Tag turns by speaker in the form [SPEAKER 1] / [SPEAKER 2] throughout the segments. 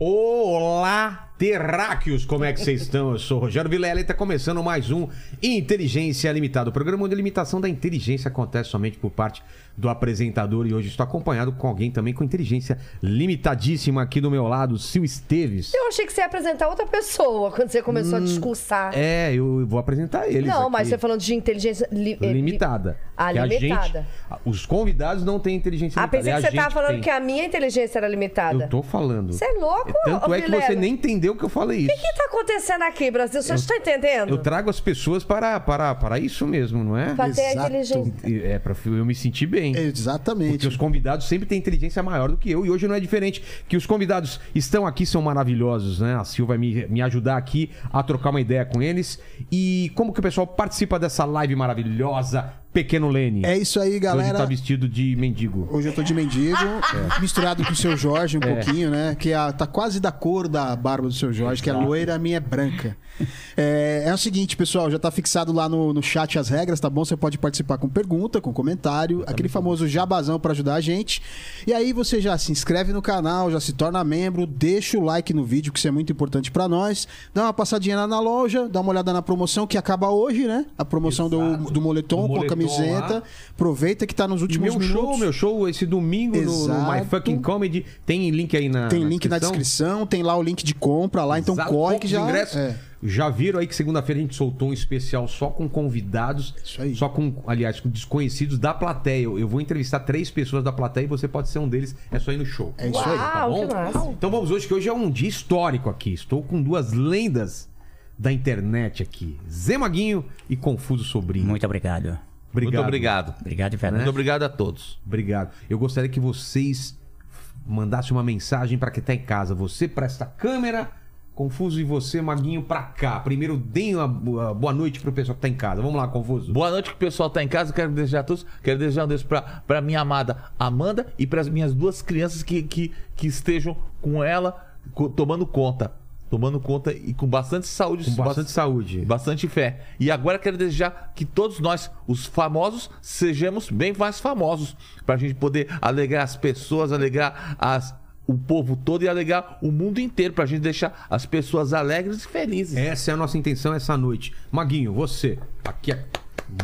[SPEAKER 1] Olá, terráqueos! Como é que vocês estão? Eu sou o Rogério Vilela e está começando mais um Inteligência Limitada, o programa onde a limitação da inteligência acontece somente por parte do apresentador e hoje estou acompanhado com alguém também com inteligência limitadíssima aqui do meu lado, Sil Esteves.
[SPEAKER 2] Eu achei que você ia apresentar outra pessoa quando você começou a discursar.
[SPEAKER 1] Hum, É, eu vou apresentar eles
[SPEAKER 2] Não,
[SPEAKER 1] aqui.
[SPEAKER 2] mas você falando de inteligência li- eh, li-
[SPEAKER 1] Limitada.
[SPEAKER 2] Ah,
[SPEAKER 1] Que a
[SPEAKER 2] limitada.
[SPEAKER 1] gente- os convidados não têm inteligência
[SPEAKER 2] Ah,
[SPEAKER 1] limitada.
[SPEAKER 2] pensei
[SPEAKER 1] é
[SPEAKER 2] que
[SPEAKER 1] a
[SPEAKER 2] você tava
[SPEAKER 1] gente
[SPEAKER 2] falando
[SPEAKER 1] tem.
[SPEAKER 2] que a minha inteligência era limitada.
[SPEAKER 1] Eu tô falando.
[SPEAKER 2] Você é louco,
[SPEAKER 1] Tanto
[SPEAKER 2] ô,
[SPEAKER 1] é que
[SPEAKER 2] Vilela?
[SPEAKER 1] você nem entendeu que eu falei isso.
[SPEAKER 2] O que tá acontecendo aqui, Brasil? Você está entendendo?
[SPEAKER 1] Eu trago as pessoas para, para, para isso mesmo, não é?
[SPEAKER 2] Pra ter a
[SPEAKER 3] Exato.
[SPEAKER 2] inteligência.
[SPEAKER 1] E- É, pra eu me sentir bem. Porque
[SPEAKER 3] Exatamente.
[SPEAKER 1] os convidados sempre têm inteligência maior do que eu e hoje não é diferente. Que os convidados estão aqui, são maravilhosos, né? A Sil vai me, me ajudar aqui a trocar uma ideia com eles. E como que o pessoal participa dessa live maravilhosa, Pequeno Lene?
[SPEAKER 3] É isso aí,
[SPEAKER 1] Que Hoje
[SPEAKER 3] galera.
[SPEAKER 1] tá vestido de mendigo. É.
[SPEAKER 3] Hoje eu tô de mendigo, é, misturado com o seu Jorge um pouquinho, né? Que a- tá quase da cor da barba do seu Jorge, que é loira, a minha é branca. É, é o seguinte, pessoal, já tá fixado lá no, no chat as regras, tá bom? Você pode participar com pergunta, com
[SPEAKER 1] Tá
[SPEAKER 3] comentário, aquele famoso jabazão pra ajudar a gente. E aí você já se inscreve no canal, já se torna membro, deixa o like no vídeo, que isso é muito importante pra nós. Dá uma passadinha lá na loja, dá uma olhada na promoção que acaba hoje, né? A promoção do,
[SPEAKER 1] Exato.
[SPEAKER 3] do moletom,
[SPEAKER 1] Do
[SPEAKER 3] com
[SPEAKER 1] moletom
[SPEAKER 3] a camiseta.
[SPEAKER 1] lá.
[SPEAKER 3] Aproveita que tá nos
[SPEAKER 1] E
[SPEAKER 3] últimos
[SPEAKER 1] meu
[SPEAKER 3] minutos.
[SPEAKER 1] show, meu show, esse domingo no, no My
[SPEAKER 3] Exato.
[SPEAKER 1] Fucking Comedy. Tem link aí Ah, na
[SPEAKER 3] Tem link na descrição, tem lá o link de compra lá, então
[SPEAKER 1] Exato,
[SPEAKER 3] corre que
[SPEAKER 1] poucos
[SPEAKER 3] já.
[SPEAKER 1] ingressos.
[SPEAKER 3] É.
[SPEAKER 1] Já viram aí que segunda-feira a gente soltou um especial só com convidados.
[SPEAKER 3] Isso aí.
[SPEAKER 1] Só com, aliás, com desconhecidos da plateia. Eu, eu vou entrevistar três pessoas da plateia e você pode ser um deles. É só ir no show.
[SPEAKER 3] É isso aí.
[SPEAKER 1] Tá
[SPEAKER 2] Uau,
[SPEAKER 1] bom?
[SPEAKER 2] que massa.
[SPEAKER 1] Então vamos hoje, que hoje é um dia histórico aqui. Estou com duas lendas da internet aqui. Zé Maguinho e Confuso Sobrinho.
[SPEAKER 4] Muito obrigado.
[SPEAKER 1] obrigado.
[SPEAKER 5] Muito obrigado.
[SPEAKER 4] Obrigado,
[SPEAKER 5] Muito
[SPEAKER 4] Fernando.
[SPEAKER 5] obrigado a todos.
[SPEAKER 1] Obrigado. Eu gostaria que vocês mandassem uma mensagem para quem tá em casa. Você para esta câmera, Confuso e você, Maguinho, para cá. Primeiro deem uma boa boa noite pro pessoal que tá em casa. Vamos lá, Confuso.
[SPEAKER 5] Boa noite que o pessoal tá em casa. Quero desejar a todos. Quero desejar um Deus pra, pra minha amada Amanda e pras minhas duas crianças que, que, que estejam com ela, co- tomando conta. Tomando conta e com bastante saúde.
[SPEAKER 1] Com bastante saúde.
[SPEAKER 5] Bastante fé. E agora quero desejar que todos nós, os famosos, sejamos bem mais famosos. Pra gente poder alegrar as pessoas, alegrar as- o povo todo e alegrar o mundo inteiro. Pra gente deixar as pessoas alegres e felizes.
[SPEAKER 1] Essa é a nossa intenção essa noite. Maguinho, você. Aqui é...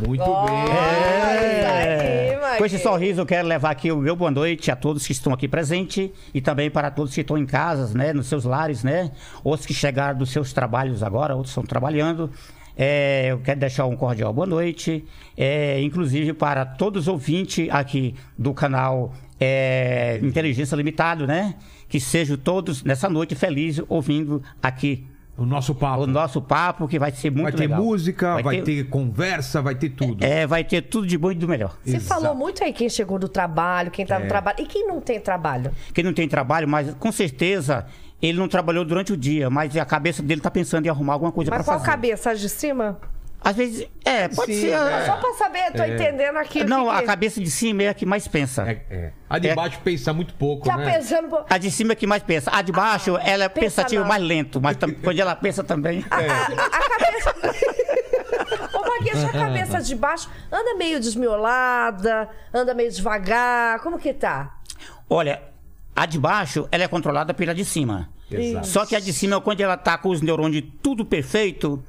[SPEAKER 1] Muito
[SPEAKER 2] Ah,
[SPEAKER 1] bem.
[SPEAKER 2] tá aqui, Magui.
[SPEAKER 4] Com esse sorriso, eu quero levar aqui o meu boa noite a todos que estão aqui presentes e também para todos que estão em casas, né, nos seus lares, né, outros que chegaram dos seus trabalhos agora, outros estão trabalhando. É, eu quero deixar um cordial boa noite, é, inclusive para todos os ouvintes aqui do canal é, Inteligência Limitado, né, que sejam todos nessa noite felizes ouvindo aqui
[SPEAKER 1] O nosso papo.
[SPEAKER 4] o nosso papo que vai ser muito
[SPEAKER 1] Vai ter
[SPEAKER 4] legal.
[SPEAKER 1] música, vai, ter...
[SPEAKER 4] ter
[SPEAKER 1] conversa, vai ter tudo.
[SPEAKER 4] É, vai ter tudo de bom e do melhor.
[SPEAKER 2] Você
[SPEAKER 1] Exato. É.
[SPEAKER 2] falou muito aí quem chegou do trabalho, quem tá no trabalho. E quem não tem trabalho?
[SPEAKER 4] Quem não tem trabalho, mas com certeza ele não trabalhou durante o dia, mas a cabeça dele tá pensando em arrumar alguma coisa para
[SPEAKER 2] Mas qual
[SPEAKER 4] fazer.
[SPEAKER 2] cabeça? As de cima?
[SPEAKER 4] Às vezes, é, pode
[SPEAKER 1] Sim,
[SPEAKER 4] ser.
[SPEAKER 1] é.
[SPEAKER 2] né? Só pra saber, tô entendendo aqui. o
[SPEAKER 4] Não,
[SPEAKER 2] que
[SPEAKER 4] a
[SPEAKER 2] que-
[SPEAKER 4] cabeça de cima é a que mais pensa.
[SPEAKER 1] É, é. A de
[SPEAKER 4] É.
[SPEAKER 1] baixo pensa muito pouco,
[SPEAKER 2] Tá
[SPEAKER 1] né?
[SPEAKER 2] pensando. pô,
[SPEAKER 4] A de cima é a que mais pensa. A de baixo, ela é
[SPEAKER 2] Ah, pensa
[SPEAKER 4] pensativa
[SPEAKER 2] não.
[SPEAKER 4] mais lento, mas tam- quando ela pensa também.
[SPEAKER 2] A, a cabeça. Ô, Maguinho, a cabeça de baixo anda meio desmiolada, anda meio devagar. Como que tá?
[SPEAKER 4] Olha, a de baixo, ela é controlada pela de cima.
[SPEAKER 1] Exato.
[SPEAKER 4] Só que a de cima, quando ela tá com os neurônios tudo perfeito,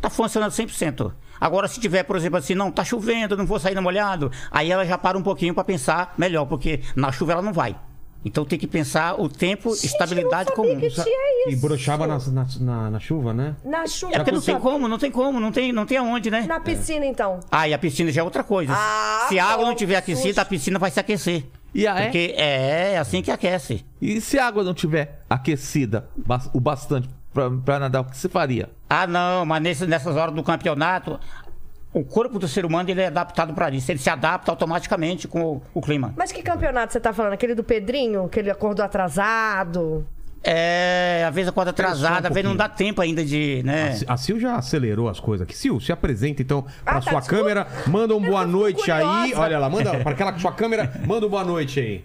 [SPEAKER 4] tá funcionando 100%. Agora, se tiver, por exemplo, assim, não, tá chovendo, não vou sair no molhado, aí ela já para um pouquinho para pensar melhor, porque na chuva ela não vai. Então tem que pensar o tempo, estabilidade
[SPEAKER 2] eu não sabia
[SPEAKER 4] comum.
[SPEAKER 2] que
[SPEAKER 4] sabe?
[SPEAKER 2] tinha É isso.
[SPEAKER 1] E brochava na, na, na- na chuva, né?
[SPEAKER 2] Na chuva.
[SPEAKER 4] É porque não tem
[SPEAKER 2] sabe?
[SPEAKER 4] como, não tem como, não tem, não tem aonde, né?
[SPEAKER 2] Na piscina, então.
[SPEAKER 4] Ah, e a piscina já é outra coisa.
[SPEAKER 2] Ah,
[SPEAKER 4] se a água
[SPEAKER 2] bom,
[SPEAKER 4] não tiver
[SPEAKER 2] que
[SPEAKER 4] aquecida, a piscina vai se aquecer.
[SPEAKER 5] E ah, é?
[SPEAKER 4] Porque é, é assim que aquece.
[SPEAKER 5] E se a água não tiver aquecida bas- o bastante pra, pra nadar, o que você faria?
[SPEAKER 4] Ah, não, mas nesse- nessas horas do campeonato, o corpo do ser humano ele é adaptado para isso. Ele se adapta automaticamente com o, o clima.
[SPEAKER 2] Mas que campeonato você tá falando? Aquele do Pedrinho, que ele acordou atrasado?
[SPEAKER 4] É, às vezes acorda
[SPEAKER 1] Espera só um
[SPEAKER 4] atrasada, às vezes não
[SPEAKER 1] pouquinho. Ah,
[SPEAKER 4] dá tempo ainda de,
[SPEAKER 1] A
[SPEAKER 4] né?
[SPEAKER 1] Sil- A Sil já acelerou as coisas aqui. Sil, se apresenta então pra
[SPEAKER 2] Ah, tá,
[SPEAKER 1] sua
[SPEAKER 2] desculpa.
[SPEAKER 1] câmera, manda um
[SPEAKER 2] Eu
[SPEAKER 1] boa
[SPEAKER 2] tô
[SPEAKER 1] noite aí.
[SPEAKER 2] curiosa.
[SPEAKER 1] Olha lá, manda para aquela sua câmera, manda um boa noite aí.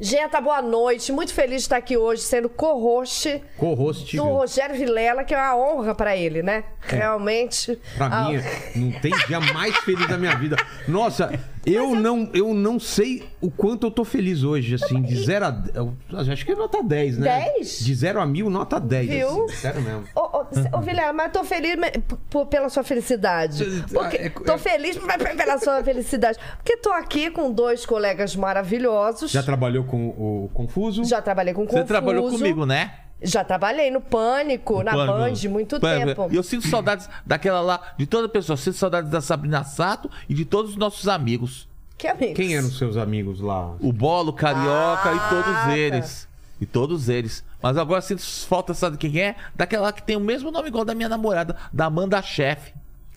[SPEAKER 2] Genta, tá boa noite. Muito feliz de estar aqui hoje, sendo co-host
[SPEAKER 1] Co-host.
[SPEAKER 2] do Rogério Vilela, que é uma honra pra ele, né? Realmente.
[SPEAKER 1] É. Pra
[SPEAKER 2] Ah,
[SPEAKER 1] mim, é não tem dia mais feliz da minha vida. Nossa, eu não, eu não sei o quanto eu tô feliz hoje, assim, de 0 a... d- eu Acho que é nota 10, né?
[SPEAKER 2] 10?
[SPEAKER 1] De 0 a mil, nota 10.
[SPEAKER 2] Viu?
[SPEAKER 1] assim, sério mesmo.
[SPEAKER 2] Ô, ô, cê- ô, Vilela, mas eu tô feliz me- p- p- pela sua felicidade. Porque- tô feliz p- p- pela sua felicidade. Porque tô aqui com dois colegas maravilhosos.
[SPEAKER 1] Já trabalhou com o Confuso?
[SPEAKER 2] Já trabalhei com Confuso.
[SPEAKER 5] Você trabalhou comigo, né?
[SPEAKER 2] Já trabalhei no Pânico, na
[SPEAKER 5] Pânico.
[SPEAKER 2] Band, muito
[SPEAKER 5] Pânico.
[SPEAKER 2] tempo.
[SPEAKER 5] E eu sinto saudades daquela lá, de toda pessoa. Sinto saudades da Sabrina Sato e de todos os nossos amigos.
[SPEAKER 2] Que amigos.
[SPEAKER 1] Quem eram os seus amigos lá?
[SPEAKER 5] O Bolo, o Carioca
[SPEAKER 2] Ah,
[SPEAKER 5] e todos
[SPEAKER 2] tá.
[SPEAKER 5] eles. E todos eles. Mas agora sinto falta, sabe quem é? Daquela que tem o mesmo nome igual da minha namorada, da Amanda Chefe.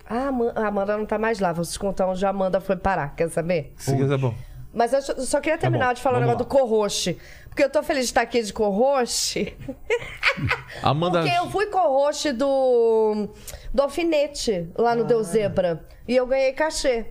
[SPEAKER 2] Ah, Ama- a Amanda não tá mais lá. Vou te contar onde a Amanda foi parar, quer saber?
[SPEAKER 5] Se quiser, bom.
[SPEAKER 2] Mas eu só- só queria
[SPEAKER 5] Tá
[SPEAKER 2] terminar
[SPEAKER 1] bom,
[SPEAKER 2] de falar o
[SPEAKER 1] vamos
[SPEAKER 2] negócio do corroche. Porque eu tô feliz de estar aqui de corroche.
[SPEAKER 5] Amanda.
[SPEAKER 2] Porque eu fui co-host do, do Alfinete lá no Deus Zebra. E eu ganhei cachê.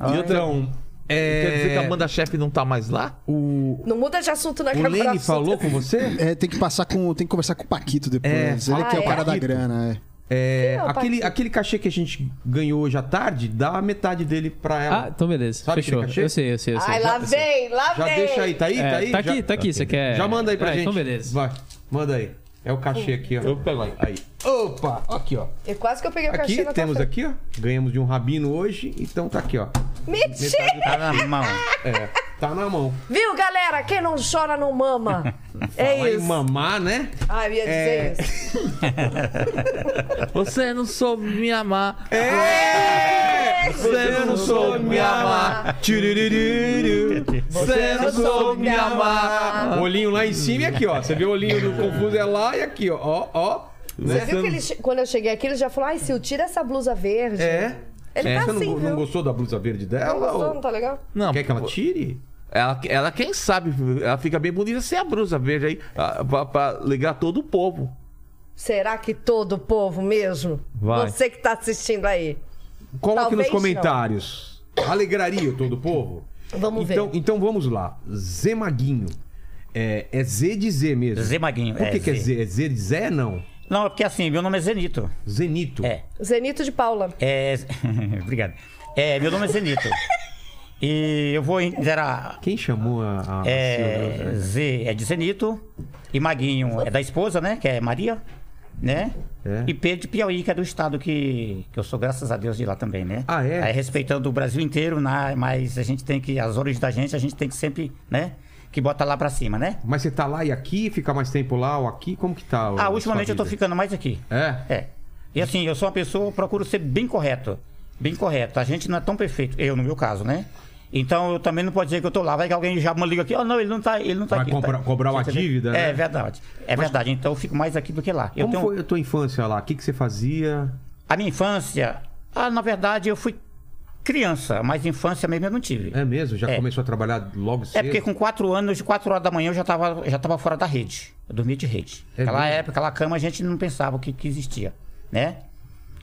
[SPEAKER 5] E outra-
[SPEAKER 1] Então, é...
[SPEAKER 5] Quer dizer que a Amanda Chefe não tá mais lá?
[SPEAKER 1] O,
[SPEAKER 2] Não muda de assunto né, na
[SPEAKER 1] o Lene falou com você?
[SPEAKER 3] É, tem que passar com. Tem que conversar com o Paquito depois.
[SPEAKER 1] É,
[SPEAKER 3] Ele que é
[SPEAKER 2] ah,
[SPEAKER 3] o cara
[SPEAKER 2] é?
[SPEAKER 3] da grana, é.
[SPEAKER 1] É,
[SPEAKER 2] Não,
[SPEAKER 1] aquele,
[SPEAKER 2] Paquito.
[SPEAKER 1] aquele cachê que a gente ganhou hoje à tarde, dá metade dele pra ela.
[SPEAKER 6] Ah, então beleza.
[SPEAKER 1] Sabe
[SPEAKER 6] Fechou.
[SPEAKER 1] aquele cachê?
[SPEAKER 6] Eu sei, eu sei, eu sei.
[SPEAKER 2] Ai, lá vem, lá
[SPEAKER 1] tá Já
[SPEAKER 2] vem.
[SPEAKER 1] deixa aí, tá aí?
[SPEAKER 6] É,
[SPEAKER 1] tá aí?
[SPEAKER 6] tá
[SPEAKER 1] Já-
[SPEAKER 6] aqui, tá aqui, você quer-
[SPEAKER 1] Já manda aí pra
[SPEAKER 6] É,
[SPEAKER 1] gente.
[SPEAKER 6] então beleza.
[SPEAKER 1] Vai, manda aí. É o
[SPEAKER 2] Hum.
[SPEAKER 1] cachê aqui, ó. Eu pego aí. Opa, aqui, ó.
[SPEAKER 2] E quase que eu peguei o Tá cachê
[SPEAKER 1] Aqui
[SPEAKER 2] na tua
[SPEAKER 1] temos
[SPEAKER 2] frente.
[SPEAKER 1] aqui, ó. Ganhamos de um rabino hoje, então tá aqui, ó.
[SPEAKER 2] Mentira!
[SPEAKER 4] Tá na mão.
[SPEAKER 1] É, tá na mão.
[SPEAKER 2] Viu, galera? Quem não chora não mama.
[SPEAKER 1] Falar
[SPEAKER 2] é
[SPEAKER 1] em
[SPEAKER 2] isso.
[SPEAKER 1] mamar, né?
[SPEAKER 2] Ah, eu ia dizer
[SPEAKER 1] É.
[SPEAKER 2] isso.
[SPEAKER 5] Você não soube me amar.
[SPEAKER 1] É!
[SPEAKER 5] Você não soube me amar.
[SPEAKER 1] Tiririru.
[SPEAKER 5] Você não soube me amar.
[SPEAKER 1] Olhinho lá em cima e aqui, ó. Você vê o olhinho do confuso é lá e aqui, ó. Ó, ó.
[SPEAKER 2] Você
[SPEAKER 1] Né?
[SPEAKER 2] viu que ele, che- quando eu cheguei aqui, ele já falou: ai, Sil, tira essa blusa verde.
[SPEAKER 1] É.
[SPEAKER 2] Ele
[SPEAKER 1] É.
[SPEAKER 2] tá
[SPEAKER 1] Você não,
[SPEAKER 2] assim,
[SPEAKER 1] não
[SPEAKER 2] viu?
[SPEAKER 1] gostou da blusa verde dela?
[SPEAKER 2] Não gostou,
[SPEAKER 1] ou-
[SPEAKER 2] não tá legal?
[SPEAKER 5] Não,
[SPEAKER 1] Quer que ela
[SPEAKER 5] pô,
[SPEAKER 1] tire?
[SPEAKER 5] Ela, ela, quem sabe, ela fica bem bonita sem a brusa verde aí, ah, pra, pra ligar todo o povo.
[SPEAKER 2] Será que todo o povo mesmo?
[SPEAKER 6] Vai.
[SPEAKER 2] Você que tá assistindo aí.
[SPEAKER 1] Coloque
[SPEAKER 2] Talvez
[SPEAKER 1] nos comentários. Alegraria todo o povo?
[SPEAKER 2] Vamos ver.
[SPEAKER 1] então, Então vamos lá. Zé Maguinho. É, é Z de Z mesmo.
[SPEAKER 4] Zé Maguinho,
[SPEAKER 1] Por
[SPEAKER 4] é
[SPEAKER 1] que, que é
[SPEAKER 4] Zé.
[SPEAKER 1] Z? É Z de Zé? Não.
[SPEAKER 4] Não, é porque assim, meu nome é Zenito.
[SPEAKER 1] Zenito.
[SPEAKER 4] É.
[SPEAKER 2] Zenito de Paula.
[SPEAKER 4] é... Obrigado. É, meu nome é Zenito. E eu vou zerar
[SPEAKER 1] Quem chamou a. a a
[SPEAKER 4] É,
[SPEAKER 1] Silvia?
[SPEAKER 4] Z é de Zenito. E Maguinho é da esposa, né? Que é Maria, né?
[SPEAKER 1] É.
[SPEAKER 4] E Pedro de Piauí, que é do estado que, que eu sou, graças a Deus, de lá também, né?
[SPEAKER 1] Ah, é?
[SPEAKER 4] Aí, respeitando o Brasil inteiro, na, mas a gente tem que, as origens da gente, a gente tem que sempre, né? Que bota lá pra cima, né?
[SPEAKER 1] Mas você tá lá e aqui? Fica mais tempo lá ou aqui? Como que tá? a
[SPEAKER 4] Ah, ultimamente
[SPEAKER 1] sua
[SPEAKER 4] eu tô
[SPEAKER 1] vida?
[SPEAKER 4] ficando mais aqui.
[SPEAKER 1] É?
[SPEAKER 4] É. E assim, eu sou uma pessoa, eu procuro ser bem correto. Bem correto. A gente não é tão perfeito. Eu, no meu caso, né? Então eu também não posso dizer que eu tô lá. Vai que alguém já me liga aqui. Oh, não, ele não tá, ele não tá
[SPEAKER 1] Vai
[SPEAKER 4] aqui.
[SPEAKER 1] comprar-
[SPEAKER 4] tá.
[SPEAKER 1] cobrar uma
[SPEAKER 4] Você entendeu?
[SPEAKER 1] dívida, né?
[SPEAKER 4] É verdade. É verdade. Então eu fico mais aqui do que lá. Eu
[SPEAKER 1] Como
[SPEAKER 4] tenho... um
[SPEAKER 1] foi a tua infância lá? O que, que você fazia?
[SPEAKER 4] A minha infância. Ah, na verdade, eu fui criança, mas infância mesmo eu não tive.
[SPEAKER 1] É mesmo? Já
[SPEAKER 4] É.
[SPEAKER 1] começou a trabalhar logo cedo?
[SPEAKER 4] É porque com quatro anos, de quatro horas da manhã, eu já tava, já tava fora da rede. Eu dormia de rede.
[SPEAKER 1] É
[SPEAKER 4] aquela
[SPEAKER 1] mesmo?
[SPEAKER 4] época, aquela cama, a gente não pensava que, que existia, né?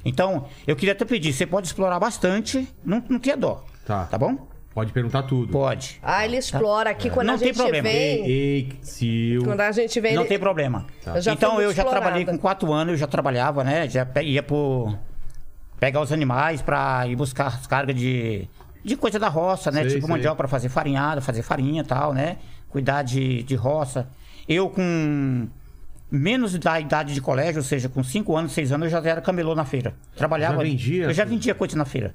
[SPEAKER 4] Então, eu queria até pedir, você pode explorar bastante, não, não tenha dó.
[SPEAKER 1] Tá.
[SPEAKER 4] Tá bom?
[SPEAKER 1] Pode perguntar tudo.
[SPEAKER 4] Pode.
[SPEAKER 2] Ah, ele explora aqui quando
[SPEAKER 4] Não
[SPEAKER 2] a
[SPEAKER 4] tem
[SPEAKER 2] gente
[SPEAKER 4] problema.
[SPEAKER 2] vem.
[SPEAKER 1] Ei, Sil.
[SPEAKER 2] Quando a gente vem.
[SPEAKER 4] Não
[SPEAKER 2] ele-
[SPEAKER 4] tem problema.
[SPEAKER 1] Tá.
[SPEAKER 2] Eu já fui
[SPEAKER 4] então,
[SPEAKER 2] muito
[SPEAKER 4] eu já
[SPEAKER 2] explorada.
[SPEAKER 4] trabalhei com quatro anos, eu já trabalhava, né? Já pe- ia por... Pegar os animais pra ir buscar as cargas de... De coisa da roça, né?
[SPEAKER 1] Sei,
[SPEAKER 4] tipo
[SPEAKER 1] sei.
[SPEAKER 4] mandioca pra fazer farinhada, fazer farinha e tal, né? Cuidar de, de roça. Eu com... Menos da idade de colégio, ou seja, com cinco anos, seis anos, eu já era camelô na feira. Trabalhava.
[SPEAKER 1] Já vendia?
[SPEAKER 4] Eu já vendia coisa na feira.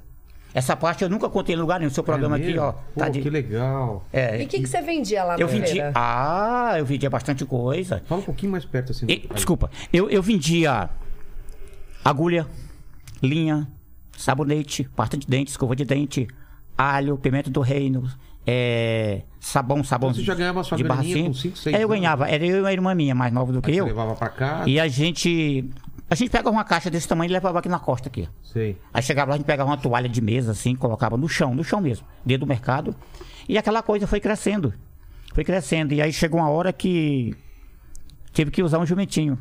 [SPEAKER 4] Essa parte eu nunca contei em lugar nenhum. Seu programa aqui,
[SPEAKER 1] É mesmo?
[SPEAKER 4] ó.
[SPEAKER 1] Pô,
[SPEAKER 4] Tá de...
[SPEAKER 1] que legal.
[SPEAKER 4] é,
[SPEAKER 2] E o que, que você vendia lá
[SPEAKER 4] eu
[SPEAKER 2] na
[SPEAKER 4] vendia.
[SPEAKER 2] feira?
[SPEAKER 4] Ah, eu vendia bastante coisa.
[SPEAKER 1] Fala um pouquinho mais perto assim.
[SPEAKER 4] E- desculpa, eu, eu vendia agulha, linha, sabonete, pasta de dente, escova de dente, alho, pimenta do reino, é, sabão, sabão
[SPEAKER 1] Então você já ganhava sua
[SPEAKER 4] de
[SPEAKER 1] graninha
[SPEAKER 4] barracinha.
[SPEAKER 1] com cinco, seis
[SPEAKER 4] É, eu
[SPEAKER 1] anos.
[SPEAKER 4] ganhava. Era eu e uma irmã minha, mais nova do que
[SPEAKER 1] Você
[SPEAKER 4] eu.
[SPEAKER 1] levava pra cá.
[SPEAKER 4] E a gente... A gente pegava uma caixa desse tamanho e levava aqui na costa aqui.
[SPEAKER 1] Sei.
[SPEAKER 4] Aí chegava lá, a gente pegava uma toalha de mesa, assim, colocava no chão, no chão mesmo, dentro do mercado. E aquela coisa foi crescendo. Foi crescendo. E aí chegou uma hora que tive que usar um jumentinho.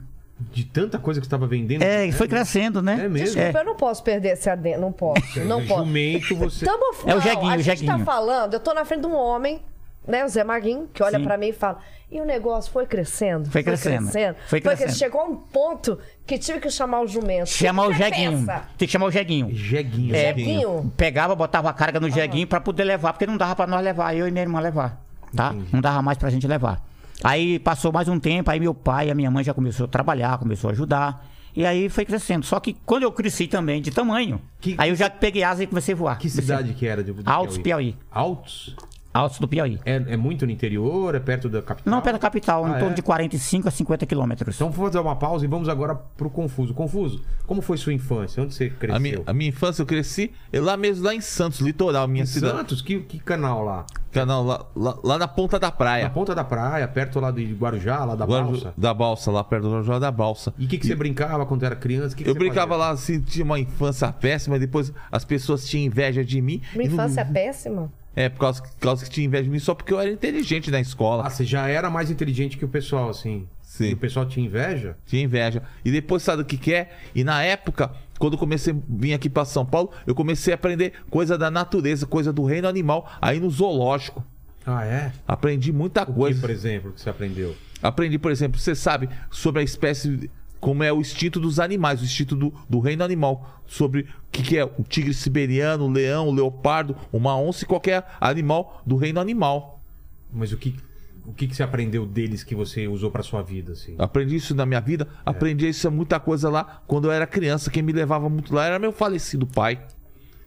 [SPEAKER 1] De tanta coisa que você estava vendendo.
[SPEAKER 4] É, e foi crescendo, né?
[SPEAKER 1] É mesmo?
[SPEAKER 2] Desculpa, eu não posso perder esse adendo. Não posso. Não posso.
[SPEAKER 1] é Jumento, você.
[SPEAKER 2] Tamo,
[SPEAKER 4] É o
[SPEAKER 2] não,
[SPEAKER 4] Jeguinho,
[SPEAKER 2] a
[SPEAKER 4] o
[SPEAKER 2] gente tá
[SPEAKER 4] Jeguinho.
[SPEAKER 2] falando, eu tô na frente de um homem, né, o Zé Maguinho, que olha
[SPEAKER 4] Sim.
[SPEAKER 2] pra mim e fala. E o negócio foi crescendo.
[SPEAKER 4] Foi crescendo, foi crescendo.
[SPEAKER 2] Chegou a um ponto que tive que chamar o jumento.
[SPEAKER 4] Chamar o
[SPEAKER 2] Você
[SPEAKER 4] Jeguinho.
[SPEAKER 2] pensa?
[SPEAKER 4] Tem que chamar o Jeguinho.
[SPEAKER 1] Jeguinho.
[SPEAKER 4] É,
[SPEAKER 2] Jeguinho?
[SPEAKER 4] Pegava, botava a carga no jeguinho pra poder levar, porque não dava pra nós levar, eu e minha irmã levar, tá? Não dava mais pra gente levar. Aí passou mais um tempo, aí meu pai e a minha mãe já começou a trabalhar, começou a ajudar. E aí foi crescendo. Só que quando eu cresci também, de tamanho,
[SPEAKER 1] Que-
[SPEAKER 4] aí eu já peguei asa e comecei a voar.
[SPEAKER 1] Que cidade que era? De, do
[SPEAKER 4] Altos, Piauí.
[SPEAKER 1] Altos?
[SPEAKER 4] Alto do Piauí.
[SPEAKER 1] É, é muito no interior? É perto da capital?
[SPEAKER 4] Não pela capital, em
[SPEAKER 1] Ah,
[SPEAKER 4] torno
[SPEAKER 1] é?
[SPEAKER 4] de 45 a 50 quilômetros.
[SPEAKER 1] Então vamos fazer uma pausa e vamos agora pro Confuso. Confuso, como foi sua infância? Onde você cresceu?
[SPEAKER 5] A minha, a minha infância eu cresci é lá mesmo, lá em Santos, litoral, minha
[SPEAKER 1] Em
[SPEAKER 5] cidade.
[SPEAKER 1] Santos? Que, que canal lá?
[SPEAKER 5] Canal, lá, lá- lá na ponta da
[SPEAKER 1] Na
[SPEAKER 5] praia.
[SPEAKER 1] ponta da praia, perto lá de Guarujá, lá da
[SPEAKER 5] Agora,
[SPEAKER 1] balsa?
[SPEAKER 5] Da balsa, lá perto do Guarujá da balsa.
[SPEAKER 1] E o que, que você brincava quando era criança? O que que
[SPEAKER 5] Eu
[SPEAKER 1] você
[SPEAKER 5] brincava
[SPEAKER 1] fazia?
[SPEAKER 5] lá, assim, tinha uma infância péssima, depois as pessoas tinham inveja de mim.
[SPEAKER 2] Minha
[SPEAKER 5] E não-
[SPEAKER 2] infância é péssima.
[SPEAKER 5] É, por causa, por causa que tinha inveja de mim, só porque eu era inteligente na escola.
[SPEAKER 1] Ah, você já era mais inteligente que o pessoal, assim?
[SPEAKER 5] Sim.
[SPEAKER 1] E o pessoal te inveja?
[SPEAKER 5] Tinha inveja. E depois sabe o que que é? E na época, quando eu comecei a vir aqui pra São Paulo, eu comecei a aprender coisa da natureza, coisa do reino animal, aí no zoológico.
[SPEAKER 1] Ah, é?
[SPEAKER 5] Aprendi muita
[SPEAKER 1] O que,
[SPEAKER 5] coisa.
[SPEAKER 1] por exemplo, que você aprendeu?
[SPEAKER 5] Aprendi, por exemplo, você sabe sobre a espécie, como é o instinto dos animais, o instinto do, do reino animal, sobre o que, que é o tigre siberiano, o leão, o leopardo, uma onça e qualquer animal do reino animal.
[SPEAKER 1] Mas o que, o que, que você aprendeu deles que você usou pra sua vida, assim?
[SPEAKER 5] Aprendi isso na minha vida, aprendi isso é muita coisa lá quando eu era criança. Quem me levava muito lá era meu falecido pai.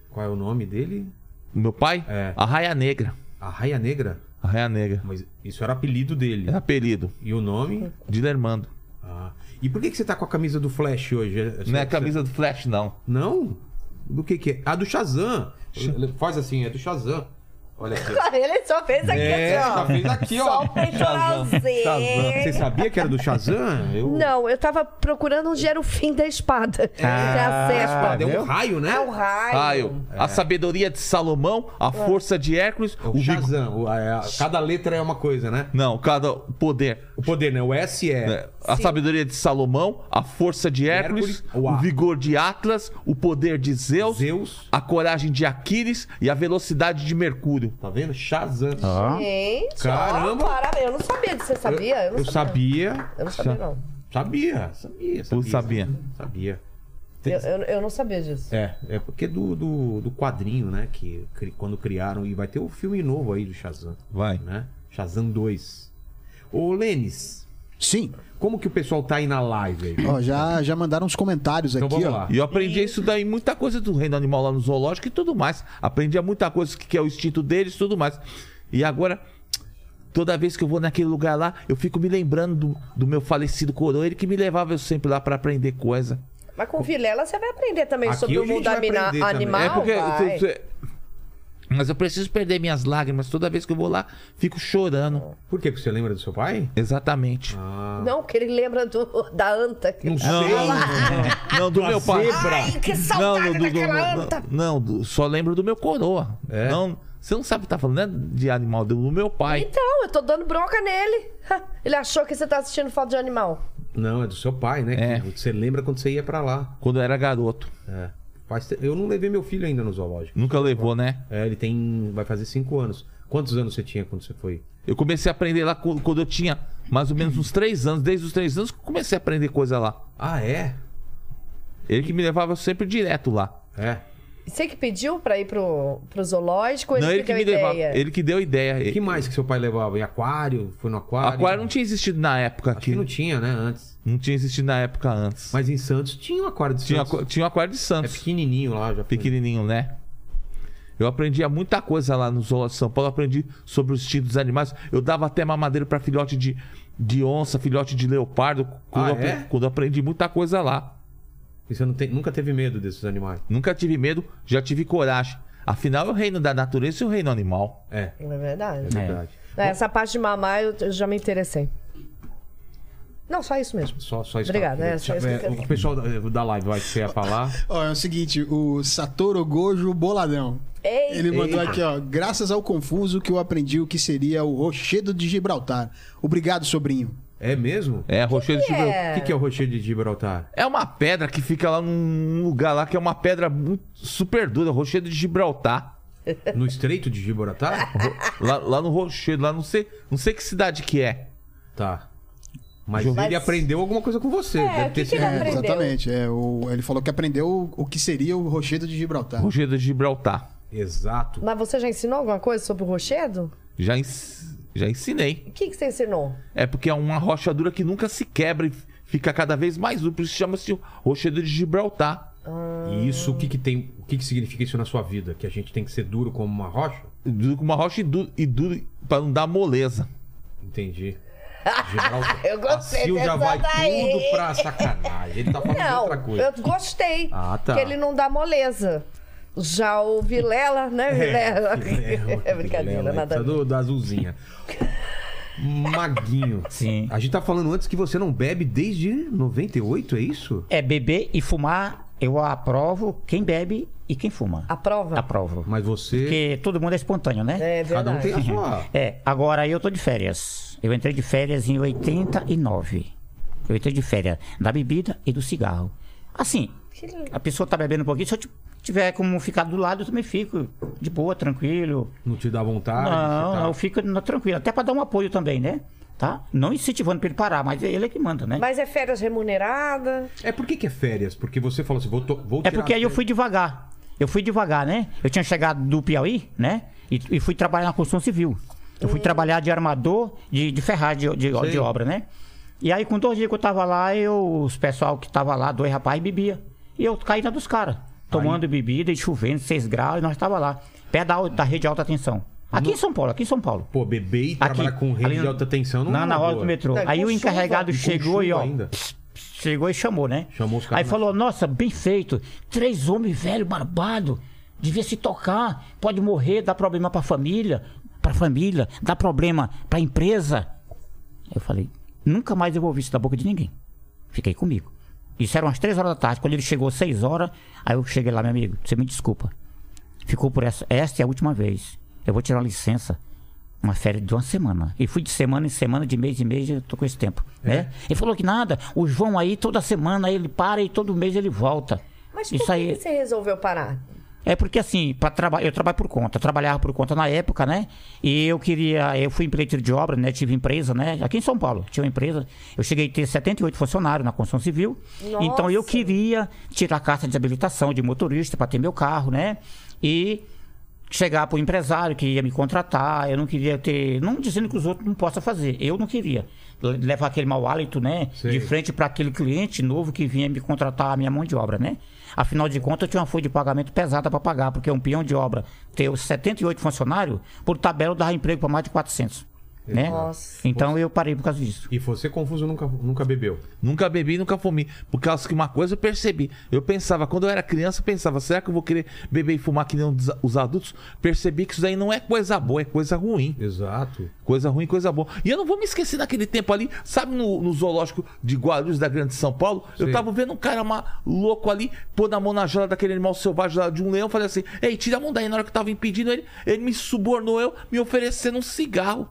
[SPEAKER 1] Qual é o nome dele?
[SPEAKER 5] O Meu pai?
[SPEAKER 1] É.
[SPEAKER 5] Arraia Negra.
[SPEAKER 1] Arraia Negra?
[SPEAKER 5] Arraia Negra.
[SPEAKER 1] Mas isso era apelido dele.
[SPEAKER 5] É apelido.
[SPEAKER 1] E o nome?
[SPEAKER 5] Dilermando.
[SPEAKER 1] Ah. E por que, que você tá com a camisa do Flash hoje? É-
[SPEAKER 5] Não é
[SPEAKER 1] você-
[SPEAKER 5] a camisa do Flash, não.
[SPEAKER 1] Não? Do que que é? Ah, do Shazam. Faz assim, é do Shazam. Olha aqui. ó.
[SPEAKER 2] Ele só fez aqui,
[SPEAKER 1] É,
[SPEAKER 5] tá
[SPEAKER 2] assim, ó.
[SPEAKER 1] só fez aqui,
[SPEAKER 2] Só
[SPEAKER 1] ó. Tá
[SPEAKER 2] o peitoralzinho.
[SPEAKER 1] Você sabia que era do Shazam? Eu...
[SPEAKER 2] Não, eu tava procurando onde era o fim da espada. que é a
[SPEAKER 1] Espada,
[SPEAKER 2] cesta.
[SPEAKER 1] é um raio, né?
[SPEAKER 2] É o raio.
[SPEAKER 5] Raio. Ah, A sabedoria de Salomão,
[SPEAKER 2] É.
[SPEAKER 5] a força de Hércules,
[SPEAKER 1] É O Shazam. O- a- a- cada letra é uma coisa, né?
[SPEAKER 5] Não, cada poder.
[SPEAKER 1] O poder, né? O S é...
[SPEAKER 5] né? A sabedoria de Salomão, a força de Hércules,
[SPEAKER 1] Hércules, o
[SPEAKER 5] o
[SPEAKER 1] ar.
[SPEAKER 5] vigor de Atlas, o poder de Zeus,
[SPEAKER 1] Zeus.
[SPEAKER 5] a coragem de Aquiles e a velocidade de Mercúrio.
[SPEAKER 1] Tá vendo? Shazam.
[SPEAKER 5] Ah.
[SPEAKER 4] Ó.
[SPEAKER 2] Gente,
[SPEAKER 1] Caramba.
[SPEAKER 2] ó, parabéns. Eu não sabia disso. Você sabia?
[SPEAKER 1] Eu sabia.
[SPEAKER 2] Eu não sabia, não.
[SPEAKER 1] Sabia. Sabia.
[SPEAKER 5] Tu sabia?
[SPEAKER 1] Sabia.
[SPEAKER 2] Eu, eu- eu não sabia disso.
[SPEAKER 1] É, é porque do, do, do quadrinho, né? Que cri- quando criaram. E vai ter o filme novo aí do Shazam.
[SPEAKER 5] Vai.
[SPEAKER 1] Né? Shazam 2. Ô, Lênis,
[SPEAKER 3] Sim.
[SPEAKER 1] como que o pessoal tá aí na live aí?
[SPEAKER 3] Ó, já, já mandaram uns comentários
[SPEAKER 1] Então
[SPEAKER 3] aqui,
[SPEAKER 1] vamos
[SPEAKER 3] ó.
[SPEAKER 1] lá.
[SPEAKER 5] E eu aprendi isso daí, muita coisa do reino animal lá no zoológico e tudo mais. Aprendi muita coisa que que é o instinto deles e tudo mais. E agora, toda vez que eu vou naquele lugar lá, eu fico me lembrando do, do meu falecido coroa, ele que me levava eu sempre lá pra aprender coisa.
[SPEAKER 2] Mas com Vilela você vai aprender também
[SPEAKER 1] Aqui
[SPEAKER 2] sobre
[SPEAKER 1] a
[SPEAKER 2] o
[SPEAKER 1] gente
[SPEAKER 2] mundo
[SPEAKER 1] vai
[SPEAKER 2] amina-
[SPEAKER 1] aprender também.
[SPEAKER 2] animal.
[SPEAKER 5] É porque.
[SPEAKER 2] Ah, vai.
[SPEAKER 5] tu- tu- Mas eu preciso perder minhas lágrimas. Toda vez que eu vou lá, fico chorando.
[SPEAKER 1] Por quê? Porque você lembra do seu pai?
[SPEAKER 5] Exatamente.
[SPEAKER 2] Não, que ele lembra do- da anta. que-
[SPEAKER 5] É,
[SPEAKER 1] Não sei.
[SPEAKER 5] Não, do meu pai.
[SPEAKER 2] Ai, que saudade
[SPEAKER 5] do- do-
[SPEAKER 2] daquela
[SPEAKER 5] não,
[SPEAKER 2] anta.
[SPEAKER 5] não, do- só lembro do meu coroa.
[SPEAKER 1] É?
[SPEAKER 5] Não, você não sabe o que tá falando, né? De animal, do do meu pai.
[SPEAKER 2] Então, eu tô dando bronca nele. Ele achou que você tá assistindo foto de animal.
[SPEAKER 1] Não, é do seu pai, né?
[SPEAKER 5] É.
[SPEAKER 1] Que você lembra quando você ia pra lá.
[SPEAKER 5] Quando eu era garoto.
[SPEAKER 1] É. Faz te- Eu não levei meu filho ainda no zoológico.
[SPEAKER 5] Nunca levou, né?
[SPEAKER 1] É, ele tem. Vai fazer cinco anos. Quantos anos você tinha quando você foi?
[SPEAKER 5] Eu comecei a aprender lá co- quando eu tinha mais ou menos uns três anos. Desde os três anos que eu comecei a aprender coisa lá.
[SPEAKER 1] Ah, é?
[SPEAKER 5] Ele que me levava sempre direto lá.
[SPEAKER 1] É.
[SPEAKER 2] Você que pediu pra ir pro, pro zoológico, ele,
[SPEAKER 5] não, ele
[SPEAKER 2] que
[SPEAKER 5] que
[SPEAKER 2] deu
[SPEAKER 5] me
[SPEAKER 2] ideia.
[SPEAKER 5] levava. Ele que deu ideia.
[SPEAKER 1] O que mais que seu pai levava? Em aquário? Foi no aquário?
[SPEAKER 5] Aquário não tinha existido na época
[SPEAKER 1] Acho que
[SPEAKER 5] aqui.
[SPEAKER 1] não
[SPEAKER 5] Não,
[SPEAKER 1] tinha, né? Antes.
[SPEAKER 5] tinha existido na época antes.
[SPEAKER 1] Mas em Santos tinha um aquário de
[SPEAKER 5] tinha,
[SPEAKER 1] Santos.
[SPEAKER 5] aqua- tinha o Aquário de
[SPEAKER 1] É
[SPEAKER 5] Santos,
[SPEAKER 1] pequenininho lá, já foi.
[SPEAKER 5] pequenininho, né? Eu aprendia muita coisa lá no Zoológico de São Paulo. Eu aprendi sobre os instintos dos animais. Eu dava até mamadeira pra filhote de, de onça, filhote de leopardo. Quando,
[SPEAKER 1] Ah,
[SPEAKER 5] eu apre-
[SPEAKER 1] é?
[SPEAKER 5] quando eu aprendi muita coisa lá.
[SPEAKER 1] E você não tem- nunca teve medo desses animais?
[SPEAKER 5] Nunca tive medo, já tive coragem. Afinal, é o reino da natureza e o reino animal.
[SPEAKER 1] É,
[SPEAKER 2] É verdade.
[SPEAKER 1] é verdade.
[SPEAKER 2] Né, Essa parte de mamar eu, eu já me interessei. Não, só isso mesmo.
[SPEAKER 1] Só, só isso.
[SPEAKER 2] Obrigada,
[SPEAKER 1] Tá.
[SPEAKER 2] é, só isso que eu
[SPEAKER 1] É,
[SPEAKER 2] quero.
[SPEAKER 1] O pessoal da, da live vai ser a falar.
[SPEAKER 3] Ó, é o seguinte, o Satoru Gojo Boladão.
[SPEAKER 2] Ei,
[SPEAKER 3] Ele mandou aqui, ó. Graças ao Confuso que eu aprendi o que seria o rochedo de Gibraltar. Obrigado, sobrinho.
[SPEAKER 1] É mesmo?
[SPEAKER 5] É, rochedo de Gibraltar.
[SPEAKER 1] O que, que é o rochedo de Gibraltar?
[SPEAKER 5] É uma pedra que fica lá num lugar lá que é uma pedra muito- super dura, rochedo de Gibraltar.
[SPEAKER 1] No Estreito de Gibraltar?
[SPEAKER 5] Lá, lá no rochedo, lá não sei, não sei que cidade que é.
[SPEAKER 1] Tá. Mas
[SPEAKER 2] Mas-
[SPEAKER 1] ele aprendeu alguma coisa com você.
[SPEAKER 2] o
[SPEAKER 1] Deve
[SPEAKER 2] que
[SPEAKER 1] ter
[SPEAKER 2] que
[SPEAKER 1] sido.
[SPEAKER 2] ele
[SPEAKER 3] É,
[SPEAKER 2] aprendeu?
[SPEAKER 3] exatamente. É, o- ele falou que aprendeu o- o que seria o rochedo de Gibraltar.
[SPEAKER 5] Rochedo de Gibraltar.
[SPEAKER 1] Exato.
[SPEAKER 2] Mas você já ensinou alguma coisa sobre o rochedo?
[SPEAKER 5] Já, ens- já ensinei.
[SPEAKER 2] O que, que você ensinou?
[SPEAKER 5] É porque é uma rocha dura que nunca se quebra e fica cada vez mais dura, por isso chama-se rochedo de Gibraltar.
[SPEAKER 1] E isso, o que que tem, o que que significa isso na sua vida? Que a gente tem que ser duro como uma rocha?
[SPEAKER 5] Duro como uma rocha e duro, e duro pra não dar moleza.
[SPEAKER 1] Entendi. Gibraltar.
[SPEAKER 2] Eu gostei
[SPEAKER 1] A Sil já
[SPEAKER 2] dessa
[SPEAKER 1] vai
[SPEAKER 2] daí.
[SPEAKER 1] tudo pra sacanagem. Ele tá falando de outra
[SPEAKER 2] Não,
[SPEAKER 1] coisa.
[SPEAKER 2] eu gostei.
[SPEAKER 1] Ah, tá.
[SPEAKER 2] Que ele não dá moleza. Já o Vilela, né, Vilela? É, brincadeira,
[SPEAKER 1] Vilela,
[SPEAKER 2] nada.
[SPEAKER 1] tá do, da azulzinha. Maguinho.
[SPEAKER 4] Sim.
[SPEAKER 1] A gente tá falando antes que você não bebe desde 98, é isso?
[SPEAKER 4] É beber e fumar, eu aprovo quem bebe e quem fuma.
[SPEAKER 2] A prova?
[SPEAKER 4] Aprovo.
[SPEAKER 1] Mas você.
[SPEAKER 4] Tá Porque todo mundo é espontâneo, né?
[SPEAKER 2] Tá É verdade.
[SPEAKER 1] Cada um tem a sua.
[SPEAKER 4] É, agora eu tô de férias. Eu entrei de férias em 89. Eu entrei de férias da bebida e do cigarro. Assim,
[SPEAKER 2] Que legal.
[SPEAKER 4] a pessoa tá bebendo um pouquinho, se eu ti- tiver como ficar do lado, eu também fico de boa, tranquilo.
[SPEAKER 1] Não te dá
[SPEAKER 2] Ah,
[SPEAKER 1] vontade.
[SPEAKER 4] não,
[SPEAKER 1] você tá-
[SPEAKER 4] não, eu fico na- tranquilo, até pra dar um apoio também, né? Tá? Não incentivando pra ele parar, mas ele é que manda,
[SPEAKER 1] um.
[SPEAKER 4] né?
[SPEAKER 2] Mas é férias remunerada.
[SPEAKER 1] É por que, que é férias? Porque você falou assim, vou, to- vou
[SPEAKER 4] É
[SPEAKER 1] tirar
[SPEAKER 4] porque aí eu
[SPEAKER 1] férias.
[SPEAKER 4] fui devagar. Eu fui devagar, né? Eu tinha chegado do Piauí, né? E, e fui trabalhar na construção civil. Eu fui trabalhar de armador de, de ferragem, de, de, de obra, né? E aí, com dois dias que eu tava lá, eu, os pessoal que tava lá, dois rapazes, bebia. E eu caí na dos caras, tomando bebida e chovendo, seis graus, e nós tava lá, perto da, al- da rede de alta tensão. Aqui em São Paulo, aqui em São Paulo.
[SPEAKER 1] Pô, beber e
[SPEAKER 4] Aqui,
[SPEAKER 1] trabalhar com rede
[SPEAKER 4] ali
[SPEAKER 1] de alta tensão não é
[SPEAKER 4] na,
[SPEAKER 1] uma
[SPEAKER 4] na hora
[SPEAKER 1] boa.
[SPEAKER 4] do metrô.
[SPEAKER 2] Tá,
[SPEAKER 4] aí
[SPEAKER 2] com
[SPEAKER 4] o encarregado
[SPEAKER 1] chuva.
[SPEAKER 4] chegou e, ó,
[SPEAKER 1] Com chuva ainda.
[SPEAKER 4] pss, pss, chegou e chamou, né?
[SPEAKER 1] Chamou os caras
[SPEAKER 4] Aí
[SPEAKER 1] na
[SPEAKER 4] falou: Nossa, bem feito. Três homens velho barbado, devia se tocar, pode morrer, dá problema pra família, pra família, dá problema pra empresa. Eu falei: Nunca mais eu vou ouvir isso da boca de ninguém. Fiquei comigo. Isso eram umas três horas da tarde. Quando ele chegou seis horas, aí eu cheguei lá, meu amigo, você me desculpa. Ficou por essa. Esta é a última vez. Eu vou tirar uma licença. Uma férias de uma semana. E fui de semana em semana, de mês em mês, eu tô com esse tempo. Né? Ele falou que nada, o João aí toda semana ele para e todo mês ele volta.
[SPEAKER 2] Mas por
[SPEAKER 4] Isso
[SPEAKER 2] que
[SPEAKER 4] aí.
[SPEAKER 2] que você resolveu parar?
[SPEAKER 4] É porque assim, para trabalhar, eu trabalho por conta, eu trabalhava por conta na época, né? E eu queria, eu fui empreiteiro de obra, né? Tive empresa, né? Aqui em São Paulo, tinha uma empresa. Eu cheguei a ter 78 funcionários na construção civil.
[SPEAKER 2] Nossa.
[SPEAKER 4] Então eu queria tirar a carta de habilitação de motorista para ter meu carro, né? E chegar para o empresário que ia me contratar, eu não queria ter, não dizendo que os outros não possam fazer, eu não queria Le- levar aquele mau hálito, né, de frente para aquele cliente novo que vinha me contratar a minha mão de obra, né? Afinal de contas, eu tinha uma folha de pagamento pesada para pagar, porque um peão de obra ter os 78 funcionários, por tabela dava emprego para mais de 400, né?
[SPEAKER 2] Nossa.
[SPEAKER 4] Então eu parei por causa disso.
[SPEAKER 1] E você confuso nunca, nunca bebeu.
[SPEAKER 5] Nunca bebi, nunca fumi. Por causa que uma coisa eu percebi. Eu pensava, quando eu era criança, eu pensava, será que eu vou querer beber e fumar que nem os- os adultos? Percebi que isso daí não é coisa boa, é coisa ruim.
[SPEAKER 1] Exato.
[SPEAKER 5] Coisa ruim, coisa boa. E eu não vou me esquecer daquele tempo ali, sabe, no, no zoológico de Guarulhos, da Grande São Paulo? Eu
[SPEAKER 1] Sim.
[SPEAKER 5] tava vendo um cara ma- louco ali, pôr na mão na jola daquele animal selvagem lá, de um leão, falei assim: ei, tira a mão daí. Na hora que eu tava impedindo ele, ele me subornou eu, me oferecendo um cigarro.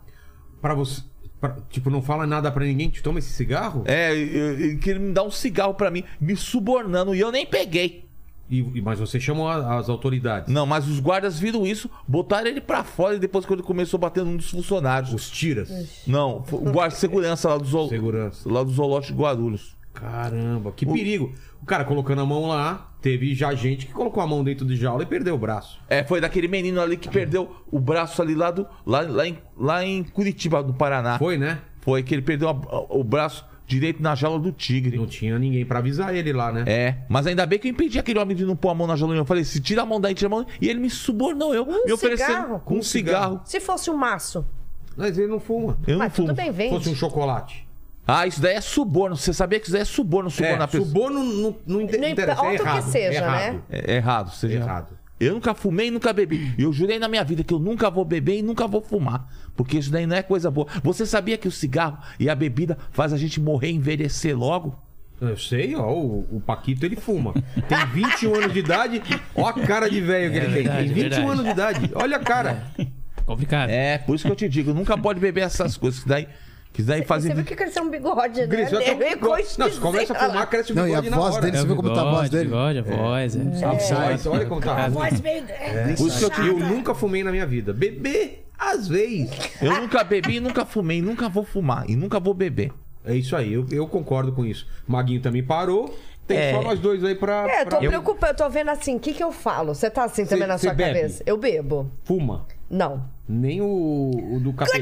[SPEAKER 1] Pra você. pra- tipo, não fala nada pra ninguém, te toma esse cigarro?
[SPEAKER 5] É, e- e- que ele me dá um cigarro pra mim, me subornando, e eu nem peguei.
[SPEAKER 1] E, e- mas você chamou a- as autoridades.
[SPEAKER 5] Não, mas os guardas viram isso, botaram ele pra fora e depois quando ele começou a bater num dos funcionários.
[SPEAKER 1] Os tiras.
[SPEAKER 5] Não, foi o guarda de segurança lá do, zool...
[SPEAKER 1] Segurança.
[SPEAKER 5] lá do zoológico de Guarulhos.
[SPEAKER 1] Caramba, que perigo. O cara colocando a mão lá, teve já gente que colocou a mão dentro de jaula e perdeu o braço.
[SPEAKER 5] É, foi daquele menino ali que perdeu o braço ali lá, do, lá, lá, em, lá em Curitiba, no Paraná.
[SPEAKER 1] Foi, né?
[SPEAKER 5] Foi que ele perdeu a- a- o braço direito na jaula do tigre.
[SPEAKER 1] Não tinha ninguém pra avisar ele lá, né?
[SPEAKER 5] É, mas ainda bem que eu impedi aquele homem de não pôr a mão na jaula. Eu falei, se tira a mão daí, tira a mão. E ele me subornou, eu me oferecendo
[SPEAKER 2] cigarro?
[SPEAKER 5] com um cigarro.
[SPEAKER 2] Se fosse o maço.
[SPEAKER 1] Mas ele não fuma.
[SPEAKER 5] Eu não
[SPEAKER 2] Mas
[SPEAKER 5] fumo.
[SPEAKER 2] tudo bem,
[SPEAKER 1] Se fosse um
[SPEAKER 2] vende.
[SPEAKER 1] chocolate.
[SPEAKER 5] Ah, isso daí é suborno. Você sabia que isso daí é suborno, suborno na
[SPEAKER 1] É,
[SPEAKER 5] pessoa.
[SPEAKER 1] suborno não, não inter-
[SPEAKER 2] Não
[SPEAKER 1] interessa,
[SPEAKER 2] importa
[SPEAKER 1] é
[SPEAKER 2] o que
[SPEAKER 1] errado.
[SPEAKER 2] seja,
[SPEAKER 1] é errado.
[SPEAKER 2] né?
[SPEAKER 5] É errado, seja
[SPEAKER 1] Errado.
[SPEAKER 5] Eu nunca fumei, nunca bebi. Eu jurei na minha vida que eu nunca vou beber e nunca vou fumar, porque isso daí não é coisa boa. Você sabia que o cigarro e a bebida faz a gente morrer e envelhecer logo?
[SPEAKER 1] Eu sei, ó, o, o Paquito ele fuma. Tem 21 anos de idade, ó a cara de velho que ele
[SPEAKER 6] É verdade,
[SPEAKER 1] tem. Tem 21
[SPEAKER 6] verdade.
[SPEAKER 1] anos de idade, olha a cara.
[SPEAKER 6] Complicado.
[SPEAKER 5] É, por isso que eu te digo, nunca pode beber essas coisas, que daí Quiser ir fazer.
[SPEAKER 2] Você viu que cresceu um bigode, né?
[SPEAKER 1] Cresceu até um
[SPEAKER 2] Dele,
[SPEAKER 1] bigode. Não, se
[SPEAKER 2] esquisito,
[SPEAKER 1] começa a
[SPEAKER 2] olha lá.
[SPEAKER 1] fumar, cresce o
[SPEAKER 3] Não, e a
[SPEAKER 1] bigode na
[SPEAKER 3] voz
[SPEAKER 1] hora.
[SPEAKER 3] dele, você viu como tá a voz dele?
[SPEAKER 6] É Bigode, a voz, é.
[SPEAKER 1] Sai, sai, olha como tá.
[SPEAKER 2] Voz meio... é.
[SPEAKER 1] Por isso que eu, te- eu nunca fumei na minha vida. Bebê, às vezes.
[SPEAKER 5] Eu nunca bebi, nunca fumei, nunca vou fumar e nunca vou beber.
[SPEAKER 1] É isso aí, eu, eu concordo com isso. Maguinho também parou. Tem
[SPEAKER 4] É.
[SPEAKER 1] só nós dois aí pra.
[SPEAKER 2] É, eu tô
[SPEAKER 1] pra-
[SPEAKER 2] preocupada, eu tô vendo assim, o que que eu falo? Você tá assim também
[SPEAKER 1] Cê-
[SPEAKER 2] na
[SPEAKER 1] cê
[SPEAKER 2] sua
[SPEAKER 1] bebe?
[SPEAKER 2] cabeça? Eu bebo.
[SPEAKER 1] Fuma.
[SPEAKER 2] Não.
[SPEAKER 1] Nem o, o do capeta.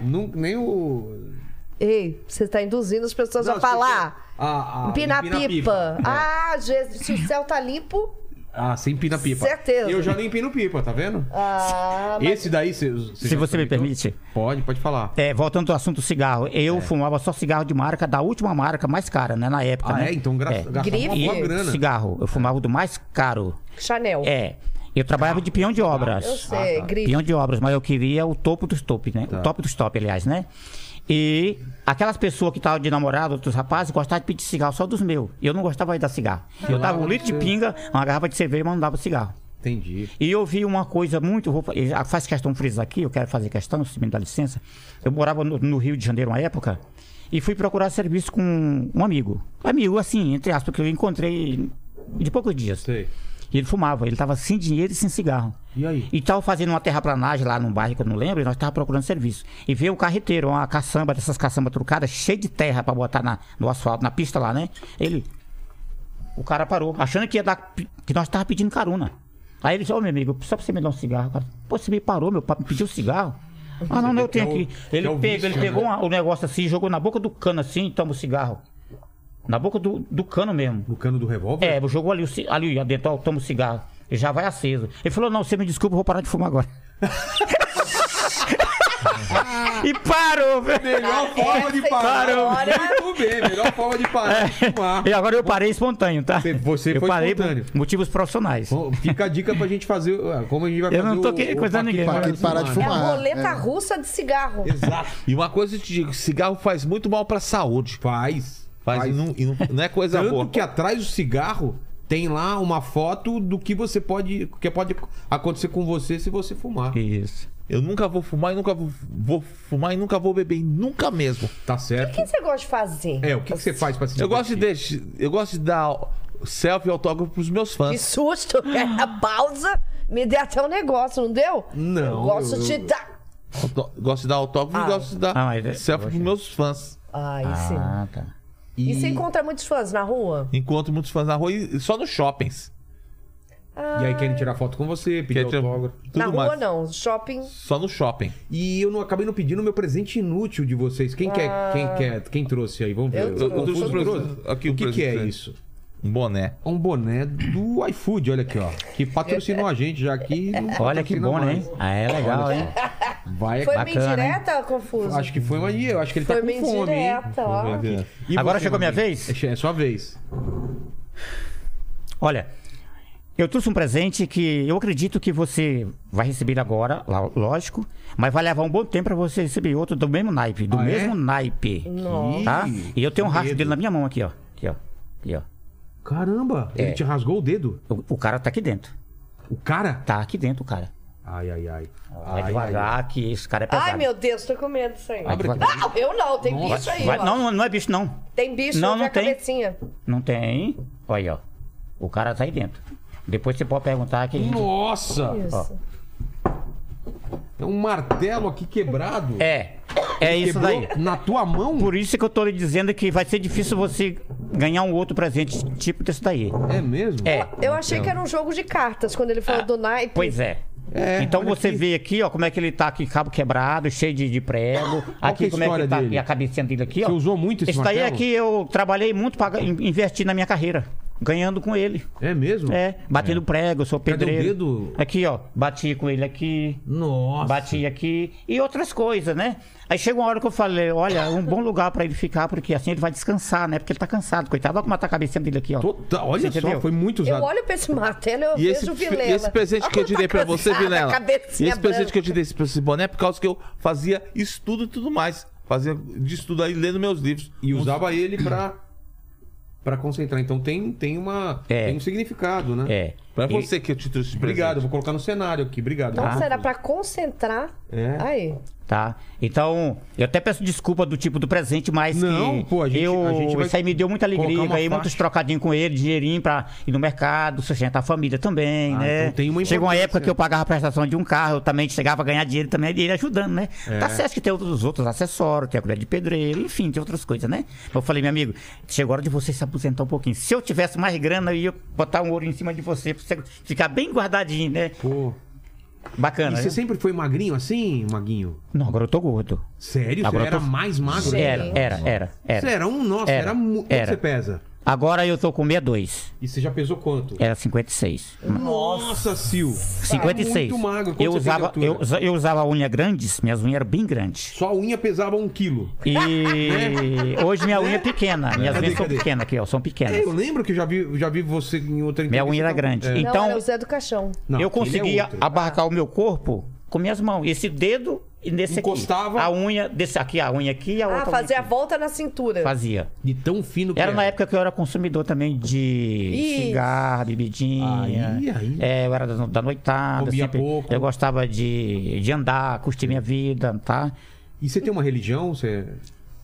[SPEAKER 1] Nun- Nem o.
[SPEAKER 2] Ei, você tá induzindo as pessoas
[SPEAKER 1] Não,
[SPEAKER 2] a
[SPEAKER 1] se-
[SPEAKER 2] falar.
[SPEAKER 1] Ah, ah,
[SPEAKER 2] Empinar
[SPEAKER 1] empinar
[SPEAKER 2] pipa.
[SPEAKER 1] pipa. É.
[SPEAKER 2] Ah, Jesus, se o céu tá limpo.
[SPEAKER 1] Ah, sem pina pipa.
[SPEAKER 2] Certeza.
[SPEAKER 1] Eu já nem pino pipa, tá vendo?
[SPEAKER 2] Ah,
[SPEAKER 1] Esse daí, cê, cê
[SPEAKER 4] Se
[SPEAKER 1] já
[SPEAKER 4] você me
[SPEAKER 1] experimentou?
[SPEAKER 4] permite.
[SPEAKER 1] Pode, pode falar.
[SPEAKER 4] É, voltando ao assunto do cigarro,
[SPEAKER 1] É.
[SPEAKER 4] eu fumava só cigarro de marca, da última marca mais cara, né? Na época,
[SPEAKER 1] Ah,
[SPEAKER 4] né?
[SPEAKER 1] é? Então gra... gastou uma
[SPEAKER 2] Grife.
[SPEAKER 1] boa grana.
[SPEAKER 4] Cigarro, eu fumava do mais caro.
[SPEAKER 2] Chanel.
[SPEAKER 4] É. Eu trabalhava de peão de obras.
[SPEAKER 2] Ah, Eu
[SPEAKER 1] Ah,
[SPEAKER 2] sei,
[SPEAKER 1] tá.
[SPEAKER 2] gripe.
[SPEAKER 4] Peão de obras, mas eu queria o topo dos top, né? O top dos top, aliás, né? E aquelas pessoas que estavam de namorado, outros rapazes, gostavam de pedir cigarro só dos meus. E eu não gostava de dar cigarro. eu dava um litro de pinga, uma garrafa de cerveja, mas não dava cigarro.
[SPEAKER 1] Entendi.
[SPEAKER 4] E eu vi uma coisa muito. Vou, fa- eh, faz questão de frisar aqui, eu quero fazer questão, se me dá licença. Eu morava no, no Rio de Janeiro uma época e fui procurar serviço com um amigo. Amigo, assim, entre aspas, que eu encontrei de poucos dias.
[SPEAKER 1] Sei.
[SPEAKER 4] E ele fumava, ele estava sem dinheiro e sem cigarro.
[SPEAKER 1] E aí?
[SPEAKER 4] E tava fazendo uma terraplanagem lá num bairro que eu não lembro, e nós tava procurando serviço. E veio um carreteiro, uma caçamba, dessas caçambas trucadas, cheia de terra para botar na- no asfalto, na pista lá, né? Ele. O cara parou, achando que ia dar. que nós tava pedindo carona. Aí ele disse, ô meu amigo, só pra você me dar um cigarro, cara. Pô, você me parou, meu papo, me pediu cigarro. Ah, não, não, eu tenho
[SPEAKER 1] é o-
[SPEAKER 4] aqui.
[SPEAKER 1] que
[SPEAKER 4] Ele,
[SPEAKER 1] é o
[SPEAKER 4] pegou, ele
[SPEAKER 1] vício,
[SPEAKER 4] pegou uma- o negócio assim, jogou na boca do cano assim, toma o cigarro. Na boca do, do cano mesmo.
[SPEAKER 1] No cano do revólver?
[SPEAKER 4] É, jogou ali, o ci- ali dentro, ó, toma o cigarro. E já vai aceso. Ele falou, não, você me desculpa, eu vou parar de fumar agora. e parou, velho.
[SPEAKER 1] Melhor forma de parar.
[SPEAKER 2] história-
[SPEAKER 1] Muito bem, melhor forma de parar de fumar.
[SPEAKER 4] É. E agora eu parei espontâneo, tá?
[SPEAKER 1] Você- você
[SPEAKER 4] eu
[SPEAKER 1] foi
[SPEAKER 4] parei
[SPEAKER 1] espontâneo.
[SPEAKER 4] por motivos profissionais.
[SPEAKER 1] Bom, Fica a dica pra gente fazer. ah, Como a gente vai
[SPEAKER 4] Eu
[SPEAKER 1] fazer.
[SPEAKER 4] não tô
[SPEAKER 1] o-
[SPEAKER 4] querendo
[SPEAKER 1] o
[SPEAKER 4] coisar
[SPEAKER 1] Paquito
[SPEAKER 4] ninguém,
[SPEAKER 1] parar
[SPEAKER 4] mas-
[SPEAKER 3] Tem que parar de
[SPEAKER 2] É a
[SPEAKER 3] fumar.
[SPEAKER 2] roleta
[SPEAKER 3] É.
[SPEAKER 2] russa de cigarro.
[SPEAKER 1] Exato.
[SPEAKER 5] E uma coisa eu te digo, cigarro faz muito mal pra saúde.
[SPEAKER 1] Faz.
[SPEAKER 5] Faz, E não, e não- não é coisa
[SPEAKER 1] Tanto
[SPEAKER 5] boa.
[SPEAKER 1] que atrás do cigarro tem lá uma foto do que você pode. que pode acontecer com você se você fumar.
[SPEAKER 4] Isso.
[SPEAKER 5] Eu nunca vou fumar e nunca vou, vou fumar e nunca vou beber, e nunca mesmo.
[SPEAKER 1] Tá
[SPEAKER 2] O
[SPEAKER 1] certo?
[SPEAKER 2] que você gosta de fazer?
[SPEAKER 1] É, o que, que você faz pra se
[SPEAKER 5] Eu gosto de
[SPEAKER 1] divertir?
[SPEAKER 5] deixar, eu gosto de dar selfie e autógrafo pros meus
[SPEAKER 2] Que
[SPEAKER 5] fãs.
[SPEAKER 2] susto! é, A pausa me deu até um negócio, não deu?
[SPEAKER 1] Não,
[SPEAKER 2] Eu gosto
[SPEAKER 1] eu-
[SPEAKER 2] de
[SPEAKER 1] eu-
[SPEAKER 2] dar.
[SPEAKER 5] Autó- Gosto de dar autógrafo
[SPEAKER 2] Ah.
[SPEAKER 5] e gosto de dar
[SPEAKER 4] Ah,
[SPEAKER 1] é,
[SPEAKER 4] mas-
[SPEAKER 5] selfie pros meus fãs.
[SPEAKER 2] Ai, sim.
[SPEAKER 4] Ah, tá.
[SPEAKER 2] E você encontra muitos fãs na rua?
[SPEAKER 5] Encontro muitos fãs na rua e só nos shoppings.
[SPEAKER 1] E aí querem tirar foto com você, pedir
[SPEAKER 5] Quer dizer,
[SPEAKER 1] autógrafo.
[SPEAKER 5] tudo
[SPEAKER 2] na rua
[SPEAKER 5] mais.
[SPEAKER 2] não, shopping.
[SPEAKER 5] Só no shopping.
[SPEAKER 1] E eu não acabei não pedindo meu presente inútil de vocês. Quem quer, quem quer, quem trouxe aí? Vamos ver.
[SPEAKER 2] Eu
[SPEAKER 1] O
[SPEAKER 2] trouxe. Eu
[SPEAKER 1] Confuso
[SPEAKER 5] trouxe pra
[SPEAKER 1] trouxe?
[SPEAKER 5] vocês. Aqui
[SPEAKER 1] o
[SPEAKER 5] um
[SPEAKER 1] que, que é
[SPEAKER 5] presente.
[SPEAKER 1] isso?
[SPEAKER 5] Um boné.
[SPEAKER 1] É Um boné do iFood, olha aqui, ó. Que patrocinou a gente já Tá aqui. não
[SPEAKER 4] Olha que
[SPEAKER 1] patrocina
[SPEAKER 4] bom, né?
[SPEAKER 1] mais.
[SPEAKER 4] Ah, é legal,
[SPEAKER 1] Olha
[SPEAKER 4] hein?
[SPEAKER 1] Vai,
[SPEAKER 2] Foi
[SPEAKER 4] bacana,
[SPEAKER 2] bem direta, Confuso?
[SPEAKER 1] É acho que foi uma eu acho que ele
[SPEAKER 2] Foi
[SPEAKER 1] tá
[SPEAKER 2] bem
[SPEAKER 1] com fome. hein?
[SPEAKER 2] direta, ó.
[SPEAKER 1] E
[SPEAKER 4] Agora chegou a minha
[SPEAKER 1] Maguinho?
[SPEAKER 4] vez?
[SPEAKER 1] É sua vez.
[SPEAKER 4] Olha, eu trouxe um presente que eu acredito que você vai receber agora, lá- lógico, mas vai levar um bom tempo para você receber outro do mesmo naipe, do
[SPEAKER 1] Ah, é?
[SPEAKER 4] mesmo naipe, tá? E eu tenho um rastro dele na minha mão aqui, ó. Aqui, ó. Aqui, ó.
[SPEAKER 1] Caramba, ele te rasgou o dedo.
[SPEAKER 4] O, o cara tá aqui dentro.
[SPEAKER 1] O cara?
[SPEAKER 4] Tá aqui dentro o cara.
[SPEAKER 1] Ai, ai, ai.
[SPEAKER 4] Vai
[SPEAKER 1] Ai, ai, ai.
[SPEAKER 4] devagar que esse cara é pesado.
[SPEAKER 2] Ai, meu Deus, tô com medo disso aí.
[SPEAKER 1] é
[SPEAKER 4] Vai devagar.
[SPEAKER 2] Ah, eu não, tem bicho aí.
[SPEAKER 4] Vai-
[SPEAKER 2] ó.
[SPEAKER 4] não, não, não é bicho, não.
[SPEAKER 2] Tem bicho
[SPEAKER 4] Não,
[SPEAKER 2] na minha
[SPEAKER 4] não tem.
[SPEAKER 2] cabecinha.
[SPEAKER 4] Não tem. Olha aí, ó. O cara tá aí dentro. Depois você pode perguntar que a
[SPEAKER 1] Um
[SPEAKER 4] gente...
[SPEAKER 1] Nossa!
[SPEAKER 2] Isso.
[SPEAKER 1] É um martelo aqui quebrado.
[SPEAKER 4] É, é isso
[SPEAKER 1] Quebrou
[SPEAKER 4] daí.
[SPEAKER 1] Na tua mão?
[SPEAKER 4] Por isso que eu tô lhe dizendo que vai ser difícil você ganhar um outro presente tipo desse daí.
[SPEAKER 1] É mesmo?
[SPEAKER 4] É.
[SPEAKER 2] Eu achei que era um jogo de cartas quando ele falou do naipe.
[SPEAKER 4] Pois é.
[SPEAKER 1] É,
[SPEAKER 4] então
[SPEAKER 1] olha
[SPEAKER 4] você
[SPEAKER 1] aqui.
[SPEAKER 4] vê aqui, ó, como é que ele tá aqui, cabo quebrado, cheio de, de prego.
[SPEAKER 1] que é a
[SPEAKER 4] aqui, como é que
[SPEAKER 1] história
[SPEAKER 4] ele tá
[SPEAKER 1] dele?
[SPEAKER 4] aqui, a cabecinha dele aqui, ó.
[SPEAKER 1] Você usou muito esse
[SPEAKER 4] Esse daí
[SPEAKER 1] martelo?
[SPEAKER 4] aqui eu trabalhei muito para investir na minha carreira, ganhando com ele.
[SPEAKER 1] É mesmo?
[SPEAKER 4] É, batendo prego, eu sou
[SPEAKER 1] Cadê o
[SPEAKER 4] pedreiro.
[SPEAKER 1] dedo?
[SPEAKER 4] Aqui, ó, bati com ele aqui.
[SPEAKER 1] Nossa.
[SPEAKER 4] Bati aqui e outras coisas, né? Aí chega uma hora que eu falei, olha, um bom lugar pra ele ficar, porque assim ele vai descansar, né? Porque ele tá cansado, coitado. Olha como tá a cabecinha dele aqui, ó.
[SPEAKER 1] Total. Olha
[SPEAKER 4] Você
[SPEAKER 1] só,
[SPEAKER 4] entendeu?
[SPEAKER 1] foi muito
[SPEAKER 2] Eu
[SPEAKER 1] usado.
[SPEAKER 2] olho pra esse martelo e eu
[SPEAKER 5] E esse,
[SPEAKER 2] vejo o
[SPEAKER 5] fe-
[SPEAKER 2] Vilela. Tá
[SPEAKER 5] esse presente que eu te dei pra você, Vilela. E esse presente que eu te dei pra esse boné é por causa que eu fazia estudo e tudo mais. Fazia de estudo aí lendo meus livros.
[SPEAKER 1] E usava ele pra para concentrar. Então tem, tem, uma,
[SPEAKER 4] É.
[SPEAKER 1] tem um significado, né?
[SPEAKER 4] É.
[SPEAKER 5] Pra
[SPEAKER 4] E-
[SPEAKER 5] você que eu te trouxe de presente.
[SPEAKER 1] Obrigado, vou colocar no cenário aqui. Obrigado.
[SPEAKER 2] Então será pra concentrar.
[SPEAKER 1] Ah. É.
[SPEAKER 2] Aí.
[SPEAKER 4] Tá? Então, eu até peço desculpa do tipo do presente, mas
[SPEAKER 1] Não,
[SPEAKER 4] que
[SPEAKER 1] pô, a gente-
[SPEAKER 4] eu,
[SPEAKER 1] a gente vai
[SPEAKER 4] isso aí me deu muita alegria,
[SPEAKER 1] colocar uma
[SPEAKER 4] ganhei
[SPEAKER 1] faixa.
[SPEAKER 4] muitos trocadinhos com ele, dinheirinho pra ir no mercado, sustentar a família também,
[SPEAKER 1] Ah,
[SPEAKER 4] né?
[SPEAKER 1] então tem uma
[SPEAKER 4] Chegou uma
[SPEAKER 1] importância.
[SPEAKER 4] época que eu pagava a prestação de um carro, eu também chegava a ganhar dinheiro também, ele ajudando, né?
[SPEAKER 1] É.
[SPEAKER 4] Tá certo que tem outros, outros acessórios, tem a colher de pedreiro, enfim, tem outras coisas, né? Eu falei, meu amigo, chegou a hora de você se aposentar um pouquinho. Se eu tivesse mais grana, eu ia botar um ouro em cima de você, pra você ficar bem guardadinho, né?
[SPEAKER 1] Pô. E
[SPEAKER 4] Bacana,
[SPEAKER 1] você
[SPEAKER 4] né?
[SPEAKER 1] sempre foi magrinho assim, Maguinho?
[SPEAKER 4] Não, agora eu tô gordo.
[SPEAKER 1] Sério?
[SPEAKER 4] Agora
[SPEAKER 1] você
[SPEAKER 4] eu tô-
[SPEAKER 1] era mais magro?
[SPEAKER 4] Era,
[SPEAKER 1] ainda?
[SPEAKER 4] era, era,
[SPEAKER 1] Você
[SPEAKER 4] era.
[SPEAKER 1] era um, nossa, era,
[SPEAKER 4] Era,
[SPEAKER 1] mu- Quanto
[SPEAKER 4] era.
[SPEAKER 1] você pesa?
[SPEAKER 4] Agora eu tô com 62.
[SPEAKER 1] E você já pesou quanto?
[SPEAKER 4] Era 56.
[SPEAKER 1] Nossa, Sil! Tá
[SPEAKER 4] 56.
[SPEAKER 1] Muito Tá, é magro. Quanto
[SPEAKER 4] eu,
[SPEAKER 1] você tem de
[SPEAKER 4] usava,
[SPEAKER 1] altura?
[SPEAKER 4] eu, usa- eu usava unha grandes, minhas unhas eram bem grandes.
[SPEAKER 1] Sua unha pesava um quilo.
[SPEAKER 4] E hoje minha unha é pequena. Minhas
[SPEAKER 1] Cadê,
[SPEAKER 4] unhas são
[SPEAKER 1] cadê?
[SPEAKER 4] pequenas aqui, ó. São
[SPEAKER 1] É, eu
[SPEAKER 4] pequenas.
[SPEAKER 1] lembro que eu já vi, eu já vi você em outra
[SPEAKER 4] Minha
[SPEAKER 1] entrevista.
[SPEAKER 4] unha era grande.
[SPEAKER 1] É.
[SPEAKER 4] E-
[SPEAKER 2] Não,
[SPEAKER 4] Então-
[SPEAKER 2] era o Zé do Caixão.
[SPEAKER 1] Não,
[SPEAKER 4] eu
[SPEAKER 1] aquele é
[SPEAKER 4] conseguia
[SPEAKER 1] outro.
[SPEAKER 4] abarcar o meu corpo com minhas mãos. Esse dedo e nesse
[SPEAKER 1] Encostava.
[SPEAKER 4] aqui. A unha, desse aqui, a unha aqui e a
[SPEAKER 2] Ah,
[SPEAKER 4] outra.
[SPEAKER 2] fazer a
[SPEAKER 4] unha aqui.
[SPEAKER 2] volta na cintura.
[SPEAKER 4] Fazia.
[SPEAKER 1] De tão fino que
[SPEAKER 4] Era na época que eu era consumidor também de
[SPEAKER 2] Ih.
[SPEAKER 4] cigarro, bebidinha.
[SPEAKER 1] Aí, aí.
[SPEAKER 4] É, eu era da, da noitada.
[SPEAKER 1] Comia
[SPEAKER 4] sempre-
[SPEAKER 1] pouco.
[SPEAKER 4] Eu gostava de, de andar, curtir minha vida, tá?
[SPEAKER 1] E você tem uma religião? Você...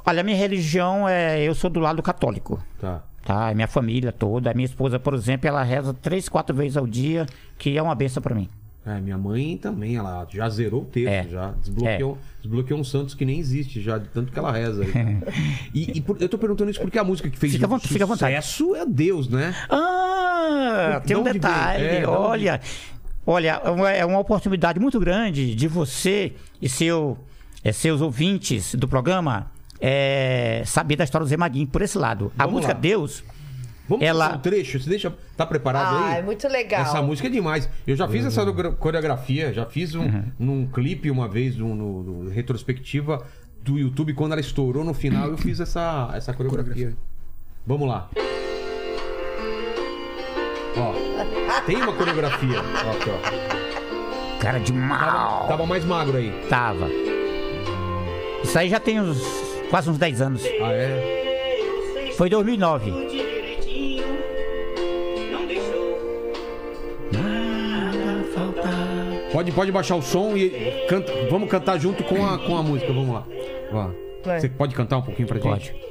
[SPEAKER 4] Olha, minha religião é. Eu sou do lado católico.
[SPEAKER 1] Tá.
[SPEAKER 4] Tá, minha família toda, a minha esposa, por exemplo, ela reza três, quatro vezes ao dia, que é uma benção pra mim.
[SPEAKER 1] É, minha mãe também, ela já zerou o texto,
[SPEAKER 4] É.
[SPEAKER 1] já desbloqueou, desbloqueou um Santos que nem existe, já de tanto que ela reza. e e por- eu tô perguntando isso porque a música que fez
[SPEAKER 4] Fica à vontade, fica à vontade.
[SPEAKER 1] sucesso é Deus, né?
[SPEAKER 4] Ah,
[SPEAKER 1] De
[SPEAKER 4] tem um
[SPEAKER 1] onde vem?
[SPEAKER 4] detalhe.
[SPEAKER 1] É, de onde-
[SPEAKER 4] olha, olha, é uma- é uma oportunidade muito grande de você e seu, é, seus ouvintes do programa é, saber da história do Zé Maguinho por esse lado. a
[SPEAKER 1] Vamos
[SPEAKER 4] música
[SPEAKER 1] lá.
[SPEAKER 4] Deus.
[SPEAKER 1] Vamos
[SPEAKER 4] Ela-
[SPEAKER 1] fazer um trecho, você deixa, tá preparado aí?
[SPEAKER 2] Ah, é muito legal.
[SPEAKER 1] Essa música é demais. Eu já fiz essa gra- coreografia, já fiz um, num clipe uma vez, num, no, no retrospectiva do YouTube, quando ela estourou no final, eu fiz essa, essa coreografia. Vamos lá. Ó, tem uma coreografia. Ó, aqui, ó.
[SPEAKER 4] Cara de mal.
[SPEAKER 1] Tava mais magro aí.
[SPEAKER 4] Tava. Isso aí já tem uns quase uns 10 anos.
[SPEAKER 1] Ah, é?
[SPEAKER 4] Foi 2009.
[SPEAKER 1] Pode, pode baixar o som e canta, vamos cantar junto com a, com a música. Vamos lá. Ó.
[SPEAKER 2] Vai.
[SPEAKER 1] Você pode cantar um pouquinho pra gente?
[SPEAKER 4] Pode.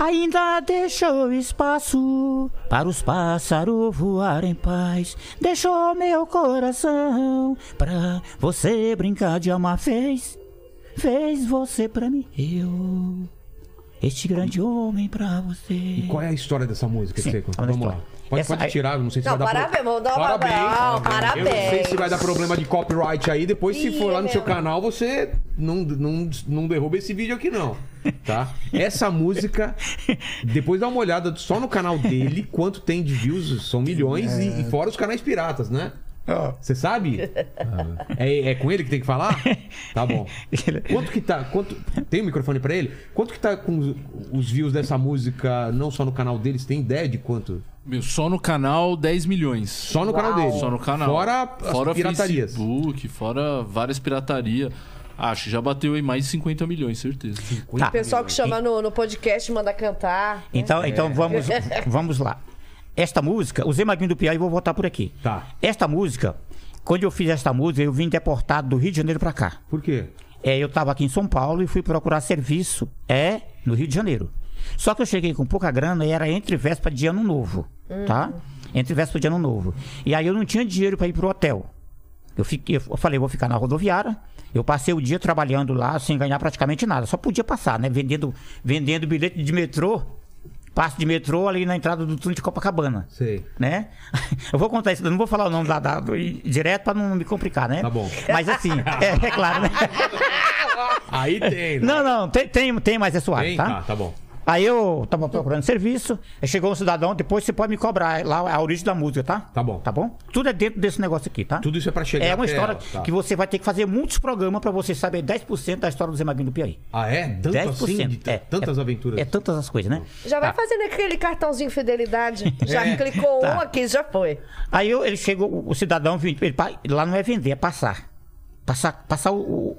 [SPEAKER 4] Ainda deixou espaço para os pássaros voar em paz. Deixou meu coração pra você brincar de amar. Fez, fez você pra mim. Eu, este grande homem pra você.
[SPEAKER 1] Qual é a história dessa música?
[SPEAKER 4] Sim,
[SPEAKER 1] que você...
[SPEAKER 4] vamos
[SPEAKER 1] Vamos
[SPEAKER 4] lá.
[SPEAKER 1] lá. Pode,
[SPEAKER 4] Essa-
[SPEAKER 1] pode tirar, não sei se
[SPEAKER 2] Não,
[SPEAKER 1] vai dar
[SPEAKER 2] parabéns, vamos dar uma- Não,
[SPEAKER 1] Eu não sei se vai dar
[SPEAKER 2] parabéns.
[SPEAKER 1] problema de copyright aí. Depois, se
[SPEAKER 2] Ih,
[SPEAKER 1] for lá no
[SPEAKER 2] meu.
[SPEAKER 1] seu canal, você não, não, não derruba esse vídeo aqui, não. Tá? Essa música, depois dá uma olhada só no canal dele, quanto tem de views, são milhões, e, e fora os canais piratas, né? Você sabe? É, é com ele que tem que falar? Tá bom. Quanto que tá? Quanto, tem o microfone pra ele? Quanto que tá com os, os views dessa música, não só no canal deles? Tem ideia de quanto?
[SPEAKER 6] Meu, só no canal 10 milhões.
[SPEAKER 1] Só no canal dele.
[SPEAKER 6] Só no canal.
[SPEAKER 1] Fora as
[SPEAKER 6] fora
[SPEAKER 1] piratarias.
[SPEAKER 6] Facebook, fora várias pirataria. Acho que já bateu aí mais de 50 milhões, certeza.
[SPEAKER 4] Tá.
[SPEAKER 2] O pessoal que chama no, no podcast manda cantar.
[SPEAKER 4] Então, então vamos, vamos lá. Esta música, o Zé Maguinho do Piauí, vou voltar por aqui.
[SPEAKER 1] Tá.
[SPEAKER 4] Esta música, quando eu fiz esta música, eu vim deportado do Rio de Janeiro pra cá.
[SPEAKER 1] Por quê?
[SPEAKER 4] É, eu estava aqui em São Paulo e fui procurar serviço, é, no Rio de Janeiro. Só que eu cheguei com pouca grana e era entre véspera de ano novo, tá?
[SPEAKER 1] Uhum.
[SPEAKER 4] Entre véspera de ano novo. E aí eu não tinha dinheiro para ir pro hotel. Eu, fiquei, eu falei, vou ficar na rodoviária. Eu passei o dia trabalhando lá sem ganhar praticamente nada. Só podia passar, né? Vendendo, vendendo bilhete de metrô, passo de metrô ali na entrada do túnel de Copacabana
[SPEAKER 1] Sei.
[SPEAKER 4] né? Eu vou contar isso, eu não vou falar o nome da, da- do- direto pra não me complicar, né?
[SPEAKER 1] Tá bom.
[SPEAKER 4] Mas assim, é, é claro, né?
[SPEAKER 1] Aí tem. né?
[SPEAKER 4] É. Não, não, tem, tem, tem mais é suave,
[SPEAKER 1] Tem?
[SPEAKER 4] tá?
[SPEAKER 1] Ah, tá bom.
[SPEAKER 4] Aí eu tava procurando serviço, aí chegou um cidadão, depois você pode me cobrar é lá a origem da música, tá?
[SPEAKER 1] Tá bom.
[SPEAKER 4] Tá bom? Tudo é dentro desse negócio aqui, tá?
[SPEAKER 1] Tudo isso é pra chegar
[SPEAKER 4] É uma
[SPEAKER 1] até
[SPEAKER 4] história
[SPEAKER 1] ela, tá.
[SPEAKER 4] que você vai ter que fazer muitos programas pra você saber 10% da história do Zé Maguinho do Piauí.
[SPEAKER 1] Ah, é? Tanto
[SPEAKER 4] 10%.
[SPEAKER 1] assim? De t-
[SPEAKER 4] é,
[SPEAKER 1] tantas
[SPEAKER 4] é-
[SPEAKER 1] aventuras.
[SPEAKER 4] É tantas as coisas, né?
[SPEAKER 2] Já vai
[SPEAKER 4] Tá.
[SPEAKER 2] fazendo aquele cartãozinho fidelidade. Já
[SPEAKER 1] É.
[SPEAKER 2] clicou um
[SPEAKER 4] Tá.
[SPEAKER 2] aqui, já foi.
[SPEAKER 4] Aí eu- ele chegou, o- o cidadão, vinha- ele, pa- lá não é vender, é passar. Passar, passar o, o-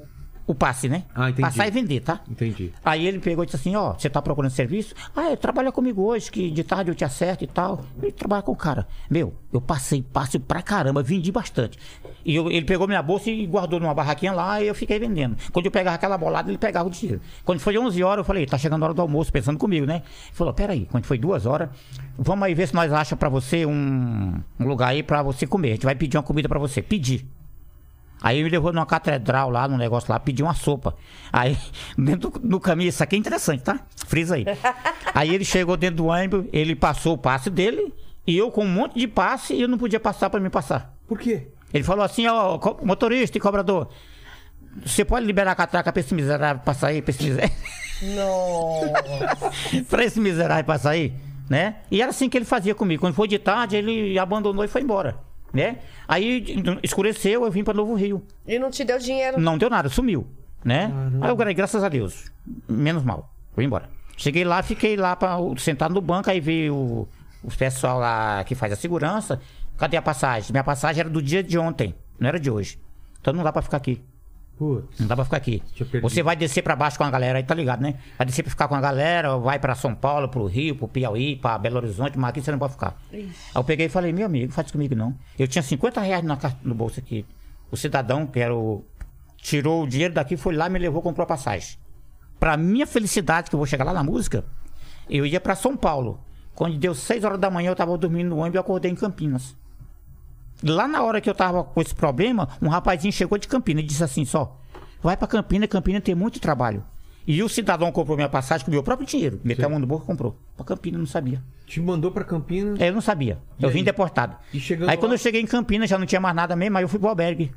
[SPEAKER 4] o passe, né?
[SPEAKER 1] Ah, entendi.
[SPEAKER 4] Passar e vender, tá?
[SPEAKER 1] Entendi.
[SPEAKER 4] Aí ele pegou e disse assim, ó, você tá procurando serviço? Ah, é, trabalha comigo hoje, que de tarde eu te acerto e tal. Ele trabalha com o cara. Meu, eu passei passe pra caramba, vendi bastante. E eu- ele pegou minha bolsa e guardou numa barraquinha lá e eu fiquei vendendo. Quando eu pegava aquela bolada, ele pegava o dinheiro. Quando foi 11 horas, eu falei, tá chegando a hora do almoço, pensando comigo, né? Ele falou, peraí, quando foi duas horas, vamos aí ver se nós acha pra você um, um lugar aí pra você comer. A gente vai pedir uma comida pra você. Pedir. Aí me levou numa catedral lá, num negócio lá, pedi uma sopa. Aí, dentro do, no caminho, isso aqui é interessante, tá? Frisa aí. Aí ele chegou dentro do ônibus, ele passou o passe dele, e eu com um monte de passe, e eu não podia passar pra me passar.
[SPEAKER 5] Por quê?
[SPEAKER 4] Ele falou assim, ó, co- motorista e cobrador, você pode liberar a catraca pra esse miserável passar aí, pra esse miserável... pra esse miserável passar aí, né? E era assim que ele fazia comigo. Quando foi de tarde, ele abandonou e foi embora, né? Aí escureceu, eu vim pra Novo Rio.
[SPEAKER 2] E não te deu dinheiro.
[SPEAKER 4] Não deu nada, sumiu, né? Aí eu falei, graças a Deus, menos mal, fui embora. Cheguei lá, fiquei lá pra, sentado no banco, aí veio o, o pessoal lá que faz a segurança. Cadê a passagem? Minha passagem era do dia de ontem, não era de hoje. Então não dá pra ficar aqui.
[SPEAKER 1] Putz.
[SPEAKER 4] Não dá pra ficar aqui.
[SPEAKER 1] Tinha perdido.
[SPEAKER 4] Você vai descer pra baixo com a galera aí, tá ligado, né? Vai descer pra ficar com a galera, ou vai pra São Paulo, pro Rio, pro Piauí, pra Belo Horizonte, mas aqui você não pode ficar. Aí eu peguei e falei, meu amigo, faz isso comigo não. Eu tinha 50 reais na, car- no bolso aqui. O cidadão, que era o. tirou o dinheiro daqui, foi lá, me levou, comprou a passagem. Pra minha felicidade, que eu vou chegar lá na música, eu ia pra São Paulo. Quando deu 6 horas da manhã, eu tava dormindo no ônibus e acordei em Campinas. Lá na hora que eu tava com esse problema, um rapazinho chegou de Campina e disse assim só: Vai pra Campina, Campina tem muito trabalho. E o cidadão comprou minha passagem com meu próprio dinheiro. Meteu a mão no bolso e comprou. Pra Campina, eu não sabia.
[SPEAKER 1] Te mandou pra Campinas.
[SPEAKER 4] É, Eu não sabia. eu vim deportado.
[SPEAKER 1] E chegando
[SPEAKER 4] aí quando
[SPEAKER 1] lá-
[SPEAKER 4] eu cheguei em Campinas já não tinha mais nada mesmo, aí eu fui pro albergue.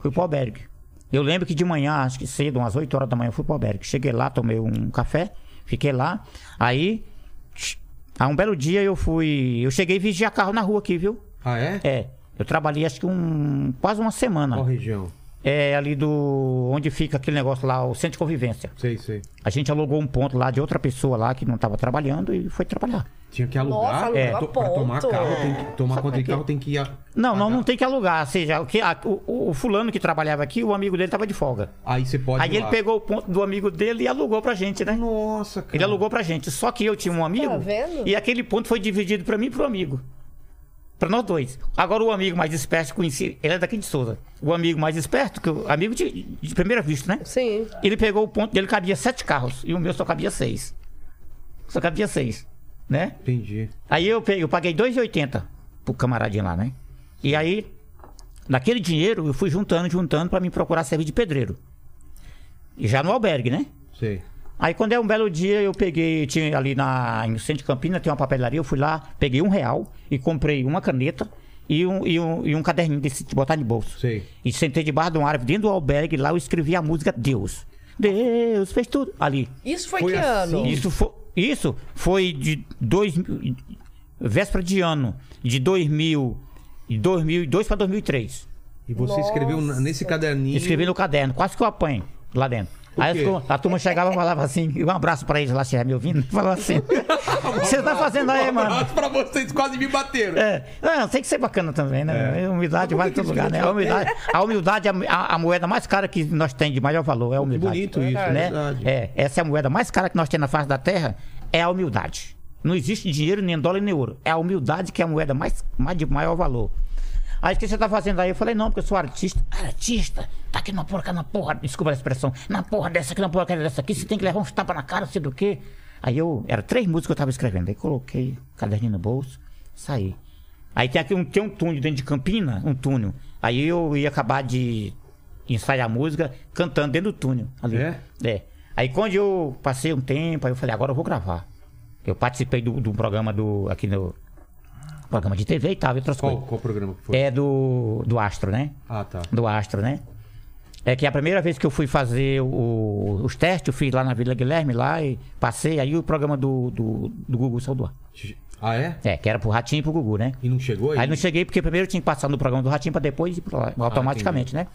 [SPEAKER 4] Fui pro albergue. Eu lembro que de manhã, acho que cedo, umas 8 horas da manhã, eu fui pro albergue. Cheguei lá, tomei um café, fiquei lá. Aí, há um belo dia eu fui. Eu cheguei e vigiar carro na rua aqui, viu?
[SPEAKER 1] Ah, é?
[SPEAKER 4] É. Eu trabalhei acho que um. quase uma semana.
[SPEAKER 1] Qual região?
[SPEAKER 4] É ali do. onde fica aquele negócio lá, o centro de convivência.
[SPEAKER 1] Sei, sei.
[SPEAKER 4] A gente alugou um ponto lá de outra pessoa lá que não estava trabalhando e foi trabalhar.
[SPEAKER 1] Tinha que alugar.
[SPEAKER 2] Nossa, alugou
[SPEAKER 1] é,
[SPEAKER 2] a
[SPEAKER 1] to- pra
[SPEAKER 2] ponto.
[SPEAKER 1] tomar carro, tem que tomar
[SPEAKER 4] Sabe
[SPEAKER 1] conta de
[SPEAKER 4] pra quê?
[SPEAKER 1] carro, tem que ir. a-
[SPEAKER 4] Não, não, não tem que alugar. Ou seja, o, que, a- o- o, o fulano que trabalhava aqui, o amigo dele tava de folga.
[SPEAKER 1] Aí você pode. ir
[SPEAKER 4] Aí ele
[SPEAKER 1] lá.
[SPEAKER 4] pegou o ponto do amigo dele e alugou pra gente, né?
[SPEAKER 1] Nossa, cara.
[SPEAKER 4] Ele alugou pra gente. Só que eu tinha um amigo.
[SPEAKER 2] Tá vendo?
[SPEAKER 4] E aquele ponto foi dividido pra mim e pro amigo. Pra nós dois. Agora o amigo mais esperto conhecia. Ele é daqui de Souza. O amigo mais esperto, que o amigo de, de primeira vista, né?
[SPEAKER 2] Sim.
[SPEAKER 4] Ele pegou o ponto dele, cabia sete carros. E o meu só cabia seis. Só cabia seis, né?
[SPEAKER 1] Entendi.
[SPEAKER 4] Aí eu, peguei, eu paguei 2,80 pro camaradinho lá, né? E aí, naquele dinheiro, eu fui juntando, juntando pra me procurar servir de pedreiro. E já no albergue, né?
[SPEAKER 1] Sei.
[SPEAKER 4] Aí quando é um belo dia, eu peguei, tinha ali na, em centro de Campina, tem uma papelaria, eu fui lá, peguei um real e comprei uma caneta e um, e um, e um caderninho desse de botar no bolso.
[SPEAKER 1] Sei.
[SPEAKER 4] E sentei debaixo de uma árvore, dentro do albergue, lá eu escrevi a música Deus. Deus fez tudo. Ali.
[SPEAKER 2] Isso foi,
[SPEAKER 1] Foi
[SPEAKER 2] que
[SPEAKER 1] assim?
[SPEAKER 2] ano?
[SPEAKER 4] Isso foi, isso foi de dois mil- véspera de ano de 2000 de 2002 para 2003.
[SPEAKER 1] E você escreveu na- nesse caderninho.
[SPEAKER 4] Escrevi no caderno, quase que eu apanho lá dentro. Aí
[SPEAKER 1] quê?
[SPEAKER 4] as tu- a turma chegava e falava assim, e um abraço pra eles lá, se estiver me ouvindo, falava assim, o que você tá fazendo aí, mano?
[SPEAKER 5] Mas pra vocês quase me bateram.
[SPEAKER 4] É, não, tem que ser bacana também,
[SPEAKER 1] É.
[SPEAKER 4] né? Humildade vale em todo lugar, né? A humildade, a humildade é a, a moeda mais cara que nós temos de maior valor, é a
[SPEAKER 1] Que
[SPEAKER 4] humildade.
[SPEAKER 1] bonito isso, é
[SPEAKER 4] né?
[SPEAKER 1] verdade.
[SPEAKER 4] É, essa é a moeda mais cara que nós temos na face da terra, é a humildade. Não existe dinheiro, nem dólar, nem ouro. É a humildade que é a moeda mais, mais de maior valor. Aí o que você tá fazendo aí? Eu falei, não, porque eu sou artista. Ah, Artista? Tá aqui na porca, na porra, desculpa a expressão, na porra dessa aqui, na porra dessa aqui, você tem que levar uns tapas na cara, sei do quê. Aí eu, era três músicas que eu tava escrevendo, aí coloquei o caderninho no bolso, saí. Aí tem aqui um, tem um túnel dentro de Campina, um túnel. Aí eu ia acabar de ensaiar a música cantando dentro do túnel. Ali.
[SPEAKER 1] É?
[SPEAKER 4] É. Aí quando eu passei um tempo, aí eu falei, agora eu vou gravar. Eu participei do, do programa do. aqui no. Programa de TV e tal, e outras
[SPEAKER 1] Qual,
[SPEAKER 4] coisas.
[SPEAKER 1] qual programa que foi?
[SPEAKER 4] É do. do Astro, né?
[SPEAKER 1] Ah, tá.
[SPEAKER 4] Do Astro, né? É que a primeira vez que eu fui fazer o- os testes, eu fiz lá na Vila Guilherme, lá e passei, aí o programa do, do, do Gugu saiu do ar.
[SPEAKER 1] Ah, é?
[SPEAKER 4] É, que era pro Ratinho e pro Gugu, né?
[SPEAKER 1] E não chegou aí?
[SPEAKER 4] Aí não cheguei porque primeiro eu tinha que passar no programa do Ratinho pra depois ir pra lá, automaticamente, né?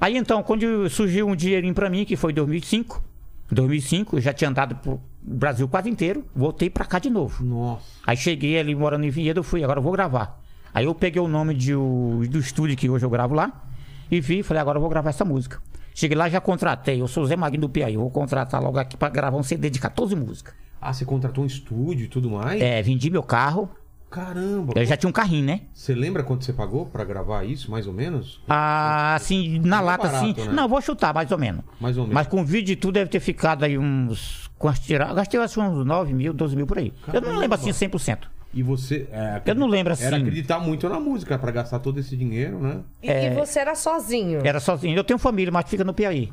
[SPEAKER 4] Aí então, quando surgiu um dinheirinho pra mim, que foi em 2005, 2005, eu já tinha andado pro Brasil quase inteiro, voltei pra cá de novo.
[SPEAKER 1] Nossa.
[SPEAKER 4] Aí cheguei ali morando em Vinhedo, eu fui, agora eu vou gravar. Aí eu peguei o nome de, o- do estúdio que hoje eu gravo lá e vi, falei, agora eu vou gravar essa música. Cheguei lá já contratei. Eu sou o Zé Magno do Piauí. Vou contratar logo aqui pra gravar um CD de 14 músicas.
[SPEAKER 1] Ah, você contratou um estúdio e tudo mais?
[SPEAKER 4] É, vendi meu carro.
[SPEAKER 1] Caramba.
[SPEAKER 4] Eu já tinha um carrinho, né?
[SPEAKER 1] Você lembra quanto você pagou pra gravar isso, mais ou menos?
[SPEAKER 4] Ah, assim, na
[SPEAKER 1] Não é
[SPEAKER 4] lata,
[SPEAKER 1] barato,
[SPEAKER 4] assim.
[SPEAKER 1] né?
[SPEAKER 4] Não, vou chutar, mais ou menos.
[SPEAKER 1] Mais ou menos.
[SPEAKER 4] Mas com o vídeo e tudo deve ter ficado aí uns. Com as tira... Gastei acho uns 9 mil, 12 mil por aí. Eu não lembro assim 100%.
[SPEAKER 1] E você. é,
[SPEAKER 4] Eu não lembro assim.
[SPEAKER 1] Era acreditar muito na música pra gastar todo esse dinheiro, né?
[SPEAKER 2] E, e
[SPEAKER 4] é.
[SPEAKER 2] você era sozinho.
[SPEAKER 4] Era sozinho. Eu tenho família, mas fica no Piauí.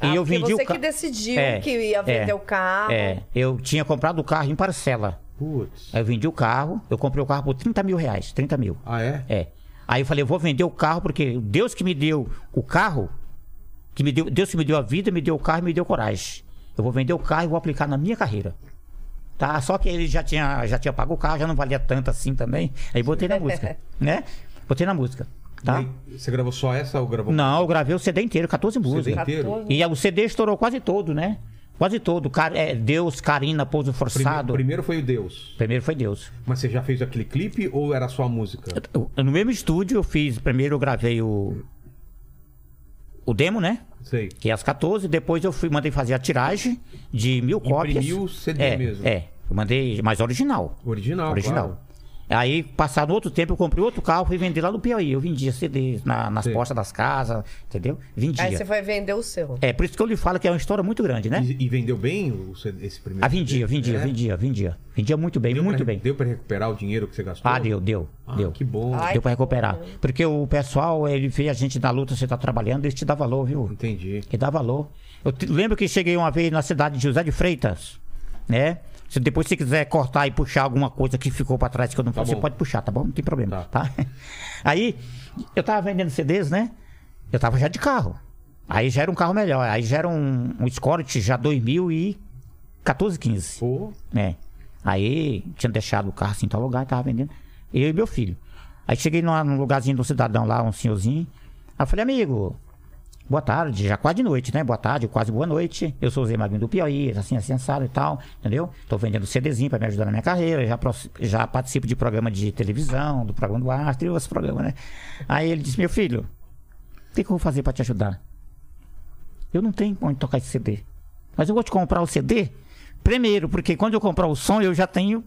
[SPEAKER 2] Ah,
[SPEAKER 4] É, e eu
[SPEAKER 2] porque
[SPEAKER 4] vendi
[SPEAKER 2] você
[SPEAKER 4] o ca-
[SPEAKER 2] que decidiu
[SPEAKER 4] É,
[SPEAKER 2] que ia vender
[SPEAKER 4] é,
[SPEAKER 2] o carro.
[SPEAKER 4] É, eu tinha comprado o carro em parcela.
[SPEAKER 1] Putz.
[SPEAKER 4] Aí eu vendi o carro, eu comprei o carro por 30 mil reais. 30 mil.
[SPEAKER 1] Ah, é?
[SPEAKER 4] É. Aí eu falei, eu vou vender o carro, porque Deus que me deu o carro, que me deu, Deus que me deu a vida, me deu o carro e me deu coragem. Eu vou vender o carro e vou aplicar na minha carreira. Tá? Só que ele já tinha, já tinha pago o carro, já não valia tanto assim também. Aí botei na música, né? Botei na música, tá?
[SPEAKER 1] E aí, Você gravou só essa ou gravou
[SPEAKER 4] Não, eu gravei o CD inteiro, 14
[SPEAKER 1] o
[SPEAKER 4] músicas.
[SPEAKER 1] CD inteiro?
[SPEAKER 2] 14.
[SPEAKER 4] E o CD estourou quase todo, né? Quase todo. Car- é, Deus, Karina, Pouso
[SPEAKER 1] Primeiro,
[SPEAKER 4] Forçado. Primeiro,
[SPEAKER 1] primeiro foi o Deus.
[SPEAKER 4] foi Deus.
[SPEAKER 1] Mas você já fez aquele clipe ou era só a música?
[SPEAKER 4] Eu- no mesmo estúdio eu fiz, primeiro eu gravei o. O demo, né?
[SPEAKER 1] Sei.
[SPEAKER 4] Que é às 14, depois eu fui, mandei fazer a tiragem de mil cópias.
[SPEAKER 1] Imprimiu o CD
[SPEAKER 4] é,
[SPEAKER 1] mesmo.
[SPEAKER 4] É, eu mandei, mas original.
[SPEAKER 1] Original,
[SPEAKER 4] original.
[SPEAKER 1] claro.
[SPEAKER 4] Aí, passado outro tempo, eu comprei outro carro, fui vender lá no Piauí. Eu vendia CD na- nas
[SPEAKER 1] Sim.
[SPEAKER 4] portas das casas, entendeu? Vendia.
[SPEAKER 2] Aí você foi vender o seu.
[SPEAKER 4] É, por isso que eu lhe falo que é uma história muito grande, né?
[SPEAKER 1] E, e vendeu bem o CD esse primeiro?
[SPEAKER 4] Ah, vendia, vendia,
[SPEAKER 1] É?
[SPEAKER 4] vendia, vendia. Vendia muito bem,
[SPEAKER 1] Deu
[SPEAKER 4] muito
[SPEAKER 1] pra-
[SPEAKER 4] bem.
[SPEAKER 1] Deu pra recuperar o dinheiro que você gastou?
[SPEAKER 4] Ah, deu, deu,
[SPEAKER 1] Ah,
[SPEAKER 4] deu.
[SPEAKER 1] Que bom.
[SPEAKER 2] Ai,
[SPEAKER 4] Deu pra
[SPEAKER 2] que
[SPEAKER 4] recuperar.
[SPEAKER 2] bom, né?
[SPEAKER 4] Porque o pessoal, ele vê a gente na luta, você tá trabalhando, eles te dá valor, viu?
[SPEAKER 1] Entendi.
[SPEAKER 4] Que dá valor. Eu te- lembro que cheguei uma vez na cidade de José de Freitas, né? Se depois você quiser cortar e puxar alguma coisa que ficou pra trás que eu não falei,
[SPEAKER 1] bom.
[SPEAKER 4] você pode puxar, tá bom? Não tem problema,
[SPEAKER 1] Tá.
[SPEAKER 4] tá. Aí, eu tava vendendo CDs, né? Eu tava já de carro. Aí já era um carro melhor. Aí já era um, um Escort já 2014, 15.
[SPEAKER 1] Pô,
[SPEAKER 4] É. Aí tinha deixado o carro assim em tal lugar e tava vendendo. Eu e meu filho. Aí cheguei numa- num lugarzinho de um cidadão lá, um senhorzinho. Aí eu falei, amigo, boa tarde, já quase de noite, né? Boa tarde, quase boa noite. Eu sou o Zé Magno do Piauí, assim, assim, assado e tal, entendeu? Tô vendendo CDzinho pra me ajudar na minha carreira, já, pro- já participo de programa de televisão, do programa do Arte, e outros programas, né? Aí ele disse, meu filho, o que, que eu vou fazer pra te ajudar? Eu não tenho onde tocar esse CD. Mas eu vou te comprar o CD primeiro, porque quando eu comprar o som, eu já tenho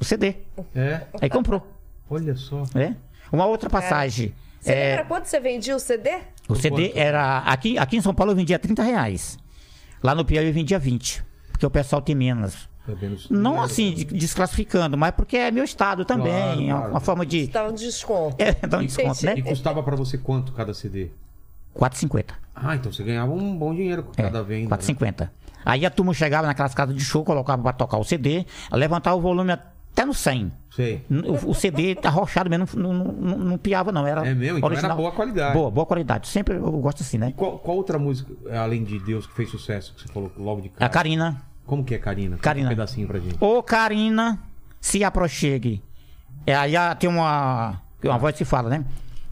[SPEAKER 4] o CD.
[SPEAKER 1] é.
[SPEAKER 4] Aí comprou,
[SPEAKER 1] Olha só.
[SPEAKER 4] né? Uma outra passagem.
[SPEAKER 2] Você
[SPEAKER 4] é,
[SPEAKER 2] lembra quando você vendia o CD?
[SPEAKER 4] o CD
[SPEAKER 1] quanto?
[SPEAKER 4] era. Aqui, aqui em São Paulo eu vendia 30 reais. Lá no Piauí eu vendia 20. Porque o pessoal tem menos.
[SPEAKER 1] Tá vendo isso?
[SPEAKER 4] Não assim, de- desclassificando, mas porque é meu estado também.
[SPEAKER 1] Claro,
[SPEAKER 4] é uma,
[SPEAKER 1] claro.
[SPEAKER 4] uma forma de.
[SPEAKER 2] Dá um desconto.
[SPEAKER 4] É, dá um desconto, né?
[SPEAKER 1] E custava pra você quanto cada CD?
[SPEAKER 4] 4,50.
[SPEAKER 1] Ah, então você ganhava um bom dinheiro
[SPEAKER 4] É,
[SPEAKER 1] com cada venda. né?
[SPEAKER 4] 4,50. Aí a turma chegava naquelas casas de show, colocava pra tocar o CD, levantava o volume até no 100.
[SPEAKER 1] Sei.
[SPEAKER 4] O, o CD tá arrochado mesmo, não, não, não, não piava não, era
[SPEAKER 1] É mesmo? Então era
[SPEAKER 4] original.
[SPEAKER 1] boa qualidade.
[SPEAKER 4] Boa, boa qualidade. Sempre eu gosto assim, né?
[SPEAKER 1] Qual, qual outra música, além de Deus, que fez sucesso, que você falou logo de cara?
[SPEAKER 4] A Karina.
[SPEAKER 1] Como que é Karina? Canta
[SPEAKER 4] Karina.
[SPEAKER 1] Um pedacinho pra gente.
[SPEAKER 4] Ô Karina, se aproxegue. É, aí ah, tem uma, uma voz que fala, né?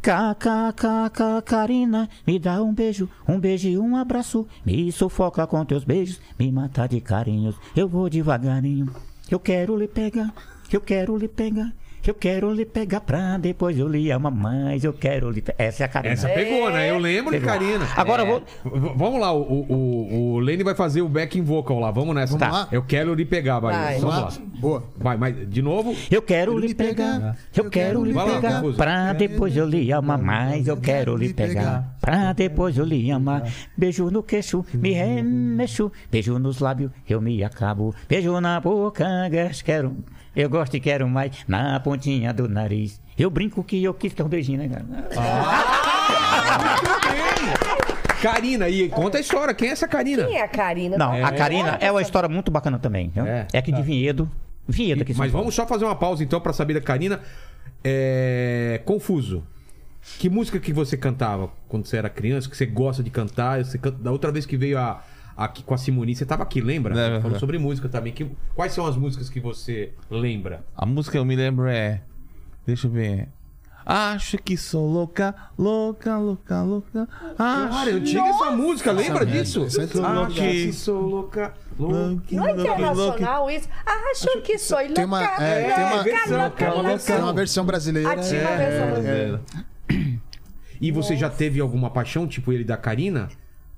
[SPEAKER 4] KKKK Karina, me dá um beijo, um beijo e um abraço. Me sufoca com teus beijos, me mata de carinhos. Eu vou devagarinho, eu quero lhe pegar, eu quero lhe pegar. Eu quero lhe pegar pra depois eu lhe amo mais. Eu quero lhe. pe- Essa é a Karina.
[SPEAKER 1] Essa pegou, né? Eu lembro de Karina.
[SPEAKER 4] Agora eu vou.
[SPEAKER 1] É. V- Vamos lá, o, o, o Lene vai fazer o backing vocal lá. Vamos nessa.
[SPEAKER 3] Vamos
[SPEAKER 4] Tá.
[SPEAKER 3] lá?
[SPEAKER 1] Eu quero lhe pegar, vai.
[SPEAKER 2] Vai.
[SPEAKER 1] Vamos lá.
[SPEAKER 3] Vamos lá? Boa.
[SPEAKER 1] Vai, mas de novo.
[SPEAKER 4] Eu quero lhe pegar, eu quero lhe
[SPEAKER 1] Vai lá,
[SPEAKER 4] pegar,
[SPEAKER 1] Confuso.
[SPEAKER 4] pra depois eu lhe amar mais. Eu quero lhe pegar, pra depois eu lhe amar. Beijo no queixo, me remexo, beijo nos lábios, eu me acabo. Beijo na boca, gas, quero, eu gosto e quero mais, na pontinha do nariz. Eu brinco que eu quis que é um beijinho, né, cara?
[SPEAKER 1] Karina, e conta a história. Quem é essa Karina?
[SPEAKER 2] Quem é a Karina?
[SPEAKER 4] Não, a
[SPEAKER 1] É.
[SPEAKER 4] Karina é uma história muito bacana também. viu?
[SPEAKER 1] É.
[SPEAKER 4] É aqui de Vinhedo, Vinhedo aqui. em São
[SPEAKER 1] Mas
[SPEAKER 4] Paulo.
[SPEAKER 1] vamos só fazer uma pausa então pra saber da Karina. É... Confuso. Que música que você cantava quando você era criança, que você gosta de cantar? Você canta- Da outra vez que veio a... aqui com a Simoni, você tava aqui, lembra?
[SPEAKER 5] É,
[SPEAKER 1] Falou
[SPEAKER 5] é.
[SPEAKER 1] sobre música também. Que... Quais são as músicas que você lembra?
[SPEAKER 5] A música que eu me lembro é. Deixa eu ver. Acho que sou louca, louca, louca, louca.
[SPEAKER 1] Cara,
[SPEAKER 5] Acho
[SPEAKER 1] antiga essa música, lembra disso?
[SPEAKER 3] Essa é tudo
[SPEAKER 1] Ah,
[SPEAKER 5] louca.
[SPEAKER 1] que sou louca, louca.
[SPEAKER 2] Não é internacional isso? Acho, que sou louca.
[SPEAKER 3] Tem uma, é, tem uma,
[SPEAKER 1] versão,
[SPEAKER 2] louca,
[SPEAKER 1] é uma
[SPEAKER 2] louca.
[SPEAKER 1] versão.
[SPEAKER 3] tem uma versão brasileira.
[SPEAKER 2] Ah, tinha uma
[SPEAKER 1] É.
[SPEAKER 2] versão brasileira.
[SPEAKER 1] E você já teve alguma paixão, tipo ele da Karina?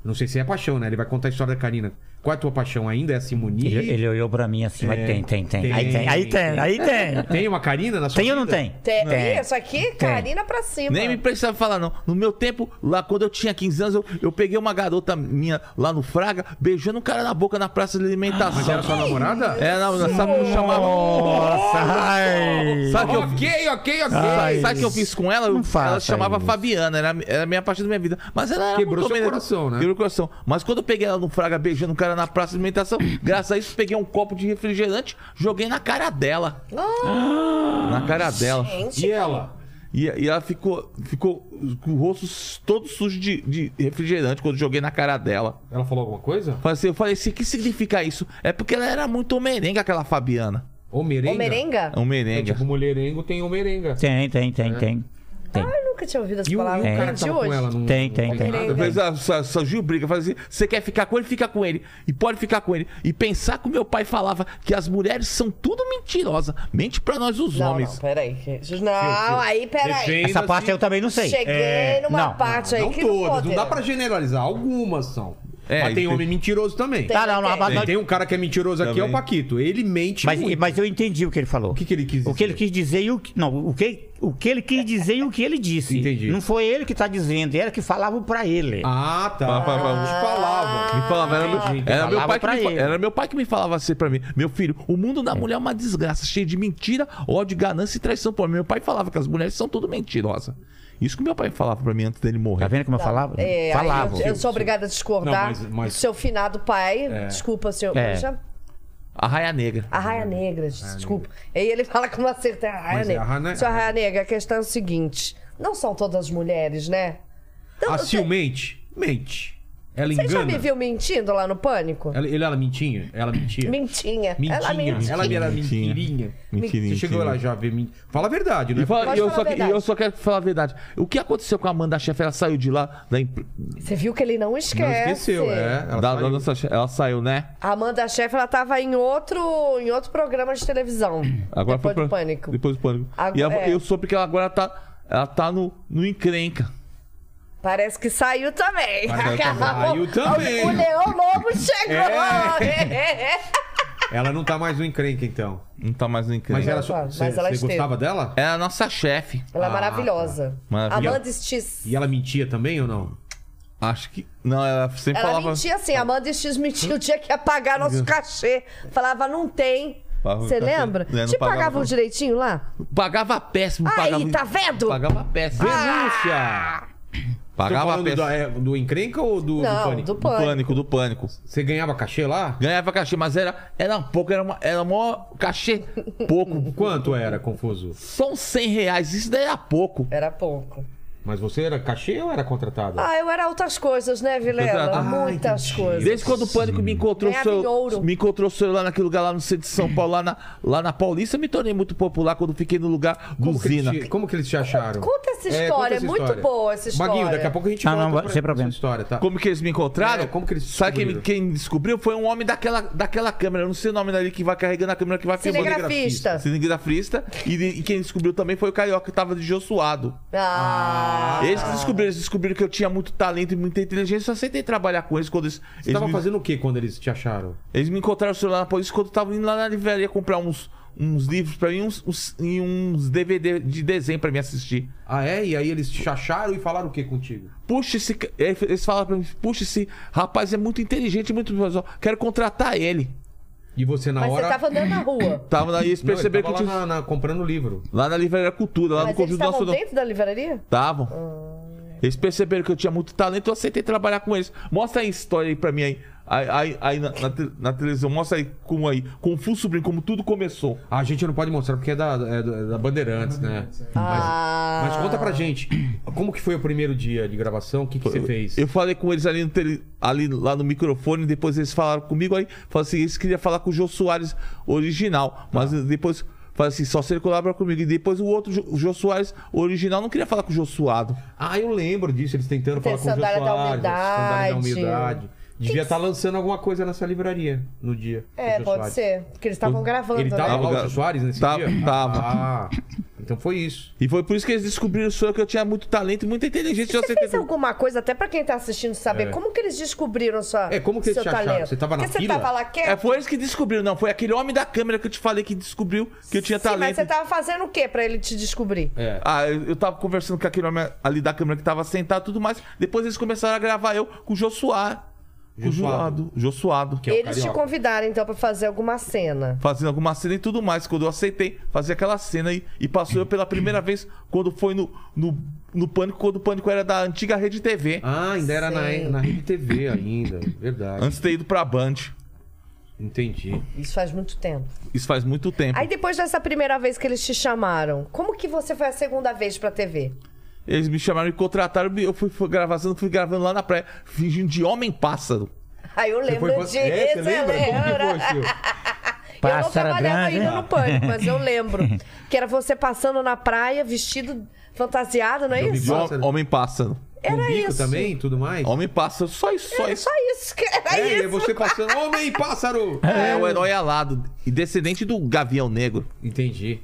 [SPEAKER 1] Não sei se é paixão, né? Ele vai contar a história da Karina. Qual é a tua paixão ainda? É a Simoni?
[SPEAKER 4] Ele, ele olhou pra mim assim, mas tem, tem, tem. Aí tem, aí tem, aí tem.
[SPEAKER 1] Tem uma Karina na sua
[SPEAKER 4] Tem ou
[SPEAKER 1] vida?
[SPEAKER 4] não tem?
[SPEAKER 2] Tem. Ih, Isso aqui, Karina pra cima.
[SPEAKER 5] Nem me precisava falar, não. No meu tempo, lá quando eu tinha 15 anos, eu, eu peguei uma garota minha lá no Fraga, beijando um cara na boca na praça de
[SPEAKER 1] Mas
[SPEAKER 5] alimentação.
[SPEAKER 1] era sua namorada?
[SPEAKER 5] É, não, nós sabemos chamava.
[SPEAKER 4] Nossa, ai.
[SPEAKER 5] Sabe que eu
[SPEAKER 7] Ok, ok, ok.
[SPEAKER 4] Ai.
[SPEAKER 5] Sabe o que eu fiz com ela? Eu-
[SPEAKER 4] Não faça
[SPEAKER 5] ela chamava
[SPEAKER 4] isso.
[SPEAKER 5] Fabiana, era, era a minha parte da minha vida. Mas ela era
[SPEAKER 1] Quebrou
[SPEAKER 5] muito
[SPEAKER 1] seu
[SPEAKER 5] melhor-
[SPEAKER 1] coração, né?
[SPEAKER 5] Quebrou o coração. Mas quando eu peguei ela no Fraga beijando o cara na praça de alimentação, graças a isso, peguei um copo de refrigerante, joguei na cara dela.
[SPEAKER 4] Ah.
[SPEAKER 5] na cara dela.
[SPEAKER 1] E ela?
[SPEAKER 5] E, e ela ficou, ficou com o rosto todo sujo de, de refrigerante quando joguei na cara dela.
[SPEAKER 1] Ela falou alguma coisa?
[SPEAKER 5] Falei assim, eu falei assim, o que significa isso? É porque ela era muito merenga, aquela Fabiana.
[SPEAKER 1] Ou merenga?
[SPEAKER 2] Ô, merenga?
[SPEAKER 5] Um
[SPEAKER 1] É,
[SPEAKER 5] merenga.
[SPEAKER 1] tipo, mulherengo tem o merenga.
[SPEAKER 4] Tem, tem,
[SPEAKER 1] É.
[SPEAKER 4] tem, tem.
[SPEAKER 1] Tá
[SPEAKER 2] Ai, nunca tinha ouvido essa
[SPEAKER 1] E o, e o
[SPEAKER 2] palavra.
[SPEAKER 1] cara que
[SPEAKER 2] de
[SPEAKER 1] tava
[SPEAKER 2] hoje.
[SPEAKER 1] com ela não...
[SPEAKER 4] Tem, tem, tem.
[SPEAKER 1] É.
[SPEAKER 5] Eu falei, ah, só- só Gil briga, fala assim, você quer ficar com ele, fica com ele. E pode ficar com ele. E pensar que o meu pai falava que as mulheres são tudo mentirosas. Mente pra nós os
[SPEAKER 2] Não,
[SPEAKER 5] homens.
[SPEAKER 2] não, peraí. que- Não, aí, peraí.
[SPEAKER 1] Defenda-
[SPEAKER 4] Essa parte eu também não sei.
[SPEAKER 2] Cheguei numa
[SPEAKER 4] não,
[SPEAKER 2] parte aí
[SPEAKER 1] é, Não
[SPEAKER 2] que não
[SPEAKER 1] todas,
[SPEAKER 2] pode.
[SPEAKER 1] não dá pra generalizar. Algumas são.
[SPEAKER 5] É,
[SPEAKER 1] mas tem
[SPEAKER 5] e-
[SPEAKER 1] homem mentiroso também.
[SPEAKER 4] Tá, não, não, mas
[SPEAKER 1] Tem,
[SPEAKER 4] nós-
[SPEAKER 1] tem um cara que é mentiroso aqui, é o
[SPEAKER 5] Também.
[SPEAKER 1] Paquito. Ele mente
[SPEAKER 4] Mas,
[SPEAKER 1] muito.
[SPEAKER 4] mas eu entendi o que ele falou. O
[SPEAKER 1] que que ele quis
[SPEAKER 4] O que ele
[SPEAKER 1] dizer?
[SPEAKER 4] quis dizer e o que. Não, o que, o que ele quis dizer e o que ele disse.
[SPEAKER 1] Entendi.
[SPEAKER 4] Não foi ele que tá dizendo, era que falava pra ele.
[SPEAKER 1] Ah, tá.
[SPEAKER 5] Ah, vai, vai.
[SPEAKER 1] Uns falavam.
[SPEAKER 5] Me falava, era, meu,
[SPEAKER 1] Entendi.
[SPEAKER 5] era, meu
[SPEAKER 4] Falava
[SPEAKER 5] pai que
[SPEAKER 4] pra
[SPEAKER 5] me, fa-
[SPEAKER 4] ele.
[SPEAKER 5] era meu pai que me falava assim pra mim: Meu filho, o mundo da mulher é uma desgraça, cheio de mentira, ódio, ganância e traição. Pô, meu pai falava que as mulheres são tudo mentirosas. Isso que meu pai falava pra mim antes dele morrer.
[SPEAKER 4] Tá vendo como eu falava?
[SPEAKER 2] É, aí
[SPEAKER 4] falava.
[SPEAKER 2] Eu, eu sou obrigada a discordar.
[SPEAKER 1] Não, mas- mas-
[SPEAKER 2] Seu finado pai, desculpa, senhor.
[SPEAKER 4] É.
[SPEAKER 2] Já-
[SPEAKER 5] A raia negra.
[SPEAKER 2] A raia negra, desculpa. E ele fala com uma certa a raia
[SPEAKER 1] Mas é
[SPEAKER 2] negra.
[SPEAKER 1] a raia-
[SPEAKER 2] Sua raia negra, a questão é o seguinte: não são todas as mulheres, né? Então,
[SPEAKER 1] A
[SPEAKER 2] você-
[SPEAKER 1] ciumente, mente. Ela
[SPEAKER 2] você já
[SPEAKER 1] engana.
[SPEAKER 2] me viu mentindo lá no pânico?
[SPEAKER 1] Ela, ele- ela mentinha? Ela mentia?
[SPEAKER 2] Mentinha.
[SPEAKER 1] Mentinha.
[SPEAKER 2] Ela mentia.
[SPEAKER 1] Ela era
[SPEAKER 5] Mentinha.
[SPEAKER 1] mentirinha.
[SPEAKER 5] Mentirinha,
[SPEAKER 1] Você chegou
[SPEAKER 5] mentirinha.
[SPEAKER 1] lá já ver men- Fala a verdade, né?
[SPEAKER 5] E fala-
[SPEAKER 2] Pode
[SPEAKER 5] e eu,
[SPEAKER 2] falar
[SPEAKER 5] só,
[SPEAKER 2] a
[SPEAKER 5] que-
[SPEAKER 2] verdade.
[SPEAKER 5] e eu só quero falar a verdade. O que aconteceu com a Amanda Chefe? Ela saiu de lá da, impre-
[SPEAKER 2] Você viu que ele não esquece.
[SPEAKER 1] Não esqueceu, é. Ela
[SPEAKER 5] da- da
[SPEAKER 1] saiu.
[SPEAKER 5] nossa che- ela saiu, né?
[SPEAKER 2] A Amanda Chef, ela tava em outro, em outro programa de televisão.
[SPEAKER 5] Agora
[SPEAKER 2] depois
[SPEAKER 5] foi
[SPEAKER 2] do
[SPEAKER 5] pra-
[SPEAKER 2] pânico.
[SPEAKER 5] Depois do pânico.
[SPEAKER 2] Agora-
[SPEAKER 5] e ela-
[SPEAKER 2] é.
[SPEAKER 5] eu soube que ela agora tá, ela tá no, no encrenca.
[SPEAKER 2] Parece que saiu também.
[SPEAKER 1] Saiu também.
[SPEAKER 2] O Leão Lobo chegou!
[SPEAKER 5] É.
[SPEAKER 1] Ela não tá mais no encrenca, então.
[SPEAKER 5] Não tá mais no encrenca.
[SPEAKER 1] Mas
[SPEAKER 5] Mas
[SPEAKER 1] ela
[SPEAKER 5] ela,
[SPEAKER 1] só.
[SPEAKER 2] Mas
[SPEAKER 1] Você
[SPEAKER 2] ela
[SPEAKER 1] você
[SPEAKER 2] esteve.
[SPEAKER 1] gostava dela?
[SPEAKER 5] é a nossa chefe.
[SPEAKER 2] Ela é maravilhosa.
[SPEAKER 5] Ah, Maravilhosa.
[SPEAKER 2] Amanda Stiss.
[SPEAKER 1] E ela mentia também ou não?
[SPEAKER 5] Acho que. Não, ela sempre
[SPEAKER 2] Ela
[SPEAKER 5] falava. Hum.
[SPEAKER 2] mentia assim, a Amanda X mentiu, tinha que pagar nosso cachê. Falava, não tem.
[SPEAKER 5] Pagava
[SPEAKER 2] Você
[SPEAKER 5] o cachê.
[SPEAKER 2] lembra?
[SPEAKER 5] É, não
[SPEAKER 2] Te
[SPEAKER 5] pagava,
[SPEAKER 2] pagavam
[SPEAKER 5] não.
[SPEAKER 2] direitinho lá?
[SPEAKER 5] Pagava péssimo.
[SPEAKER 2] Aí,
[SPEAKER 5] pagava,
[SPEAKER 2] tá vendo? Ah!
[SPEAKER 5] Pagava péssimo.
[SPEAKER 1] Denúncia! Tô
[SPEAKER 5] Pagava
[SPEAKER 1] falando do,
[SPEAKER 5] péssimo.
[SPEAKER 1] é, do encrenca ou do, do
[SPEAKER 2] Não,
[SPEAKER 1] pânico?
[SPEAKER 2] do
[SPEAKER 5] Do
[SPEAKER 2] pânico.
[SPEAKER 5] pânico, do pânico.
[SPEAKER 1] Você ganhava cachê lá?
[SPEAKER 5] Ganhava cachê, mas era, era um pouco, era, uma, era mó cachê pouco.
[SPEAKER 1] Quanto era, Confuso?
[SPEAKER 5] Só uns 100 reais, isso daí era pouco.
[SPEAKER 2] Era pouco.
[SPEAKER 1] Mas você era cachê ou era contratada?
[SPEAKER 2] Ah, eu era outras coisas, né, Vilela?
[SPEAKER 5] Ah,
[SPEAKER 2] Muitas coisas.
[SPEAKER 5] Desde quando o pânico me encontrou,
[SPEAKER 2] Ganhava
[SPEAKER 5] seu-
[SPEAKER 2] em ouro.
[SPEAKER 5] me encontrou seu lá naquele lugar lá no centro de São Paulo, lá na, lá na Paulista, me tornei muito popular quando fiquei no lugar do
[SPEAKER 1] Como que, eles
[SPEAKER 5] Zina.
[SPEAKER 1] te, como que eles te acharam?
[SPEAKER 2] Conta essa história,
[SPEAKER 1] conta
[SPEAKER 2] é muito boa essa história.
[SPEAKER 1] Maguinho, daqui a pouco a gente
[SPEAKER 4] Ah,
[SPEAKER 1] volta
[SPEAKER 4] não,
[SPEAKER 1] pra-
[SPEAKER 4] sem
[SPEAKER 1] pra
[SPEAKER 4] problema.
[SPEAKER 1] essa história, tá?
[SPEAKER 5] Como que eles me encontraram?
[SPEAKER 1] É, como que eles
[SPEAKER 5] Sabe quem, me-
[SPEAKER 1] descobriram?
[SPEAKER 5] quem descobriu? Foi um homem daquela, daquela câmera, eu não sei o nome dali que vai carregando a câmera que vai
[SPEAKER 2] Cinegrafista.
[SPEAKER 5] Cinegrafista. E, e quem descobriu também foi o Carioca, que tava de Josuado.
[SPEAKER 2] Ah,
[SPEAKER 5] Eles que descobriram, eles descobriram que eu tinha muito talento e muita inteligência, eu aceitei trabalhar com eles quando eles.
[SPEAKER 1] Você
[SPEAKER 5] eles
[SPEAKER 1] tava
[SPEAKER 5] me-
[SPEAKER 1] fazendo o que quando eles te acharam?
[SPEAKER 5] Eles me encontraram o celular na polícia quando eu tava indo lá na livraria comprar uns, uns livros pra mim uns, uns- e uns DVD de desenho pra mim assistir.
[SPEAKER 1] Ah, é? E aí eles te acharam e falaram o que contigo?
[SPEAKER 5] Puxa esse. ca- é, Eles falaram pra mim, puxa esse rapaz é muito inteligente, muito profissional. Quero contratar ele.
[SPEAKER 1] E você na
[SPEAKER 2] mas
[SPEAKER 1] hora.
[SPEAKER 2] você tava andando na rua.
[SPEAKER 5] Tava lá e eles
[SPEAKER 1] Não, ele
[SPEAKER 5] perceberam
[SPEAKER 1] tava
[SPEAKER 5] que eu
[SPEAKER 1] lá
[SPEAKER 5] tinha.
[SPEAKER 1] na, na- comprando livro.
[SPEAKER 5] Lá na Livraria Cultura, lá
[SPEAKER 2] Mas
[SPEAKER 5] no
[SPEAKER 2] eles
[SPEAKER 5] Conjunto
[SPEAKER 2] estavam Ah.
[SPEAKER 5] Nacional.
[SPEAKER 2] dentro da livraria?
[SPEAKER 5] Estavam. Eles perceberam que eu tinha muito talento, eu aceitei trabalhar com eles. Mostra aí a história aí pra mim aí. Aí, aí- aí na, na te- na televisão, mostra aí como aí. Confuso Sobrinho, como tudo começou.
[SPEAKER 1] Ah, a gente não pode mostrar porque é da, é da- da Bandeirantes, né?
[SPEAKER 2] Ah.
[SPEAKER 1] Mas conta pra gente, como que foi o primeiro dia de gravação? O que, que você fez?
[SPEAKER 5] Eu falei com eles ali, no tele- ali lá no microfone, depois eles falaram comigo aí, falaram assim, eles queriam falar com o Jô Soares original, mas
[SPEAKER 1] Tá.
[SPEAKER 5] depois falaram assim, só se ele colabora comigo. E depois o outro Jô, o Jô Soares original não queria falar com o Jô Suado.
[SPEAKER 1] Ah, eu lembro disso, eles tentando falar
[SPEAKER 2] Tem
[SPEAKER 1] com o Jô
[SPEAKER 2] sandália da
[SPEAKER 1] Soares, sandália da
[SPEAKER 2] humildade.
[SPEAKER 1] humildade. Devia estar lançando alguma coisa nessa livraria no dia. do
[SPEAKER 2] É,
[SPEAKER 1] Jô
[SPEAKER 2] pode
[SPEAKER 1] Soares.
[SPEAKER 2] ser. Porque eles estavam gravando,
[SPEAKER 1] Ele tava
[SPEAKER 2] né?
[SPEAKER 1] lá, o Jô Soares, nesse
[SPEAKER 5] Tava,
[SPEAKER 1] dia?
[SPEAKER 5] tava.
[SPEAKER 1] Ah, Então foi isso.
[SPEAKER 5] E foi por isso que eles descobriram o senhor que eu tinha muito talento e muita inteligência.
[SPEAKER 2] Você
[SPEAKER 5] Você
[SPEAKER 2] fez alguma coisa, até pra quem tá assistindo saber,
[SPEAKER 1] É.
[SPEAKER 2] como que eles descobriram sua,
[SPEAKER 1] É, como que eles
[SPEAKER 2] seu
[SPEAKER 1] te acharam?
[SPEAKER 2] talento?
[SPEAKER 1] Você tava na
[SPEAKER 2] Porque você
[SPEAKER 1] fila?
[SPEAKER 2] tava lá quieto?
[SPEAKER 5] É, foi eles que descobriram, não. Foi aquele homem da câmera que eu te falei que descobriu que eu tinha
[SPEAKER 2] Sim, mas
[SPEAKER 5] talento.
[SPEAKER 2] você tá- tava fazendo o quê pra ele te descobrir?
[SPEAKER 1] É.
[SPEAKER 5] Ah, eu, eu tava conversando com aquele homem ali da câmera que tava sentado e tudo mais. Depois eles começaram a gravar eu com o Josuá. Com o
[SPEAKER 1] Josuado.
[SPEAKER 5] Josuado. Josuado.
[SPEAKER 1] é o
[SPEAKER 2] Eles te
[SPEAKER 1] carioca.
[SPEAKER 2] convidaram, então, pra fazer alguma cena.
[SPEAKER 5] Fazendo alguma cena e tudo mais. Quando eu aceitei fazer aquela cena e, e passou eu pela primeira vez quando foi no, no, no Pânico, quando o Pânico era da antiga Rede TV.
[SPEAKER 1] Ah, ainda era na,
[SPEAKER 2] Sim.
[SPEAKER 1] na Rede TV ainda. Verdade.
[SPEAKER 5] Antes de ter ido pra Band.
[SPEAKER 1] Entendi.
[SPEAKER 2] Isso faz muito tempo.
[SPEAKER 5] Isso faz muito tempo.
[SPEAKER 2] Aí depois dessa primeira vez que eles te chamaram, como que você foi a segunda vez pra TV?
[SPEAKER 5] Eles me chamaram e contrataram. Eu fui, fui gravando, fui gravando lá na praia, fingindo de homem-pássaro.
[SPEAKER 2] Aí eu lembro disso,
[SPEAKER 1] você- É, você lembra?
[SPEAKER 2] eu lembro.
[SPEAKER 1] Como que foi, senhor?
[SPEAKER 2] Eu não
[SPEAKER 4] Pássaro
[SPEAKER 2] trabalhava
[SPEAKER 4] grande,
[SPEAKER 2] ainda
[SPEAKER 4] hein?
[SPEAKER 2] no pânico, mas eu lembro. Que era você passando na praia, vestido, fantasiado, não é
[SPEAKER 1] Eu me
[SPEAKER 2] isso?
[SPEAKER 5] De hom-
[SPEAKER 1] Pássaro.
[SPEAKER 5] homem-pássaro.
[SPEAKER 1] Com
[SPEAKER 2] Era
[SPEAKER 1] bico
[SPEAKER 2] isso.
[SPEAKER 1] também e tudo mais?
[SPEAKER 5] Homem-pássaro, só isso, só
[SPEAKER 2] Era
[SPEAKER 5] isso.
[SPEAKER 2] É, só isso, que era
[SPEAKER 1] é, e
[SPEAKER 2] isso.
[SPEAKER 1] é você passando. Homem, pássaro!
[SPEAKER 5] É, o herói alado. E descendente do Gavião Negro.
[SPEAKER 1] Entendi.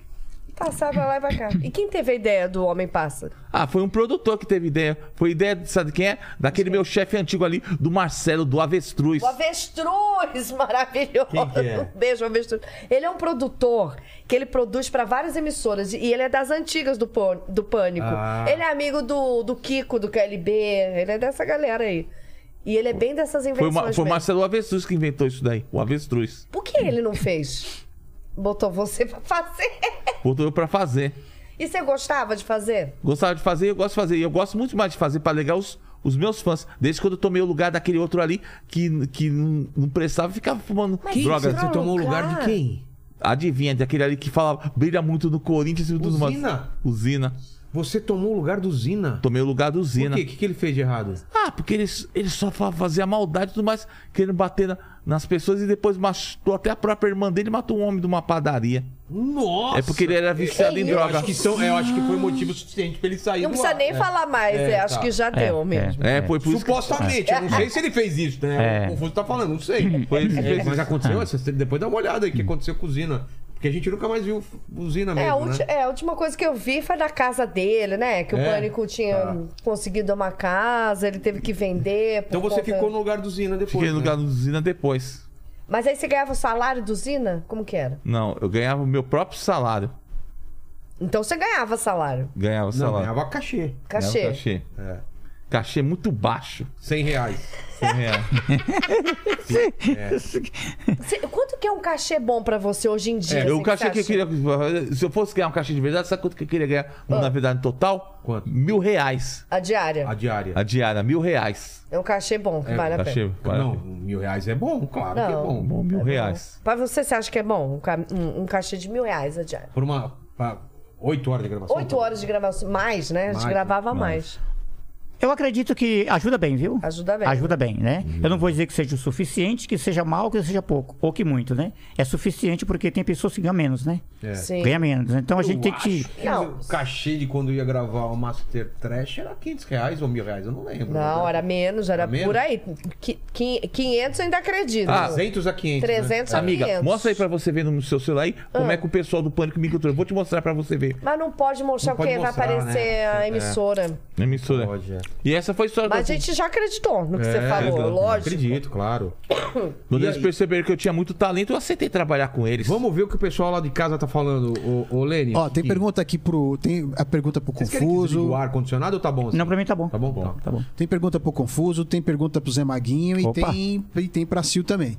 [SPEAKER 2] Passar pra lá e pra cá. E quem teve a ideia do Homem Pássaro?
[SPEAKER 5] Ah, foi um produtor que teve ideia. Foi ideia, de- sabe quem é? Daquele meu chefe antigo ali, do Marcelo, do Avestruz.
[SPEAKER 2] O Avestruz, maravilhoso.
[SPEAKER 1] Quem que é?
[SPEAKER 2] Um beijo, Avestruz. Ele é um produtor que ele produz pra várias emissoras. E ele é das antigas do, pô- do Pânico.
[SPEAKER 1] Ah.
[SPEAKER 2] Ele é amigo do, do Kiko, do KLB. Ele é dessa galera aí. E ele é bem dessas
[SPEAKER 5] Foi,
[SPEAKER 2] invenções
[SPEAKER 5] uma, foi o
[SPEAKER 2] mesmo.
[SPEAKER 5] Marcelo Avestruz que inventou isso daí. O Avestruz.
[SPEAKER 2] Por que ele não fez? Botou você pra fazer.
[SPEAKER 5] Botou eu pra fazer.
[SPEAKER 2] E você gostava de fazer?
[SPEAKER 5] Gostava de fazer, eu gosto de fazer. E eu gosto muito mais de fazer pra alegar os, os meus fãs. Desde quando eu tomei o lugar daquele outro ali que, que não, não prestava e ficava fumando
[SPEAKER 2] Mas
[SPEAKER 5] droga.
[SPEAKER 2] isso?
[SPEAKER 1] Você tomou o lugar de
[SPEAKER 2] lugar.
[SPEAKER 1] quem?
[SPEAKER 5] Adivinha, daquele ali que fala, brilha muito no Corinthians e tudo mais.
[SPEAKER 1] Usina?
[SPEAKER 5] Usina.
[SPEAKER 1] Você tomou o lugar do Zina.
[SPEAKER 5] Tomei o lugar do
[SPEAKER 1] Por
[SPEAKER 5] Usina.
[SPEAKER 1] quê? O que, que ele fez de errado?
[SPEAKER 5] Ah, porque ele, ele só fa- fazia maldade e tudo mais, querendo bater na- nas pessoas e depois matou até a própria irmã dele matou um homem de uma padaria.
[SPEAKER 1] Nossa!
[SPEAKER 5] é porque ele era viciado em
[SPEAKER 2] isso?
[SPEAKER 1] Eu
[SPEAKER 5] droga.
[SPEAKER 1] acho, que são, eu acho que foi motivo suficiente pra ele sair
[SPEAKER 2] Não
[SPEAKER 1] do
[SPEAKER 2] precisa
[SPEAKER 1] ar,
[SPEAKER 2] nem
[SPEAKER 1] né?
[SPEAKER 2] falar mais,
[SPEAKER 1] É,
[SPEAKER 2] é, acho
[SPEAKER 1] tá.
[SPEAKER 2] que já
[SPEAKER 4] É,
[SPEAKER 2] deu mesmo.
[SPEAKER 5] É, foi por isso que...
[SPEAKER 1] Supostamente, eu não sei se ele fez isso, né?
[SPEAKER 4] É.
[SPEAKER 1] O Confuso tá falando, não sei.
[SPEAKER 5] Foi isso que
[SPEAKER 1] É,
[SPEAKER 5] fez
[SPEAKER 1] mas aconteceu, você- depois dá uma olhada aí o que aconteceu com o Zina. Porque a gente nunca mais viu o Zina
[SPEAKER 2] É,
[SPEAKER 1] mesmo,
[SPEAKER 2] a ulti-
[SPEAKER 1] né?
[SPEAKER 2] é, a última coisa que eu vi foi da casa dele, né? Que o
[SPEAKER 1] É?
[SPEAKER 2] Pânico tinha
[SPEAKER 1] Tá.
[SPEAKER 2] conseguido uma casa, ele teve que vender. por
[SPEAKER 1] Então você
[SPEAKER 2] conta-
[SPEAKER 1] ficou no lugar do Zina depois,
[SPEAKER 5] Fiquei no
[SPEAKER 1] né?
[SPEAKER 5] lugar do Usina depois.
[SPEAKER 2] Mas aí você ganhava o salário do Zina? Como que era?
[SPEAKER 5] Não, eu ganhava o meu próprio salário.
[SPEAKER 2] Então você ganhava salário,
[SPEAKER 5] Ganhava o
[SPEAKER 1] Não, é
[SPEAKER 5] salário.
[SPEAKER 1] ganhava cachê.
[SPEAKER 2] cachê.
[SPEAKER 5] Ganhava cachê.
[SPEAKER 1] É.
[SPEAKER 5] Cachê muito baixo.
[SPEAKER 1] 100 reais.
[SPEAKER 5] cem reais.
[SPEAKER 2] Você- Quanto que é um cachê bom pra você hoje em dia?
[SPEAKER 1] É,
[SPEAKER 2] assim,
[SPEAKER 5] Eu, o cachê que
[SPEAKER 2] você
[SPEAKER 5] eu
[SPEAKER 2] acha? Ah.
[SPEAKER 5] queria. Se eu fosse ganhar um cachê de verdade, sabe quanto que eu queria ganhar? Na verdade, no total?
[SPEAKER 1] Quanto?
[SPEAKER 5] Mil reais.
[SPEAKER 2] A diária.
[SPEAKER 1] A diária.
[SPEAKER 5] A diária, mil reais.
[SPEAKER 2] É um cachê bom, que vale a pena.
[SPEAKER 5] Cachê.
[SPEAKER 1] Não, mil reais é bom, claro que é
[SPEAKER 2] Não.
[SPEAKER 1] bom.
[SPEAKER 5] Bom, mil reais.
[SPEAKER 2] Tá Pra você, você acha que é bom um, ca- um- um cachê de mil reais a diária?
[SPEAKER 1] Por uma. pra- Oito horas de gravação. então,
[SPEAKER 2] Oito horas de gravação, mais, né? A gente
[SPEAKER 1] Mais,
[SPEAKER 2] gravava mais.
[SPEAKER 4] Eu acredito que ajuda bem, viu?
[SPEAKER 2] Ajuda bem.
[SPEAKER 4] Ajuda bem, né?
[SPEAKER 1] Hum.
[SPEAKER 4] Eu não vou dizer que seja o suficiente, que seja mal, que seja pouco, ou que muito, né? É suficiente porque tem pessoas que ganham menos, né?
[SPEAKER 1] É.
[SPEAKER 2] Sim.
[SPEAKER 4] Ganha menos. Então a gente tem que.
[SPEAKER 2] Não.
[SPEAKER 1] O cachê de quando eu ia gravar o Master Trash era 500 reais ou mil reais, eu não lembro. né?
[SPEAKER 2] Não, era menos, era
[SPEAKER 1] Era menos?
[SPEAKER 2] por aí. Qui- qui- 500 eu ainda acredito.
[SPEAKER 5] Ah,
[SPEAKER 1] 300 a 500.
[SPEAKER 2] 300
[SPEAKER 1] né?
[SPEAKER 2] a
[SPEAKER 5] Amiga,
[SPEAKER 2] 500.
[SPEAKER 5] mostra aí pra você ver no seu celular aí como
[SPEAKER 2] Ah.
[SPEAKER 5] é que o pessoal do Pânico me encontrou. Eu vou te mostrar pra você ver.
[SPEAKER 2] Mas não pode mostrar
[SPEAKER 1] Não
[SPEAKER 2] porque
[SPEAKER 1] pode mostrar,
[SPEAKER 2] vai aparecer
[SPEAKER 1] né?
[SPEAKER 2] a
[SPEAKER 1] É.
[SPEAKER 2] emissora.
[SPEAKER 5] Na emissora.
[SPEAKER 1] Pode, é.
[SPEAKER 5] E essa foi a história
[SPEAKER 2] Mas a
[SPEAKER 5] do...
[SPEAKER 2] gente já acreditou no que você
[SPEAKER 1] É,
[SPEAKER 2] falou,
[SPEAKER 1] eu
[SPEAKER 2] lógico.
[SPEAKER 1] Acredito, claro.
[SPEAKER 5] Quando
[SPEAKER 1] E
[SPEAKER 5] eles
[SPEAKER 1] aí?
[SPEAKER 5] perceberam que eu tinha muito talento, eu aceitei trabalhar com eles.
[SPEAKER 1] Vamos ver o que o pessoal lá de casa tá falando, ô, ô Lene.
[SPEAKER 3] Ó, tem
[SPEAKER 1] Que-
[SPEAKER 3] pergunta aqui pro. Tem a pergunta pro
[SPEAKER 1] Vocês querem que desligue
[SPEAKER 3] Confuso.
[SPEAKER 1] O ar-condicionado ou tá bom? assim?
[SPEAKER 4] Não, pra mim tá bom.
[SPEAKER 1] Tá bom, bom.
[SPEAKER 4] Tá bom.
[SPEAKER 3] Tem pergunta pro Confuso, tem pergunta pro Zé Maguinho e
[SPEAKER 4] Opa.
[SPEAKER 3] tem, e tem pra Sil também.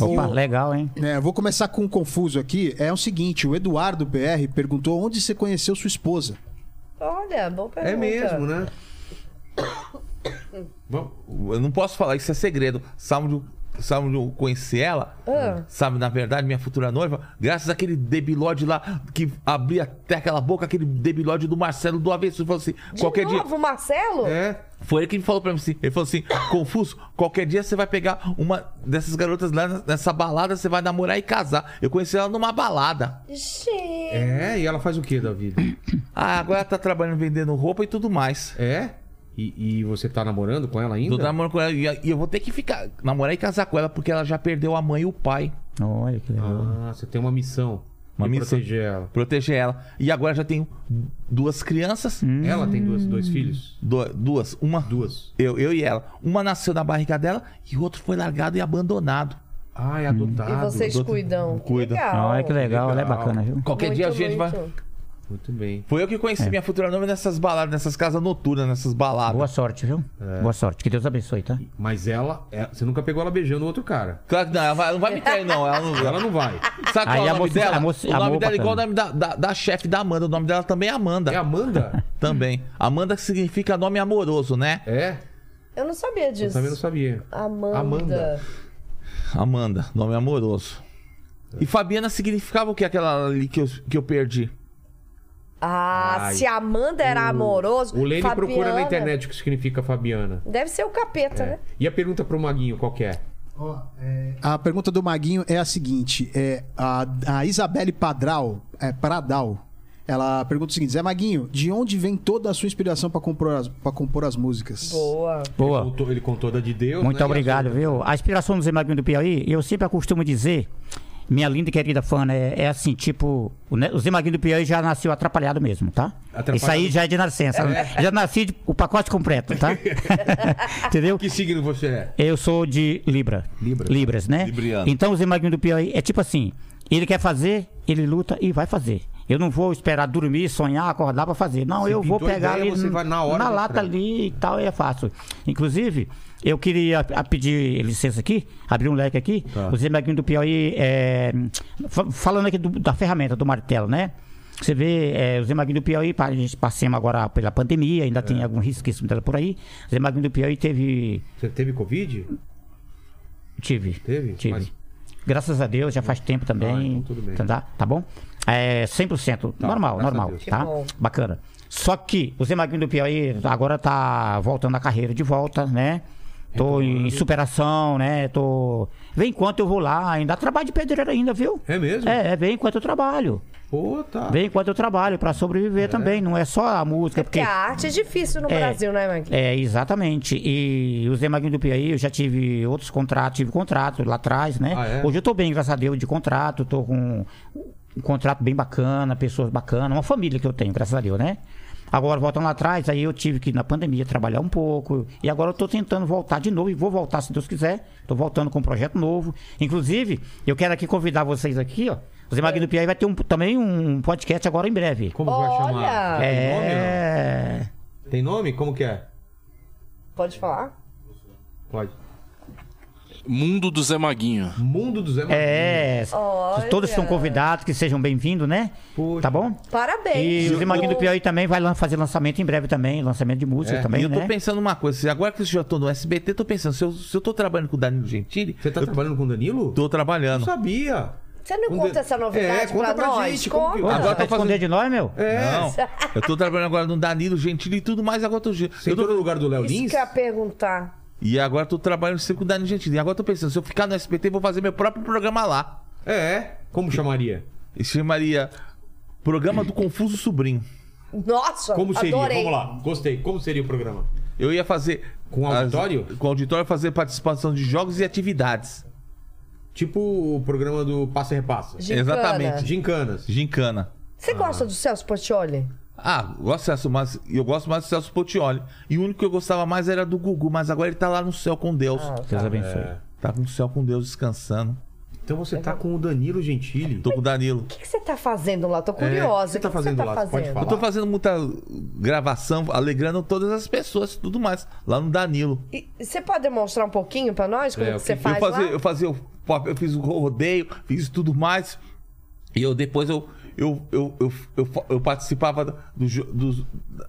[SPEAKER 4] Opa, legal, hein?
[SPEAKER 3] É, eu vou começar com o Confuso aqui. É o seguinte: o Eduardo BR perguntou onde você conheceu sua esposa.
[SPEAKER 2] Olha, bom pergunta.
[SPEAKER 1] É mesmo, né? Vamos.
[SPEAKER 5] Eu não posso falar, isso é segredo. um, Sabe onde eu, sabe onde eu conheci ela?
[SPEAKER 2] Ah.
[SPEAKER 5] Sabe, na verdade, minha futura noiva? Graças àquele debilode lá que abria até aquela boca, aquele debilode do Marcelo do avesso. Ele falou assim,
[SPEAKER 2] De
[SPEAKER 5] qualquer dia...
[SPEAKER 2] novo, Marcelo?
[SPEAKER 1] É.
[SPEAKER 5] Foi ele que falou pra mim assim. Ele falou assim: Confuso, qualquer dia você vai pegar uma dessas garotas lá nessa balada, você vai namorar e casar. Eu conheci ela numa balada.
[SPEAKER 2] Gente.
[SPEAKER 1] É, e ela faz o que da vida?
[SPEAKER 5] Ah, agora ela tá trabalhando vendendo roupa e tudo mais.
[SPEAKER 1] É? E, e você tá namorando com ela ainda?
[SPEAKER 5] Tô namorando com ela e e eu vou ter que ficar, namorar e casar com ela porque ela já perdeu a mãe e o pai.
[SPEAKER 4] Olha que legal.
[SPEAKER 1] Ah, você tem uma missão.
[SPEAKER 5] Uma
[SPEAKER 1] E
[SPEAKER 5] missão.
[SPEAKER 1] proteger ela.
[SPEAKER 5] Proteger ela. E agora já tenho duas crianças.
[SPEAKER 4] Hum.
[SPEAKER 1] Ela tem duas,
[SPEAKER 2] Hum.
[SPEAKER 1] dois filhos?
[SPEAKER 5] Du- Duas. Uma.
[SPEAKER 1] Duas.
[SPEAKER 5] Eu, eu e ela. Uma nasceu na barriga dela e o outro foi largado e abandonado.
[SPEAKER 1] Ah, é adotado.
[SPEAKER 2] Hum. E vocês
[SPEAKER 5] doutor-
[SPEAKER 2] cuidam.
[SPEAKER 5] cuida.
[SPEAKER 2] Legal.
[SPEAKER 1] é
[SPEAKER 4] Olha que legal, né?
[SPEAKER 1] legal.
[SPEAKER 4] Bacana, viu?
[SPEAKER 5] Qualquer
[SPEAKER 2] Muito,
[SPEAKER 5] dia a gente vai.
[SPEAKER 2] muito.
[SPEAKER 1] Muito bem.
[SPEAKER 5] Foi eu que conheci minha futura noiva nessas baladas, nessas casas noturnas, nessas baladas.
[SPEAKER 4] É. Boa sorte, viu?
[SPEAKER 1] É.
[SPEAKER 4] Boa sorte. Que Deus abençoe, tá?
[SPEAKER 1] Mas ela, é- você nunca pegou ela beijando outro cara.
[SPEAKER 5] Claro que não, ela vai- ela não vai me trair, não. Ela não,
[SPEAKER 1] Ela não vai.
[SPEAKER 5] Sabe
[SPEAKER 4] Aí
[SPEAKER 5] qual é
[SPEAKER 4] a
[SPEAKER 5] o nome
[SPEAKER 4] moça-
[SPEAKER 5] dela?
[SPEAKER 4] a moça-
[SPEAKER 5] o
[SPEAKER 4] a
[SPEAKER 5] nome
[SPEAKER 4] moça
[SPEAKER 5] dela é igual o
[SPEAKER 4] bacana.
[SPEAKER 5] nome da, da, da chefe da Amanda. O nome dela também é Amanda.
[SPEAKER 1] É Amanda?
[SPEAKER 5] Também. Amanda que significa nome amoroso, né?
[SPEAKER 1] É?
[SPEAKER 2] Eu não sabia
[SPEAKER 1] Eu
[SPEAKER 2] disso.
[SPEAKER 1] também não sabia.
[SPEAKER 2] Amanda.
[SPEAKER 1] Amanda.
[SPEAKER 5] Amanda, nome amoroso. E Fabiana significava o que aquela ali que eu, que eu perdi?
[SPEAKER 2] Ah,
[SPEAKER 1] Ai.
[SPEAKER 2] se Amanda era amoroso.
[SPEAKER 1] O Lene
[SPEAKER 2] Fabiana-
[SPEAKER 1] procura na internet o que significa Fabiana.
[SPEAKER 2] Deve ser o capeta,
[SPEAKER 1] É.
[SPEAKER 2] né?
[SPEAKER 1] E a pergunta pro Maguinho, qual que é?
[SPEAKER 3] Ó, é, A pergunta do Maguinho é a seguinte: é, a, a Isabelle Padral, é, Pradal, ela pergunta o seguinte: Zé Maguinho, de onde vem toda a sua inspiração para compor, as- pra compor as músicas?
[SPEAKER 2] Boa.
[SPEAKER 1] É
[SPEAKER 4] Boa.
[SPEAKER 1] Ele contou, ele contou da de Deus.
[SPEAKER 4] Muito
[SPEAKER 1] né?
[SPEAKER 4] obrigado, viu? A inspiração do Zé Magrinho do Piauí, eu sempre costumo dizer, minha linda e querida fã, né, é assim, tipo, o Ne- o Zé Magrinho do Piauí já nasceu atrapalhado mesmo, tá?
[SPEAKER 1] Atrapalhado.
[SPEAKER 4] Isso aí já é de nascença. Já nasci de- o pacote completo, tá? Entendeu?
[SPEAKER 1] Que signo você é?
[SPEAKER 4] Eu sou de Libra.
[SPEAKER 1] Libra.
[SPEAKER 4] Libras, né?
[SPEAKER 5] Libriano.
[SPEAKER 4] Então o Zé Magno do Piauí é tipo assim: ele quer fazer, ele luta e vai fazer. Eu não vou esperar dormir, sonhar, acordar pra fazer. Não,
[SPEAKER 1] Você
[SPEAKER 4] eu vou
[SPEAKER 1] pintou a
[SPEAKER 4] pegar
[SPEAKER 1] ideia,
[SPEAKER 4] ele
[SPEAKER 1] você vai na hora e
[SPEAKER 4] lata
[SPEAKER 1] traz.
[SPEAKER 4] ali e tal, e é fácil. Inclusive, eu queria a- pedir licença aqui, abrir um leque aqui. O Zé Magno do Piauí, é, fa- falando aqui do- da ferramenta, do martelo, né? Você vê, é, o Zé Magno do Piauí, pa- a gente passamos agora pela pandemia, ainda tem algum risquíssimo dela tá por aí. O Zé Magno do Piauí teve
[SPEAKER 1] Você teve Covid?
[SPEAKER 4] Tive.
[SPEAKER 1] Teve?
[SPEAKER 4] Tive.
[SPEAKER 1] Mas-
[SPEAKER 4] Graças a Deus, já faz tempo também.
[SPEAKER 1] Ah, então tudo bem.
[SPEAKER 4] Tá, tá bom? É 100%. normal,
[SPEAKER 1] graças a
[SPEAKER 4] normal,
[SPEAKER 1] Deus.
[SPEAKER 4] tá?
[SPEAKER 2] Que bom.
[SPEAKER 4] Bacana. Só que o Zé Magrinho do Piauí agora tá voltando a carreira de volta, né?
[SPEAKER 1] É
[SPEAKER 4] Tô em superação, né? Tô. Vem enquanto eu vou lá, ainda trabalho de pedreiro ainda, viu?
[SPEAKER 1] É mesmo?
[SPEAKER 4] É, é, vem enquanto eu trabalho.
[SPEAKER 1] Pô, tá.
[SPEAKER 4] Vem enquanto eu trabalho, pra sobreviver também. Não é só a música,
[SPEAKER 2] É porque a arte é difícil no
[SPEAKER 4] é,
[SPEAKER 2] Brasil, né, Magui?
[SPEAKER 4] É, exatamente. E o Zé Magno do Piauí, eu já tive outros contratos, tive contrato lá atrás, né?
[SPEAKER 1] Ah, é?
[SPEAKER 4] Hoje eu tô bem, graças a Deus, de contrato, tô com um contrato bem bacana, pessoas bacanas, uma família que eu tenho, graças a Deus, né? Agora, voltando lá atrás, aí eu tive que, na pandemia, trabalhar um pouco. E agora eu tô tentando voltar de novo e vou voltar, se Deus quiser. Tô voltando com um projeto novo. Inclusive, eu quero aqui convidar vocês aqui, ó. O Zé Magno do Piauí vai ter um- também um podcast agora em breve.
[SPEAKER 1] Como vai chamar?
[SPEAKER 2] Olha!
[SPEAKER 1] Tem nome? não?
[SPEAKER 4] É...
[SPEAKER 1] Tem nome? Como que é?
[SPEAKER 2] Pode falar?
[SPEAKER 1] Pode.
[SPEAKER 6] Mundo do Zé Maguinho.
[SPEAKER 1] Mundo do Zé Maguinho.
[SPEAKER 4] É,
[SPEAKER 2] Olha.
[SPEAKER 4] todos são convidados, que sejam bem-vindos, né?
[SPEAKER 1] Poxa.
[SPEAKER 4] Tá bom?
[SPEAKER 2] Parabéns.
[SPEAKER 4] E o Zé Maguinho do Piauí também vai lan- fazer lançamento em breve também, lançamento de música
[SPEAKER 1] É,
[SPEAKER 4] também,
[SPEAKER 5] e eu tô
[SPEAKER 4] né?
[SPEAKER 5] pensando uma coisa, se agora que eu já tô no SBT, tô pensando, se eu, se eu tô trabalhando com o Danilo Gentili,
[SPEAKER 1] Você tá
[SPEAKER 5] eu
[SPEAKER 1] trabalhando com o Danilo?
[SPEAKER 5] tô trabalhando.
[SPEAKER 1] Não sabia.
[SPEAKER 2] Você não
[SPEAKER 1] Um
[SPEAKER 2] conta
[SPEAKER 1] de-
[SPEAKER 2] essa novidade
[SPEAKER 1] É, conta pra
[SPEAKER 2] nós?
[SPEAKER 1] gente, como que-
[SPEAKER 2] conta.
[SPEAKER 4] Ô,
[SPEAKER 5] Agora
[SPEAKER 4] você
[SPEAKER 5] tá
[SPEAKER 4] vai esconder
[SPEAKER 5] fazendo-
[SPEAKER 4] de nós, meu?
[SPEAKER 1] É.
[SPEAKER 5] Não, eu tô trabalhando agora no Danilo Gentili e tudo mais, agora eu tô... Eu
[SPEAKER 1] Você
[SPEAKER 5] tô
[SPEAKER 1] entrou no lugar do Léo
[SPEAKER 2] Isso
[SPEAKER 1] Lins?
[SPEAKER 2] que é eu ia perguntar.
[SPEAKER 5] E agora eu tô trabalhando sempre com o Danilo Gentili. E agora eu tô pensando, se eu ficar no SBT, eu vou fazer meu próprio programa lá.
[SPEAKER 1] É. Como chamaria?
[SPEAKER 5] E chamaria Programa do Confuso Sobrinho.
[SPEAKER 2] Nossa,
[SPEAKER 1] Como seria?
[SPEAKER 2] adorei.
[SPEAKER 1] Vamos lá. Gostei. Como seria o programa?
[SPEAKER 5] Eu ia fazer.
[SPEAKER 1] Com auditório?
[SPEAKER 5] as- com auditório, fazer participação de jogos e atividades.
[SPEAKER 1] Tipo o programa do Passa e Repassa.
[SPEAKER 2] Gincana.
[SPEAKER 5] Exatamente.
[SPEAKER 1] Gincanas.
[SPEAKER 5] Gincana.
[SPEAKER 2] Você gosta do Celso Portioli?
[SPEAKER 5] Ah, gosto do Celso, mas eu gosto mais do Celso Portioli. E o único que eu gostava mais era do Gugu, mas agora ele tá lá no céu com Deus.
[SPEAKER 2] Ah.
[SPEAKER 4] Deus abençoe.
[SPEAKER 1] É.
[SPEAKER 5] Tá com o céu com Deus descansando.
[SPEAKER 1] Então você tá com o Danilo Gentili.
[SPEAKER 5] Tô com o Danilo.
[SPEAKER 2] O que, que você tá fazendo lá? Tô
[SPEAKER 1] o que
[SPEAKER 2] curiosa.
[SPEAKER 1] tá
[SPEAKER 2] O que, que
[SPEAKER 1] fazendo
[SPEAKER 2] você tá
[SPEAKER 1] lá? Você pode
[SPEAKER 2] fazendo?
[SPEAKER 1] falar.
[SPEAKER 5] Eu tô fazendo muita gravação, alegrando todas as pessoas e tudo mais, lá no Danilo.
[SPEAKER 2] E- e você pode demonstrar um pouquinho pra nós como
[SPEAKER 1] É,
[SPEAKER 2] que
[SPEAKER 1] o
[SPEAKER 2] você
[SPEAKER 1] que- eu
[SPEAKER 2] faz
[SPEAKER 5] eu fazia,
[SPEAKER 2] lá?
[SPEAKER 5] eu fazia o pop, eu fiz o rodeio, fiz tudo mais. E eu depois eu eu, eu, eu, eu, fa- eu participava do jo- dos-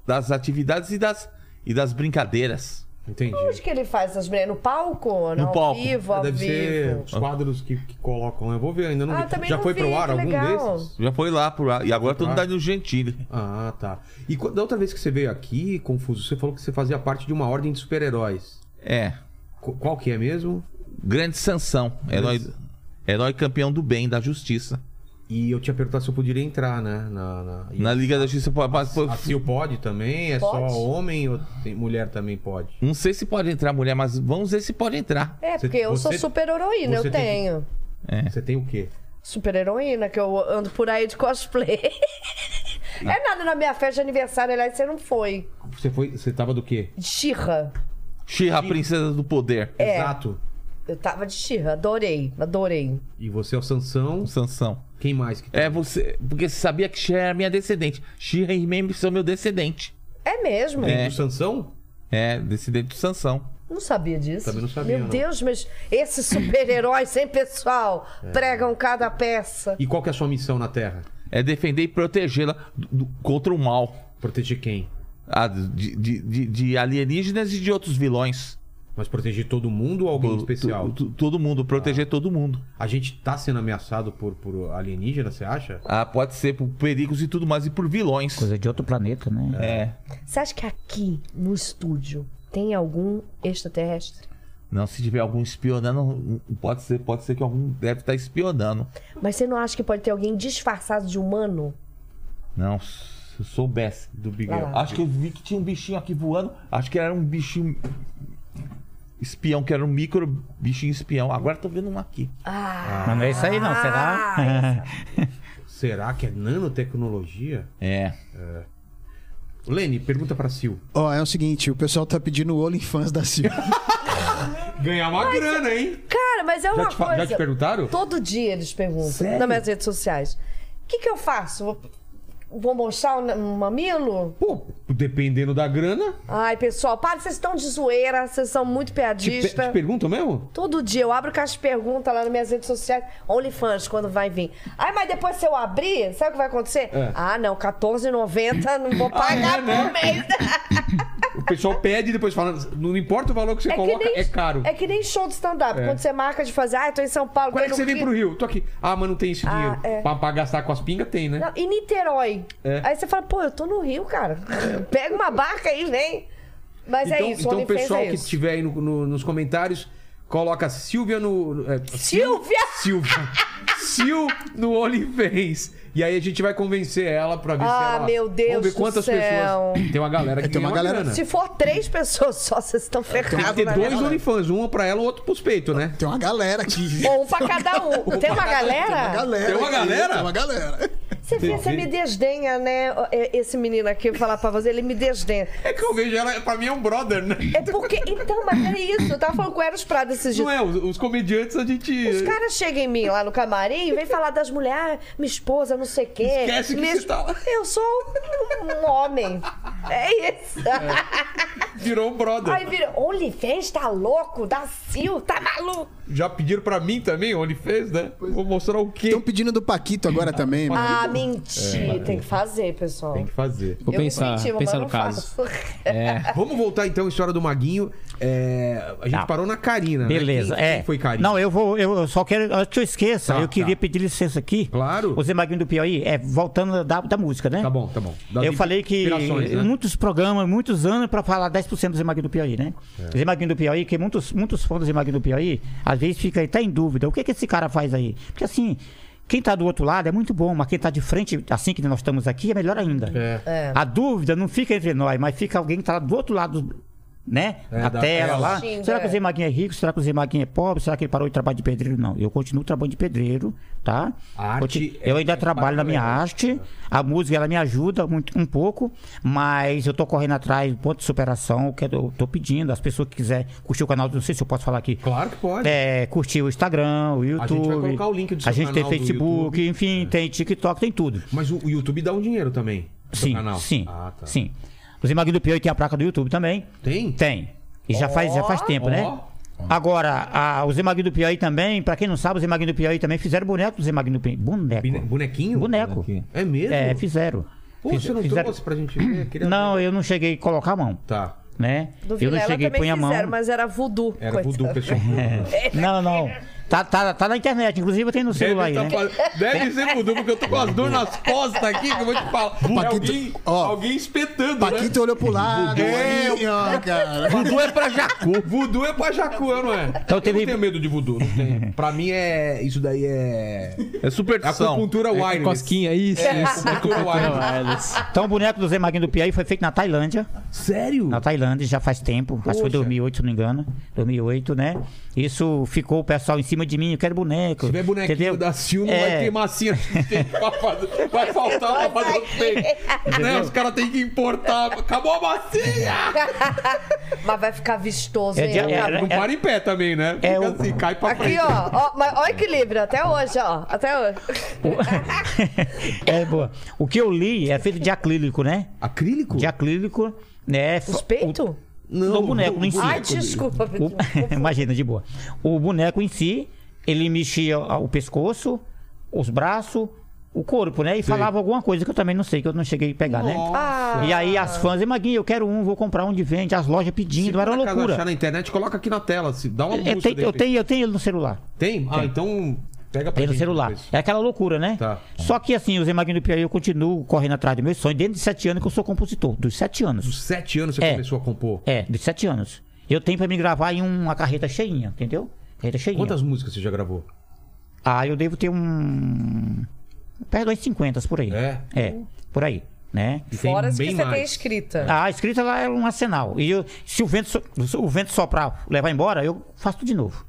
[SPEAKER 5] das atividades e das e das brincadeiras.
[SPEAKER 1] Entendi.
[SPEAKER 2] Onde que ele faz essas mulheres? No palco? ou
[SPEAKER 5] No
[SPEAKER 2] ao
[SPEAKER 5] palco.
[SPEAKER 2] vivo, ao
[SPEAKER 1] Deve ser
[SPEAKER 2] vivo.
[SPEAKER 1] os quadros que, que colocam. né? Eu vou ver ainda. Não
[SPEAKER 2] Ah,
[SPEAKER 1] vi.
[SPEAKER 2] também
[SPEAKER 1] Já
[SPEAKER 2] não
[SPEAKER 1] foi
[SPEAKER 2] vi,
[SPEAKER 1] pro ar
[SPEAKER 2] que
[SPEAKER 1] algum
[SPEAKER 2] legal.
[SPEAKER 1] desses?
[SPEAKER 5] Já foi lá por lá. E agora tô no
[SPEAKER 1] Ah.
[SPEAKER 5] Danilo Gentili.
[SPEAKER 1] Ah, tá. E quando- da outra vez que você veio aqui, Confuso, você falou que você fazia parte de uma ordem de super-heróis.
[SPEAKER 5] É.
[SPEAKER 1] Qu- Qual que é mesmo?
[SPEAKER 5] Grande Sansão, herói herói campeão do bem, da justiça.
[SPEAKER 1] E eu tinha perguntado se eu poderia entrar, né? Na, na... e
[SPEAKER 5] Na Liga da Justiça, mas foi-
[SPEAKER 1] A Sil pode também? É
[SPEAKER 2] Pode.
[SPEAKER 1] só homem ou tem- mulher também pode?
[SPEAKER 5] não sei se pode entrar mulher, mas vamos ver se pode entrar.
[SPEAKER 2] É,
[SPEAKER 1] Você-
[SPEAKER 2] porque eu sou
[SPEAKER 1] você-
[SPEAKER 2] super heroína,
[SPEAKER 1] você
[SPEAKER 2] eu
[SPEAKER 1] tem que-
[SPEAKER 2] tenho.
[SPEAKER 1] Você tem o quê?
[SPEAKER 2] Super heroína, que eu ando por aí de cosplay. É nada na minha festa de aniversário, aliás, você não foi.
[SPEAKER 1] Você foi. Você tava do quê?
[SPEAKER 2] De Xirra.
[SPEAKER 5] Xirra, princesa do poder. É
[SPEAKER 2] É.
[SPEAKER 1] Exato.
[SPEAKER 2] Eu tava de Xirra, adorei, adorei.
[SPEAKER 1] E você é o Sansão.
[SPEAKER 5] Sansão.
[SPEAKER 1] Quem mais? Que...
[SPEAKER 5] É você. Porque você sabia que Xirra era minha descendente. Xirra e Remember são meu descendente.
[SPEAKER 2] É mesmo?
[SPEAKER 1] É. O Sansão?
[SPEAKER 5] É, descendente do Sansão.
[SPEAKER 2] Não sabia disso.
[SPEAKER 1] Também não sabia,
[SPEAKER 2] Meu
[SPEAKER 1] não.
[SPEAKER 2] Deus, mas esses super-heróis, hein, pessoal?
[SPEAKER 1] É.
[SPEAKER 2] Pregam cada peça.
[SPEAKER 1] E qual que é a sua missão na Terra?
[SPEAKER 5] É defender e protegê-la do- do- contra o mal.
[SPEAKER 1] Proteger quem?
[SPEAKER 5] Ah, de, de- de- de alienígenas e de outros vilões.
[SPEAKER 1] Mas proteger todo mundo ou alguém
[SPEAKER 5] To-
[SPEAKER 1] especial? Ah.
[SPEAKER 5] to- to- todo mundo, proteger todo mundo.
[SPEAKER 1] A gente tá sendo ameaçado por, por alienígena, você acha?
[SPEAKER 5] Ah, pode ser por perigos e tudo mais, e por vilões.
[SPEAKER 4] Coisa de outro planeta, né?
[SPEAKER 5] É.
[SPEAKER 2] Você acha que aqui, no estúdio, tem algum extraterrestre?
[SPEAKER 5] Não, se tiver algum espionando, pode ser, pode ser que algum deve estar espionando.
[SPEAKER 2] Mas você não acha que pode ter alguém disfarçado de humano?
[SPEAKER 5] Não, se eu soubesse.
[SPEAKER 1] Do Big
[SPEAKER 2] Vai
[SPEAKER 1] L.
[SPEAKER 2] lá.
[SPEAKER 5] Acho que eu vi que tinha um bichinho aqui voando. Acho que era um bichinho espião, que era um micro bichinho espião. Agora tô vendo um aqui.
[SPEAKER 2] Ah.
[SPEAKER 1] Ah.
[SPEAKER 4] Mas não é isso aí, não, será?
[SPEAKER 1] Será que é nanotecnologia?
[SPEAKER 5] É.
[SPEAKER 1] Lene, pergunta pra Sil.
[SPEAKER 3] Ó, é o seguinte, o pessoal tá pedindo o OnlyFans da Silvia.
[SPEAKER 1] Ganhar uma grana, hein?
[SPEAKER 2] Cara, mas é
[SPEAKER 1] Já
[SPEAKER 2] uma
[SPEAKER 1] te, fa-
[SPEAKER 2] coisa.
[SPEAKER 1] já te perguntaram?
[SPEAKER 2] Todo dia eles perguntam
[SPEAKER 1] Sério?
[SPEAKER 2] nas minhas redes sociais. O que, que eu faço? Vou, vou mostrar um, um mamilo?
[SPEAKER 1] Pô, dependendo da grana.
[SPEAKER 2] Ai, pessoal, para, vocês estão de zoeira, vocês são muito
[SPEAKER 1] Te, pe-
[SPEAKER 2] piadistas.
[SPEAKER 1] te perguntam mesmo?
[SPEAKER 2] Todo dia eu abro caixa de pergunta lá nas minhas redes sociais. OnlyFans, quando vai vir. Ai, mas depois se eu abrir, sabe o que vai acontecer?
[SPEAKER 1] É. Ah, né?
[SPEAKER 2] Ah, não, R$14,90, não vou pagar por mês.
[SPEAKER 1] O pessoal pede e depois fala. Não importa o valor que você coloca, é caro.
[SPEAKER 2] é que nem show de stand-up.
[SPEAKER 1] É.
[SPEAKER 2] Quando você marca de fazer, ah, eu tô em São Paulo.
[SPEAKER 1] Quando é
[SPEAKER 2] tô
[SPEAKER 1] que você
[SPEAKER 2] no
[SPEAKER 1] vem
[SPEAKER 2] Rio.
[SPEAKER 1] pro Rio? Tô aqui. Ah, mas não tem esse
[SPEAKER 2] Ah,
[SPEAKER 1] dinheiro.
[SPEAKER 2] é.
[SPEAKER 1] Pra, pra gastar com as pingas, tem, né?
[SPEAKER 2] Não, em Niterói.
[SPEAKER 1] É.
[SPEAKER 2] Aí você fala, pô, eu tô no Rio, cara. Pega uma barca aí, vem. Mas é isso,
[SPEAKER 1] então o
[SPEAKER 2] OnlyFans
[SPEAKER 1] pessoal
[SPEAKER 2] é
[SPEAKER 1] que
[SPEAKER 2] isso.
[SPEAKER 1] tiver aí no- no- nos comentários, coloca Silvia no. no- é, Sil-
[SPEAKER 2] Silvia!
[SPEAKER 1] Silvia! Sil no OnlyFans. E aí a gente vai convencer ela pra ver se
[SPEAKER 2] Ah,
[SPEAKER 1] ela.
[SPEAKER 2] meu Deus
[SPEAKER 1] Vamos ver
[SPEAKER 2] do
[SPEAKER 1] quantas
[SPEAKER 2] céu.
[SPEAKER 1] pessoas. Tem uma galera que
[SPEAKER 3] Tem uma
[SPEAKER 1] ganha
[SPEAKER 3] galera-
[SPEAKER 1] grana.
[SPEAKER 2] Se for três pessoas só, vocês estão
[SPEAKER 1] Tem
[SPEAKER 2] ferrados.
[SPEAKER 1] que ter
[SPEAKER 2] né?
[SPEAKER 1] dois OnlyFans, um pra ela, outro pros peitos, né?
[SPEAKER 3] Tem uma galera aqui.
[SPEAKER 2] Ou um pra cada um. Tem uma
[SPEAKER 3] Tem uma
[SPEAKER 2] galera?
[SPEAKER 3] galera.
[SPEAKER 1] Tem uma
[SPEAKER 3] aqui,
[SPEAKER 1] galera?
[SPEAKER 3] Tem uma galera.
[SPEAKER 2] Você vê, você me desdenha, né? Esse menino aqui, eu falar pra você, ele me desdenha.
[SPEAKER 1] É que eu vejo ela, pra mim é um brother, né?
[SPEAKER 2] É porque. Então, mas é isso. Eu tava falando com o Eros Prado esses dias.
[SPEAKER 1] Não é, os, os comediantes a gente.
[SPEAKER 2] Os caras chegam em mim lá no camarim e vêm falar das mulheres, ah, minha esposa, não sei o quê.
[SPEAKER 1] Esquece que
[SPEAKER 2] minha
[SPEAKER 1] você tá lá.
[SPEAKER 2] Eu sou um, um homem. É isso.
[SPEAKER 1] Virou um brother.
[SPEAKER 2] Aí vira, OnlyFans tá louco, da Sil, tá maluco.
[SPEAKER 1] Já pediram pra mim também, OnlyFans, né? Vou mostrar o quê?
[SPEAKER 3] Estão pedindo do Paquito agora também, mano.
[SPEAKER 2] Ah, mentira. Tem que fazer, pessoal.
[SPEAKER 1] É, Tem que fazer.
[SPEAKER 8] Vou
[SPEAKER 2] Eu
[SPEAKER 8] pensar,
[SPEAKER 2] incentivo, mas
[SPEAKER 8] pensar
[SPEAKER 2] não
[SPEAKER 8] no caso.
[SPEAKER 2] faço.
[SPEAKER 8] É,
[SPEAKER 1] Vamos voltar então à história do Maguinho. É, a gente
[SPEAKER 4] Tá.
[SPEAKER 1] parou na Karina. né?
[SPEAKER 4] Beleza,
[SPEAKER 1] Quem-
[SPEAKER 4] é.
[SPEAKER 1] Quem foi Karina?
[SPEAKER 4] Não, eu vou, eu só quero, antes que eu esqueça,
[SPEAKER 1] Tá,
[SPEAKER 4] eu queria
[SPEAKER 1] tá.
[SPEAKER 4] pedir licença aqui.
[SPEAKER 1] Claro.
[SPEAKER 4] O Zé Maguinho do Piauí, é, voltando da, da música, né?
[SPEAKER 1] Tá bom, tá bom. Das
[SPEAKER 4] eu falei que
[SPEAKER 1] inspirações, né?
[SPEAKER 4] muitos programas, muitos anos para falar 10% do Zé Maguinho do Piauí, né?
[SPEAKER 1] É.
[SPEAKER 4] Zé Maguinho do Piauí, que muitos, muitos fãs do Zé Maguinho do Piauí, às vezes fica até em dúvida, o que que esse cara faz aí? Porque assim, quem tá do outro lado é muito bom, mas quem tá de frente, assim que nós estamos aqui, é melhor ainda.
[SPEAKER 2] É.
[SPEAKER 4] A dúvida não fica entre nós, mas fica alguém que tá do outro lado do- né?
[SPEAKER 1] É,
[SPEAKER 4] a
[SPEAKER 1] da
[SPEAKER 4] tela
[SPEAKER 1] tela.
[SPEAKER 4] lá.
[SPEAKER 2] Sim,
[SPEAKER 4] Será que
[SPEAKER 2] é.
[SPEAKER 4] o Zé Maguinho é rico? Será que o Zé Maguinho é pobre? Será que ele parou de trabalho de pedreiro? Não, eu continuo trabalhando de pedreiro, tá?
[SPEAKER 1] A arte
[SPEAKER 4] Conti-
[SPEAKER 1] é
[SPEAKER 4] eu ainda trabalho na minha
[SPEAKER 1] paralela.
[SPEAKER 4] arte, a música ela me ajuda muito, um pouco, mas eu tô correndo atrás do ponto de superação, que eu tô pedindo, as pessoas que quiserem curtir o canal, não sei se eu posso falar aqui.
[SPEAKER 1] Claro que pode.
[SPEAKER 4] É, curtir o Instagram, o YouTube.
[SPEAKER 1] vai colocar o link do seu
[SPEAKER 4] A gente tem
[SPEAKER 1] canal do
[SPEAKER 4] Facebook,
[SPEAKER 1] YouTube. É.
[SPEAKER 4] enfim, tem TikTok, tem tudo.
[SPEAKER 1] Mas o o YouTube dá um dinheiro também. pro
[SPEAKER 4] Sim,
[SPEAKER 1] canal.
[SPEAKER 4] sim,
[SPEAKER 1] Ah, tá.
[SPEAKER 4] sim. O Zé Maguinho do Piauí tem a placa do YouTube também.
[SPEAKER 1] Tem?
[SPEAKER 4] Tem. E já faz, já faz tempo, né?
[SPEAKER 1] Ó.
[SPEAKER 4] Agora, a, o Zé Maguinho do Piauí também, pra quem não sabe, o Zé Maguinho do Piauí também fizeram boneco do Zé Maguinho do Piauí. Boneco.
[SPEAKER 1] Bine- Bonequinho?
[SPEAKER 4] Boneco.
[SPEAKER 1] É mesmo?
[SPEAKER 4] É, fizeram.
[SPEAKER 1] Pô,
[SPEAKER 4] Fiz-
[SPEAKER 1] você não
[SPEAKER 4] fizeram-
[SPEAKER 1] trouxe pra gente ver? Queria
[SPEAKER 4] Não,
[SPEAKER 1] ver.
[SPEAKER 4] eu não cheguei a colocar a mão,
[SPEAKER 1] Tá.
[SPEAKER 4] né?
[SPEAKER 2] Do
[SPEAKER 4] eu não
[SPEAKER 2] Vilela
[SPEAKER 4] cheguei a
[SPEAKER 2] também
[SPEAKER 4] pôr a mão.
[SPEAKER 2] fizeram, mas era voodoo.
[SPEAKER 1] Era
[SPEAKER 2] coitado.
[SPEAKER 1] voodoo, pessoal. É.
[SPEAKER 4] Não, não. Tá, tá, tá na internet, inclusive tem no celular aí,
[SPEAKER 5] tá
[SPEAKER 4] né?
[SPEAKER 5] fal- Deve ser voodoo, porque eu tô com as dores nas costas aqui, que eu vou te falar. É
[SPEAKER 3] Paquito,
[SPEAKER 5] alguém,
[SPEAKER 3] ó.
[SPEAKER 5] alguém espetando, né?
[SPEAKER 3] Paquito olhou pro lado. aí, ó, cara.
[SPEAKER 5] Voodoo é pra Jacu.
[SPEAKER 1] Voodoo é pra Jacuã, não é?
[SPEAKER 4] Então teve-
[SPEAKER 1] Eu não tenho medo de voodoo, não tenho. pra mim é... Isso daí é...
[SPEAKER 5] É
[SPEAKER 1] É
[SPEAKER 5] superstição.
[SPEAKER 1] acupuntura wireless. É
[SPEAKER 8] cosquinha, isso. isso.
[SPEAKER 1] Acupuntura wireless.
[SPEAKER 4] Então o boneco do Zé Maguinho do Piauí foi feito na Tailândia.
[SPEAKER 1] Sério?
[SPEAKER 4] na Tailândia já faz tempo, acho que foi 2008, se não me engano, 2008, né? Isso ficou o pessoal em cima cima de mim, eu quero boneco.
[SPEAKER 1] Se tiver bonequinho
[SPEAKER 4] entendeu?
[SPEAKER 1] da Sil, não vai assim,
[SPEAKER 4] É.
[SPEAKER 1] ter massinha. pra fazer- vai faltar pra fazer o peito. Né? Os caras têm que importar. Acabou a massinha!
[SPEAKER 2] Mas vai ficar vistoso,
[SPEAKER 4] É
[SPEAKER 2] hein?
[SPEAKER 4] de-
[SPEAKER 2] Acabou.
[SPEAKER 4] é-
[SPEAKER 1] Não
[SPEAKER 4] é-
[SPEAKER 1] para em pé também, né? Fica
[SPEAKER 4] É o-
[SPEAKER 1] assim, cai pra
[SPEAKER 2] Aqui,
[SPEAKER 1] frente.
[SPEAKER 2] ó. ó mas olha o equilíbrio, até hoje, ó. Até hoje.
[SPEAKER 4] é boa. O que eu li é feito de acrílico, né?
[SPEAKER 1] Acrílico?
[SPEAKER 4] De acrílico, né?
[SPEAKER 2] Os
[SPEAKER 4] Fa-
[SPEAKER 2] peitos?
[SPEAKER 4] o- do boneco,
[SPEAKER 1] do
[SPEAKER 4] no em si.
[SPEAKER 2] Ai, desculpa.
[SPEAKER 4] O- Imagina, de boa. O boneco em si, ele mexia o pescoço, os braços, o corpo, né? E falava alguma coisa que eu também não sei, que eu não cheguei a pegar, né?
[SPEAKER 2] Ah,
[SPEAKER 4] E aí as fãs, Maguinho, eu quero um, vou comprar um de vende, as lojas
[SPEAKER 1] Se
[SPEAKER 4] pedindo,
[SPEAKER 1] por
[SPEAKER 4] era uma
[SPEAKER 1] acaso achar
[SPEAKER 4] loucura.
[SPEAKER 1] na internet, coloca aqui na tela. Se dá uma busca.
[SPEAKER 4] Eu tenho,
[SPEAKER 1] de
[SPEAKER 4] É, eu,
[SPEAKER 1] repente.
[SPEAKER 4] tenho, eu tenho ele no celular.
[SPEAKER 1] Tem? Ah, então pega pra
[SPEAKER 4] Tem no
[SPEAKER 1] gente
[SPEAKER 4] celular.
[SPEAKER 1] depois.
[SPEAKER 4] É aquela loucura, né?
[SPEAKER 1] Tá.
[SPEAKER 4] Só que assim, o Zé Magno do Piauí, eu continuo correndo atrás do meu sonho. Dentro de sete anos que eu sou compositor. Dos sete anos.
[SPEAKER 1] Dos sete anos você
[SPEAKER 4] É.
[SPEAKER 1] começou a compor.
[SPEAKER 4] É, dos sete anos. Eu tenho pra me gravar em uma carreta cheinha, entendeu? Carreta cheinha.
[SPEAKER 1] Quantas músicas você já gravou?
[SPEAKER 4] Ah, eu devo ter um. Perto das 50 por aí.
[SPEAKER 1] É?
[SPEAKER 4] É, por aí, né?
[SPEAKER 1] E
[SPEAKER 2] fora as que
[SPEAKER 1] bem
[SPEAKER 2] você tem
[SPEAKER 1] mais. Ah,
[SPEAKER 2] escrita.
[SPEAKER 4] A escrita lá é um arsenal. E eu, se o vento, so- se o vento soprar, levar embora, eu faço tudo de novo.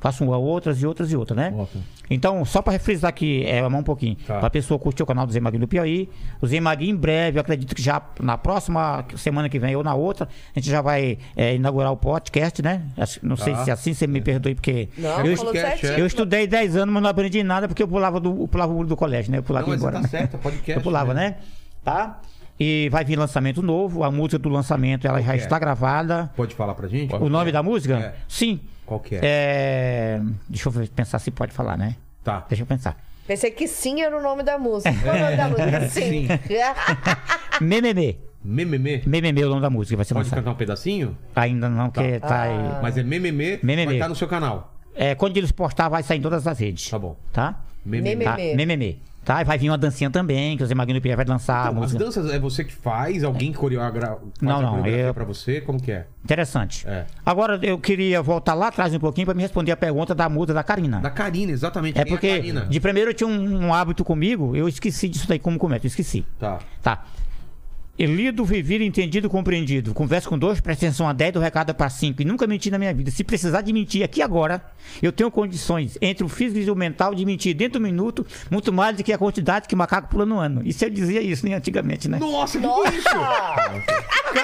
[SPEAKER 4] Faço uma, outras e outras e outras, né?
[SPEAKER 1] Ótimo.
[SPEAKER 4] Então, só para refrisar aqui, é, mão um pouquinho,
[SPEAKER 1] Tá.
[SPEAKER 4] para a pessoa curtir o canal do Zé Maguinho do Piauí. O Zé Maguinho, em breve, eu acredito que já na próxima semana que vem ou na outra, a gente já vai é, inaugurar o podcast, né? Assim- Não sei
[SPEAKER 1] Tá.
[SPEAKER 4] se assim você me perdoe, porque
[SPEAKER 2] Não,
[SPEAKER 4] eu,
[SPEAKER 2] falou
[SPEAKER 1] esquece,
[SPEAKER 2] certinho.
[SPEAKER 4] eu estudei 10 anos, mas não aprendi nada porque eu pulava, do, eu pulava o muro do colégio, né? Eu pulava
[SPEAKER 1] Não, mas você
[SPEAKER 4] embora.
[SPEAKER 1] tá
[SPEAKER 4] né?
[SPEAKER 1] certo, é podcast,
[SPEAKER 4] Eu pulava,
[SPEAKER 1] né?
[SPEAKER 4] né? Tá? E vai vir lançamento novo, a música do lançamento ela já
[SPEAKER 1] que é?
[SPEAKER 4] está gravada.
[SPEAKER 1] Pode falar pra gente?
[SPEAKER 4] O nome da música?
[SPEAKER 1] É.
[SPEAKER 4] Sim.
[SPEAKER 1] Qual que é?
[SPEAKER 4] É, Deixa eu ver- pensar se pode falar, né?
[SPEAKER 1] Tá.
[SPEAKER 4] Deixa eu pensar.
[SPEAKER 2] Pensei que sim era o nome da música. Qual é o nome da música? Sim.
[SPEAKER 4] Mememê.
[SPEAKER 1] Mememê.
[SPEAKER 4] Mememê é o nome da música que vai ser
[SPEAKER 1] Pode
[SPEAKER 4] lançada.
[SPEAKER 1] cantar um pedacinho?
[SPEAKER 4] Ainda não, porque tá
[SPEAKER 2] Ah.
[SPEAKER 4] aí.
[SPEAKER 1] Mas é Mememê.
[SPEAKER 4] Mememê.
[SPEAKER 1] Vai estar no seu canal.
[SPEAKER 4] É, quando eles postar, vai sair em todas as redes.
[SPEAKER 1] Tá bom.
[SPEAKER 4] Tá?
[SPEAKER 1] Mememê.
[SPEAKER 4] Tá?
[SPEAKER 2] Mememê.
[SPEAKER 4] Mememê. Tá? E vai vir uma dancinha também, que o Zé Magno Pierre vai lançar a
[SPEAKER 1] Então, as
[SPEAKER 4] música.
[SPEAKER 1] danças é você que faz? Alguém que coreogra... faz
[SPEAKER 4] Não,
[SPEAKER 1] a
[SPEAKER 4] não,
[SPEAKER 1] coreografia
[SPEAKER 4] eu-
[SPEAKER 1] pra você? Como que é?
[SPEAKER 4] Interessante.
[SPEAKER 1] É.
[SPEAKER 4] Agora eu queria voltar lá atrás um pouquinho para me responder a pergunta da muda da Karina.
[SPEAKER 1] Da Karina, exatamente.
[SPEAKER 4] É
[SPEAKER 1] Quem a
[SPEAKER 4] porque
[SPEAKER 1] Karina?
[SPEAKER 4] de primeiro eu tinha um, um hábito comigo, eu esqueci disso daí como comento, eu esqueci.
[SPEAKER 1] Tá.
[SPEAKER 4] Tá. Eu Lido, vivido, entendido, compreendido. Converso com dois, presta atenção a 10, do recado para 5. E nunca menti na minha vida. Se precisar de mentir aqui agora, eu tenho condições, entre o físico e o mental, de mentir dentro do minuto, muito mais do que a quantidade que macaco pula no ano. Isso eu dizia isso, né, antigamente, né?
[SPEAKER 1] Nossa, que isso?
[SPEAKER 2] Nossa!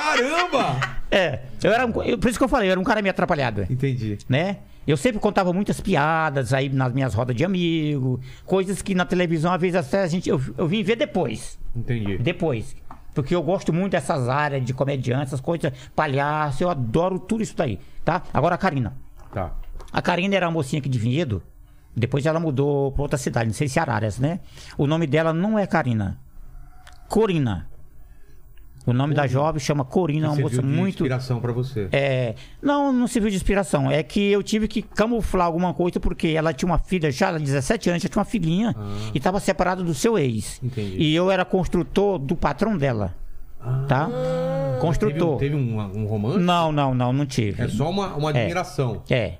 [SPEAKER 1] Caramba!
[SPEAKER 4] É. Eu era um, eu- por isso que eu falei, eu era um cara meio atrapalhado.
[SPEAKER 1] Entendi.
[SPEAKER 4] né? Eu sempre contava muitas piadas aí nas minhas rodas de amigo, coisas que na televisão às vezes até a gente eu, eu vim ver depois,
[SPEAKER 1] Entendi.
[SPEAKER 4] depois, porque eu gosto muito dessas áreas de comediante, essas coisas, palhaço, eu adoro tudo isso daí, tá? Agora a Karina.
[SPEAKER 1] Tá.
[SPEAKER 4] A Karina era uma mocinha aqui de Vinhedo, depois ela mudou para outra cidade, não sei se Araras, né? O nome dela não é Karina. Corina. O nome da jovem chama Corina, é uma
[SPEAKER 1] Serviu de
[SPEAKER 4] moça muito
[SPEAKER 1] inspiração pra você.
[SPEAKER 4] é, não, não serviu de inspiração. É que eu tive que camuflar alguma coisa porque ela tinha uma filha já, ela 17 anos, já tinha uma filhinha e estava separada do seu ex.
[SPEAKER 1] Ah. Entendi. Ah.
[SPEAKER 4] E eu era construtor do patrão dela. Tá?
[SPEAKER 1] Teve,
[SPEAKER 4] Construtor.
[SPEAKER 1] um, teve um, um romance?
[SPEAKER 4] Não, não, não, não tive.
[SPEAKER 1] É só uma, uma admiração.
[SPEAKER 4] É.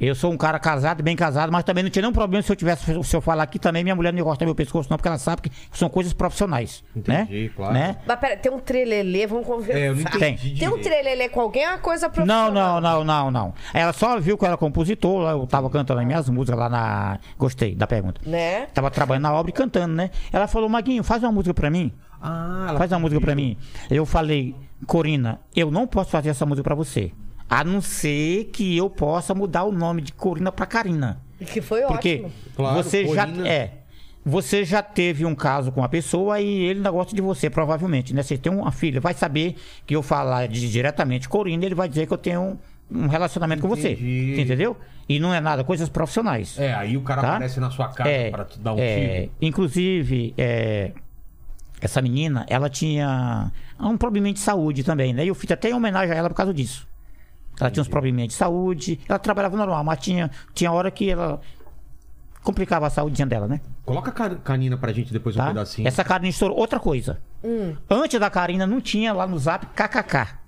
[SPEAKER 4] Eu sou um cara casado, bem casado, mas também não tinha nenhum problema se eu tivesse, se eu falar aqui também, minha mulher não ia cortar meu pescoço, não, porque ela sabe que são coisas profissionais.
[SPEAKER 1] Entendi,
[SPEAKER 4] né?
[SPEAKER 1] claro.
[SPEAKER 4] Né?
[SPEAKER 2] Mas pera, tem um trelelê, vamos conversar.
[SPEAKER 1] É, eu não entendi.
[SPEAKER 4] Tem.
[SPEAKER 1] direito.
[SPEAKER 2] Tem um trelelê com alguém, é uma coisa
[SPEAKER 4] Não,
[SPEAKER 2] profissional.
[SPEAKER 4] não, não, não, não. Ela só viu que eu era compositor, eu tava cantando as minhas músicas lá na. Gostei da pergunta.
[SPEAKER 2] Né?
[SPEAKER 4] Tava trabalhando na obra e cantando, né? Ela falou, Maguinho, faz uma música pra mim.
[SPEAKER 1] Ah, ela
[SPEAKER 4] Faz uma música pra mim. Eu falei, Corina, eu não posso fazer essa música pra você. A não ser que eu possa mudar o nome de Corina pra Karina.
[SPEAKER 2] E Que foi
[SPEAKER 4] Porque
[SPEAKER 2] ótimo.
[SPEAKER 1] Claro,
[SPEAKER 4] você
[SPEAKER 1] Corina.
[SPEAKER 4] já. É. Você já teve um caso com a pessoa e ele não gosta de você, provavelmente, né? Você tem uma filha, vai saber que eu falar de- diretamente Corina, ele vai dizer que eu tenho um, um relacionamento com
[SPEAKER 1] Entendi.
[SPEAKER 4] você. Entendeu? E não é nada, coisas profissionais.
[SPEAKER 1] É, aí o cara
[SPEAKER 4] Tá?
[SPEAKER 1] aparece na sua casa
[SPEAKER 4] É,
[SPEAKER 1] pra te dar um
[SPEAKER 4] é,
[SPEAKER 1] tiro.
[SPEAKER 4] Inclusive, é, essa menina, ela tinha um probleminha de saúde também, né? E eu fiz até em homenagem a ela por causa disso. Ela tinha uns probleminhas de saúde, ela trabalhava normal, mas tinha, tinha hora que ela complicava a saúde dela, né?
[SPEAKER 1] Coloca a Car- Canina pra gente depois um
[SPEAKER 4] Tá?
[SPEAKER 1] pedacinho.
[SPEAKER 4] Essa Karina estourou. Outra coisa. Antes da Karina não tinha lá no zap KKK.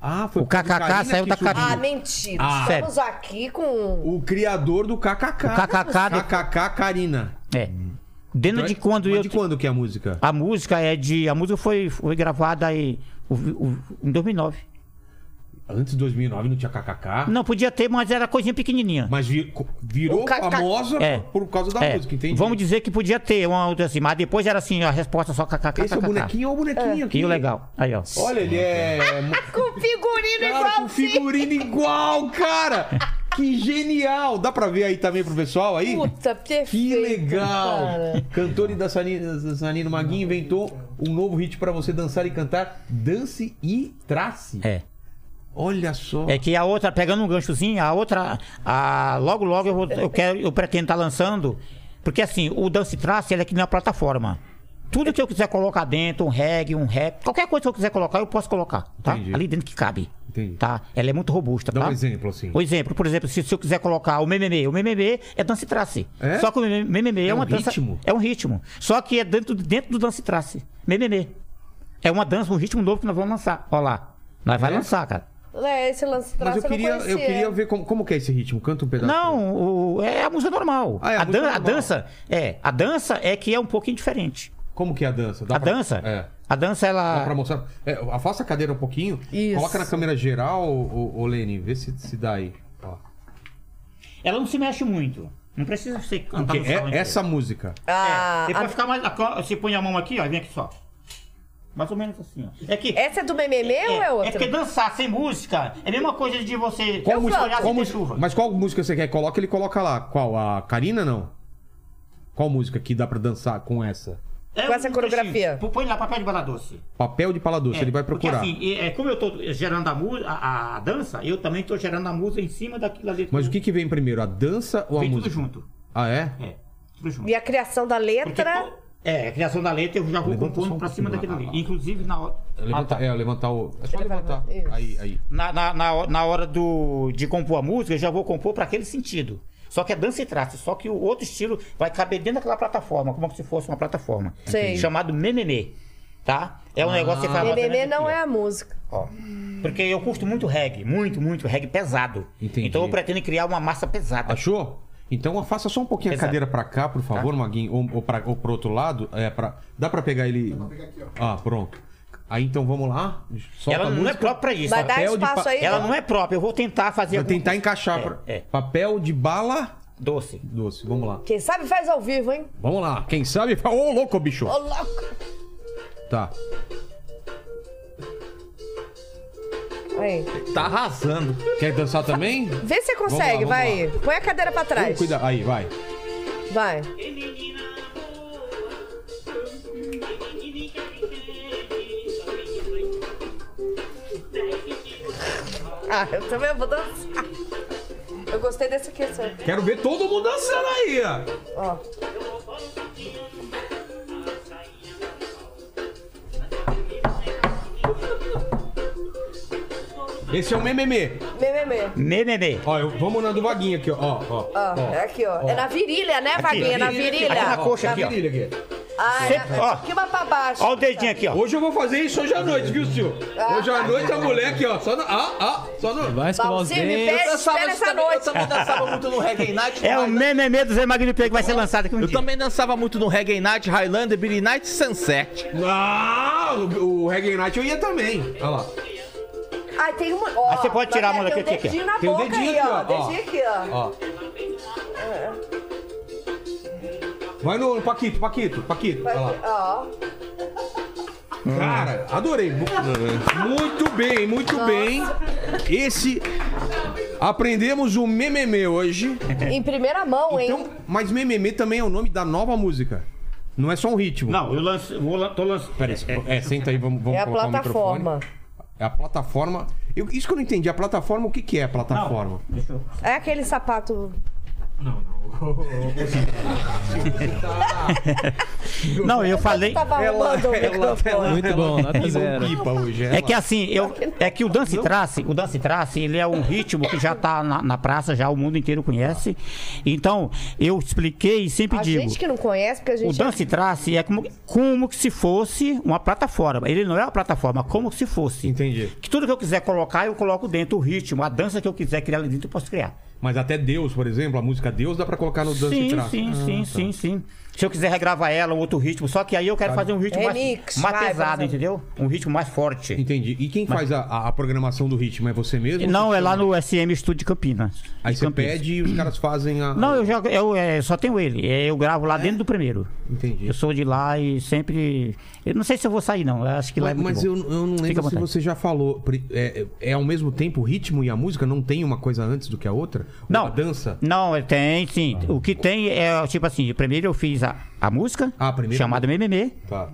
[SPEAKER 1] Ah, foi
[SPEAKER 4] O
[SPEAKER 1] por causa do
[SPEAKER 4] KKK
[SPEAKER 1] Karina
[SPEAKER 4] saiu
[SPEAKER 1] que
[SPEAKER 4] da
[SPEAKER 1] surgiu.
[SPEAKER 2] Ah,
[SPEAKER 4] Karina.
[SPEAKER 2] mentira.
[SPEAKER 4] Ah.
[SPEAKER 2] Estamos aqui com.
[SPEAKER 1] O criador do KKK.
[SPEAKER 4] O KKK de-
[SPEAKER 1] KKK Karina.
[SPEAKER 4] É. Dentro de quando
[SPEAKER 1] Hum. Mas
[SPEAKER 4] eu.
[SPEAKER 1] de quando que é a música?
[SPEAKER 4] A música é de. A música foi, foi gravada aí, o- o- em 2009.
[SPEAKER 1] Antes de 2009 não tinha KKK.
[SPEAKER 4] Não podia ter, mas era coisinha pequenininha.
[SPEAKER 1] Mas vi- virou
[SPEAKER 4] O KKK
[SPEAKER 1] famosa
[SPEAKER 4] é.
[SPEAKER 1] por causa da
[SPEAKER 4] É,
[SPEAKER 1] música, entende?
[SPEAKER 4] Vamos dizer que podia ter uma outra assim, mas depois era assim, a resposta só kkk.
[SPEAKER 1] Esse é o bonequinho, olha o bonequinho aqui.
[SPEAKER 4] Que legal. Aí, ó.
[SPEAKER 1] Olha, ele é.
[SPEAKER 2] Com um figurino
[SPEAKER 1] cara,
[SPEAKER 2] igual.
[SPEAKER 1] com figurino igual, cara! Que genial! Dá pra ver aí também pro pessoal aí?
[SPEAKER 2] Puta, perfeito.
[SPEAKER 1] Que legal!
[SPEAKER 2] cara.
[SPEAKER 1] Cantor e dançarino, dançarino Maguinho inventou um novo hit pra você dançar e cantar: Dance e Trace.
[SPEAKER 4] É.
[SPEAKER 1] Olha só.
[SPEAKER 4] É que a outra, pegando um ganchozinho, a outra, a, logo, logo eu, vou- eu quero, eu pretendo estar lançando, porque assim, o Dance Trace, ele é que nem uma plataforma. Tudo que eu quiser colocar dentro, um reggae, um rap, qualquer coisa que eu quiser colocar, eu posso colocar, tá?
[SPEAKER 1] Entendi.
[SPEAKER 4] Ali dentro que cabe,
[SPEAKER 1] Entendi.
[SPEAKER 4] tá? Ela é muito robusta,
[SPEAKER 1] Dá
[SPEAKER 4] tá?
[SPEAKER 1] um exemplo, assim.
[SPEAKER 4] Um exemplo, por exemplo, se, se eu quiser colocar o MMM, o MMM é Dance Trace.
[SPEAKER 1] É?
[SPEAKER 4] Só que o MMM é,
[SPEAKER 1] É um
[SPEAKER 4] uma dança...
[SPEAKER 1] ritmo?
[SPEAKER 4] É um ritmo. Só que é dentro, dentro do Dance Trace. MMM. É uma dança, um ritmo novo que nós vamos lançar. Ó lá. Nós vai lançar, cara.
[SPEAKER 2] É, esse lance
[SPEAKER 1] Mas
[SPEAKER 2] traço
[SPEAKER 1] eu queria,
[SPEAKER 2] não
[SPEAKER 1] eu
[SPEAKER 2] conhecia.
[SPEAKER 1] queria ver como, como que é esse ritmo. Canta um pedaço.
[SPEAKER 4] Não, o- é a música normal.
[SPEAKER 1] Ah, é a
[SPEAKER 4] a, dan-
[SPEAKER 1] música
[SPEAKER 4] a
[SPEAKER 1] normal.
[SPEAKER 4] dança é, a dança é que é um pouquinho diferente.
[SPEAKER 1] Como que é a dança? Dá
[SPEAKER 4] a
[SPEAKER 1] pra-
[SPEAKER 4] dança,
[SPEAKER 1] É.
[SPEAKER 4] a dança
[SPEAKER 1] Dá
[SPEAKER 4] ela
[SPEAKER 1] pra mostrar. É, afasta a cadeira um pouquinho.
[SPEAKER 2] Isso.
[SPEAKER 1] Coloca na câmera geral, ô, ô, ô, Lene. Vê se, se dá aí. Ó.
[SPEAKER 4] ela não se mexe muito. Não precisa você cantar
[SPEAKER 1] Porque
[SPEAKER 4] no
[SPEAKER 1] é-
[SPEAKER 4] salão inteiro.
[SPEAKER 1] essa música.
[SPEAKER 2] Ah,
[SPEAKER 4] é, depois
[SPEAKER 2] a-
[SPEAKER 4] fica mais a- você põe a mão aqui, ó, e vem aqui só. Mais ou menos assim, ó. É que
[SPEAKER 2] Essa é do MMM ou é outra?
[SPEAKER 4] porque dançar sem música é a mesma coisa de você
[SPEAKER 1] Qual
[SPEAKER 4] olhar
[SPEAKER 1] música-
[SPEAKER 4] sem
[SPEAKER 1] qual
[SPEAKER 4] ter
[SPEAKER 1] música-
[SPEAKER 4] chuva.
[SPEAKER 1] mas qual música você quer? Coloca, ele coloca lá. Qual? A Karina, não? Qual música que dá pra dançar com essa?
[SPEAKER 4] É
[SPEAKER 2] Com essa
[SPEAKER 4] um
[SPEAKER 2] coreografia.
[SPEAKER 4] trechinho. Põe lá papel de bala doce.
[SPEAKER 1] Papel de Pala Doce,
[SPEAKER 4] É,
[SPEAKER 1] ele vai procurar.
[SPEAKER 4] Porque assim, é, é, como eu tô gerando a, mu- a, a dança, eu também tô gerando a música em cima daquilo ali.
[SPEAKER 1] Mas o que que vem primeiro? A dança ou a
[SPEAKER 4] Vem tudo
[SPEAKER 1] música?
[SPEAKER 4] junto.
[SPEAKER 1] Ah, é?
[SPEAKER 4] É, tudo junto.
[SPEAKER 2] E a criação da
[SPEAKER 4] Porque
[SPEAKER 2] letra.
[SPEAKER 4] to- É, a criação da letra eu já vou
[SPEAKER 1] Levanta só um
[SPEAKER 4] compondo pra cima
[SPEAKER 1] pouquinho,
[SPEAKER 4] daquilo
[SPEAKER 1] lá,
[SPEAKER 4] ali.
[SPEAKER 1] lá.
[SPEAKER 4] Inclusive na hora.
[SPEAKER 1] Levanta,
[SPEAKER 4] tá.
[SPEAKER 1] é, levantar o... É só
[SPEAKER 2] Ele vai
[SPEAKER 1] levantar.
[SPEAKER 2] levantar, isso.
[SPEAKER 1] Aí, aí.
[SPEAKER 4] Na, na, na ho- na hora do, de compor a música, eu já vou compor para aquele sentido. Só que é dança e traço, só que o outro estilo vai caber dentro daquela plataforma, como se fosse uma plataforma.
[SPEAKER 2] Sei.
[SPEAKER 4] Chamado mememê. Tá? É um negócio que você faz. lá
[SPEAKER 2] MMM
[SPEAKER 4] dentro
[SPEAKER 2] não
[SPEAKER 4] aqui,
[SPEAKER 2] é
[SPEAKER 4] ó.
[SPEAKER 2] a música.
[SPEAKER 4] Ó. Porque eu curto muito reggae, muito, muito reggae pesado.
[SPEAKER 1] Entendi.
[SPEAKER 4] Então eu pretendo criar uma massa pesada.
[SPEAKER 1] Achou? Então afasta só um pouquinho
[SPEAKER 4] Exato. Tá.
[SPEAKER 1] a cadeira pra cá, por favor, Maguinho, ou, ou, pra, ou pro outro lado. É, pra... Dá pra pegar ele. Ah, pronto. Aí então vamos lá. Solta
[SPEAKER 4] Ela
[SPEAKER 1] a
[SPEAKER 4] não é
[SPEAKER 1] música.
[SPEAKER 4] própria pra isso.
[SPEAKER 2] Vai dar
[SPEAKER 1] Papel de
[SPEAKER 2] espaço
[SPEAKER 1] pa-
[SPEAKER 2] aí?
[SPEAKER 4] Ela não é própria. Eu vou tentar fazer.
[SPEAKER 1] Vai
[SPEAKER 4] alguma
[SPEAKER 1] tentar
[SPEAKER 4] coisa.
[SPEAKER 1] encaixar.
[SPEAKER 4] É,
[SPEAKER 1] pra-
[SPEAKER 4] é.
[SPEAKER 1] Papel de bala
[SPEAKER 4] Doce.
[SPEAKER 1] doce. Vamos lá.
[SPEAKER 2] Quem sabe faz ao vivo, hein?
[SPEAKER 1] Vamos lá. Quem sabe. Ô, louco, bicho.
[SPEAKER 2] Ô, louco.
[SPEAKER 1] Tá.
[SPEAKER 2] Aí.
[SPEAKER 5] Tá arrasando.
[SPEAKER 1] Quer dançar também?
[SPEAKER 2] Vê se você consegue,
[SPEAKER 1] Vamos lá,
[SPEAKER 2] vai.
[SPEAKER 1] vamos
[SPEAKER 2] Põe a cadeira pra trás.
[SPEAKER 1] Cuida. Aí, vai.
[SPEAKER 2] Vai. Ah, eu também vou dançar. Eu gostei desse aqui, só.
[SPEAKER 1] Quero ver todo mundo dançando aí. ó.
[SPEAKER 2] Ó.
[SPEAKER 1] Esse é o meme.
[SPEAKER 2] Mememê.
[SPEAKER 4] Mememê.
[SPEAKER 1] Ó, eu- vamos na do Vaguinho aqui, ó. Ó, ó.
[SPEAKER 2] Ó, é aqui, ó. É na virilha, né, Vaguinha? É na virilha.
[SPEAKER 4] Aqui na coxa,
[SPEAKER 1] Na
[SPEAKER 4] aqui, ó.
[SPEAKER 1] virilha aqui.
[SPEAKER 2] Ah, é.
[SPEAKER 4] Sempre, ó.
[SPEAKER 2] Aqui uma pra baixo.
[SPEAKER 4] Olha o dedinho aqui, ó.
[SPEAKER 1] Hoje eu vou fazer isso hoje à noite, viu, senhor? Hoje à noite a mulher aqui, ó. Só no. Ah, ah, só no.
[SPEAKER 6] Vai escovar os
[SPEAKER 2] Balzinho, me
[SPEAKER 6] dentes.
[SPEAKER 2] pede, espera essa noite.
[SPEAKER 5] Eu também dançava muito no Reggae Night.
[SPEAKER 4] É o
[SPEAKER 5] Highlander.
[SPEAKER 4] mememê do Zé Magno Pê que vai ser lançado aqui um
[SPEAKER 5] Eu
[SPEAKER 4] dia.
[SPEAKER 5] também dançava muito no Reggae Night, Highlander, Billy Night e Sunset.
[SPEAKER 1] Ah, o, o Reggae Night eu ia também. Olha lá.
[SPEAKER 2] Ai, tem uma. Ó,
[SPEAKER 4] Aí você pode tirar a mão
[SPEAKER 2] tem
[SPEAKER 4] daqui,
[SPEAKER 2] um
[SPEAKER 4] aqui,
[SPEAKER 2] dedinho na
[SPEAKER 1] Tem um
[SPEAKER 2] boca
[SPEAKER 1] dedinho
[SPEAKER 2] aí,
[SPEAKER 1] aqui,
[SPEAKER 2] ó.
[SPEAKER 1] ó.
[SPEAKER 2] Dedinho aqui, ó.
[SPEAKER 1] Ó.
[SPEAKER 2] É.
[SPEAKER 1] Vai no no Paquito, Paquito, Paquito. Olha lá.
[SPEAKER 2] Ó.
[SPEAKER 1] Cara, adorei.
[SPEAKER 2] É.
[SPEAKER 1] Mu- Muito bem, muito bem. Esse. Aprendemos o Mememe hoje.
[SPEAKER 4] É.
[SPEAKER 2] Em primeira mão, hein?
[SPEAKER 1] Então, mas Mememe também é o nome da nova música. Não é só um ritmo.
[SPEAKER 4] Não, eu lanço, vou, lan- tô lançando.
[SPEAKER 1] Peraí, é, senta aí, vamos, vamos
[SPEAKER 2] é a
[SPEAKER 1] colocar o
[SPEAKER 2] plataforma.
[SPEAKER 1] microfone. É a plataforma. Eu- isso que eu não entendi. A plataforma, o que, que é a plataforma?
[SPEAKER 4] Deixa eu-
[SPEAKER 2] É aquele sapato.
[SPEAKER 4] Não, eu falei.
[SPEAKER 2] Tava arrumando o
[SPEAKER 1] é
[SPEAKER 2] microfone.
[SPEAKER 6] Muito bom, nota zero.
[SPEAKER 1] um Pipa hoje,
[SPEAKER 2] tá.
[SPEAKER 4] É que assim, eu, é que o dance trace, o dance trace, ele é um ritmo que já tá na, na praça, já o mundo inteiro conhece. Então, eu expliquei e sempre
[SPEAKER 2] A
[SPEAKER 4] digo.
[SPEAKER 2] gente que não conhece, porque a
[SPEAKER 4] O
[SPEAKER 2] gente.
[SPEAKER 4] dance trace é como, como que se fosse uma plataforma. Ele não é uma plataforma, como que se fosse.
[SPEAKER 1] Entendi.
[SPEAKER 4] Que tudo que eu quiser colocar, eu coloco dentro o ritmo, a dança que eu quiser criar ali dentro, eu posso criar.
[SPEAKER 1] Mas até Deus, por exemplo, a música Deus dá pra colocar no Dance Ah.
[SPEAKER 4] Sim,
[SPEAKER 1] Track.
[SPEAKER 4] sim, sim, sim, sim. Se eu quiser regravar ela, um outro ritmo, só que aí eu quero fazer um ritmo
[SPEAKER 2] Remix,
[SPEAKER 4] mais, mais
[SPEAKER 2] vai,
[SPEAKER 4] pesado,
[SPEAKER 2] vai.
[SPEAKER 4] entendeu? Um ritmo mais forte.
[SPEAKER 1] Entendi. E quem faz a, a- a programação do ritmo? É você mesmo?
[SPEAKER 4] Não, é lá no SM Studio de Campinas.
[SPEAKER 1] Aí
[SPEAKER 4] De
[SPEAKER 1] você
[SPEAKER 4] Campinas.
[SPEAKER 1] pede e os caras fazem a.
[SPEAKER 4] Não, eu já eu, é, só tenho ele. É, Eu gravo lá dentro do primeiro.
[SPEAKER 1] Entendi.
[SPEAKER 4] Eu sou de lá e sempre. Eu não sei se eu vou sair, não. Eu acho que lá é
[SPEAKER 1] Mas,
[SPEAKER 4] muito
[SPEAKER 1] mas
[SPEAKER 4] bom.
[SPEAKER 1] eu, eu não
[SPEAKER 4] Fica à
[SPEAKER 1] lembro se
[SPEAKER 4] vontade.
[SPEAKER 1] você já falou. Pri- É, é ao mesmo tempo o ritmo e a música? Não tem uma coisa antes do que a outra? Ou
[SPEAKER 4] Não.
[SPEAKER 1] A dança? Ah.
[SPEAKER 4] Não, é, tem sim. O que tem é, tipo assim, primeiro eu fiz a, a música,
[SPEAKER 1] Ah, primeiro-
[SPEAKER 4] chamada MMM.
[SPEAKER 1] Tá.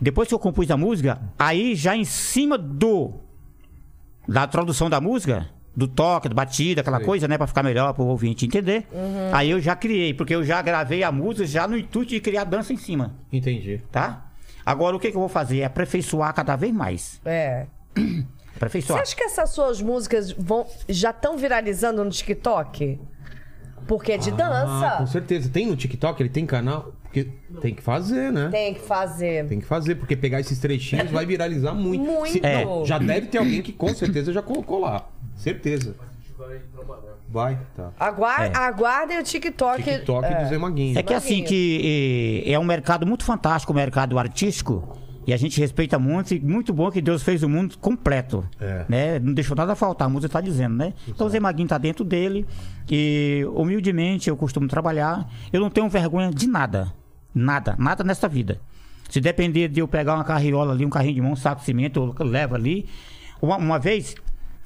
[SPEAKER 4] Depois que eu compus a música, aí já em cima do da tradução da música, do toque, da batida, aquela coisa, né, Pra ficar melhor pro ouvinte entender.
[SPEAKER 2] Uhum.
[SPEAKER 4] Aí eu já criei, porque eu já gravei a música já no intuito de criar dança em cima,
[SPEAKER 1] Entendi.
[SPEAKER 4] tá? Agora o que que eu vou fazer é aperfeiçoar cada vez mais.
[SPEAKER 2] É. Você
[SPEAKER 4] Aperfeiçoar.
[SPEAKER 2] acha que essas suas músicas vão, já estão viralizando no TikTok? Porque é de
[SPEAKER 1] Ah, com
[SPEAKER 2] dança.
[SPEAKER 1] certeza. Tem no TikTok, ele tem canal. Porque tem que fazer, né?
[SPEAKER 2] Tem que fazer.
[SPEAKER 1] Tem que fazer, porque pegar esses trechinhos vai viralizar muito.
[SPEAKER 2] Muito.
[SPEAKER 4] É.
[SPEAKER 1] não, já deve ter alguém que com certeza já colocou lá. Certeza. Vai, tá.
[SPEAKER 2] Agua- Aguardem o TikTok.
[SPEAKER 1] TikTok do Zé Maguinho.
[SPEAKER 4] É que assim que eh, é um mercado muito fantástico, o mercado artístico. E a gente respeita muito, e muito bom que Deus fez o mundo completo.
[SPEAKER 1] É.
[SPEAKER 4] Né? Não deixou nada faltar, a música está dizendo, né? Então o Zé Maguinho está dentro dele. E humildemente eu costumo trabalhar. Eu não tenho vergonha de nada. Nada, nada nesta vida. Se depender de eu pegar uma carriola ali, um carrinho de mão, um saco de cimento, eu levo ali. Uma, uma vez,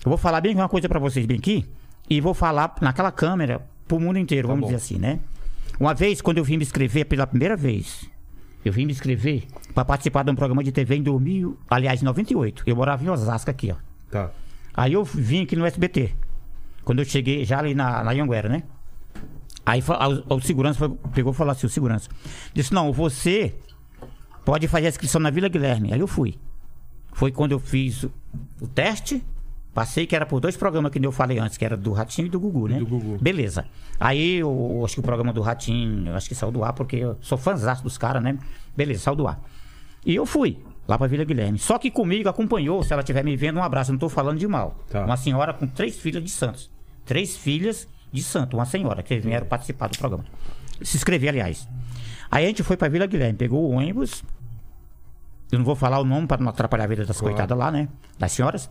[SPEAKER 4] eu vou falar bem uma coisa para vocês bem aqui. E vou falar naquela câmera pro mundo inteiro, vamos dizer assim, né? Uma vez, quando eu vim me inscrever pela primeira vez, eu vim me inscrever para participar de um programa de TV em 2000, aliás, em 98. Eu morava em Osasco aqui, ó.
[SPEAKER 1] Tá.
[SPEAKER 4] Aí eu vim aqui no SBT. Quando eu cheguei já ali na, na Anhanguera, né? Aí fa- o, o segurança foi- pegou e falou assim, o segurança. Disse, não, você pode fazer a inscrição na Vila Guilherme. Aí eu fui. Foi quando eu fiz o, o teste. Passei que era por dois programas que nem eu falei antes, que era do Ratinho e do Gugu, né?
[SPEAKER 1] do Gugu.
[SPEAKER 4] Beleza. Aí eu, eu acho que o programa do Ratinho, eu acho que saiu do ar, porque eu sou fãzaço dos caras, né? Beleza, saiu do ar. E eu fui lá pra Vila Guilherme. Só que comigo acompanhou, se ela estiver me vendo, um abraço, eu não tô falando de mal.
[SPEAKER 1] Tá.
[SPEAKER 4] Uma senhora com três filhas de Santos. Três filhas de santo, uma senhora, que vieram participar do programa. Se inscrever, aliás. Aí a gente foi pra Vila Guilherme, pegou o ônibus. Eu não vou falar o nome para não atrapalhar a vida das coitadas lá, né? Das senhoras.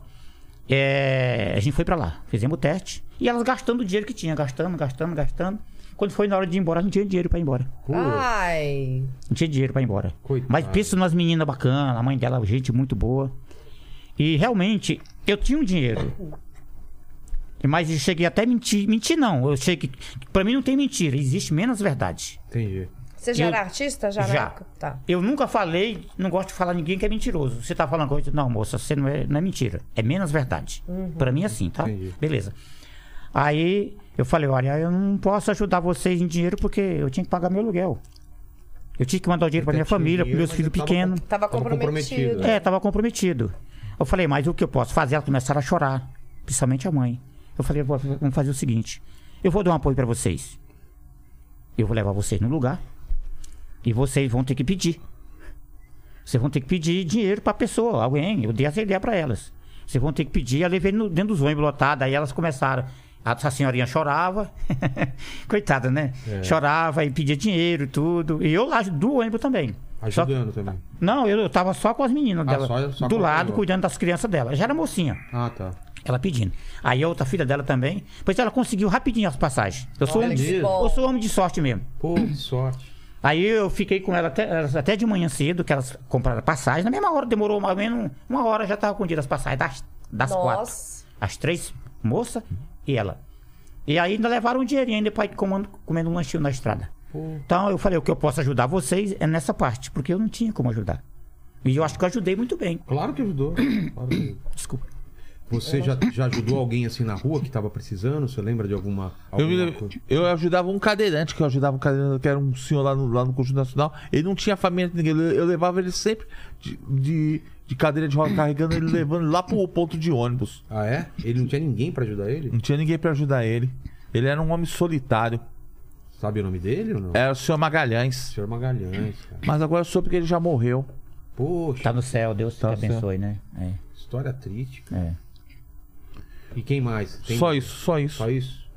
[SPEAKER 4] É, a gente foi pra lá, fizemos o teste. E elas gastando o dinheiro que tinha, gastando, gastando, gastando. Quando foi na hora de ir embora, não tinha dinheiro pra ir embora.
[SPEAKER 2] Ai.
[SPEAKER 4] Não tinha dinheiro pra ir embora.
[SPEAKER 1] Coitado.
[SPEAKER 4] Mas pensa nas meninas bacanas, a mãe dela, gente muito boa. E realmente, eu tinha um dinheiro. Mas eu cheguei até a mentir. Mentir não. Eu cheguei. Pra mim não tem mentira, existe menos verdade.
[SPEAKER 1] Entendi.
[SPEAKER 2] Você já
[SPEAKER 4] Eu-
[SPEAKER 2] era artista? Já. na
[SPEAKER 4] Já.
[SPEAKER 2] época? Tá.
[SPEAKER 4] Eu nunca falei, não gosto de falar ninguém que é mentiroso. Você tá falando coisa. Não, moça, você não é, não é mentira. É menos verdade. Pra mim é assim, tá?
[SPEAKER 1] Uhum. Entendi.
[SPEAKER 4] Beleza. Aí eu falei, olha, eu não posso ajudar vocês em dinheiro porque eu tinha que pagar meu aluguel. Eu tinha que mandar o dinheiro pra minha
[SPEAKER 1] Tinha
[SPEAKER 4] família, pros
[SPEAKER 1] dinheiro,
[SPEAKER 4] meus
[SPEAKER 1] mas
[SPEAKER 4] filhos
[SPEAKER 1] eu tava
[SPEAKER 4] pequenos.
[SPEAKER 1] com-
[SPEAKER 2] Tava comprometido.
[SPEAKER 4] É, tava comprometido. Eu falei, mas o que eu posso fazer? Elas começaram a chorar, principalmente a mãe. Eu falei, "Vou- vamos fazer o seguinte: eu vou dar um apoio pra vocês. Eu vou levar vocês no lugar e vocês vão ter que pedir. Vocês vão ter que pedir dinheiro pra pessoa, alguém. Eu dei essa ideia pra elas. Vocês vão ter que pedir. Eu levei no- dentro dos ônibus lotados. Aí elas começaram. A, a senhorinha chorava. Coitada, né? Chorava e pedia dinheiro e tudo. E eu lá do ônibus também. Só que-
[SPEAKER 1] Ajudando também.
[SPEAKER 4] não, eu, eu tava só com as meninas
[SPEAKER 1] Ah,
[SPEAKER 4] dela.
[SPEAKER 1] só- só
[SPEAKER 4] do
[SPEAKER 1] com a
[SPEAKER 4] lado,
[SPEAKER 1] maior.
[SPEAKER 4] cuidando das crianças dela. Já era mocinha,
[SPEAKER 1] Ah, tá.
[SPEAKER 4] ela pedindo. Aí a outra filha dela também. Pois ela conseguiu rapidinho as passagens. Eu sou,
[SPEAKER 1] Olha
[SPEAKER 4] homem,
[SPEAKER 1] que
[SPEAKER 4] de,
[SPEAKER 2] bom.
[SPEAKER 4] eu sou homem de sorte mesmo.
[SPEAKER 1] Pô, que sorte.
[SPEAKER 4] Aí eu fiquei com ela até, elas até de manhã cedo, que elas compraram passagem. Na mesma hora, demorou mais ou menos uma hora, já tava com o dia das passagens das, das quatro.
[SPEAKER 2] Nossa.
[SPEAKER 4] As três, moça e ela. E aí ainda levaram um dinheirinho ainda pra ir comando- comendo um lanchinho na estrada. Então eu falei, o que eu posso ajudar vocês é nessa parte, porque eu não tinha como ajudar. E eu acho que eu ajudei muito bem.
[SPEAKER 1] Claro que ajudou. Claro que ajudou.
[SPEAKER 4] Desculpa.
[SPEAKER 1] Você já, já ajudou alguém assim na rua que tava precisando? Você lembra de alguma,
[SPEAKER 5] Eu,
[SPEAKER 1] alguma
[SPEAKER 5] me
[SPEAKER 1] coisa?
[SPEAKER 5] lembro- eu ajudava um cadeirante, que eu ajudava um cadeirante, que era um senhor lá no, lá no Conjunto Nacional. Ele não tinha família de ninguém. Eu, eu levava ele sempre de, de, de cadeira de roda, carregando ele, levando ele lá pro ponto de ônibus.
[SPEAKER 1] Ah, é? Ele não tinha ninguém pra ajudar ele?
[SPEAKER 5] Não tinha ninguém pra ajudar ele. Ele era um homem solitário.
[SPEAKER 1] Sabe o nome dele ou não?
[SPEAKER 5] Era o senhor Magalhães.
[SPEAKER 1] Senhor Magalhães, cara.
[SPEAKER 5] Mas agora eu soube que ele já morreu.
[SPEAKER 1] Poxa,
[SPEAKER 4] Tá no céu, Deus
[SPEAKER 5] Tá no
[SPEAKER 4] te abençoe, né? É,
[SPEAKER 1] história triste.
[SPEAKER 4] é.
[SPEAKER 1] E quem mais? Tem-
[SPEAKER 5] Só isso, só isso.
[SPEAKER 1] Só isso?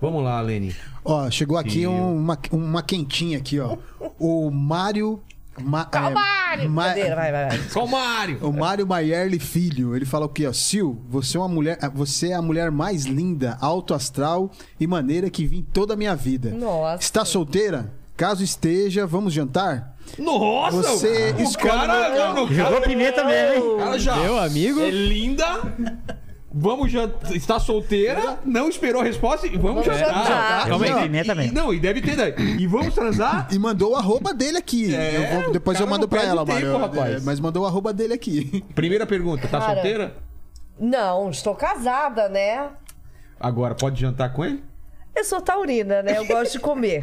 [SPEAKER 1] Vamos lá, Lene.
[SPEAKER 3] Ó, chegou aqui
[SPEAKER 1] Sim.
[SPEAKER 3] um- uma, uma quentinha aqui, ó. O Mário... Ma, é,
[SPEAKER 2] Calmário!
[SPEAKER 3] Ma-
[SPEAKER 2] Brincadeira, vai, vai, vai.
[SPEAKER 1] Só o Mário!
[SPEAKER 3] O Mário Maierli Filho, ele fala o quê? Ó, Sil, você é uma mulher, você é a mulher mais linda, alto astral e maneira que vi em toda a minha vida.
[SPEAKER 2] Nossa.
[SPEAKER 3] Está solteira? Caso esteja, vamos jantar?
[SPEAKER 8] Nossa!
[SPEAKER 3] Você
[SPEAKER 8] o
[SPEAKER 3] escolhe
[SPEAKER 8] cara,
[SPEAKER 3] o
[SPEAKER 8] mano, o
[SPEAKER 4] Jogou
[SPEAKER 8] cara,
[SPEAKER 4] pimenta mesmo, hein?
[SPEAKER 8] o cara já
[SPEAKER 9] Meu amigo.
[SPEAKER 8] é linda. Vamos jantar. Está solteira, não esperou a resposta e vamos,
[SPEAKER 2] Vamos
[SPEAKER 8] jantar.
[SPEAKER 2] jantar.
[SPEAKER 8] Calma
[SPEAKER 4] Jogou
[SPEAKER 8] aí.
[SPEAKER 4] pimenta
[SPEAKER 8] E,
[SPEAKER 4] mesmo.
[SPEAKER 8] não, e deve ter daí. E vamos transar?
[SPEAKER 3] E mandou o arroba dele aqui.
[SPEAKER 8] É,
[SPEAKER 3] Eu vou- depois
[SPEAKER 8] o
[SPEAKER 3] eu
[SPEAKER 8] cara
[SPEAKER 3] mando
[SPEAKER 8] não
[SPEAKER 3] pra
[SPEAKER 8] perde
[SPEAKER 3] ela,
[SPEAKER 8] tempo,
[SPEAKER 3] Mário.
[SPEAKER 8] rapaz.
[SPEAKER 3] É, mas mandou o arroba dele aqui.
[SPEAKER 1] Primeira pergunta, tá
[SPEAKER 2] Cara.
[SPEAKER 1] solteira?
[SPEAKER 2] Não, estou casada, né?
[SPEAKER 1] Agora, pode jantar com ele?
[SPEAKER 2] Eu sou taurina, né? Eu gosto de comer.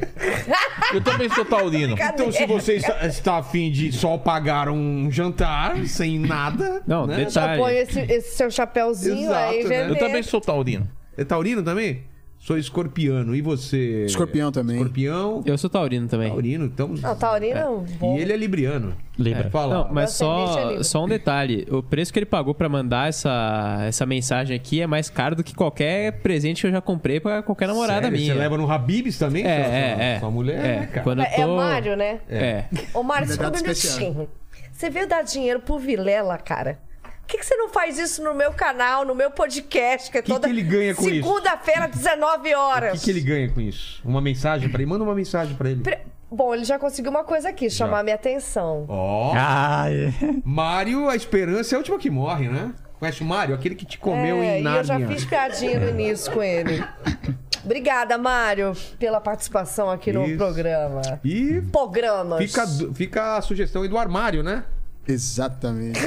[SPEAKER 5] Eu também sou taurino.
[SPEAKER 1] Então, se você está, está afim de só pagar um jantar, sem nada.
[SPEAKER 9] Não,
[SPEAKER 1] né?
[SPEAKER 2] Já põe
[SPEAKER 9] detalhe.
[SPEAKER 2] esse, esse seu chapéuzinho
[SPEAKER 1] Exato,
[SPEAKER 2] aí,
[SPEAKER 1] né?
[SPEAKER 2] já
[SPEAKER 5] Eu
[SPEAKER 2] vê.
[SPEAKER 5] também sou taurino.
[SPEAKER 1] É taurino também? Sou escorpiano. E você?
[SPEAKER 3] Escorpião também.
[SPEAKER 1] Escorpião,
[SPEAKER 8] Eu
[SPEAKER 9] sou taurino também.
[SPEAKER 1] taurino, estamos.
[SPEAKER 2] Não, taurina é um bom.
[SPEAKER 1] E ele é libriano.
[SPEAKER 9] Libra.
[SPEAKER 1] Fala.
[SPEAKER 9] Não, mas
[SPEAKER 2] Você deixa
[SPEAKER 9] só,
[SPEAKER 2] é livre.
[SPEAKER 9] só um detalhe. O preço que ele pagou pra mandar essa, essa mensagem aqui é mais caro do que qualquer presente que eu já comprei pra qualquer namorada
[SPEAKER 1] Sério?
[SPEAKER 9] minha.
[SPEAKER 1] Você leva no Habibs também?
[SPEAKER 9] É,
[SPEAKER 1] sua-
[SPEAKER 9] é,
[SPEAKER 1] sua-
[SPEAKER 9] é.
[SPEAKER 1] Sua mulher,
[SPEAKER 9] É,
[SPEAKER 1] né, cara.
[SPEAKER 9] Quando eu
[SPEAKER 2] É, é
[SPEAKER 9] tô...
[SPEAKER 2] Mário, né?
[SPEAKER 9] É.
[SPEAKER 2] Ô, Mário, só um
[SPEAKER 3] Convidado especial.
[SPEAKER 2] minutinho. Você veio dar dinheiro pro Vilela, cara. Por que, que você não faz isso no meu canal, no meu podcast, que é
[SPEAKER 1] Que
[SPEAKER 2] toda
[SPEAKER 1] que ele ganha com isso?
[SPEAKER 2] segunda-feira, 19
[SPEAKER 1] O
[SPEAKER 2] horas?
[SPEAKER 1] que, que ele ganha com isso? Uma mensagem pra ele? Manda uma mensagem pra ele.
[SPEAKER 2] Pre- Bom, ele já conseguiu uma coisa aqui, chamar minha atenção.
[SPEAKER 1] Ó,
[SPEAKER 4] Ah,
[SPEAKER 1] Mário, a esperança é a última que morre, né? Conhece o Mário? Aquele que te comeu
[SPEAKER 2] é,
[SPEAKER 1] em
[SPEAKER 2] e eu já
[SPEAKER 1] Nárnia.
[SPEAKER 2] fiz piadinha no início com ele. Obrigada, Mário, pela participação aqui
[SPEAKER 1] Isso.
[SPEAKER 2] no programa.
[SPEAKER 1] E
[SPEAKER 2] Programas.
[SPEAKER 1] fica, fica a sugestão aí do armário, né?
[SPEAKER 3] Exatamente.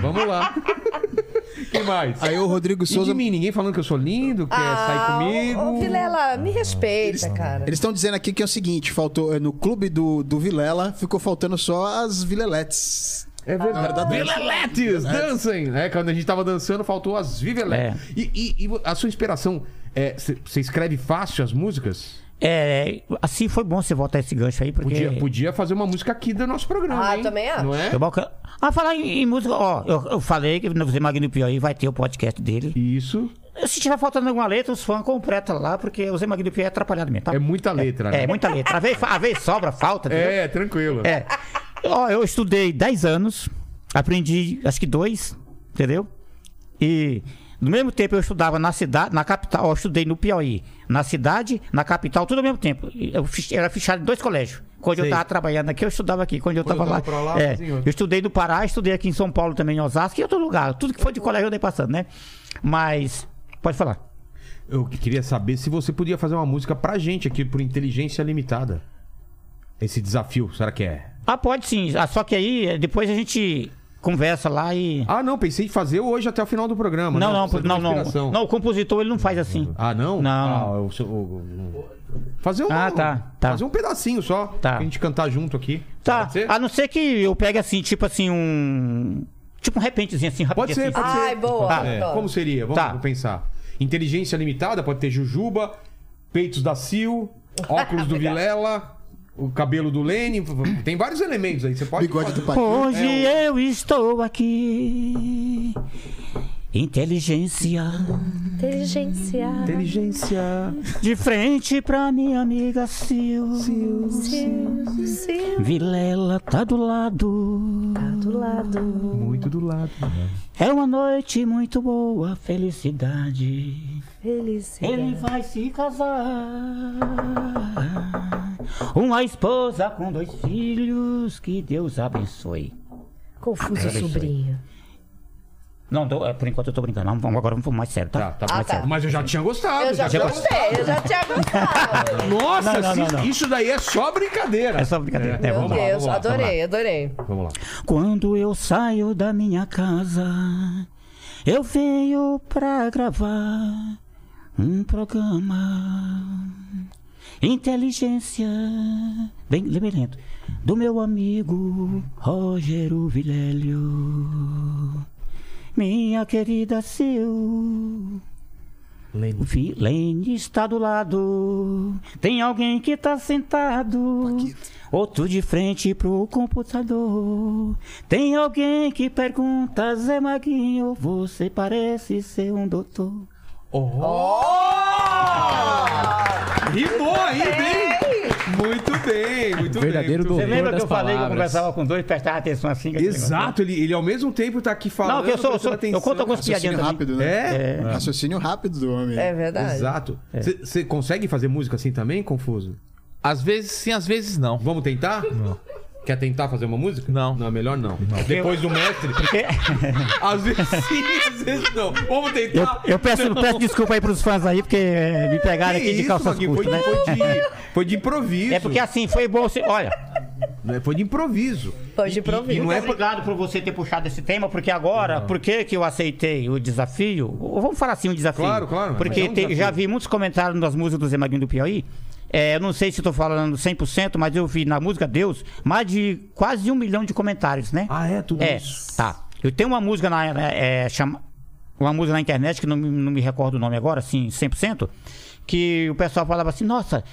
[SPEAKER 1] Vamos lá. Quem mais?
[SPEAKER 3] Aí o Rodrigo
[SPEAKER 1] E
[SPEAKER 3] Souza.
[SPEAKER 1] de mim, ninguém falando que eu sou lindo, quer
[SPEAKER 2] Ah,
[SPEAKER 1] sair comigo.
[SPEAKER 2] Ô, ô, Vilela, me respeita, cara.
[SPEAKER 3] Eles estão dizendo aqui que é o seguinte: faltou. é, No clube do, do Vilela, ficou faltando só as Vileletes.
[SPEAKER 2] Ah,
[SPEAKER 1] É verdade. Vileletes, dancem! É, quando a gente tava dançando, faltou as Viveletes.
[SPEAKER 4] É.
[SPEAKER 1] E, e- e a sua inspiração, você escreve fácil as músicas?
[SPEAKER 4] é, assim foi bom você voltar esse gancho aí, porque...
[SPEAKER 1] Podia, podia fazer uma música aqui do nosso programa,
[SPEAKER 2] Ah,
[SPEAKER 1] hein?
[SPEAKER 2] também acho.
[SPEAKER 1] Não é?
[SPEAKER 4] É. Eu boca- Ah, falar em, em música, ó, eu, eu falei que no Zé Magno Piauí vai ter o podcast dele.
[SPEAKER 1] Isso.
[SPEAKER 4] Se tiver faltando alguma letra, os fãs completam lá, porque o Zé Magno Piauí é atrapalhado mesmo, tá?
[SPEAKER 1] É muita letra,
[SPEAKER 4] É,
[SPEAKER 1] né?
[SPEAKER 4] muita letra. Às vezes, às vezes sobra, falta, entendeu?
[SPEAKER 1] É, tranquilo.
[SPEAKER 4] É. Ó, eu estudei 10 anos, aprendi acho que dois, entendeu? E no mesmo tempo eu estudava na cidade, na capital, ó, eu estudei no Piauí, na cidade, na capital, tudo ao mesmo tempo. E Eu fich- era fichado em dois colégios. Quando eu tava trabalhando aqui, eu estudava aqui. Quando eu
[SPEAKER 1] Quando
[SPEAKER 4] tava
[SPEAKER 1] eu
[SPEAKER 4] lá.
[SPEAKER 1] tava pra lá,
[SPEAKER 4] é,
[SPEAKER 1] assim, ó.
[SPEAKER 4] eu estudei no Pará, estudei aqui em São Paulo também, em Osasco, e em outro lugar. Tudo que foi de colégio eu dei passando, né? Mas. Pode falar.
[SPEAKER 1] Eu queria saber se você podia fazer uma música pra gente aqui, por Inteligência Limitada. Esse desafio, será que é?
[SPEAKER 4] Ah, pode sim. Ah, só que aí eh, depois a gente conversa lá e.
[SPEAKER 1] Ah, não, pensei em fazer hoje até o final do programa.
[SPEAKER 4] não,
[SPEAKER 1] né?
[SPEAKER 4] não,
[SPEAKER 1] Precisa de
[SPEAKER 4] não,
[SPEAKER 1] uma
[SPEAKER 4] não.
[SPEAKER 1] inspiração.
[SPEAKER 4] Não, o compositor ele não faz assim.
[SPEAKER 1] Ah, não?
[SPEAKER 4] Não.
[SPEAKER 1] Ah, eu sou- eu- eu- Fazer um.
[SPEAKER 4] Ah, tá, tá.
[SPEAKER 1] Fazer um pedacinho só.
[SPEAKER 4] Tá.
[SPEAKER 1] Pra gente cantar junto aqui.
[SPEAKER 4] Tá,
[SPEAKER 1] Pode ser?
[SPEAKER 4] a não ser que eu pegue assim, tipo assim, um. Tipo um repentezinho assim, rapidinho.
[SPEAKER 1] Pode ser,
[SPEAKER 4] assim.
[SPEAKER 1] pode ser.
[SPEAKER 2] Ai, boa.
[SPEAKER 4] Tá,
[SPEAKER 1] É,
[SPEAKER 2] adoro.
[SPEAKER 1] como seria? Vamos
[SPEAKER 4] Tá.
[SPEAKER 1] pensar. Inteligência limitada, pode ter Jujuba, peitos da Sil, óculos do Vilela, o cabelo do Lene. Tem vários elementos aí. Você pode. É
[SPEAKER 3] Bigode do pai.
[SPEAKER 4] Hoje eu estou aqui. Inteligência.
[SPEAKER 10] Inteligência.
[SPEAKER 1] Inteligência.
[SPEAKER 4] De frente pra minha amiga Sil.
[SPEAKER 10] Sim,
[SPEAKER 4] Vilela tá do lado.
[SPEAKER 10] Tá do lado.
[SPEAKER 1] Muito do lado.
[SPEAKER 4] É uma noite muito boa, felicidade.
[SPEAKER 10] Felicidade.
[SPEAKER 4] Ele vai se casar. Uma esposa com dois filhos, que Deus abençoe.
[SPEAKER 10] Confuso sobrinho.
[SPEAKER 4] Não, tô- é, por enquanto eu tô brincando. Vamos- vamos- Agora vamos mais sério, tá?
[SPEAKER 1] Tá, tá,
[SPEAKER 2] Ah,
[SPEAKER 1] bom.
[SPEAKER 2] tá.
[SPEAKER 1] Mas eu já tinha gostado.
[SPEAKER 2] Eu já gostei, eu já tinha gostado.
[SPEAKER 1] Nossa,
[SPEAKER 4] Não, não,
[SPEAKER 1] sim,
[SPEAKER 4] não, não.
[SPEAKER 1] isso daí é só brincadeira.
[SPEAKER 4] É só brincadeira. É,
[SPEAKER 2] Meu
[SPEAKER 4] vamos lá,
[SPEAKER 2] Deus,
[SPEAKER 4] vamos lá, vamos
[SPEAKER 2] adorei, adorei.
[SPEAKER 1] Vamos lá.
[SPEAKER 4] Quando eu saio da minha casa, eu venho pra gravar um programa. Inteligência, bem, bem lento, do meu amigo Rogério Vilélio. Minha querida Sil. O Vilene está do lado. Tem alguém que tá sentado. Outro de frente pro computador. Tem alguém que pergunta, Zé Maguinho, você parece ser um doutor.
[SPEAKER 1] Oh!
[SPEAKER 8] Rimou ainda, hein? Muito bem, muito
[SPEAKER 1] Verdadeiro
[SPEAKER 8] bem. muito
[SPEAKER 4] Você
[SPEAKER 1] doutor
[SPEAKER 8] bem.
[SPEAKER 4] lembra que
[SPEAKER 9] das
[SPEAKER 4] eu falei que eu
[SPEAKER 9] palavras.
[SPEAKER 4] conversava com dois, prestava atenção assim? que
[SPEAKER 8] Exato, ele, ele ao mesmo tempo tá aqui
[SPEAKER 4] negócio?
[SPEAKER 8] falando.
[SPEAKER 4] Não, que eu sou. Eu, sou,
[SPEAKER 8] prestando
[SPEAKER 4] eu conto
[SPEAKER 8] atenção.
[SPEAKER 4] algumas
[SPEAKER 3] Raciocínio
[SPEAKER 4] piadinhas também.
[SPEAKER 3] rápido, né? Raciocínio rápido do homem.
[SPEAKER 2] É verdade.
[SPEAKER 1] Exato. Você consegue fazer música assim também, Confuso?
[SPEAKER 5] Às vezes sim, às vezes não.
[SPEAKER 1] Vamos tentar? Quer tentar fazer uma música?
[SPEAKER 5] Não.
[SPEAKER 1] Não, é melhor não. Depois do mestre.
[SPEAKER 8] Às vezes sim, às vezes não. Vamos
[SPEAKER 4] Eu,
[SPEAKER 8] tentar.
[SPEAKER 4] eu peço,
[SPEAKER 8] Não.
[SPEAKER 4] peço desculpa aí pros fãs aí, porque eh, me pegaram
[SPEAKER 8] Que
[SPEAKER 4] aqui de
[SPEAKER 8] isso,
[SPEAKER 4] calças
[SPEAKER 8] Maguinho,
[SPEAKER 4] curtas, né?
[SPEAKER 8] foi, de- foi de, foi de improviso.
[SPEAKER 4] É porque assim, foi bom você. Olha,
[SPEAKER 1] Né, Foi de improviso.
[SPEAKER 2] Pode improviso.
[SPEAKER 1] é
[SPEAKER 4] muito é obrigado por você ter puxado esse tema, porque agora, por que que eu aceitei o desafio? Ou Vamos falar assim, o desafio.
[SPEAKER 1] Claro, claro, mas
[SPEAKER 4] Porque
[SPEAKER 1] é um
[SPEAKER 4] tem-
[SPEAKER 1] desafio.
[SPEAKER 4] já vi muitos comentários nas músicas do Zé Maguinho do Piauí. É, eu não sei se estou falando 100%, mas eu vi na música Deus mais de quase um milhão de comentários, né?
[SPEAKER 1] Ah, é? Tudo
[SPEAKER 4] É,
[SPEAKER 1] isso.
[SPEAKER 4] tá. Eu tenho uma música na é, é, chama uma música na internet que não, me- não me recordo o nome agora, assim, 100%, que o pessoal falava assim: "Nossa,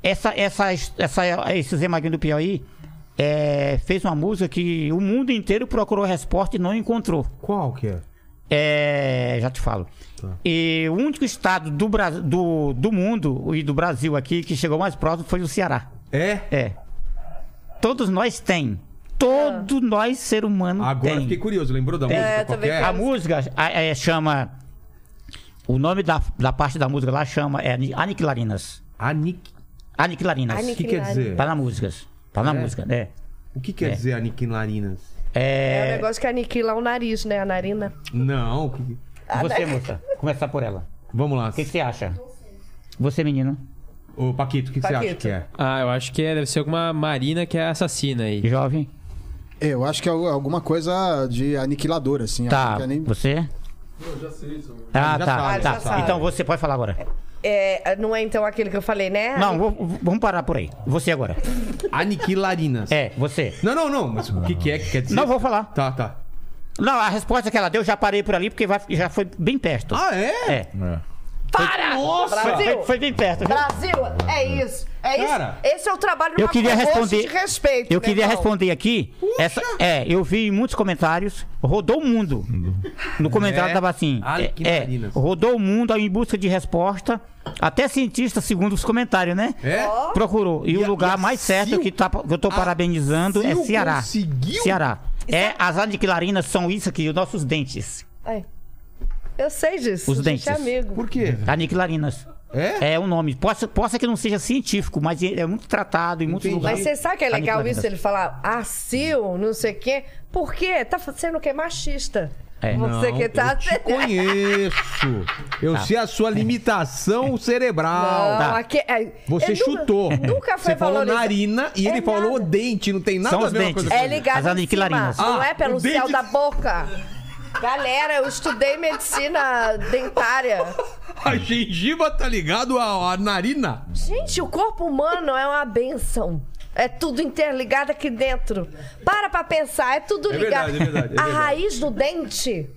[SPEAKER 4] essa essa essa esse Zé Maguinho do Piauí é, fez uma música que o mundo inteiro procurou resposta e não encontrou.
[SPEAKER 1] Qual que é?
[SPEAKER 4] É, já te falo.
[SPEAKER 1] Tá.
[SPEAKER 4] E o único estado do, Bra- do, do mundo e do Brasil aqui que chegou mais próximo foi o Ceará.
[SPEAKER 1] É?
[SPEAKER 4] É. Todos nós tem. Todo nós ser humano
[SPEAKER 1] Agora
[SPEAKER 4] tem.
[SPEAKER 1] fiquei curioso. Lembrou da música?
[SPEAKER 2] eu
[SPEAKER 1] qual
[SPEAKER 2] também
[SPEAKER 1] que é?
[SPEAKER 4] A música a- é, chama. O nome da, da parte da música lá chama é Ani- Aniquilarinas.
[SPEAKER 1] Aniqu-
[SPEAKER 4] Aniquilarinas.
[SPEAKER 1] O que quer dizer? É?
[SPEAKER 4] Tá na música. Tá na música, né?
[SPEAKER 1] O que quer
[SPEAKER 4] É.
[SPEAKER 1] dizer aniquilarinas?
[SPEAKER 2] É um
[SPEAKER 4] É.
[SPEAKER 2] negócio que aniquila o nariz, né? A narina.
[SPEAKER 1] Não. o que-
[SPEAKER 4] Você, moça, começar por ela.
[SPEAKER 1] Vamos lá.
[SPEAKER 4] O que, que você acha? Você, menino.
[SPEAKER 1] Ô, Paquito, o que que você acha
[SPEAKER 2] Paquito.
[SPEAKER 1] que é?
[SPEAKER 9] Ah, eu acho que é- deve ser alguma Marina que é assassina aí.
[SPEAKER 4] Jovem.
[SPEAKER 3] Eu acho que é alguma coisa de aniquilador, assim.
[SPEAKER 4] Tá.
[SPEAKER 3] acho que é nem-
[SPEAKER 4] Você? Ah,
[SPEAKER 1] Já
[SPEAKER 4] tá.
[SPEAKER 1] sabe,
[SPEAKER 4] tá.
[SPEAKER 2] já sabe.
[SPEAKER 4] Então você pode falar agora.
[SPEAKER 2] É, não é então aquele que eu falei, né?
[SPEAKER 4] Não, vou- vamos parar por aí. Você agora.
[SPEAKER 1] Aniquilarinas.
[SPEAKER 4] É, você.
[SPEAKER 1] Não, não, não. Mas o que que é que quer dizer?
[SPEAKER 4] Não vou falar.
[SPEAKER 1] Tá, tá.
[SPEAKER 4] Não, a resposta que ela deu, já parei por ali, porque vai- já foi bem perto.
[SPEAKER 1] Ah, é?
[SPEAKER 4] É.
[SPEAKER 2] Para!
[SPEAKER 4] Foi,
[SPEAKER 2] Brasil!
[SPEAKER 4] foi- foi bem perto. viu?
[SPEAKER 2] Brasil, é isso. É
[SPEAKER 1] Cara,
[SPEAKER 2] isso. Esse é o trabalho de
[SPEAKER 4] Eu
[SPEAKER 2] uma
[SPEAKER 4] queria
[SPEAKER 2] moça
[SPEAKER 4] responder.
[SPEAKER 2] de respeito.
[SPEAKER 4] eu
[SPEAKER 2] né,
[SPEAKER 4] queria
[SPEAKER 2] irmão?
[SPEAKER 4] responder aqui. Essa, é, eu vi muitos comentários. Rodou o mundo. No comentário
[SPEAKER 1] É.
[SPEAKER 4] tava assim.
[SPEAKER 1] Ai,
[SPEAKER 4] é,
[SPEAKER 1] que
[SPEAKER 4] é,
[SPEAKER 1] marinas.
[SPEAKER 4] rodou o mundo em busca de resposta. Até cientista, segundo os comentários, né?
[SPEAKER 1] É?
[SPEAKER 4] Procurou. E,
[SPEAKER 1] E
[SPEAKER 4] o
[SPEAKER 1] a-
[SPEAKER 4] lugar
[SPEAKER 1] e a
[SPEAKER 4] mais certo
[SPEAKER 1] Sil-
[SPEAKER 4] que, tá, que eu tô parabenizando é
[SPEAKER 1] Sil
[SPEAKER 4] Ceará.
[SPEAKER 1] conseguiu?
[SPEAKER 4] Ceará. É, as aniquilarinas são isso aqui, os nossos dentes.
[SPEAKER 2] Ai. Eu sei disso.
[SPEAKER 4] Os
[SPEAKER 2] a gente é
[SPEAKER 4] dentes.
[SPEAKER 2] amigo.
[SPEAKER 1] Por quê?
[SPEAKER 4] Aniquilarinas.
[SPEAKER 1] É?
[SPEAKER 4] É o nome. Possa, possa que não seja científico, mas é muito tratado em muitos
[SPEAKER 1] Entendi.
[SPEAKER 4] lugares.
[SPEAKER 2] Mas você sabe que é legal
[SPEAKER 4] Aniquilarinas.
[SPEAKER 2] isso? Ele falar, ah, Sil, não sei o quê. Por quê? Tá sendo o quê? Machista.
[SPEAKER 4] É.
[SPEAKER 2] Você que tá...
[SPEAKER 1] Eu te conheço. Eu
[SPEAKER 4] Tá.
[SPEAKER 1] sei a
[SPEAKER 4] É.
[SPEAKER 1] sua limitação cerebral.
[SPEAKER 2] Não, aqui, é-
[SPEAKER 1] Você
[SPEAKER 2] eu nunca-
[SPEAKER 1] chutou.
[SPEAKER 2] Nunca foi
[SPEAKER 1] Você falou
[SPEAKER 2] valorizado.
[SPEAKER 1] narina e ele
[SPEAKER 2] É
[SPEAKER 1] falou
[SPEAKER 2] nada.
[SPEAKER 1] dente. Não tem nada
[SPEAKER 4] São
[SPEAKER 1] a
[SPEAKER 4] os
[SPEAKER 1] ver uma
[SPEAKER 4] dentes.
[SPEAKER 1] coisa com
[SPEAKER 2] É
[SPEAKER 1] outra.
[SPEAKER 2] ligado
[SPEAKER 4] As
[SPEAKER 2] em
[SPEAKER 4] aniquilarinas.
[SPEAKER 2] cima, não
[SPEAKER 1] Ah,
[SPEAKER 2] é pelo
[SPEAKER 1] o dente-
[SPEAKER 2] céu da boca. Galera, eu estudei medicina dentária.
[SPEAKER 1] A gengiva tá ligado à, à narina.
[SPEAKER 2] Gente, o corpo humano é uma benção. É tudo interligado aqui dentro. Para pra pensar, é tudo
[SPEAKER 1] É
[SPEAKER 2] ligado.
[SPEAKER 1] verdade, é verdade, é
[SPEAKER 2] a
[SPEAKER 1] verdade.
[SPEAKER 2] raiz do dente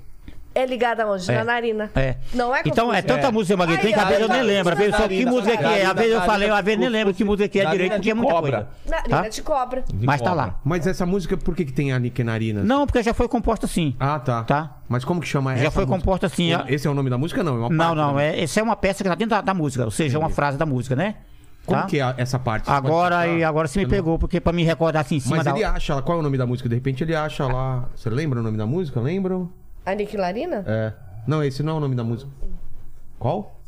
[SPEAKER 2] é ligada onde?
[SPEAKER 4] É.
[SPEAKER 2] Na narina.
[SPEAKER 4] É.
[SPEAKER 2] Não é
[SPEAKER 4] Então, é
[SPEAKER 2] confusão?
[SPEAKER 4] tanta música, Maguinho, tem que às vezes eu
[SPEAKER 1] tá
[SPEAKER 4] nem lembro. Às vezes só que música que é. Às vezes eu falei, às vezes nem lembro que música que é direito, porque é muita coisa.
[SPEAKER 2] Narina
[SPEAKER 4] Tá?
[SPEAKER 2] de cobra.
[SPEAKER 4] Mas tá lá.
[SPEAKER 1] Mas essa música, por que, que tem anique narina?
[SPEAKER 4] Não, porque já foi composta assim.
[SPEAKER 1] Ah, tá.
[SPEAKER 4] Tá.
[SPEAKER 1] Mas como que chama essa
[SPEAKER 4] Já foi
[SPEAKER 1] música?
[SPEAKER 4] composta assim. ó.
[SPEAKER 1] Esse é o nome da música? Não, é uma
[SPEAKER 4] Não,
[SPEAKER 1] parte da
[SPEAKER 4] não.
[SPEAKER 1] música.
[SPEAKER 4] É, essa é uma peça que tá dentro da, da música, ou seja, uma frase da música, né?
[SPEAKER 1] Como
[SPEAKER 4] Tá?
[SPEAKER 1] que é essa parte? Você
[SPEAKER 4] Agora,
[SPEAKER 1] pode
[SPEAKER 4] e
[SPEAKER 1] cantar?
[SPEAKER 4] agora você me pegou, porque pra me recordar assim em cima
[SPEAKER 1] Mas
[SPEAKER 4] da.
[SPEAKER 1] ele acha lá, qual é o nome da música? De repente ele acha lá. Você lembra o nome da música? Lembro?
[SPEAKER 2] Aniquilarina?
[SPEAKER 1] É. Não, esse não é o nome da música. Qual?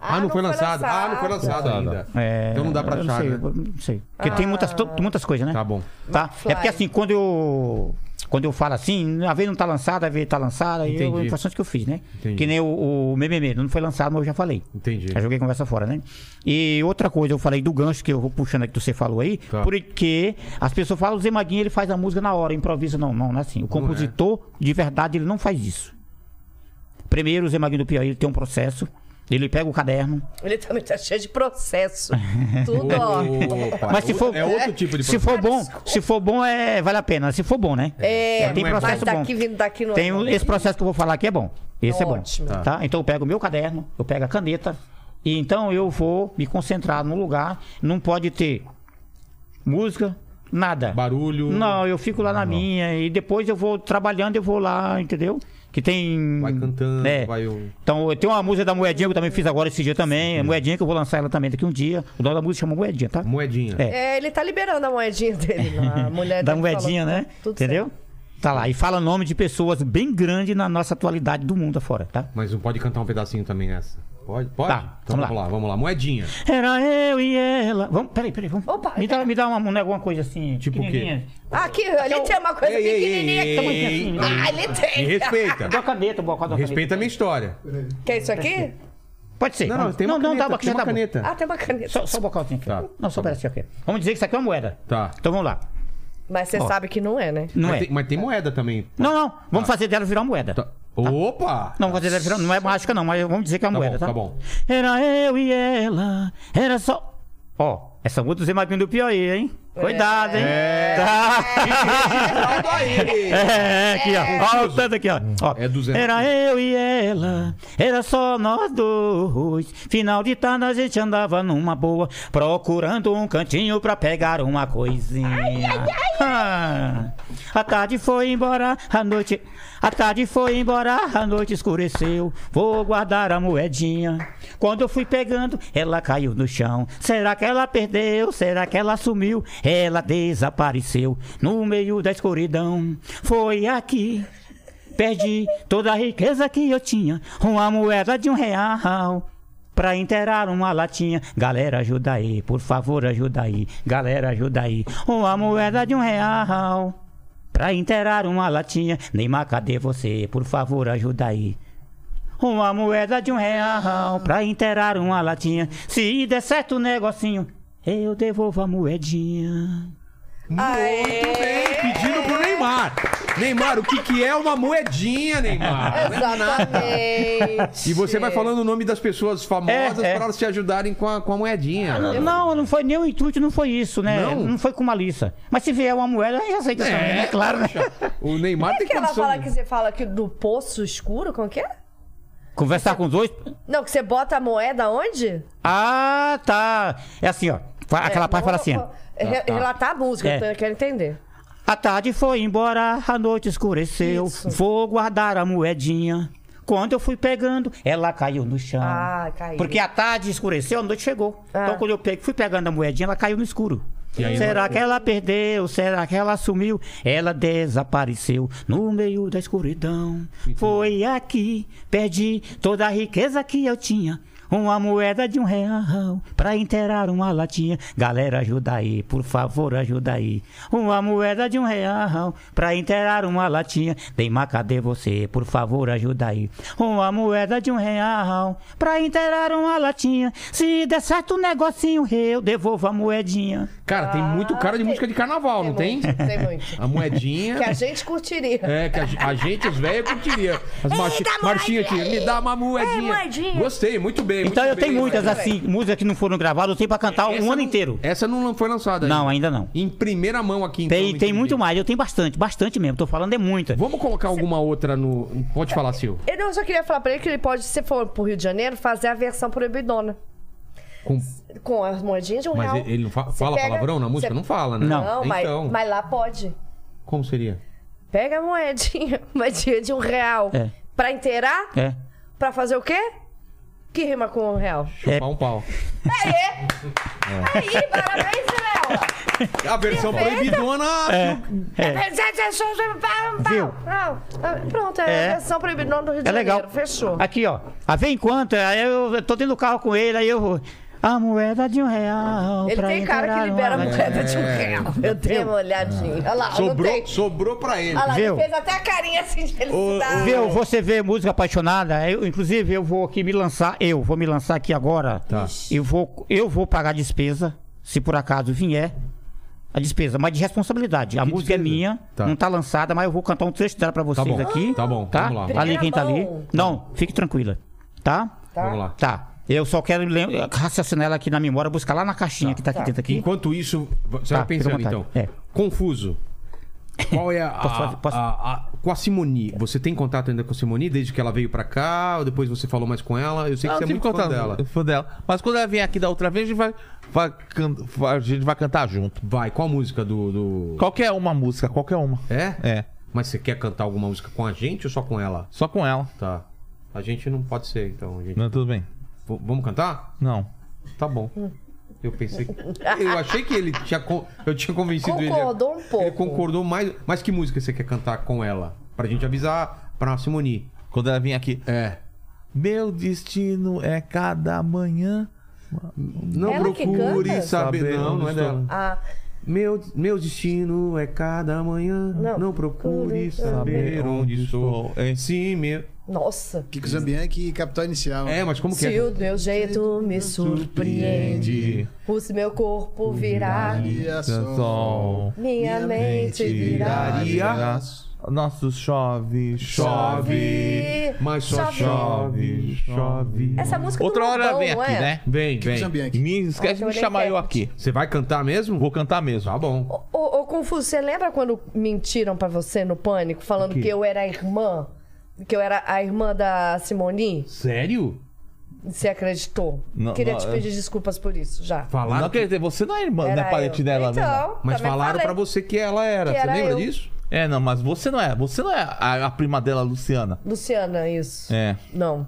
[SPEAKER 1] Ah, não, foi lançado. Ah, não foi lançado ainda.
[SPEAKER 4] É,
[SPEAKER 1] Então não dá pra
[SPEAKER 4] eu não
[SPEAKER 1] achar,
[SPEAKER 4] sei,
[SPEAKER 1] né?
[SPEAKER 4] eu Não sei. Porque tem
[SPEAKER 2] Ah.
[SPEAKER 4] muitas, to- muitas coisas, né?
[SPEAKER 1] Tá bom.
[SPEAKER 4] Tá?
[SPEAKER 2] Fly.
[SPEAKER 4] É porque assim, quando eu. Quando eu falo assim, a vez não tá lançada, a vez tá lançada, e eu,
[SPEAKER 1] Entendi.
[SPEAKER 4] foi só isso que eu fiz, né?
[SPEAKER 1] Entendi.
[SPEAKER 4] Que nem o, o MMM, não foi lançado, mas eu já falei.
[SPEAKER 1] Entendi.
[SPEAKER 4] Já joguei conversa fora, né? E outra coisa, eu falei do gancho que eu vou puxando aqui que você falou aí,
[SPEAKER 1] Tá.
[SPEAKER 4] porque as pessoas falam, o Zé Maguinho ele faz a música na hora, improvisa. Não, não, não é assim. O compositor, de verdade, ele não faz isso. Primeiro, o Zé Maguinho do Piauí ele tem um processo, ele pega o caderno,
[SPEAKER 2] Ele também tá cheio de processo. Tudo, ó.
[SPEAKER 1] Opa,
[SPEAKER 4] Mas se
[SPEAKER 1] é
[SPEAKER 4] for-
[SPEAKER 1] outro- é outro tipo de
[SPEAKER 4] Se for bom, se for bom, é, vale a pena. Se for bom, né?
[SPEAKER 2] É,
[SPEAKER 4] tem
[SPEAKER 1] não é
[SPEAKER 4] processo
[SPEAKER 2] mas
[SPEAKER 4] bom.
[SPEAKER 2] daqui vindo daqui não é
[SPEAKER 4] tem
[SPEAKER 2] bom.
[SPEAKER 4] um- esse processo que eu vou falar aqui é bom. Esse é bom.
[SPEAKER 2] Ótimo.
[SPEAKER 4] Tá. Então eu pego o meu caderno, eu pego a caneta e então eu vou me concentrar num lugar, não pode ter música, nada.
[SPEAKER 1] Barulho.
[SPEAKER 4] Não, eu fico lá na minha e depois eu vou trabalhando, eu vou lá, entendeu? Que que tem.
[SPEAKER 1] Vai cantando,
[SPEAKER 4] É.
[SPEAKER 1] vai um o-
[SPEAKER 4] Então, eu tenho uma música da Moedinha que eu também fiz agora esse dia também. É Moedinha que eu vou lançar ela também daqui um dia. O nome da música chama Moedinha, tá?
[SPEAKER 1] Moedinha.
[SPEAKER 4] É.
[SPEAKER 2] É, ele tá liberando a moedinha dele. lá, A mulher
[SPEAKER 4] da
[SPEAKER 2] dele
[SPEAKER 4] moedinha,
[SPEAKER 2] falou,
[SPEAKER 4] né?
[SPEAKER 2] Tudo
[SPEAKER 4] Entendeu?
[SPEAKER 2] certo.
[SPEAKER 4] Tá lá. E fala nome de pessoas bem grande na nossa atualidade do mundo afora, tá?
[SPEAKER 1] Mas não pode cantar um pedacinho também essa? Pode? Pode?
[SPEAKER 4] Tá,
[SPEAKER 1] então
[SPEAKER 4] vamos
[SPEAKER 1] vamos lá. vamos lá. Moedinha.
[SPEAKER 4] Era eu e ela. Vamos, peraí, peraí, vamos.
[SPEAKER 2] Opa,
[SPEAKER 4] me dá, me dá uma, né, alguma coisa assim.
[SPEAKER 1] Tipo o quê?
[SPEAKER 4] pequenininha.
[SPEAKER 2] Aqui, ele tem uma
[SPEAKER 1] Então,
[SPEAKER 2] coisa
[SPEAKER 1] Ei, ei,
[SPEAKER 2] pequenininha.
[SPEAKER 1] ei,
[SPEAKER 2] que tá
[SPEAKER 1] ei,
[SPEAKER 2] muito-
[SPEAKER 1] ei,
[SPEAKER 2] Ah, ele
[SPEAKER 1] Me
[SPEAKER 2] tem.
[SPEAKER 1] respeita.
[SPEAKER 4] Dá uma caneta, boa, dá uma
[SPEAKER 1] Respeita a minha história.
[SPEAKER 2] Quer isso aqui?
[SPEAKER 4] caneta. Pode ser.
[SPEAKER 1] Não, não,
[SPEAKER 4] vamos.
[SPEAKER 1] tem uma
[SPEAKER 4] não,
[SPEAKER 1] caneta.
[SPEAKER 4] não, tá, aqui
[SPEAKER 1] tem
[SPEAKER 4] já
[SPEAKER 1] uma
[SPEAKER 4] tá bom.
[SPEAKER 1] caneta.
[SPEAKER 2] Ah, tem uma caneta.
[SPEAKER 4] Só, só o bocalzinho aqui.
[SPEAKER 1] Tá.
[SPEAKER 4] Não, só um pedacinho aqui. Vamos dizer que isso aqui é uma moeda.
[SPEAKER 1] Tá.
[SPEAKER 4] Então vamos lá.
[SPEAKER 2] Mas você
[SPEAKER 4] Ó.
[SPEAKER 2] sabe que não é, né?
[SPEAKER 4] Não
[SPEAKER 1] mas,
[SPEAKER 4] é.
[SPEAKER 1] tem, mas tem moeda também.
[SPEAKER 4] Não, não. Vamos fazer dela virar moeda.
[SPEAKER 1] Tá. Opa!
[SPEAKER 4] Não, vou fazer dela virar. Não é mágica, não, mas vamos dizer que é
[SPEAKER 1] Tá
[SPEAKER 4] uma moeda,
[SPEAKER 1] bom,
[SPEAKER 4] tá?
[SPEAKER 1] tá bom.
[SPEAKER 4] Era eu e ela. Era só. Ó, essa música do Zé Magrinho do Piauí, hein? Cuidado, hein? É.
[SPEAKER 1] Ah,
[SPEAKER 4] Tá. É, aqui, ó. Ó, o tanto aqui, ó. Ó,
[SPEAKER 1] É do Zé
[SPEAKER 4] Era eu e ela, era só nós dois. Final de tarde a gente andava numa boa, procurando um cantinho pra pegar uma coisinha. Ah, a tarde foi embora, a noite. A tarde foi embora, a noite escureceu. Vou guardar a moedinha. Quando eu fui pegando, ela caiu no chão. Será que ela perdeu? Será que ela sumiu? Ela desapareceu no meio da escuridão. Foi aqui. Perdi toda a riqueza que eu tinha, uma moeda de um real. Pra inteirar uma latinha, galera, ajuda aí, por favor, ajuda aí, galera, ajuda aí, uma moeda de um real. Pra inteirar uma latinha, Neymar, cadê você? Por favor, ajuda aí. Uma moeda de um real, pra inteirar uma latinha. Se der certo o negocinho, eu devolvo a moedinha.
[SPEAKER 1] Pedindo pro Neymar. Neymar, o que, que é uma moedinha, Neymar?
[SPEAKER 2] Exatamente.
[SPEAKER 1] E você vai falando o nome das pessoas famosas
[SPEAKER 4] É, é.
[SPEAKER 1] pra elas te ajudarem com a, com a moedinha.
[SPEAKER 2] Ah,
[SPEAKER 4] Não, não foi nem o intuito, não foi isso, né?
[SPEAKER 1] Não?
[SPEAKER 4] Não, foi com malícia. Mas se vier uma moeda, aí aceita também, né? Claro, né?
[SPEAKER 1] O Neymar
[SPEAKER 2] Como é
[SPEAKER 1] tem
[SPEAKER 2] que ela
[SPEAKER 1] condição.
[SPEAKER 2] fala
[SPEAKER 1] de-
[SPEAKER 2] que você fala que do poço escuro? Como que é?
[SPEAKER 4] Conversar com os dois.
[SPEAKER 2] Não, que você bota a moeda onde?
[SPEAKER 4] Ah, tá. É assim, ó. Fa- Aquela parte fala assim. ó.
[SPEAKER 2] É,
[SPEAKER 1] Tá,
[SPEAKER 2] re- Relatar a música,
[SPEAKER 4] É.
[SPEAKER 2] então eu quero entender.
[SPEAKER 4] A tarde foi embora, a noite escureceu.
[SPEAKER 2] Isso.
[SPEAKER 4] Vou guardar a moedinha. Quando eu fui pegando, ela caiu no chão.
[SPEAKER 2] Ah, caiu.
[SPEAKER 4] Porque a tarde escureceu, a noite chegou.
[SPEAKER 2] Ah.
[SPEAKER 4] Então, quando eu pe- fui pegando a moedinha, ela caiu no escuro.
[SPEAKER 1] E aí,
[SPEAKER 4] Será
[SPEAKER 1] não-
[SPEAKER 4] que ela perdeu? Será que ela sumiu? Ela desapareceu no meio da escuridão. Foi aqui, perdi toda a riqueza que eu tinha. Uma moeda de um real pra inteirar uma latinha. Galera, ajuda aí, por favor, ajuda aí. Uma moeda de um real pra inteirar uma latinha. Neymar, cadê você? Por favor, ajuda aí. Uma moeda de um real pra inteirar uma latinha. Se der certo o negocinho, eu devolvo a moedinha.
[SPEAKER 1] Cara, tem muito cara de música de carnaval, não tem?
[SPEAKER 2] muito, Ah, tem muito.
[SPEAKER 1] A moedinha.
[SPEAKER 2] que a gente curtiria.
[SPEAKER 1] É, que a, ge- a gente, os velhos, curtiria. As marchi, marchinhas aqui, me dá uma
[SPEAKER 2] É,
[SPEAKER 1] moedinha. Gostei, muito bem.
[SPEAKER 4] Então
[SPEAKER 1] muito
[SPEAKER 4] eu tenho
[SPEAKER 1] bem.
[SPEAKER 4] muitas
[SPEAKER 2] né?
[SPEAKER 4] assim, músicas que não foram gravadas, eu tenho pra cantar
[SPEAKER 1] Essa
[SPEAKER 4] um ano
[SPEAKER 1] não-
[SPEAKER 2] é
[SPEAKER 4] inteiro.
[SPEAKER 1] Essa não foi lançada ainda.
[SPEAKER 4] Não, ainda não.
[SPEAKER 1] Em primeira mão aqui, então.
[SPEAKER 4] Tem,
[SPEAKER 1] em
[SPEAKER 4] tem
[SPEAKER 1] primeira.
[SPEAKER 4] muito mais, eu tenho bastante, bastante mesmo. Tô falando é muita.
[SPEAKER 1] Vamos colocar alguma outra no... Pode falar, Sil.
[SPEAKER 2] Eu não, só queria falar pra ele que ele pode, se for pro Rio de Janeiro, fazer a versão proibidona.
[SPEAKER 1] Com-
[SPEAKER 2] Com as moedinhas de um
[SPEAKER 1] Mas
[SPEAKER 2] real.
[SPEAKER 1] ele não fa-
[SPEAKER 2] Você
[SPEAKER 1] fala
[SPEAKER 2] pega-
[SPEAKER 1] palavrão na música?
[SPEAKER 2] você-
[SPEAKER 1] Não fala, né?
[SPEAKER 4] Não.
[SPEAKER 2] Não, mas,
[SPEAKER 1] Então,
[SPEAKER 2] mas lá pode.
[SPEAKER 1] como seria?
[SPEAKER 2] Pega a moedinha, moedinha de um real.
[SPEAKER 4] É.
[SPEAKER 2] Pra inteirar,
[SPEAKER 4] É.
[SPEAKER 2] pra fazer o quê? Que rima com um real?
[SPEAKER 4] É.
[SPEAKER 1] Chupar um pau.
[SPEAKER 2] Aí, parabéns, Léo!
[SPEAKER 1] A versão
[SPEAKER 2] Perfeito. Ah,
[SPEAKER 1] proibidona...
[SPEAKER 4] É. Viu?
[SPEAKER 2] Pronto, é,
[SPEAKER 4] É.
[SPEAKER 2] a versão proibidona do Rio de
[SPEAKER 4] É
[SPEAKER 2] Janeiro.
[SPEAKER 4] legal.
[SPEAKER 2] Fechou.
[SPEAKER 4] Aqui, ó. A ver enquanto, aí eu eu tô dentro do carro com ele, aí eu vou. A moeda de um real.
[SPEAKER 2] Ele
[SPEAKER 4] pra
[SPEAKER 2] tem cara que
[SPEAKER 4] inteirar
[SPEAKER 2] libera a
[SPEAKER 4] uma-
[SPEAKER 2] moeda de um
[SPEAKER 4] É.
[SPEAKER 2] real. Eu dei uma olhadinha. Olha lá, não tem. Ah.
[SPEAKER 1] Sobrou, sobrou pra ele.
[SPEAKER 2] Olha lá, ele
[SPEAKER 4] Viu?
[SPEAKER 2] fez até a carinha assim de felicidade.
[SPEAKER 4] Viu? Você vê música apaixonada? é, Eu, inclusive, eu vou aqui me lançar, eu vou me lançar aqui agora.
[SPEAKER 1] Tá.
[SPEAKER 4] Eu vou, eu vou pagar a despesa, se por acaso vier. A despesa, mas de responsabilidade. A
[SPEAKER 1] Que
[SPEAKER 4] música
[SPEAKER 1] despesa?
[SPEAKER 4] é minha,
[SPEAKER 1] Tá.
[SPEAKER 4] não tá lançada, mas eu vou cantar um trecho dela pra vocês
[SPEAKER 1] bom,
[SPEAKER 4] aqui.
[SPEAKER 1] tá bom,
[SPEAKER 4] tá?
[SPEAKER 1] vamos lá.
[SPEAKER 4] Ali
[SPEAKER 2] Primeira
[SPEAKER 4] quem tá ali.
[SPEAKER 2] mão.
[SPEAKER 4] Não, fique tranquila. Tá?
[SPEAKER 1] Vamos lá.
[SPEAKER 4] Tá. Eu só quero lem- raciocinar ela aqui na memória, buscar lá na caixinha que tá aqui dentro aqui.
[SPEAKER 1] Enquanto isso, você
[SPEAKER 4] Tá,
[SPEAKER 1] vai pensando
[SPEAKER 4] fica à
[SPEAKER 1] então.
[SPEAKER 4] vontade. É.
[SPEAKER 1] Confuso. Qual é a,
[SPEAKER 4] Posso fazer- posso-
[SPEAKER 1] a- a- com a Simoni? Você tem contato ainda com a Simoni desde que ela veio pra cá? Ou depois você falou mais com ela? Eu sei
[SPEAKER 4] Ah,
[SPEAKER 1] que
[SPEAKER 5] Não,
[SPEAKER 1] você é
[SPEAKER 5] tive
[SPEAKER 1] muito fã
[SPEAKER 5] contato-
[SPEAKER 1] dela.
[SPEAKER 5] Fã dela. Mas quando ela vier aqui da outra vez, a gente vai, vai can- vai- a gente vai cantar junto.
[SPEAKER 1] Vai, qual música do. do-
[SPEAKER 5] Qualquer uma música, qualquer uma.
[SPEAKER 1] É?
[SPEAKER 5] É.
[SPEAKER 1] Mas você quer cantar alguma música com a gente ou só com ela?
[SPEAKER 5] Só com ela.
[SPEAKER 1] Tá. A gente não pode ser, então. a gente-
[SPEAKER 5] Não, tudo bem.
[SPEAKER 1] V- Vamos cantar?
[SPEAKER 5] Não.
[SPEAKER 1] Tá bom. Eu pensei. que- Eu achei que ele tinha. con- Eu tinha convencido
[SPEAKER 2] Concordou
[SPEAKER 1] ele.
[SPEAKER 2] um pouco.
[SPEAKER 1] Ele concordou mais. Mas que música você quer cantar com ela? Pra gente avisar pra Simoni.
[SPEAKER 5] Quando ela vinha aqui.
[SPEAKER 1] É.
[SPEAKER 5] Meu destino é cada manhã.
[SPEAKER 1] Não
[SPEAKER 2] Ela que
[SPEAKER 1] procure
[SPEAKER 2] canta?
[SPEAKER 1] saber.
[SPEAKER 5] Saber
[SPEAKER 1] Não,
[SPEAKER 5] onde
[SPEAKER 1] não é
[SPEAKER 5] estou.
[SPEAKER 1] dela.
[SPEAKER 2] Ah,
[SPEAKER 1] Meu, meu destino é cada manhã. Não,
[SPEAKER 2] Não.
[SPEAKER 1] procure
[SPEAKER 2] Procure
[SPEAKER 1] saber
[SPEAKER 5] saber
[SPEAKER 1] onde
[SPEAKER 5] onde
[SPEAKER 1] estou.
[SPEAKER 5] estou.
[SPEAKER 1] Em si, meu.
[SPEAKER 2] nossa.
[SPEAKER 3] Kiko Zambianchi e é Capital Inicial.
[SPEAKER 1] É, mas como que
[SPEAKER 2] Se
[SPEAKER 1] é?
[SPEAKER 2] o meu jeito me surpreende, o se meu corpo virar,
[SPEAKER 1] é
[SPEAKER 3] Viraria
[SPEAKER 5] Então, Sol.
[SPEAKER 2] minha mente virar.
[SPEAKER 1] Viraria.
[SPEAKER 5] Nosso chove, chove.
[SPEAKER 2] Chove,
[SPEAKER 1] Mas só
[SPEAKER 2] chove.
[SPEAKER 1] chove, chove.
[SPEAKER 2] Essa música
[SPEAKER 5] Outra
[SPEAKER 2] do
[SPEAKER 5] hora
[SPEAKER 2] Lobão,
[SPEAKER 5] vem
[SPEAKER 2] não
[SPEAKER 5] aqui,
[SPEAKER 2] é?
[SPEAKER 5] né?
[SPEAKER 1] Vem, vem.
[SPEAKER 3] Zambianchi.
[SPEAKER 5] Me esquece de
[SPEAKER 2] Olha
[SPEAKER 5] me
[SPEAKER 2] que eu
[SPEAKER 5] chamar
[SPEAKER 2] olhei
[SPEAKER 5] eu aqui.
[SPEAKER 1] Você vai cantar mesmo?
[SPEAKER 5] Vou cantar mesmo.
[SPEAKER 1] Tá bom.
[SPEAKER 2] Ô, ô Confuso, você lembra quando mentiram pra você no Pânico, falando que eu era a irmã? Que eu era a irmã da Simoni?
[SPEAKER 1] Sério?
[SPEAKER 2] Você acreditou?
[SPEAKER 5] Não,
[SPEAKER 2] Queria
[SPEAKER 5] não,
[SPEAKER 2] te
[SPEAKER 5] eu-
[SPEAKER 2] pedir desculpas por isso, já.
[SPEAKER 1] Falaram.
[SPEAKER 5] Não,
[SPEAKER 1] que-
[SPEAKER 5] quer dizer, você não é irmã, não
[SPEAKER 2] Era
[SPEAKER 5] é parente
[SPEAKER 2] eu.
[SPEAKER 5] dela, né?
[SPEAKER 2] então,
[SPEAKER 1] Mas
[SPEAKER 2] também
[SPEAKER 1] falaram
[SPEAKER 2] falei.
[SPEAKER 1] pra você que ela era.
[SPEAKER 2] Que
[SPEAKER 1] você
[SPEAKER 2] era
[SPEAKER 1] lembra
[SPEAKER 2] eu.
[SPEAKER 1] disso?
[SPEAKER 5] É, não, mas você não é. Você não é a, a prima dela, Luciana.
[SPEAKER 2] Luciana, isso.
[SPEAKER 5] É,
[SPEAKER 2] Não.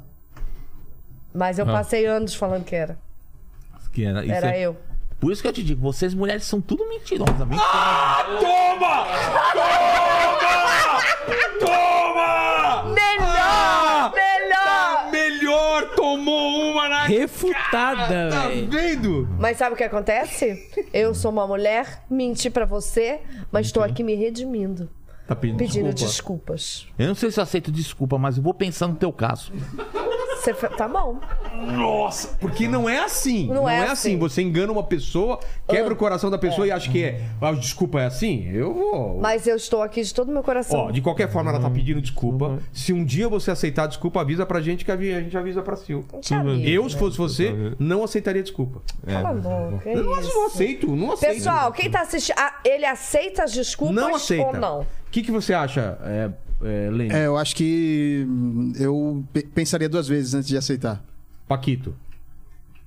[SPEAKER 2] Mas eu passei anos falando que era.
[SPEAKER 5] que era isso.
[SPEAKER 2] Era
[SPEAKER 5] é-
[SPEAKER 2] eu.
[SPEAKER 5] Por isso que eu te digo, vocês mulheres são tudo
[SPEAKER 1] Ah,
[SPEAKER 5] mentirosas. Mentira.
[SPEAKER 2] Melhor! melhor!
[SPEAKER 8] Melhor tomou uma na
[SPEAKER 9] Refutada, velho.
[SPEAKER 8] vendo?
[SPEAKER 2] Mas sabe o que acontece? Eu sou uma mulher, menti pra você, mas estou aqui me redimindo.
[SPEAKER 1] Tá pedindo,
[SPEAKER 2] Pedindo
[SPEAKER 1] desculpa.
[SPEAKER 2] desculpas.
[SPEAKER 5] Eu não sei se eu aceito desculpa, mas eu vou pensar no teu caso.
[SPEAKER 2] Você fa- tá bom.
[SPEAKER 1] Nossa, porque não é assim. Não, é, assim. Você engana uma pessoa, quebra o
[SPEAKER 2] Ah.
[SPEAKER 1] coração da pessoa e acha que é. Ah, desculpa, é assim? Eu vou.
[SPEAKER 2] Mas eu estou aqui de todo meu coração.
[SPEAKER 1] Ó, de qualquer forma,
[SPEAKER 9] Uhum.
[SPEAKER 1] ela tá pedindo desculpa. Se um dia você aceitar a desculpa, avisa pra gente que a vi- a gente avisa pra Sil.
[SPEAKER 2] Te amigo,
[SPEAKER 1] Eu,
[SPEAKER 2] né?
[SPEAKER 1] se fosse
[SPEAKER 9] Uhum.
[SPEAKER 1] você, não aceitaria desculpa.
[SPEAKER 9] É.
[SPEAKER 2] Cala a boca. é
[SPEAKER 1] Eu não,
[SPEAKER 2] isso.
[SPEAKER 1] não aceito, não aceito.
[SPEAKER 2] Pessoal, quem tá assistindo, ah, ele aceita as desculpas
[SPEAKER 1] não aceita.
[SPEAKER 2] ou não?
[SPEAKER 1] O que, que você acha, é, é, Lene?
[SPEAKER 3] É, eu acho que hum, eu pe- pensaria duas vezes antes de aceitar.
[SPEAKER 1] Paquito.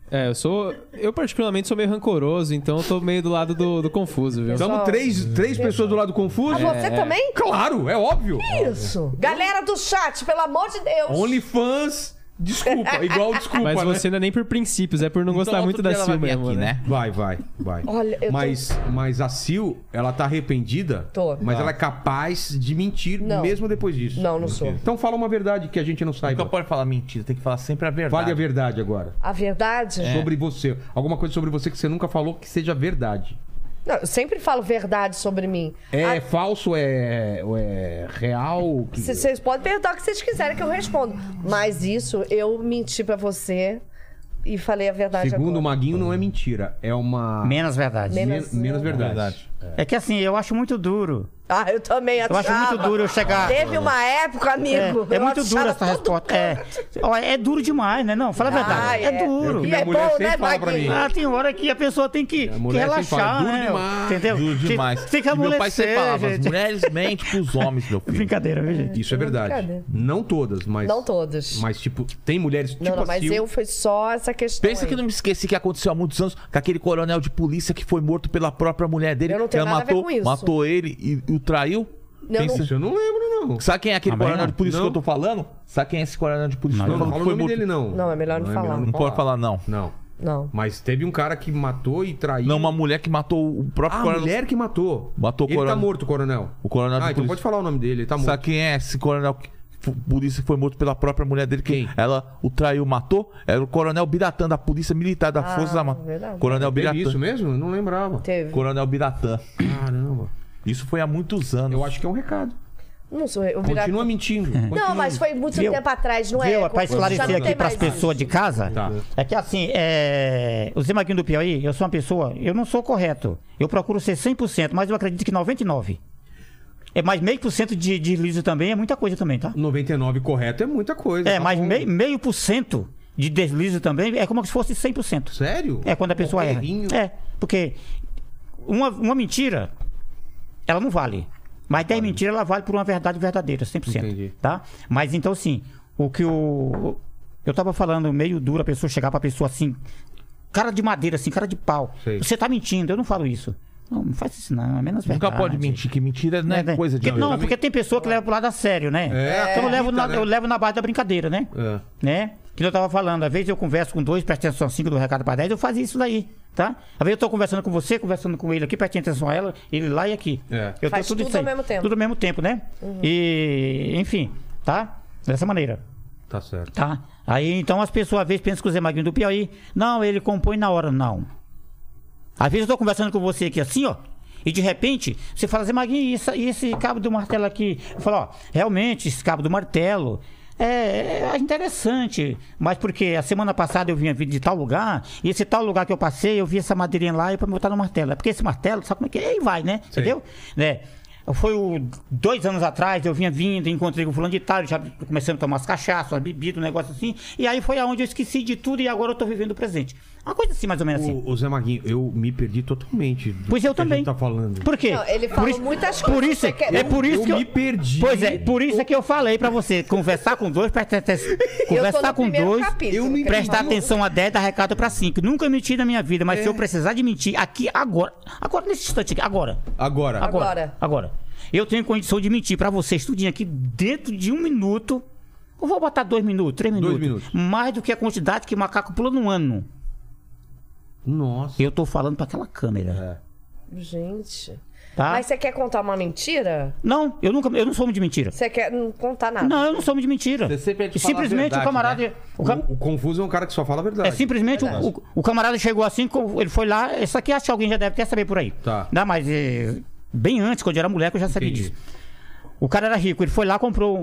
[SPEAKER 9] É, eu sou. Eu, particularmente, sou meio rancoroso, então eu tô meio do lado do, do confuso, viu?
[SPEAKER 1] Estamos
[SPEAKER 2] Pessoal.
[SPEAKER 1] três,
[SPEAKER 9] é.
[SPEAKER 1] três pessoas do lado confuso. É.
[SPEAKER 2] Ah, você também?
[SPEAKER 1] Claro, é óbvio.
[SPEAKER 2] Isso. Galera do chat, pelo amor de Deus.
[SPEAKER 1] OnlyFans, desculpa, igual desculpa,
[SPEAKER 9] Mas
[SPEAKER 1] né?
[SPEAKER 9] você não é nem por princípios, é por não gostar
[SPEAKER 5] Então,
[SPEAKER 9] muito
[SPEAKER 5] outro
[SPEAKER 9] da
[SPEAKER 5] dia ela vai
[SPEAKER 9] Sil
[SPEAKER 5] vir
[SPEAKER 9] mesmo,
[SPEAKER 5] aqui,
[SPEAKER 9] né?
[SPEAKER 1] Vai, vai, vai.
[SPEAKER 2] Olha, eu tô-
[SPEAKER 1] mas, mas a Sil, ela tá arrependida,
[SPEAKER 2] Tô.
[SPEAKER 1] mas ela é capaz de mentir
[SPEAKER 2] Não.
[SPEAKER 1] mesmo depois disso.
[SPEAKER 2] Não, não sou.
[SPEAKER 1] Então fala uma verdade que a gente não saiba.
[SPEAKER 5] né? Nunca pode falar mentira, tem que falar sempre a verdade.
[SPEAKER 1] Fale a verdade agora.
[SPEAKER 2] A verdade?
[SPEAKER 1] Sobre você. Alguma coisa sobre você que você nunca falou que seja verdade.
[SPEAKER 2] Não, eu sempre falo verdade sobre mim.
[SPEAKER 1] É falso, é, ou é real? Que...
[SPEAKER 2] C- Vocês podem perguntar o que vocês quiserem que eu respondo. Mas isso, eu menti pra você e falei a verdade
[SPEAKER 1] Segundo o
[SPEAKER 2] agora.
[SPEAKER 1] Maguinho, não é mentira. É uma.
[SPEAKER 4] Menos verdade.
[SPEAKER 1] Men-
[SPEAKER 2] Menos-
[SPEAKER 1] menos verdade.
[SPEAKER 4] É que assim, eu acho muito duro.
[SPEAKER 2] Ah, eu também
[SPEAKER 4] Eu acho muito duro eu chegar.
[SPEAKER 2] Teve uma época,
[SPEAKER 4] É,
[SPEAKER 2] amigo.
[SPEAKER 4] é
[SPEAKER 2] eu
[SPEAKER 4] muito dura
[SPEAKER 2] achava
[SPEAKER 4] essa
[SPEAKER 2] todo
[SPEAKER 4] resposta. É, Ó, é duro demais, né? Não, fala a
[SPEAKER 2] Ah,
[SPEAKER 4] verdade. É,
[SPEAKER 2] é.
[SPEAKER 1] Eu-
[SPEAKER 4] duro.
[SPEAKER 2] E
[SPEAKER 1] Minha
[SPEAKER 2] é
[SPEAKER 1] mulher
[SPEAKER 2] bom,
[SPEAKER 1] sempre
[SPEAKER 2] né,
[SPEAKER 1] fala pra mim.
[SPEAKER 2] Maguinho?
[SPEAKER 4] Ah, tem hora que a pessoa tem que,
[SPEAKER 1] Minha
[SPEAKER 4] que
[SPEAKER 1] mulher sempre fala,
[SPEAKER 4] relaxar,
[SPEAKER 1] "Duro
[SPEAKER 4] né?
[SPEAKER 1] demais,
[SPEAKER 4] Entendeu?
[SPEAKER 5] Duro
[SPEAKER 4] Tem-
[SPEAKER 5] demais.
[SPEAKER 4] Tem que
[SPEAKER 5] E meu pai sempre
[SPEAKER 4] amolecer,
[SPEAKER 5] falava, as
[SPEAKER 4] gente.
[SPEAKER 5] mulheres mentem pros homens, meu filho.
[SPEAKER 4] Brincadeira, viu, gente?
[SPEAKER 1] Isso é verdade.
[SPEAKER 2] Brincadeira.
[SPEAKER 1] Não todas, mas.
[SPEAKER 2] Não todas.
[SPEAKER 1] Mas, tipo, tem mulheres tipo
[SPEAKER 2] não, não,
[SPEAKER 1] a
[SPEAKER 2] mas
[SPEAKER 1] Sil.
[SPEAKER 2] eu foi só essa questão.
[SPEAKER 5] Pensa
[SPEAKER 2] aí.
[SPEAKER 5] que eu não me esqueci que aconteceu há muitos anos com aquele coronel de polícia que foi morto pela própria mulher dele.
[SPEAKER 2] Eu não tenho
[SPEAKER 5] ela
[SPEAKER 2] nada a ver
[SPEAKER 5] matou,
[SPEAKER 2] com isso.
[SPEAKER 5] matou ele e e o traiu.
[SPEAKER 2] Não,
[SPEAKER 5] Pensa-
[SPEAKER 1] Isso eu não lembro, não.
[SPEAKER 5] Sabe quem é aquele
[SPEAKER 4] Também
[SPEAKER 5] coronel
[SPEAKER 4] não.
[SPEAKER 5] de polícia
[SPEAKER 1] Não.
[SPEAKER 5] que eu tô falando? Sabe quem é esse coronel de polícia
[SPEAKER 4] Não,
[SPEAKER 5] que
[SPEAKER 1] Não,
[SPEAKER 5] eu
[SPEAKER 1] não
[SPEAKER 5] tô
[SPEAKER 1] fala
[SPEAKER 5] falando
[SPEAKER 1] o
[SPEAKER 5] que foi
[SPEAKER 1] nome
[SPEAKER 5] morto?
[SPEAKER 1] dele, não.
[SPEAKER 2] Não, é melhor não falar.
[SPEAKER 5] Não pode falar, não.
[SPEAKER 1] Não.
[SPEAKER 2] Não.
[SPEAKER 1] Mas teve um cara que matou e traiu.
[SPEAKER 5] Não, uma mulher que matou o próprio
[SPEAKER 1] Ah, a
[SPEAKER 5] coronel.
[SPEAKER 1] mulher que matou.
[SPEAKER 5] Matou o
[SPEAKER 1] Ele tá
[SPEAKER 5] coronel.
[SPEAKER 1] morto, coronel.
[SPEAKER 5] O coronel de
[SPEAKER 1] Ah, então
[SPEAKER 5] polícia.
[SPEAKER 1] pode falar o nome dele, ele tá morto.
[SPEAKER 5] Sabe quem é esse coronel que f- polícia que foi morto pela própria mulher dele? Que
[SPEAKER 1] Quem?
[SPEAKER 5] Ela o traiu, matou. Era o coronel Biratã da polícia militar da
[SPEAKER 2] Ah,
[SPEAKER 5] força armada.
[SPEAKER 2] verdade.
[SPEAKER 5] Coronel
[SPEAKER 1] Teve É isso
[SPEAKER 5] Biratã.
[SPEAKER 1] mesmo? Eu não lembrava.
[SPEAKER 2] Teve.
[SPEAKER 5] Coronel Biratã.
[SPEAKER 1] Caramba.
[SPEAKER 5] Isso foi há muitos anos.
[SPEAKER 1] Eu acho que é um recado.
[SPEAKER 2] Não sou eu. virar-
[SPEAKER 1] Continua mentindo.
[SPEAKER 2] Não, mas foi muito
[SPEAKER 4] Viu?
[SPEAKER 2] tempo atrás, não
[SPEAKER 4] Viu?
[SPEAKER 2] é?
[SPEAKER 4] Pra esclarecer aqui para as pessoas de casa,
[SPEAKER 1] Tá.
[SPEAKER 4] é que assim, é... o Zé Maguinho do Piauí, eu sou uma pessoa, eu não sou correto. Eu procuro ser 100%, mas eu acredito que 99%. É, mas meio por cento de deslize também é muita coisa também, tá?
[SPEAKER 1] 99 correto é muita coisa.
[SPEAKER 4] É,
[SPEAKER 1] tá
[SPEAKER 4] mas
[SPEAKER 1] bom.
[SPEAKER 4] mei- meio por cento de deslize também é como se fosse 100%.
[SPEAKER 1] Sério?
[SPEAKER 4] É
[SPEAKER 5] um
[SPEAKER 4] quando a pessoa erra.
[SPEAKER 1] Errinho.
[SPEAKER 4] É, porque uma, uma mentira, ela não vale. Mas 10 mentiras, ela vale por uma verdade verdadeira, 100%.
[SPEAKER 1] Entendi.
[SPEAKER 4] Tá? Mas então, assim, o que o. Eu tava falando meio duro a pessoa chegar pra pessoa assim, cara de madeira, assim, cara de pau.
[SPEAKER 1] Sei.
[SPEAKER 4] Você tá mentindo, eu não falo isso. Não, não faz isso não, é menos
[SPEAKER 5] Nunca
[SPEAKER 4] verdade.
[SPEAKER 5] pode mentir, que mentira não é coisa de
[SPEAKER 4] porque, Não, porque tem pessoa que leva pro lado a sério, né?
[SPEAKER 5] É,
[SPEAKER 4] então eu levo, na,
[SPEAKER 5] acredita, né?
[SPEAKER 4] eu levo na base da brincadeira, né?
[SPEAKER 5] É.
[SPEAKER 4] né? Que eu tava falando, às vezes eu converso com dois, presta atenção cinco do recado pra dez, eu fazia isso daí, tá? Às vezes eu tô conversando com você, conversando com ele aqui, presta atenção a ela, ele lá e aqui.
[SPEAKER 5] É.
[SPEAKER 4] Eu
[SPEAKER 2] Faz
[SPEAKER 4] tô
[SPEAKER 2] tudo
[SPEAKER 4] isso
[SPEAKER 2] ao
[SPEAKER 4] aí.
[SPEAKER 2] mesmo tempo. Uhum.
[SPEAKER 4] Tudo ao mesmo tempo, né? E, enfim, tá? Dessa maneira.
[SPEAKER 5] Tá certo.
[SPEAKER 4] Tá? Aí então as pessoas às vezes pensam que o Zé Magrinho do Piauí, não, ele compõe na hora, não. Às vezes eu tô conversando com você aqui assim, ó, e de repente você fala, Zé Magrinho, e essa- e esse cabo do martelo aqui? Eu falo, ó, realmente esse cabo do martelo. É, é interessante, mas porque a semana passada eu vinha vir de tal lugar, e esse tal lugar que eu passei, eu vi essa madeirinha lá e para botar no martelo. É porque esse martelo, sabe como é que é? E vai, né? Entendeu? Né? Foi o, dois anos atrás, eu vinha vindo, encontrei com o fulano de tal, já começando a tomar as cachaças, uma bebida, um negócio assim. E aí foi aonde eu esqueci de tudo e agora eu tô vivendo o presente. Uma coisa assim, mais ou menos assim.
[SPEAKER 1] Ô, ô, Zé Maguinho, eu me perdi totalmente. do
[SPEAKER 4] Pois eu
[SPEAKER 1] que a gente
[SPEAKER 4] também.
[SPEAKER 1] tá falando.
[SPEAKER 4] Por quê?
[SPEAKER 2] Não, ele
[SPEAKER 4] Por
[SPEAKER 2] falou
[SPEAKER 4] isso-
[SPEAKER 2] muitas
[SPEAKER 4] por
[SPEAKER 2] coisas
[SPEAKER 4] Isso,
[SPEAKER 2] que você quer-
[SPEAKER 4] é por isso
[SPEAKER 1] eu
[SPEAKER 4] que eu
[SPEAKER 1] me perdi.
[SPEAKER 4] Pois é, por isso é que eu falei pra você, conversar com dois, prestar atenção.
[SPEAKER 2] eu tô
[SPEAKER 4] Conversar
[SPEAKER 2] no
[SPEAKER 4] com
[SPEAKER 2] primeiro
[SPEAKER 4] dois,
[SPEAKER 2] capítulo,
[SPEAKER 1] eu não
[SPEAKER 2] quer dizer,
[SPEAKER 4] prestar atenção a 10, dar recado pra 5. Nunca menti na minha vida,
[SPEAKER 1] É.
[SPEAKER 4] mas se eu precisar de mentir aqui agora, agora nesse instante aqui, agora.
[SPEAKER 1] Agora.
[SPEAKER 4] Agora. Agora. Eu tenho condição de mentir pra vocês, tudinho aqui, dentro de um minuto. Eu vou botar dois minutos, três minutos.
[SPEAKER 1] Dois minutos.
[SPEAKER 4] Mais do que a quantidade que macaco pula no ano.
[SPEAKER 1] Nossa.
[SPEAKER 4] Eu tô falando pra aquela câmera.
[SPEAKER 2] Gente.
[SPEAKER 1] É.
[SPEAKER 4] Tá?
[SPEAKER 2] Mas você quer contar uma mentira?
[SPEAKER 4] Não, eu nunca. Eu não sou homem de mentira.
[SPEAKER 2] Você quer não contar nada?
[SPEAKER 4] Não, eu não sou homem de mentira.
[SPEAKER 5] Você sempre é de falar a
[SPEAKER 4] Simplesmente
[SPEAKER 5] verdade,
[SPEAKER 4] o camarada.
[SPEAKER 5] né?
[SPEAKER 4] o ca-
[SPEAKER 1] O, o confuso é um cara que só fala a verdade.
[SPEAKER 4] É simplesmente o, o, o camarada chegou assim, co- ele foi lá, isso aqui acho que alguém já deve até saber por aí.
[SPEAKER 1] Tá.
[SPEAKER 4] Não, mas eh, bem antes, quando eu era mulher, que eu já sabia
[SPEAKER 1] Entendi.
[SPEAKER 4] disso. O cara era rico, ele foi lá e comprou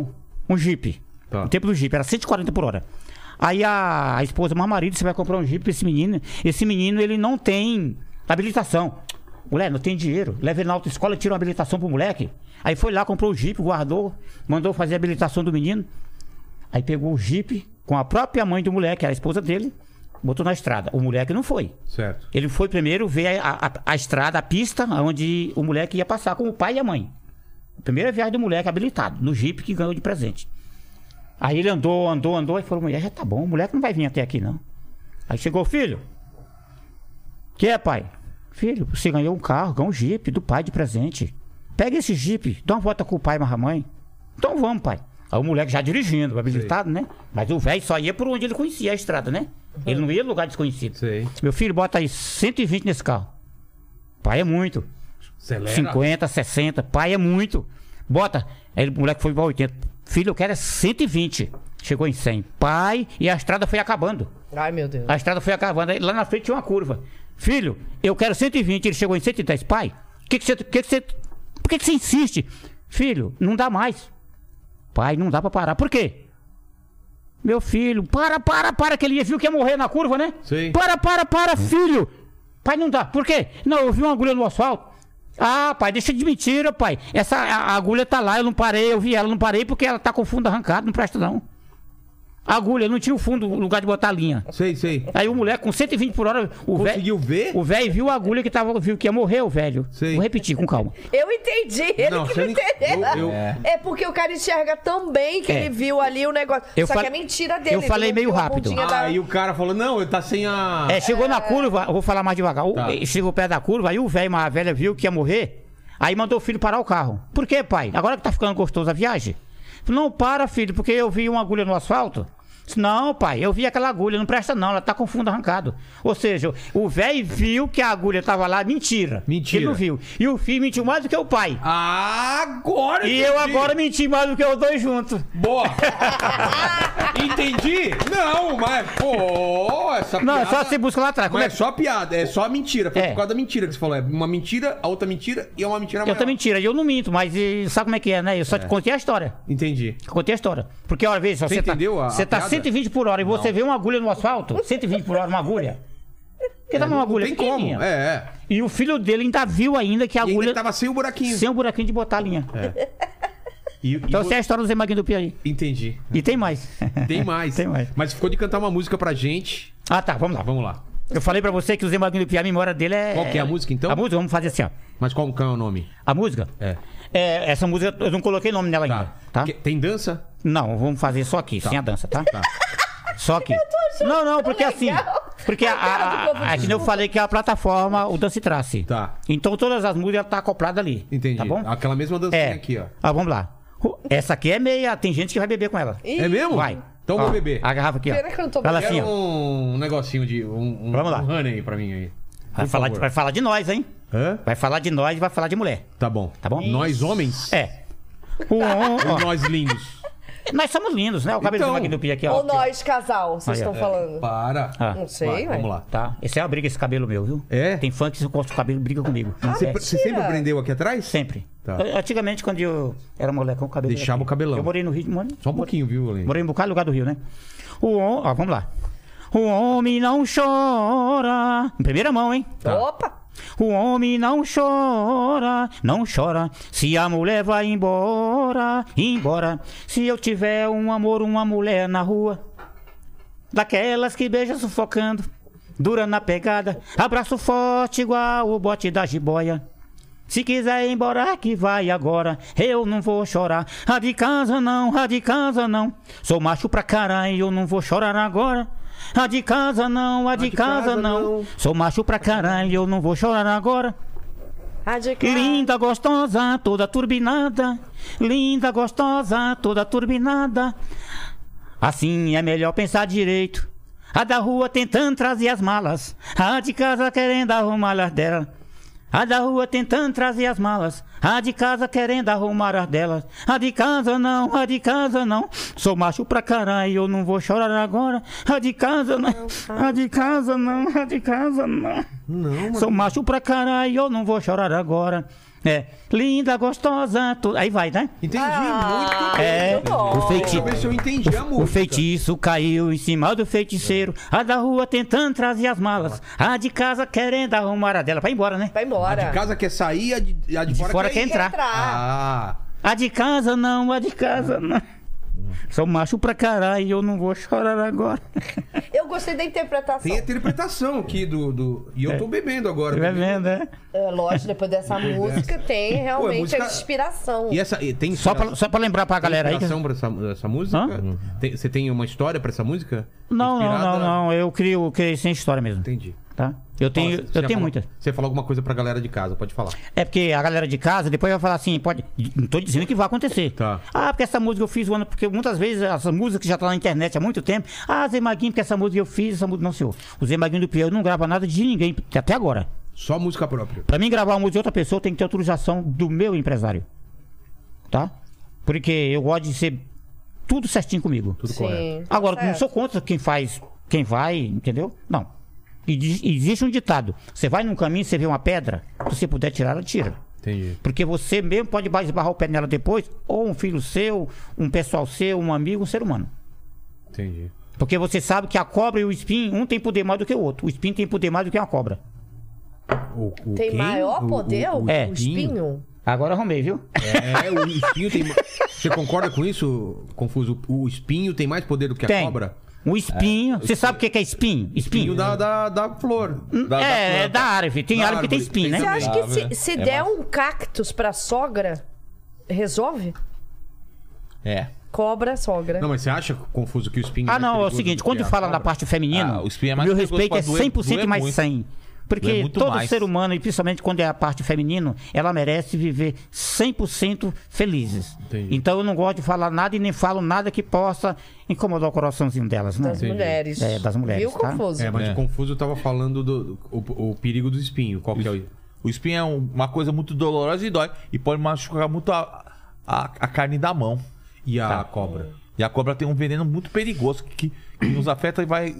[SPEAKER 4] um, um Jeep.
[SPEAKER 1] Tá.
[SPEAKER 4] O tempo do Jeep, era 140 por hora. Aí a, a esposa, meu marido, você vai comprar um Jeep pra esse menino. Esse menino, ele não tem habilitação. Mulher, não tem dinheiro. Leva ele na autoescola, tira uma habilitação pro moleque. Aí foi lá, comprou o Jeep, guardou, mandou fazer a habilitação do menino. Aí pegou o Jeep com a própria mãe do moleque, a esposa dele, botou na estrada. O moleque não foi.
[SPEAKER 1] Certo.
[SPEAKER 4] Ele foi primeiro ver a, a- a estrada, a pista, onde o moleque ia passar com o pai e a mãe. Primeira viagem do moleque habilitado, no Jeep que ganhou de presente. Aí ele andou, andou, andou, e falou, mulher, já tá bom, o moleque não vai vir até aqui, não. Aí chegou o filho. Que é, pai? Filho, você ganhou um carro, ganhou um Jeep do pai de presente. Pega esse Jeep, dá uma volta com o pai e mais a mãe. Então vamos, pai. Aí o moleque já dirigindo, habilitado, né? Mas o velho só ia por onde ele conhecia a estrada, né? Ele não ia em lugar desconhecido.
[SPEAKER 1] Sei.
[SPEAKER 4] Meu filho, bota aí 120 nesse carro. Pai é muito.
[SPEAKER 5] Acelera.
[SPEAKER 4] 50, 60, pai é muito. Bota. Aí o moleque foi pra 80. Filho, eu quero é 120. Chegou em 100. Pai, e a estrada foi acabando.
[SPEAKER 2] Ai, meu Deus.
[SPEAKER 4] A estrada foi acabando. Aí lá na frente tinha uma curva. Filho, eu quero 120. Ele chegou em 110. Pai, que que você, que que você, por que, que você insiste? Filho, não dá mais. Pai, não dá pra parar. Por quê? Meu filho, para, para, para, que ele ia- viu que ia morrer na curva, né?
[SPEAKER 1] Sim.
[SPEAKER 4] Para, para, para, filho. Pai, não dá. Por quê? Não, eu vi uma agulha no asfalto. Ah, pai, deixa de mentira, pai. Essa a- a agulha tá lá, eu não parei, eu vi ela, não parei porque ela tá com o fundo arrancado, não presta não. A agulha, não tinha o fundo, o lugar de botar a linha.
[SPEAKER 1] Sei, sei.
[SPEAKER 4] Aí o moleque com 120 por hora, o velho.
[SPEAKER 1] Conseguiu ver?
[SPEAKER 4] O velho viu a agulha que tava, viu que ia morrer, o velho.
[SPEAKER 1] Sim.
[SPEAKER 4] Vou repetir com calma.
[SPEAKER 2] Eu entendi, ele
[SPEAKER 1] Não,
[SPEAKER 2] que
[SPEAKER 1] você
[SPEAKER 2] não
[SPEAKER 1] não-
[SPEAKER 2] entendeu.
[SPEAKER 1] eu- eu- É.
[SPEAKER 2] É porque o cara enxerga tão bem que
[SPEAKER 4] É.
[SPEAKER 2] ele viu ali o negócio.
[SPEAKER 4] Eu
[SPEAKER 2] Só
[SPEAKER 4] fal-
[SPEAKER 2] que é mentira dele.
[SPEAKER 4] eu
[SPEAKER 2] ele
[SPEAKER 4] falei
[SPEAKER 2] não
[SPEAKER 4] meio
[SPEAKER 2] viu a
[SPEAKER 4] rápido.
[SPEAKER 2] bundinha da-
[SPEAKER 1] Aí o cara falou, não, ele tá sem a...
[SPEAKER 4] É, chegou na curva, eu vou falar mais devagar. O-
[SPEAKER 1] Tá.
[SPEAKER 4] Chegou perto da curva, aí o velho, mas a velha viu que ia morrer. Aí mandou o filho parar o carro. Por quê, pai? Agora que tá ficando gostoso a viagem? Não, para, filho, porque eu vi uma agulha no asfalto. Disse, Não, pai, eu vi aquela agulha, não presta não, ela tá com o fundo arrancado. Ou seja, o velho viu que a agulha tava lá, mentira.
[SPEAKER 1] Mentira. Ah,
[SPEAKER 4] Ele não viu. E o filho mentiu mais do que o pai.
[SPEAKER 8] Agora
[SPEAKER 4] e
[SPEAKER 8] entendi.
[SPEAKER 4] eu agora menti mais do que os dois juntos.
[SPEAKER 8] Boa! Entendi? Não, mas. Pô, essa
[SPEAKER 4] Não, é
[SPEAKER 8] piada.
[SPEAKER 4] só se busca lá atrás. Como
[SPEAKER 1] Mas
[SPEAKER 4] é
[SPEAKER 1] é só piada, é só mentira. Foi
[SPEAKER 4] É.
[SPEAKER 1] por causa da mentira que você falou. É uma mentira, a outra mentira e é uma mentira
[SPEAKER 4] Eu
[SPEAKER 1] maior.
[SPEAKER 4] também tiro, eu não minto, mas eh, sabe como é que é, né? Eu só te contei a história.
[SPEAKER 1] Entendi.
[SPEAKER 4] Eu Contei a história. Porque, olha, veja,
[SPEAKER 1] Você
[SPEAKER 4] você, tá,
[SPEAKER 1] entendeu a- a
[SPEAKER 4] você tá
[SPEAKER 1] piada?
[SPEAKER 4] 120 por hora e você vê uma agulha no asfalto, 120 por hora, uma agulha. Porque dá uma agulha
[SPEAKER 1] É, Tem como.
[SPEAKER 4] pequenininha.
[SPEAKER 1] É, é.
[SPEAKER 4] E o filho dele ainda viu ainda que a
[SPEAKER 1] E ainda
[SPEAKER 4] agulha
[SPEAKER 1] tava sem o buraquinho.
[SPEAKER 4] sem o buraquinho de botar a linha.
[SPEAKER 1] E- e vo-
[SPEAKER 4] Então essa é a história do Zé Maguinho do Piauí.
[SPEAKER 1] Entendi.
[SPEAKER 4] E tem mais.
[SPEAKER 1] Tem mais.
[SPEAKER 4] Tem mais.
[SPEAKER 1] Mas ficou de cantar uma música pra gente.
[SPEAKER 4] Ah, tá, vamos lá.
[SPEAKER 1] Vamos lá.
[SPEAKER 4] Eu falei pra você que o Zé Maguinho do Piauí, a memória dele é...
[SPEAKER 1] Qual que é a música, então?
[SPEAKER 4] A música, vamos fazer assim, ó.
[SPEAKER 1] Mas qual qual é o nome?
[SPEAKER 4] A música?
[SPEAKER 1] É.
[SPEAKER 4] É, essa música, eu não coloquei nome nela ainda, tá?
[SPEAKER 1] Que- Tem dança? Tá.
[SPEAKER 4] Não, vamos fazer só aqui, sem a dança, tá? Só aqui. Não, não, porque assim. Porque a, a, a, a- eu falei que é a plataforma, o Dance Trace.
[SPEAKER 1] Tá.
[SPEAKER 4] Então todas as músicas estão tá acopladas ali.
[SPEAKER 1] Entendi.
[SPEAKER 4] Tá bom?
[SPEAKER 1] Aquela mesma dancinha
[SPEAKER 4] É.
[SPEAKER 1] aqui, ó.
[SPEAKER 4] Ah, vamos lá. Essa aqui é meia, tem gente que vai beber com ela.
[SPEAKER 1] É mesmo?
[SPEAKER 4] Vai.
[SPEAKER 1] Então vou
[SPEAKER 4] Ó,
[SPEAKER 1] beber.
[SPEAKER 4] A garrafa aqui, ó.
[SPEAKER 2] Pena que eu não tô
[SPEAKER 4] Vai lá assim,
[SPEAKER 1] Quero
[SPEAKER 4] ó.
[SPEAKER 1] um negocinho de. Um, um,
[SPEAKER 4] Vamos lá.
[SPEAKER 1] um honey aí pra mim aí.
[SPEAKER 4] Vai
[SPEAKER 1] Por
[SPEAKER 4] falar, de,
[SPEAKER 1] favor.
[SPEAKER 4] vai falar de nós, hein?
[SPEAKER 1] Hã?
[SPEAKER 4] Vai falar de nós e vai falar de mulher.
[SPEAKER 1] Tá bom.
[SPEAKER 4] Tá bom?
[SPEAKER 1] Nós homens?
[SPEAKER 4] É. O, ó,
[SPEAKER 1] Nós lindos.
[SPEAKER 4] nós somos lindos, né? O cabelo
[SPEAKER 1] Então.
[SPEAKER 4] do Magno Pi aqui, ó.
[SPEAKER 2] Ou
[SPEAKER 4] Aqui, ó.
[SPEAKER 2] nós, casal, vocês
[SPEAKER 4] Aí, ó.
[SPEAKER 2] estão falando.
[SPEAKER 1] Para.
[SPEAKER 4] Ah,
[SPEAKER 2] Não sei,
[SPEAKER 1] Vai,
[SPEAKER 2] ué.
[SPEAKER 1] vamos lá.
[SPEAKER 4] tá. Esse é uma briga, esse cabelo meu, viu?
[SPEAKER 1] É? Ah,
[SPEAKER 4] Tem funk que corta o cabelo briga comigo.
[SPEAKER 1] Você,
[SPEAKER 4] É,
[SPEAKER 1] você sempre prendeu aqui atrás?
[SPEAKER 4] sempre.
[SPEAKER 1] Tá.
[SPEAKER 4] Eu- Antigamente, quando eu era moleque, o cabelo. era
[SPEAKER 1] Deixava o
[SPEAKER 4] aqui.
[SPEAKER 1] cabelão.
[SPEAKER 4] Eu morei no Rio de Janeiro.
[SPEAKER 1] Só um pouquinho, viu, Aline?
[SPEAKER 4] Morei em um bocado de lugar do Rio, né? O homem. Ó, vamos lá. O homem não chora. Em primeira mão, hein?
[SPEAKER 2] Tá. Opa!
[SPEAKER 4] O homem não chora, não chora. Se a mulher vai embora, embora. Se eu tiver um amor, uma mulher na rua, daquelas que beija sufocando, dura na pegada, abraço forte igual o bote da jiboia. Se quiser ir embora, é que vai agora. Eu não vou chorar. A de casa não, a de casa não. Sou macho pra caralho, eu não vou chorar agora. A de casa não, a de, casa, não. Sou macho pra caralho, eu não vou chorar agora.
[SPEAKER 2] A de cá.
[SPEAKER 4] Linda, gostosa, toda turbinada. Linda, gostosa, toda turbinada. Assim é melhor pensar direito. A da rua tentando trazer as malas. A de casa querendo arrumar as dela. A da rua tentando trazer as malas. A de casa querendo arrumar as delas. A de casa não, a de casa não. Sou macho pra caralho, eu não vou chorar agora. A de casa não, a de casa não, a de casa não. Sou macho pra caralho, eu não vou chorar agora. É, linda, gostosa, tu... aí vai, né?
[SPEAKER 1] Entendi
[SPEAKER 2] Ah,
[SPEAKER 1] muito.
[SPEAKER 4] É,
[SPEAKER 2] muito bom.
[SPEAKER 4] o feiti-
[SPEAKER 1] Deixa eu ver se eu entendi a música.
[SPEAKER 4] o feitiço caiu em cima do feiticeiro. A da rua tentando trazer as malas. A de casa querendo arrumar a dela. Vai embora, né?
[SPEAKER 2] Vai embora.
[SPEAKER 1] De casa quer sair, a de, a de, fora,
[SPEAKER 4] fora
[SPEAKER 1] quer
[SPEAKER 4] quer
[SPEAKER 1] ir.
[SPEAKER 4] entrar.
[SPEAKER 1] Ah,
[SPEAKER 4] A de casa não, a de casa não. Sou macho pra caralho, eu não vou chorar agora.
[SPEAKER 2] Eu gostei da interpretação.
[SPEAKER 1] tem a interpretação aqui do. do... E eu tô bebendo agora.
[SPEAKER 4] É. Vai vendo, né?
[SPEAKER 2] É, lógico, depois dessa música tem realmente
[SPEAKER 1] música-
[SPEAKER 2] a inspiração.
[SPEAKER 1] E é essa. e Tem
[SPEAKER 4] Só pra, só pra lembrar pra galera aí. que-
[SPEAKER 1] inspiração pra essa, essa música? Hum. Tem- você tem uma história pra essa música?
[SPEAKER 4] Não, não,
[SPEAKER 1] Inspirada-
[SPEAKER 4] não, não. Eu crio, eu criei sem história mesmo.
[SPEAKER 1] Entendi.
[SPEAKER 4] Tá? Eu tenho,
[SPEAKER 1] Fala, você
[SPEAKER 4] eu
[SPEAKER 1] já
[SPEAKER 4] tenho
[SPEAKER 1] falou-
[SPEAKER 4] muitas.
[SPEAKER 1] Você falou alguma coisa pra galera de casa, pode falar.
[SPEAKER 4] É porque a galera de casa depois vai falar assim, pode. Não tô dizendo que vai acontecer.
[SPEAKER 1] Tá.
[SPEAKER 4] Ah, porque essa música eu fiz o ano, porque muitas vezes essa música que já tá na internet há muito tempo. Ah, Zé Maguinho, porque essa música eu fiz, essa música. Não, senhor. O Zé Maguinho do Piauí não grava nada de ninguém, até agora.
[SPEAKER 1] Só música própria.
[SPEAKER 4] Pra mim gravar uma música de outra pessoa tem que ter autorização do meu empresário. Tá? Porque eu gosto de ser tudo certinho comigo.
[SPEAKER 1] Tudo correto.
[SPEAKER 2] Sim.
[SPEAKER 4] Agora, não
[SPEAKER 2] Certo.
[SPEAKER 4] sou contra quem faz, quem vai, entendeu? Não. E diz- existe um ditado: você vai num caminho, você vê uma pedra, se você puder tirar, ela tira.
[SPEAKER 1] Entendi.
[SPEAKER 4] Porque você mesmo pode ba- esbarrar o pé nela depois, ou um filho seu, um pessoal seu, um amigo, um ser humano.
[SPEAKER 1] Entendi.
[SPEAKER 4] Porque você sabe que a cobra e o espinho, um tem poder mais do que o outro. O espinho tem poder mais do que a cobra.
[SPEAKER 1] O, o
[SPEAKER 2] Tem
[SPEAKER 1] quem?
[SPEAKER 2] maior poder o,
[SPEAKER 4] É.
[SPEAKER 2] o espinho?
[SPEAKER 4] Agora arrumei, viu?
[SPEAKER 1] É, o espinho tem. ma- Você concorda com isso, Confuso? O espinho tem mais poder do que a
[SPEAKER 4] tem.
[SPEAKER 1] cobra?
[SPEAKER 4] Um espinho. Você sabe o que que é espinho? Espinho.
[SPEAKER 1] Espinho da, da, da flor. Da,
[SPEAKER 4] é, é
[SPEAKER 1] planta.
[SPEAKER 4] da árvore. Tem
[SPEAKER 1] Da
[SPEAKER 4] árvore que
[SPEAKER 1] árvore.
[SPEAKER 4] tem
[SPEAKER 1] Tem
[SPEAKER 4] espinho, né?
[SPEAKER 2] Você
[SPEAKER 1] também.
[SPEAKER 2] acha
[SPEAKER 1] Ah,
[SPEAKER 2] que se, se der um cactus pra sogra, resolve?
[SPEAKER 5] É.
[SPEAKER 2] Cobra, sogra.
[SPEAKER 1] Não, mas você acha, Confuso, que o espinho. é
[SPEAKER 4] Ah,
[SPEAKER 1] mais
[SPEAKER 4] não, é o
[SPEAKER 1] perigoso
[SPEAKER 4] seguinte,
[SPEAKER 1] do
[SPEAKER 4] quando
[SPEAKER 1] que a
[SPEAKER 4] fala na
[SPEAKER 1] cobra?
[SPEAKER 4] parte feminina,
[SPEAKER 5] Ah, o
[SPEAKER 4] o,
[SPEAKER 5] espinho é mais
[SPEAKER 4] meu
[SPEAKER 5] perigoso
[SPEAKER 4] respeito é
[SPEAKER 5] pra doer-
[SPEAKER 4] 100%
[SPEAKER 5] doer
[SPEAKER 4] mais
[SPEAKER 5] muito.
[SPEAKER 4] 100. Porque
[SPEAKER 5] Doer muito
[SPEAKER 4] todo
[SPEAKER 5] mais.
[SPEAKER 4] ser humano, e principalmente quando é a parte feminina, ela merece viver 100% felizes.
[SPEAKER 1] Entendi.
[SPEAKER 4] Então eu não gosto de falar nada e nem falo nada que possa incomodar o coraçãozinho delas, né?
[SPEAKER 2] Das mulheres.
[SPEAKER 4] É, das mulheres,
[SPEAKER 2] Viu,
[SPEAKER 4] tá?
[SPEAKER 2] Confuso?
[SPEAKER 1] É, mas
[SPEAKER 5] É.
[SPEAKER 1] Confuso tava falando do, do- o, o perigo do espinho. Qual que é o.
[SPEAKER 5] O espinho é um- uma coisa muito dolorosa e dói. E pode machucar muito a, a, a carne da mão.
[SPEAKER 1] E a
[SPEAKER 5] Tá.
[SPEAKER 1] cobra?
[SPEAKER 5] E a cobra tem um veneno muito perigoso que, que nos afeta e vai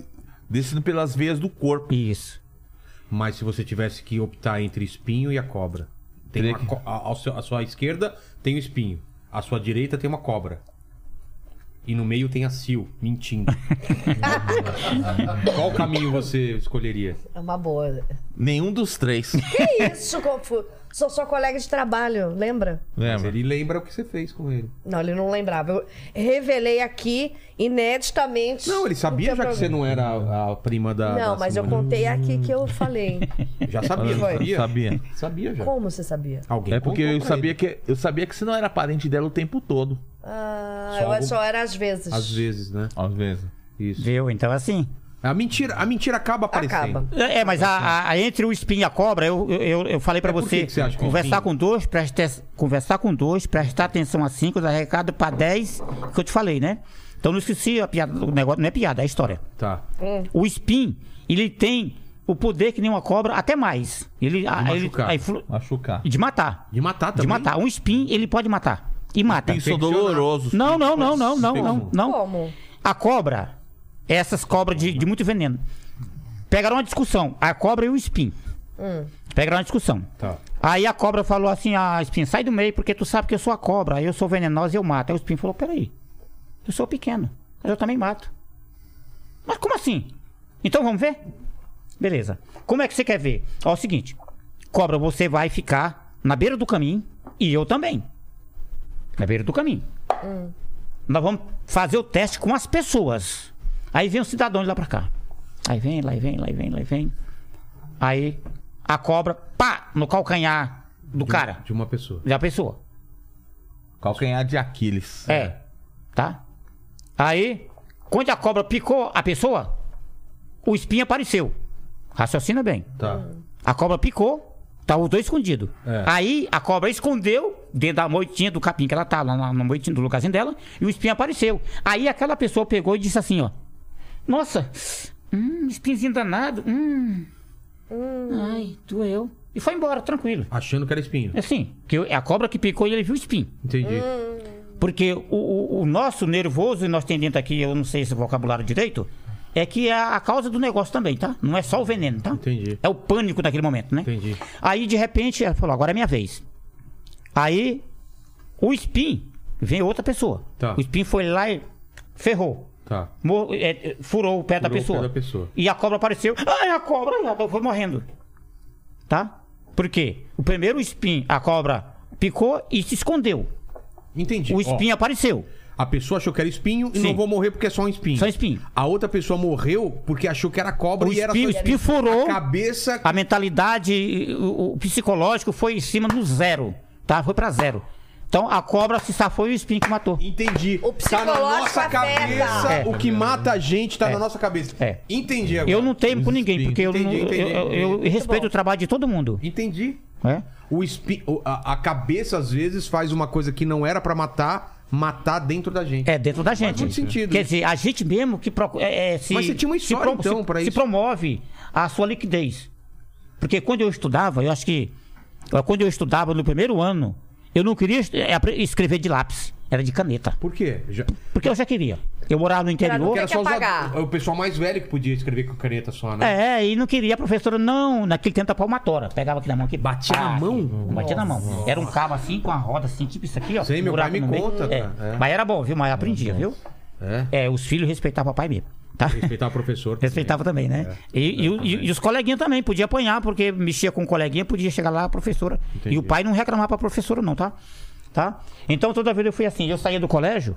[SPEAKER 5] descendo pelas veias do corpo.
[SPEAKER 4] Isso.
[SPEAKER 1] Mas se você tivesse que optar entre espinho e a cobra, tem
[SPEAKER 5] Teria
[SPEAKER 1] uma
[SPEAKER 5] que-
[SPEAKER 1] co- a, ao seu- à sua esquerda tem o espinho, à sua direita tem uma cobra. E no meio tem a Sil, mentindo. Qual caminho você escolheria?
[SPEAKER 2] É uma boa.
[SPEAKER 5] Nenhum dos três.
[SPEAKER 2] Que isso, Confuso? Sou sua colega de trabalho, lembra?
[SPEAKER 1] Mas
[SPEAKER 5] Lembra?
[SPEAKER 1] ele lembra o que você fez com ele.
[SPEAKER 2] Não, ele não lembrava. Eu revelei aqui, ineditamente.
[SPEAKER 1] Não, ele sabia
[SPEAKER 2] o
[SPEAKER 1] já que você assim, não era a, a prima da.
[SPEAKER 2] Não,
[SPEAKER 1] da
[SPEAKER 2] mas eu
[SPEAKER 1] Simone.
[SPEAKER 2] contei aqui que eu falei.
[SPEAKER 1] Já sabia, não
[SPEAKER 2] Foi.
[SPEAKER 1] sabia?
[SPEAKER 5] Sabia.
[SPEAKER 1] Sabia já.
[SPEAKER 2] Como você sabia?
[SPEAKER 1] Alguém
[SPEAKER 5] É porque
[SPEAKER 1] contou
[SPEAKER 5] eu
[SPEAKER 1] pra
[SPEAKER 5] sabia
[SPEAKER 1] ele.
[SPEAKER 5] que eu sabia que você não era parente dela o tempo todo.
[SPEAKER 2] Ah,
[SPEAKER 1] Só
[SPEAKER 2] eu
[SPEAKER 1] algum-
[SPEAKER 2] só era às vezes.
[SPEAKER 1] Às vezes, né?
[SPEAKER 5] Às vezes.
[SPEAKER 1] Isso.
[SPEAKER 4] Viu? Então assim.
[SPEAKER 1] A mentira, a mentira acaba aparecendo.
[SPEAKER 2] Acaba.
[SPEAKER 4] É, é, mas a- a- a- entre o espinho e a cobra, eu, eu- eu, eu falei pra
[SPEAKER 1] É, por
[SPEAKER 4] você,
[SPEAKER 1] que que você acha que é
[SPEAKER 4] conversar
[SPEAKER 1] espinho?
[SPEAKER 4] com dois, presta, conversar com dois, prestar atenção a cinco, dar recado pra dez, que eu te falei, né? Então não esqueci a piada, o negócio não é piada, é história.
[SPEAKER 1] Tá.
[SPEAKER 4] O espinho, ele tem o poder que nem uma cobra, até mais. Ele, a-
[SPEAKER 1] De
[SPEAKER 4] ele-
[SPEAKER 1] machucar.
[SPEAKER 4] a influ-
[SPEAKER 5] Machucar.
[SPEAKER 4] de matar.
[SPEAKER 1] De matar também.
[SPEAKER 4] De matar. Um espinho, ele pode matar. E mata.
[SPEAKER 5] Pinhos são dolorosos.
[SPEAKER 4] Não, não, não, não, não, não, não.
[SPEAKER 2] Como?
[SPEAKER 4] A cobra, essas cobras de, de muito veneno, pegaram uma discussão, a cobra e o espinho. Pegaram uma discussão.
[SPEAKER 1] Tá.
[SPEAKER 4] Aí a cobra falou assim: ah, espinho, sai do meio, porque tu sabe que eu sou a cobra, aí eu sou venenosa e eu mato. Aí o espinho falou: peraí, eu sou pequeno, mas eu também mato. Mas como assim? Então vamos ver? Beleza. Como é que você quer ver? Ó, é o seguinte: cobra, você vai ficar na beira do caminho e eu também. Na beira do caminho. Nós vamos fazer o teste com as pessoas. Aí vem os cidadãos de lá pra cá. Aí vem, lá vem, lá vem, lá vem. Aí a cobra, pá, no calcanhar
[SPEAKER 1] Hum.
[SPEAKER 4] do cara,
[SPEAKER 1] De uma pessoa.
[SPEAKER 4] da pessoa.
[SPEAKER 5] Calcanhar de Aquiles.
[SPEAKER 4] É. Tá? Aí, quando a cobra picou a pessoa, o espinho apareceu. Raciocina bem.
[SPEAKER 1] Tá.
[SPEAKER 4] A cobra picou, tá os dois escondidos.
[SPEAKER 1] É.
[SPEAKER 4] Aí a cobra escondeu dentro da moitinha do capim que ela tá, lá na, na moitinha do lugarzinho dela, e o espinho apareceu. Aí aquela pessoa pegou e disse assim, ó. Nossa, hum, espinzinho danado, hum. Ai, doeu. E foi embora, tranquilo.
[SPEAKER 1] Achando que era espinho.
[SPEAKER 4] Assim, que é a cobra que picou e ele viu o espinho.
[SPEAKER 1] Entendi.
[SPEAKER 2] Hum.
[SPEAKER 4] Porque o, o- o nosso nervoso, e nós temos dentro aqui, eu não sei esse vocabulário direito, é que é a causa do negócio também, tá? Não é só o veneno, tá?
[SPEAKER 1] Entendi.
[SPEAKER 4] É o pânico naquele momento, né?
[SPEAKER 1] Entendi.
[SPEAKER 4] Aí, de repente, ela falou, agora é minha vez. Aí, o espinho, vem outra pessoa.
[SPEAKER 1] Tá.
[SPEAKER 4] O espinho foi lá e ferrou.
[SPEAKER 1] Tá.
[SPEAKER 4] Mor- é, é, furou o pé da
[SPEAKER 1] Furou o
[SPEAKER 4] pessoa.
[SPEAKER 1] pé da pessoa.
[SPEAKER 4] E a cobra apareceu. Ai, a cobra e ela foi morrendo. Tá? Por quê? O primeiro espinho, a cobra picou e se escondeu.
[SPEAKER 1] Entendi.
[SPEAKER 4] O
[SPEAKER 1] Ó,
[SPEAKER 4] espinho apareceu.
[SPEAKER 1] a pessoa achou que era espinho e
[SPEAKER 4] Sim.
[SPEAKER 1] não vou morrer porque é só um espinho.
[SPEAKER 4] Só espinho.
[SPEAKER 1] A outra pessoa morreu porque achou que era cobra
[SPEAKER 4] O
[SPEAKER 1] e era
[SPEAKER 4] espinho-
[SPEAKER 1] só
[SPEAKER 4] o espinho furou.
[SPEAKER 1] A cabeça.
[SPEAKER 4] A mentalidade, o, o psicológico foi em cima do zero. Tá? Foi pra zero. Então a cobra se safou e o espinho que matou.
[SPEAKER 1] Entendi.
[SPEAKER 2] O
[SPEAKER 1] tá na
[SPEAKER 2] psicológico
[SPEAKER 1] nossa
[SPEAKER 2] afeta.
[SPEAKER 1] cabeça.
[SPEAKER 4] É.
[SPEAKER 1] O que mata a gente tá
[SPEAKER 4] É.
[SPEAKER 1] na nossa cabeça.
[SPEAKER 4] É.
[SPEAKER 1] Entendi agora.
[SPEAKER 4] Eu não teimo por ninguém, porque eu,
[SPEAKER 1] Entendi,
[SPEAKER 4] não-
[SPEAKER 1] entendi,
[SPEAKER 4] eu- eu- eu
[SPEAKER 1] entendi. Tá
[SPEAKER 4] respeito
[SPEAKER 2] bom.
[SPEAKER 4] o trabalho de todo mundo.
[SPEAKER 1] Entendi.
[SPEAKER 4] né?
[SPEAKER 1] O espi... o- a, a cabeça, às vezes, faz uma coisa que não era pra matar, matar dentro da gente.
[SPEAKER 4] É, dentro da gente.
[SPEAKER 1] muito sentido.
[SPEAKER 4] Quer dizer, a gente mesmo que procura. É, é, se,
[SPEAKER 1] Mas você tinha uma
[SPEAKER 4] se
[SPEAKER 1] história, então,
[SPEAKER 4] se-
[SPEAKER 1] pra
[SPEAKER 4] se
[SPEAKER 1] isso.
[SPEAKER 4] promove a sua liquidez. Porque quando eu estudava, eu acho que. ó, Quando eu estudava no primeiro ano, eu não queria est- é, apre- escrever de lápis, era de caneta.
[SPEAKER 1] Por quê? Já...
[SPEAKER 4] Porque eu já queria. Eu morava no interior.
[SPEAKER 2] Tem é que é
[SPEAKER 1] os
[SPEAKER 2] apagar.
[SPEAKER 1] ad- o pessoal mais velho que podia escrever com caneta só, né?
[SPEAKER 4] É, e não queria a professora, não. Naquele tempo a palmatória. Pegava aqui na mão aqui.
[SPEAKER 1] Batia na
[SPEAKER 4] pá, aqui.
[SPEAKER 1] mão?
[SPEAKER 4] Batia na mão. Era um cabo assim, com a roda assim, tipo isso aqui, ó.
[SPEAKER 1] Sei, meu
[SPEAKER 4] buraco
[SPEAKER 1] pai me
[SPEAKER 4] no meio.
[SPEAKER 1] conta,
[SPEAKER 4] É.
[SPEAKER 1] cara. É.
[SPEAKER 4] Mas era bom, viu? Mas aprendia, viu?
[SPEAKER 1] É.
[SPEAKER 4] É, os filhos respeitavam o pai mesmo, tá?
[SPEAKER 1] Respeitar o professor. É. também.
[SPEAKER 4] Respeitava também, né? E, e o- e- e os coleguinhas também, podia apanhar, porque mexia com o coleguinha, podia chegar lá a professora.
[SPEAKER 1] Entendi.
[SPEAKER 4] E o pai não reclamava pra professora, não, tá? tá? Então toda vez eu fui assim, eu saía do colégio,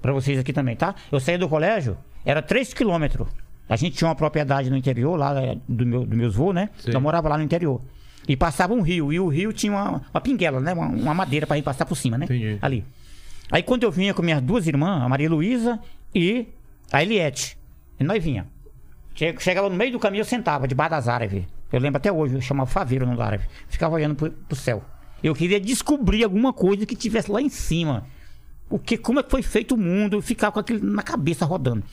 [SPEAKER 4] pra vocês aqui também, tá? Eu saía do colégio, era 3 quilômetros. A gente tinha uma propriedade no interior, lá eh, do meu, dos meus vô, né? Então eu morava lá no interior. E passava um rio, e o rio tinha uma, uma pinguela, né? Uma, uma madeira pra ir passar por cima, né?
[SPEAKER 1] Entendi.
[SPEAKER 4] Ali. Aí quando eu vinha com minhas duas irmãs, a Maria Luísa e a Eliette, e nós vinha. Che- Chegava no meio do caminho, eu sentava debaixo das árvores. Eu lembro até hoje, eu chamava Faveiro no árabe. Ficava olhando pro, pro céu. Eu queria descobrir alguma coisa que tivesse lá em cima. O que, como é que foi feito o mundo? Eu ficava com aquilo na cabeça rodando.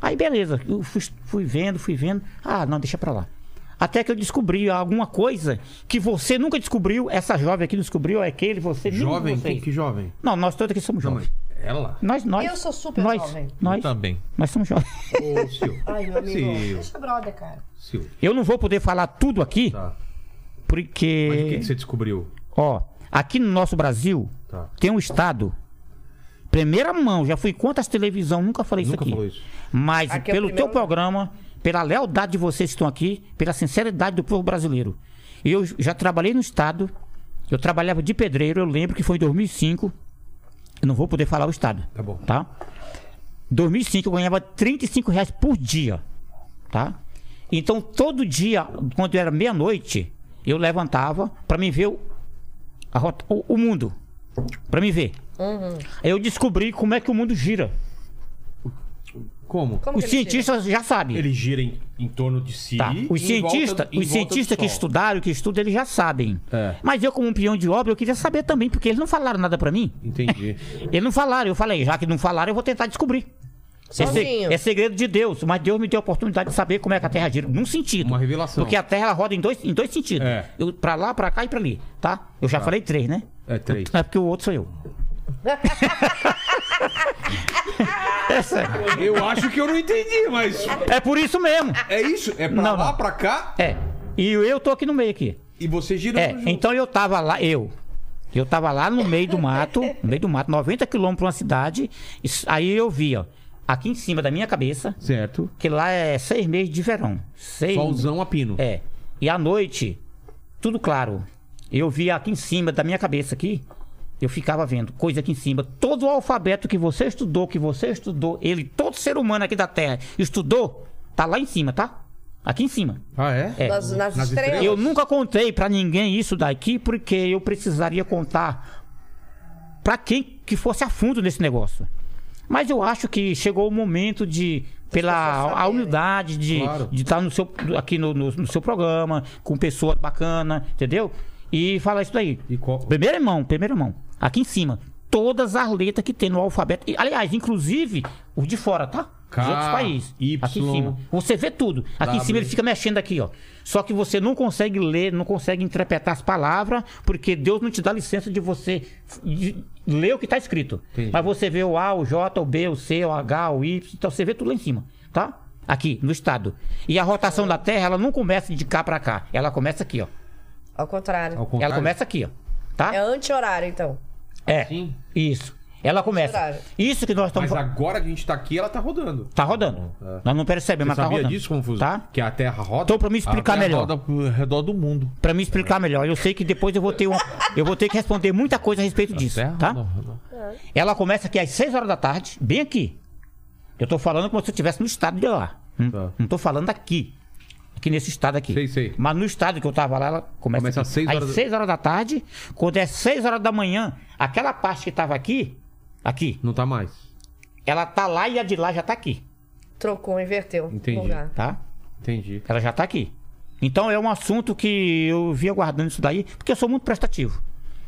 [SPEAKER 4] Aí beleza, eu fui, fui vendo, fui vendo. Ah, não, deixa pra lá. Até que eu descobri alguma coisa que você nunca descobriu, essa jovem aqui não descobriu, é aquele, você nenhum de
[SPEAKER 1] Jovem?
[SPEAKER 4] vocês.
[SPEAKER 1] Quem que jovem?
[SPEAKER 4] Não, nós todos aqui somos jovens.
[SPEAKER 1] Ela.
[SPEAKER 4] Nós, nós.
[SPEAKER 2] Eu sou super
[SPEAKER 4] nós,
[SPEAKER 2] jovem.
[SPEAKER 5] Eu
[SPEAKER 1] Então.
[SPEAKER 4] Nós,
[SPEAKER 5] também.
[SPEAKER 4] nós somos jovens.
[SPEAKER 1] Ô, Sil.
[SPEAKER 2] Ai, meu amigo.
[SPEAKER 1] Sil,
[SPEAKER 2] Deixa brother, cara.
[SPEAKER 1] Sil.
[SPEAKER 4] Eu não vou poder falar tudo aqui,
[SPEAKER 1] Tá.
[SPEAKER 4] porque.
[SPEAKER 1] Mas o que, que você descobriu?
[SPEAKER 4] Ó, aqui no nosso Brasil
[SPEAKER 1] Tá.
[SPEAKER 4] tem um estado. Primeira mão, já fui quantas televisão, nunca falei
[SPEAKER 1] Nunca
[SPEAKER 4] isso aqui.
[SPEAKER 1] falou isso.
[SPEAKER 4] Mas
[SPEAKER 2] Aqui é o
[SPEAKER 4] pelo
[SPEAKER 2] primeiro
[SPEAKER 4] teu
[SPEAKER 2] lugar.
[SPEAKER 4] programa, pela lealdade de vocês que estão aqui, pela sinceridade do povo brasileiro. Eu já trabalhei no estado, eu trabalhava de pedreiro, eu lembro que foi em 2005. Eu não vou poder falar o estado.
[SPEAKER 1] Tá bom.
[SPEAKER 4] Tá? 2005 eu ganhava 35 reais por dia, tá? Então todo dia, quando era meia-noite, eu levantava pra me ver o, a rota- o- o mundo,
[SPEAKER 2] Uhum.
[SPEAKER 4] Pra me ver. Aí Eu descobri como é que o mundo gira.
[SPEAKER 1] Como?
[SPEAKER 2] Como
[SPEAKER 4] Os
[SPEAKER 2] que ele chega?
[SPEAKER 4] cientistas já sabem.
[SPEAKER 1] Ele gira em, em torno de si.
[SPEAKER 4] Tá.
[SPEAKER 1] em
[SPEAKER 4] Os cientistas
[SPEAKER 1] volta do- em
[SPEAKER 4] os
[SPEAKER 1] volta do
[SPEAKER 4] cientistas que
[SPEAKER 1] Sol.
[SPEAKER 4] estudaram, que estudam, eles já sabem.
[SPEAKER 1] É.
[SPEAKER 4] Mas eu, como um peão de obra, eu queria saber também, porque eles não falaram nada pra mim.
[SPEAKER 1] Entendi.
[SPEAKER 4] Eles não falaram. Eu falei, já que não falaram, eu vou tentar descobrir. É, se-
[SPEAKER 2] Sozinho.
[SPEAKER 4] é segredo de Deus, mas Deus me deu a oportunidade de saber como é que a Terra gira. Num sentido.
[SPEAKER 1] Uma revelação.
[SPEAKER 4] Porque a Terra ela roda em dois, em dois sentidos.
[SPEAKER 1] É.
[SPEAKER 4] Eu, pra lá, pra cá e pra ali. Tá? Eu já falei três, né?
[SPEAKER 1] É três.
[SPEAKER 4] É porque o outro sou eu. Essa-
[SPEAKER 8] Eu acho que eu não entendi, mas.
[SPEAKER 4] é por isso mesmo.
[SPEAKER 8] É isso? É pra
[SPEAKER 4] Não,
[SPEAKER 8] lá,
[SPEAKER 4] não.
[SPEAKER 8] pra cá
[SPEAKER 4] É. E eu tô aqui no meio aqui.
[SPEAKER 8] e você girando
[SPEAKER 4] É,
[SPEAKER 8] junto.
[SPEAKER 4] então eu tava lá, eu. Eu tava lá no meio do mato, no meio do mato, 90 quilômetros pra uma cidade. e s- Aí eu vi, ó, aqui em cima da minha cabeça,
[SPEAKER 1] Certo.
[SPEAKER 4] que lá é seis meses de verão. Seis
[SPEAKER 1] Solzão a pino.
[SPEAKER 4] É. E à noite, tudo claro. Eu vi aqui em cima da minha cabeça aqui, eu ficava vendo coisa aqui em cima. Todo o alfabeto que você estudou, que você estudou, ele, todo ser humano aqui da Terra estudou, tá lá em cima, tá? Aqui em cima.
[SPEAKER 1] Ah, é?
[SPEAKER 4] É.
[SPEAKER 2] Nas, nas
[SPEAKER 1] Nas
[SPEAKER 2] estrelas.
[SPEAKER 1] estrelas?
[SPEAKER 4] Eu nunca contei pra ninguém isso daqui porque eu precisaria contar pra quem que fosse a fundo nesse negócio. Mas eu acho que chegou o momento de pela
[SPEAKER 2] pessoas
[SPEAKER 4] a
[SPEAKER 2] saberem.
[SPEAKER 4] humildade de
[SPEAKER 1] Claro.
[SPEAKER 4] de estar no seu aqui no, no- no seu programa com pessoa bacana, entendeu? E falar isso daí.
[SPEAKER 1] E qual-
[SPEAKER 4] Primeira mão, primeira mão. Aqui em cima, todas as letras que tem no alfabeto. E, aliás, inclusive os de fora, tá? Os
[SPEAKER 1] K,
[SPEAKER 4] outros países. aqui em
[SPEAKER 1] Ah, Y,
[SPEAKER 4] cima. Você vê tudo. Aqui em
[SPEAKER 1] W.
[SPEAKER 4] cima ele fica mexendo aqui, ó. Só que você não consegue ler, não consegue interpretar as palavras, porque Deus não te dá licença de você de ler o que está escrito.
[SPEAKER 1] Entendi.
[SPEAKER 4] Mas você vê o A, o J, o B, o C, o H, o Y, então você vê tudo lá em cima, tá? Aqui, no estado. E a rotação da Terra, ela não começa de cá para cá. Ela começa aqui, ó.
[SPEAKER 2] Ao
[SPEAKER 1] Ao
[SPEAKER 2] contrário.
[SPEAKER 1] contrário.
[SPEAKER 4] Ela começa aqui, ó.
[SPEAKER 2] É
[SPEAKER 4] Tá?
[SPEAKER 2] anti-horário, então.
[SPEAKER 4] É.
[SPEAKER 1] Sim.
[SPEAKER 4] Isso. Ela começa.
[SPEAKER 2] Horário.
[SPEAKER 4] Isso que nós estamos.
[SPEAKER 1] Mas agora que a gente tá aqui, ela tá rodando.
[SPEAKER 4] Tá rodando. Nós não percebemos,
[SPEAKER 1] Você
[SPEAKER 4] mas tá
[SPEAKER 1] sabia
[SPEAKER 4] rodando.
[SPEAKER 1] disso, Confuso? Ah, tá.
[SPEAKER 4] Tá?
[SPEAKER 1] Que a Terra roda?
[SPEAKER 4] Então, pra me
[SPEAKER 5] A
[SPEAKER 4] explicar
[SPEAKER 5] Terra
[SPEAKER 4] melhor.
[SPEAKER 5] roda ao redor do mundo.
[SPEAKER 4] Pra me explicar melhor. Eu sei que depois eu vou ter, uma, eu vou ter que responder muita coisa a respeito disso,
[SPEAKER 5] Terra
[SPEAKER 4] tá?
[SPEAKER 5] roda, roda.
[SPEAKER 4] Ela começa aqui às 6 horas da tarde, bem aqui. Eu tô falando como se eu estivesse no estado de lá. Não,
[SPEAKER 1] Tá.
[SPEAKER 4] não tô falando aqui. Aqui nesse estado aqui.
[SPEAKER 1] Sei, sei.
[SPEAKER 4] Mas no estado que eu tava lá, ela começa,
[SPEAKER 1] Começa
[SPEAKER 4] aqui.
[SPEAKER 1] às seis horas
[SPEAKER 4] às
[SPEAKER 1] da-
[SPEAKER 4] 6 horas da tarde. Quando é 6 horas da manhã, aquela parte que tava aqui, aqui,
[SPEAKER 1] Não tá mais.
[SPEAKER 4] ela tá lá e a de lá já tá aqui,
[SPEAKER 2] Trocou, inverteu. o
[SPEAKER 1] Entendi.
[SPEAKER 2] Lugar.
[SPEAKER 4] tá?
[SPEAKER 1] Entendi.
[SPEAKER 4] Ela já tá aqui. Então é um assunto que eu vim aguardando isso daí, porque eu sou muito prestativo.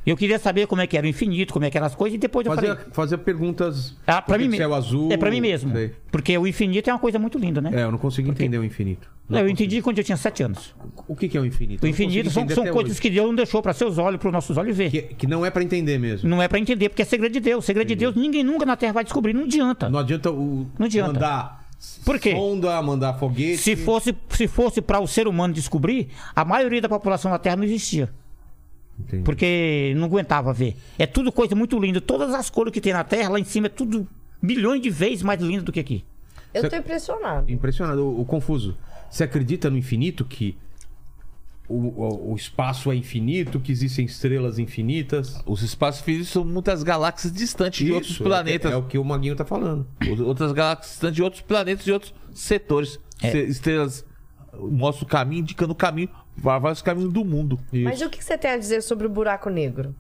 [SPEAKER 4] Eu queria saber como é que era o infinito, como é que eram as coisas, e depois eu
[SPEAKER 1] Fazer,
[SPEAKER 4] falei.
[SPEAKER 1] fazer perguntas.
[SPEAKER 4] Ah, pra
[SPEAKER 1] Por que
[SPEAKER 4] mim
[SPEAKER 1] que
[SPEAKER 4] mesmo.
[SPEAKER 1] Céu azul.
[SPEAKER 4] É pra mim mesmo.
[SPEAKER 1] Sei.
[SPEAKER 4] Porque o infinito é uma coisa muito linda, né?
[SPEAKER 1] É, eu não consigo entender o infinito. Não
[SPEAKER 4] eu
[SPEAKER 1] consigo.
[SPEAKER 4] entendi quando eu tinha sete anos.
[SPEAKER 1] O que, que é o infinito? Eu
[SPEAKER 4] O
[SPEAKER 1] não consigo
[SPEAKER 4] infinito são,
[SPEAKER 1] entender
[SPEAKER 4] são
[SPEAKER 1] até
[SPEAKER 4] coisas
[SPEAKER 1] hoje.
[SPEAKER 4] que Deus não deixou para seus olhos, para os nossos olhos ver.
[SPEAKER 1] que. Que não é pra entender mesmo.
[SPEAKER 4] Não é para entender, porque é segredo de Deus. Segredo de Deus ninguém nunca na Terra vai descobrir, não adianta.
[SPEAKER 1] Não adianta o.
[SPEAKER 4] Não adianta.
[SPEAKER 1] Mandar.
[SPEAKER 4] Por quê?
[SPEAKER 1] Sonda, mandar foguete.
[SPEAKER 4] Se fosse, se fosse para o ser humano descobrir, a maioria da população da Terra não existia.
[SPEAKER 1] Entendi.
[SPEAKER 4] Porque não aguentava ver. É tudo coisa muito linda. Todas as cores que tem na Terra, lá em cima, é tudo milhões de vezes mais lindo do que aqui.
[SPEAKER 2] Eu
[SPEAKER 1] Cê-
[SPEAKER 2] tô impressionado.
[SPEAKER 1] Impressionado, o, o confuso. Você acredita no infinito que o, o- o espaço é infinito, que existem estrelas infinitas?
[SPEAKER 5] Os espaços físicos são muitas galáxias distantes de outros
[SPEAKER 1] Isso,
[SPEAKER 5] planetas.
[SPEAKER 1] É, é o que o Maguinho tá falando.
[SPEAKER 5] Ou- Outras galáxias distantes de outros planetas e outros setores. Se- Estrelas mostram o caminho, indicando o caminho, vá- vários caminhos do mundo.
[SPEAKER 2] Mas o que você tem a dizer sobre o buraco negro?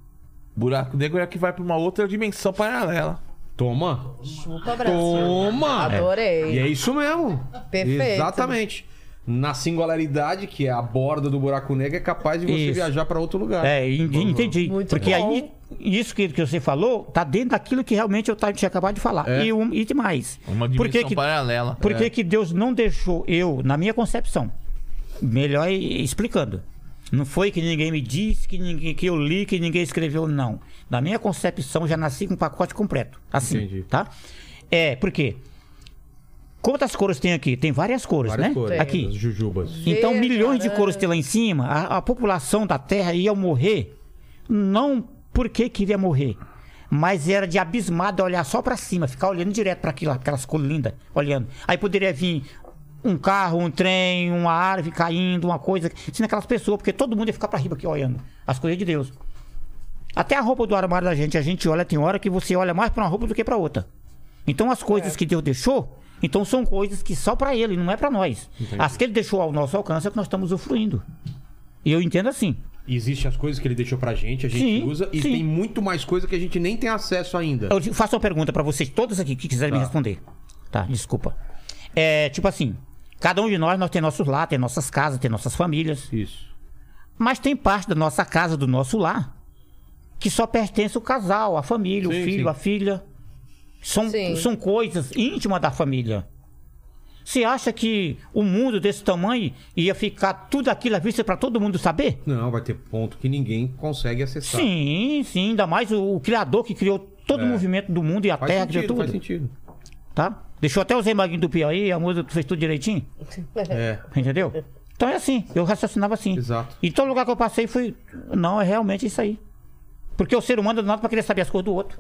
[SPEAKER 5] Buraco negro é que vai para uma outra dimensão paralela.
[SPEAKER 1] Toma!
[SPEAKER 2] Chupa, Brasil.
[SPEAKER 1] Toma! E
[SPEAKER 2] Adorei.
[SPEAKER 1] é isso mesmo.
[SPEAKER 2] Perfeito.
[SPEAKER 1] Exatamente. Na singularidade, que é a borda do buraco negro, é capaz de você
[SPEAKER 4] Isso.
[SPEAKER 1] viajar pra outro lugar.
[SPEAKER 4] É, en- entendi.
[SPEAKER 2] Muito
[SPEAKER 4] Porque
[SPEAKER 2] bom.
[SPEAKER 4] aí, isso que, que você falou, tá dentro daquilo que realmente eu tava- tinha acabado de falar. E, um, e demais.
[SPEAKER 5] Uma
[SPEAKER 4] Por que
[SPEAKER 5] dimensão
[SPEAKER 4] que-
[SPEAKER 5] paralela.
[SPEAKER 4] Por que, que Deus não deixou eu, na minha concepção, melhor e- explicando. Não foi que ninguém me disse, que, ninguém, que eu li, que ninguém escreveu, não. Na minha concepção, já nasci com um pacote completo. Assim,
[SPEAKER 1] Entendi.
[SPEAKER 4] tá? É, por quê? Quantas cores tem aqui? Tem várias cores,
[SPEAKER 1] Várias
[SPEAKER 4] né?
[SPEAKER 1] cores.
[SPEAKER 4] Aqui.
[SPEAKER 1] As jujubas.
[SPEAKER 4] Então,
[SPEAKER 2] Verde,
[SPEAKER 4] milhões de
[SPEAKER 2] laranja.
[SPEAKER 4] cores tem lá em cima. A, a população da Terra ia morrer, não porque queria morrer, mas era de abismado olhar só pra cima, ficar olhando direto para aquilo, aquelas cores lindas, olhando. Aí poderia vir um carro, um trem, uma árvore caindo, uma coisa, sendo aquelas pessoas, porque todo mundo ia ficar pra riba aqui olhando as coisas de Deus. Até a roupa do armário da gente, a gente olha, tem hora que você olha mais pra uma roupa do que pra outra. Então as coisas que Deus deixou, então são coisas que só pra ele, não é pra nós. As que ele deixou ao nosso alcance é que nós estamos usufruindo. E eu entendo assim.
[SPEAKER 1] E Existem as coisas que ele deixou pra gente, a gente
[SPEAKER 4] Sim,
[SPEAKER 1] usa, e
[SPEAKER 4] sim.
[SPEAKER 1] tem muito mais coisa que a gente nem tem acesso ainda.
[SPEAKER 4] Eu te- faço uma pergunta pra vocês todos aqui que quiserem me responder. Tá, desculpa. é, tipo assim, cada um de nós, nós tem nossos lar, tem nossas casas, tem nossas famílias.
[SPEAKER 8] Isso.
[SPEAKER 4] Mas tem parte da nossa casa, do nosso lar, que só pertence o casal, a família,
[SPEAKER 8] Sim,
[SPEAKER 4] o filho,
[SPEAKER 8] sim.
[SPEAKER 4] a filha. São,
[SPEAKER 2] Sim.
[SPEAKER 4] são coisas íntimas da família. Você acha que o mundo desse tamanho ia ficar tudo aquilo à vista para todo mundo saber?
[SPEAKER 1] Não, vai ter ponto que ninguém consegue acessar.
[SPEAKER 4] Sim, sim, ainda mais o, o criador que criou todo o movimento do mundo e a
[SPEAKER 1] É. Faz
[SPEAKER 4] terra,
[SPEAKER 1] sentido,
[SPEAKER 4] criou tudo.
[SPEAKER 1] faz sentido.
[SPEAKER 4] Tá? Deixou até o Zé Maguinho do Piauí, a música fez tudo direitinho.
[SPEAKER 1] É.
[SPEAKER 4] Entendeu? Então é assim, eu raciocinava assim.
[SPEAKER 1] Exato.
[SPEAKER 4] E todo lugar que eu passei foi. Não, é realmente isso aí. Porque o ser humano é nada pra querer saber as coisas do outro.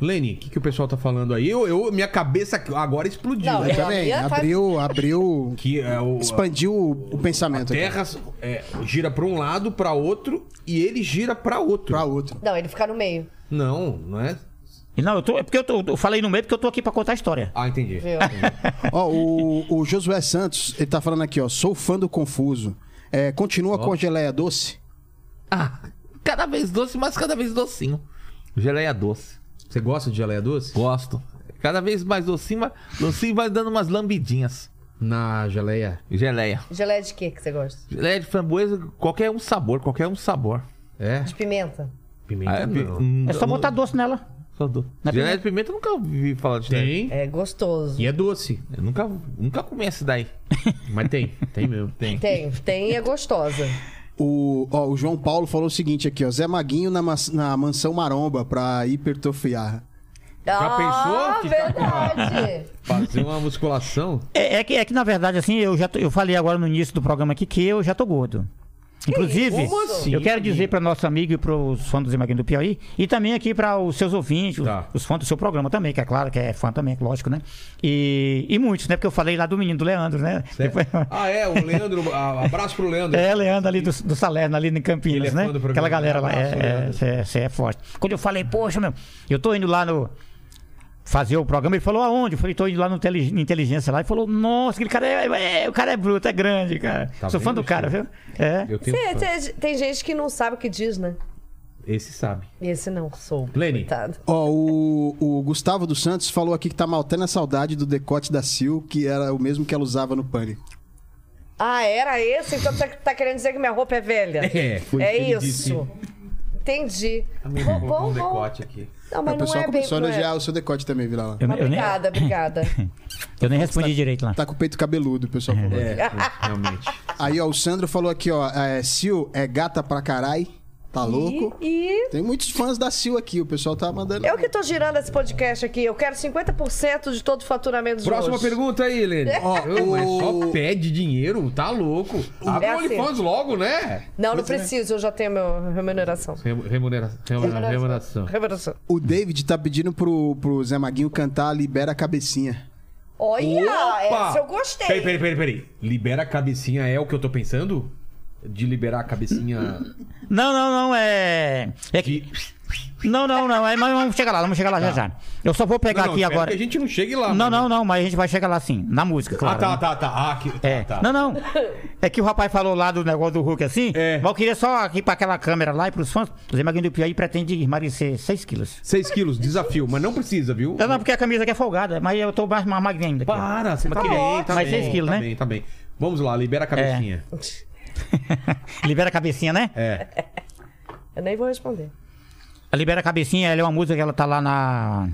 [SPEAKER 1] Lenny, o que, que o pessoal tá falando aí? Eu, eu- minha cabeça agora explodiu.
[SPEAKER 2] Não,
[SPEAKER 1] É
[SPEAKER 2] eu-
[SPEAKER 3] Também,
[SPEAKER 2] Minha faz-
[SPEAKER 3] abriu, abriu,
[SPEAKER 1] Que é o,
[SPEAKER 3] expandiu o, o pensamento. aqui.
[SPEAKER 1] terra é, gira pra um lado, pra outro, e ele gira pra outro.
[SPEAKER 3] Pra outro.
[SPEAKER 2] Não, ele fica no meio.
[SPEAKER 1] Não, não é?
[SPEAKER 4] E não, eu tô. É porque eu, tô- eu falei no meio porque eu tô aqui pra contar a história.
[SPEAKER 1] Ah, entendi.
[SPEAKER 2] Viu?
[SPEAKER 3] Ó, o, o Josué Santos, ele tá falando aqui, ó. Sou fã do Confuso. É, continua com a geleia doce?
[SPEAKER 5] Ah, cada vez doce, mas cada vez docinho. Geleia doce.
[SPEAKER 1] Você gosta de geleia doce?
[SPEAKER 5] Gosto. Cada vez mais docinho, mas docinho vai dando umas lambidinhas.
[SPEAKER 1] Na geleia.
[SPEAKER 5] Geleia.
[SPEAKER 2] Geleia de quê que você gosta?
[SPEAKER 5] Geleia de framboesa, qualquer um sabor, qualquer um sabor.
[SPEAKER 1] É?
[SPEAKER 2] De pimenta?
[SPEAKER 1] Pimenta
[SPEAKER 5] Ah, pi-
[SPEAKER 1] não.
[SPEAKER 5] hum,
[SPEAKER 4] É só botar doce nela.
[SPEAKER 5] só doce.
[SPEAKER 4] Na
[SPEAKER 5] Geleia de pimenta eu nunca vi falar de geleia.
[SPEAKER 1] Tem.
[SPEAKER 2] É gostoso.
[SPEAKER 1] E é doce.
[SPEAKER 5] Eu nunca, nunca comi essa daí.
[SPEAKER 1] Mas tem. Tem mesmo. Tem.
[SPEAKER 2] Tem, tem e é gostosa.
[SPEAKER 3] O, ó, o João Paulo falou o seguinte aqui, ó. Zé Maguinho na, mas- na mansão maromba pra hipertrofiar.
[SPEAKER 2] Já
[SPEAKER 1] pensou que tá com a-
[SPEAKER 2] Ah, verdade.
[SPEAKER 1] Fazer uma musculação.
[SPEAKER 4] É, é que, é que, na verdade, assim, eu já tô- eu falei agora no início do programa aqui que eu já tô gordo. Inclusive,
[SPEAKER 1] Como assim,
[SPEAKER 4] eu quero dizer para nosso amigo e para os fãs do Zé Maguinho do Piauí e também aqui para os seus ouvintes, os-
[SPEAKER 1] Tá.
[SPEAKER 4] os fãs do seu programa também, que é claro que é fã também, lógico, né? E, e muitos, né? Porque eu falei lá do menino, do Leandro, né? Depois-
[SPEAKER 1] Ah, é, o Leandro. a- Abraço pro Leandro.
[SPEAKER 4] É, Leandro ali do, do Salerno, ali em
[SPEAKER 1] Ele é
[SPEAKER 4] Campinas,
[SPEAKER 1] fã
[SPEAKER 4] né?
[SPEAKER 1] do programa.
[SPEAKER 4] Aquela galera lá,
[SPEAKER 1] Abraço,
[SPEAKER 4] é,
[SPEAKER 1] Leandro.
[SPEAKER 4] você é, cê é forte. Quando eu falei, poxa, meu, eu tô indo lá no... Fazer o programa, ele falou aonde? Eu falei, tô indo lá no tele- inteligência lá. Ele falou, nossa, aquele cara é, é- o cara é bruto, é grande, cara.
[SPEAKER 1] Tá
[SPEAKER 4] Sou fã
[SPEAKER 1] vendo,
[SPEAKER 4] do cara,
[SPEAKER 1] Chico?
[SPEAKER 4] viu? É.
[SPEAKER 1] Eu tenho.
[SPEAKER 2] Tem-
[SPEAKER 1] fã.
[SPEAKER 2] tem- tem gente que não sabe o que diz, né?
[SPEAKER 1] Esse sabe.
[SPEAKER 2] Esse não soube.
[SPEAKER 1] Lenny.
[SPEAKER 2] Coitado.
[SPEAKER 3] Ó, o, o Gustavo dos Santos falou aqui que tá maltando a saudade do decote da Sil, que era o mesmo que ela usava no pânico.
[SPEAKER 2] Ah, era esse? Então você tá querendo dizer que minha roupa é velha?
[SPEAKER 1] É, foi
[SPEAKER 2] É
[SPEAKER 1] isso que ele disse.
[SPEAKER 2] isso. Entendi. Bom,
[SPEAKER 1] Colocou
[SPEAKER 2] bom,
[SPEAKER 1] um
[SPEAKER 2] bom.
[SPEAKER 1] decote aqui.
[SPEAKER 2] Não,
[SPEAKER 3] O
[SPEAKER 2] mas não
[SPEAKER 3] pessoal
[SPEAKER 2] é bem...
[SPEAKER 3] começou a
[SPEAKER 2] não é.
[SPEAKER 3] elogiar o seu decote também, Vila lá.
[SPEAKER 4] Eu, eu nem,
[SPEAKER 2] Obrigada, obrigada.
[SPEAKER 4] eu nem respondi direito lá.
[SPEAKER 3] Tá com o peito cabeludo, o pessoal falou.
[SPEAKER 1] É, realmente.
[SPEAKER 3] Aí, ó, o Sandro falou aqui, ó, é, Sil é gata pra carai, tá louco?
[SPEAKER 2] E
[SPEAKER 3] Tem muitos fãs da Sil aqui, o pessoal tá mandando.
[SPEAKER 2] eu que tô girando esse podcast aqui, eu quero 50% de todo o faturamento de
[SPEAKER 1] Próxima
[SPEAKER 2] hoje.
[SPEAKER 1] pergunta aí, Lene.
[SPEAKER 3] Ó,
[SPEAKER 1] Ô, Mas
[SPEAKER 3] o-
[SPEAKER 1] só pede dinheiro, tá louco. Abre
[SPEAKER 2] É
[SPEAKER 1] o
[SPEAKER 2] assim.
[SPEAKER 1] OnlyFans logo, né?
[SPEAKER 2] Não, não preciso, eu já tenho meu remuneração.
[SPEAKER 8] Remuneração. Remuneração.
[SPEAKER 2] Remuneração.
[SPEAKER 3] O David tá pedindo pro, pro Zé Maguinho cantar Libera a Cabecinha.
[SPEAKER 2] Olha,
[SPEAKER 1] Opa!
[SPEAKER 2] É, essa eu gostei.
[SPEAKER 1] Peraí, peraí, peraí, peraí. Libera a cabecinha é o que eu tô pensando? De liberar a cabecinha.
[SPEAKER 4] Não, não, não, é. é que-
[SPEAKER 1] De...
[SPEAKER 4] Não, não, não, é, mas vamos chegar lá, vamos chegar lá já já. Eu só vou pegar
[SPEAKER 1] Tá. Não, não,
[SPEAKER 4] aqui
[SPEAKER 1] espero
[SPEAKER 4] agora.
[SPEAKER 1] Que a gente não chegue lá.
[SPEAKER 4] Não,
[SPEAKER 1] mano.
[SPEAKER 4] não, não, mas a gente vai chegar lá sim, na música, claro.
[SPEAKER 1] Ah, tá,
[SPEAKER 4] né?
[SPEAKER 1] tá, tá. Ah, que... tá,
[SPEAKER 4] É.
[SPEAKER 1] tá.
[SPEAKER 4] Não, não. É que o rapaz falou lá do negócio do Hulk assim.
[SPEAKER 1] É.
[SPEAKER 4] Mas eu queria só aqui pra aquela câmera lá e pros fãs. O Zé Maguinho do Piauí pretende emagrecer 6 quilos.
[SPEAKER 1] 6 quilos, desafio, mas não precisa, viu?
[SPEAKER 4] Não, não, porque a camisa aqui é folgada, mas eu tô mais, mais magrinho ainda. aqui, ó.
[SPEAKER 1] Para, você tá
[SPEAKER 4] Mas
[SPEAKER 1] bem,
[SPEAKER 4] ótimo.
[SPEAKER 1] tá
[SPEAKER 4] Mas
[SPEAKER 1] bem.
[SPEAKER 4] seis quilos,
[SPEAKER 1] tá
[SPEAKER 4] né? É.
[SPEAKER 1] bem, tá bem. Vamos lá, libera a cabecinha.
[SPEAKER 4] Libera a cabecinha, né?
[SPEAKER 1] É.
[SPEAKER 2] Eu nem vou responder.
[SPEAKER 4] A Libera a Cabecinha, ela é uma música que ela tá lá na.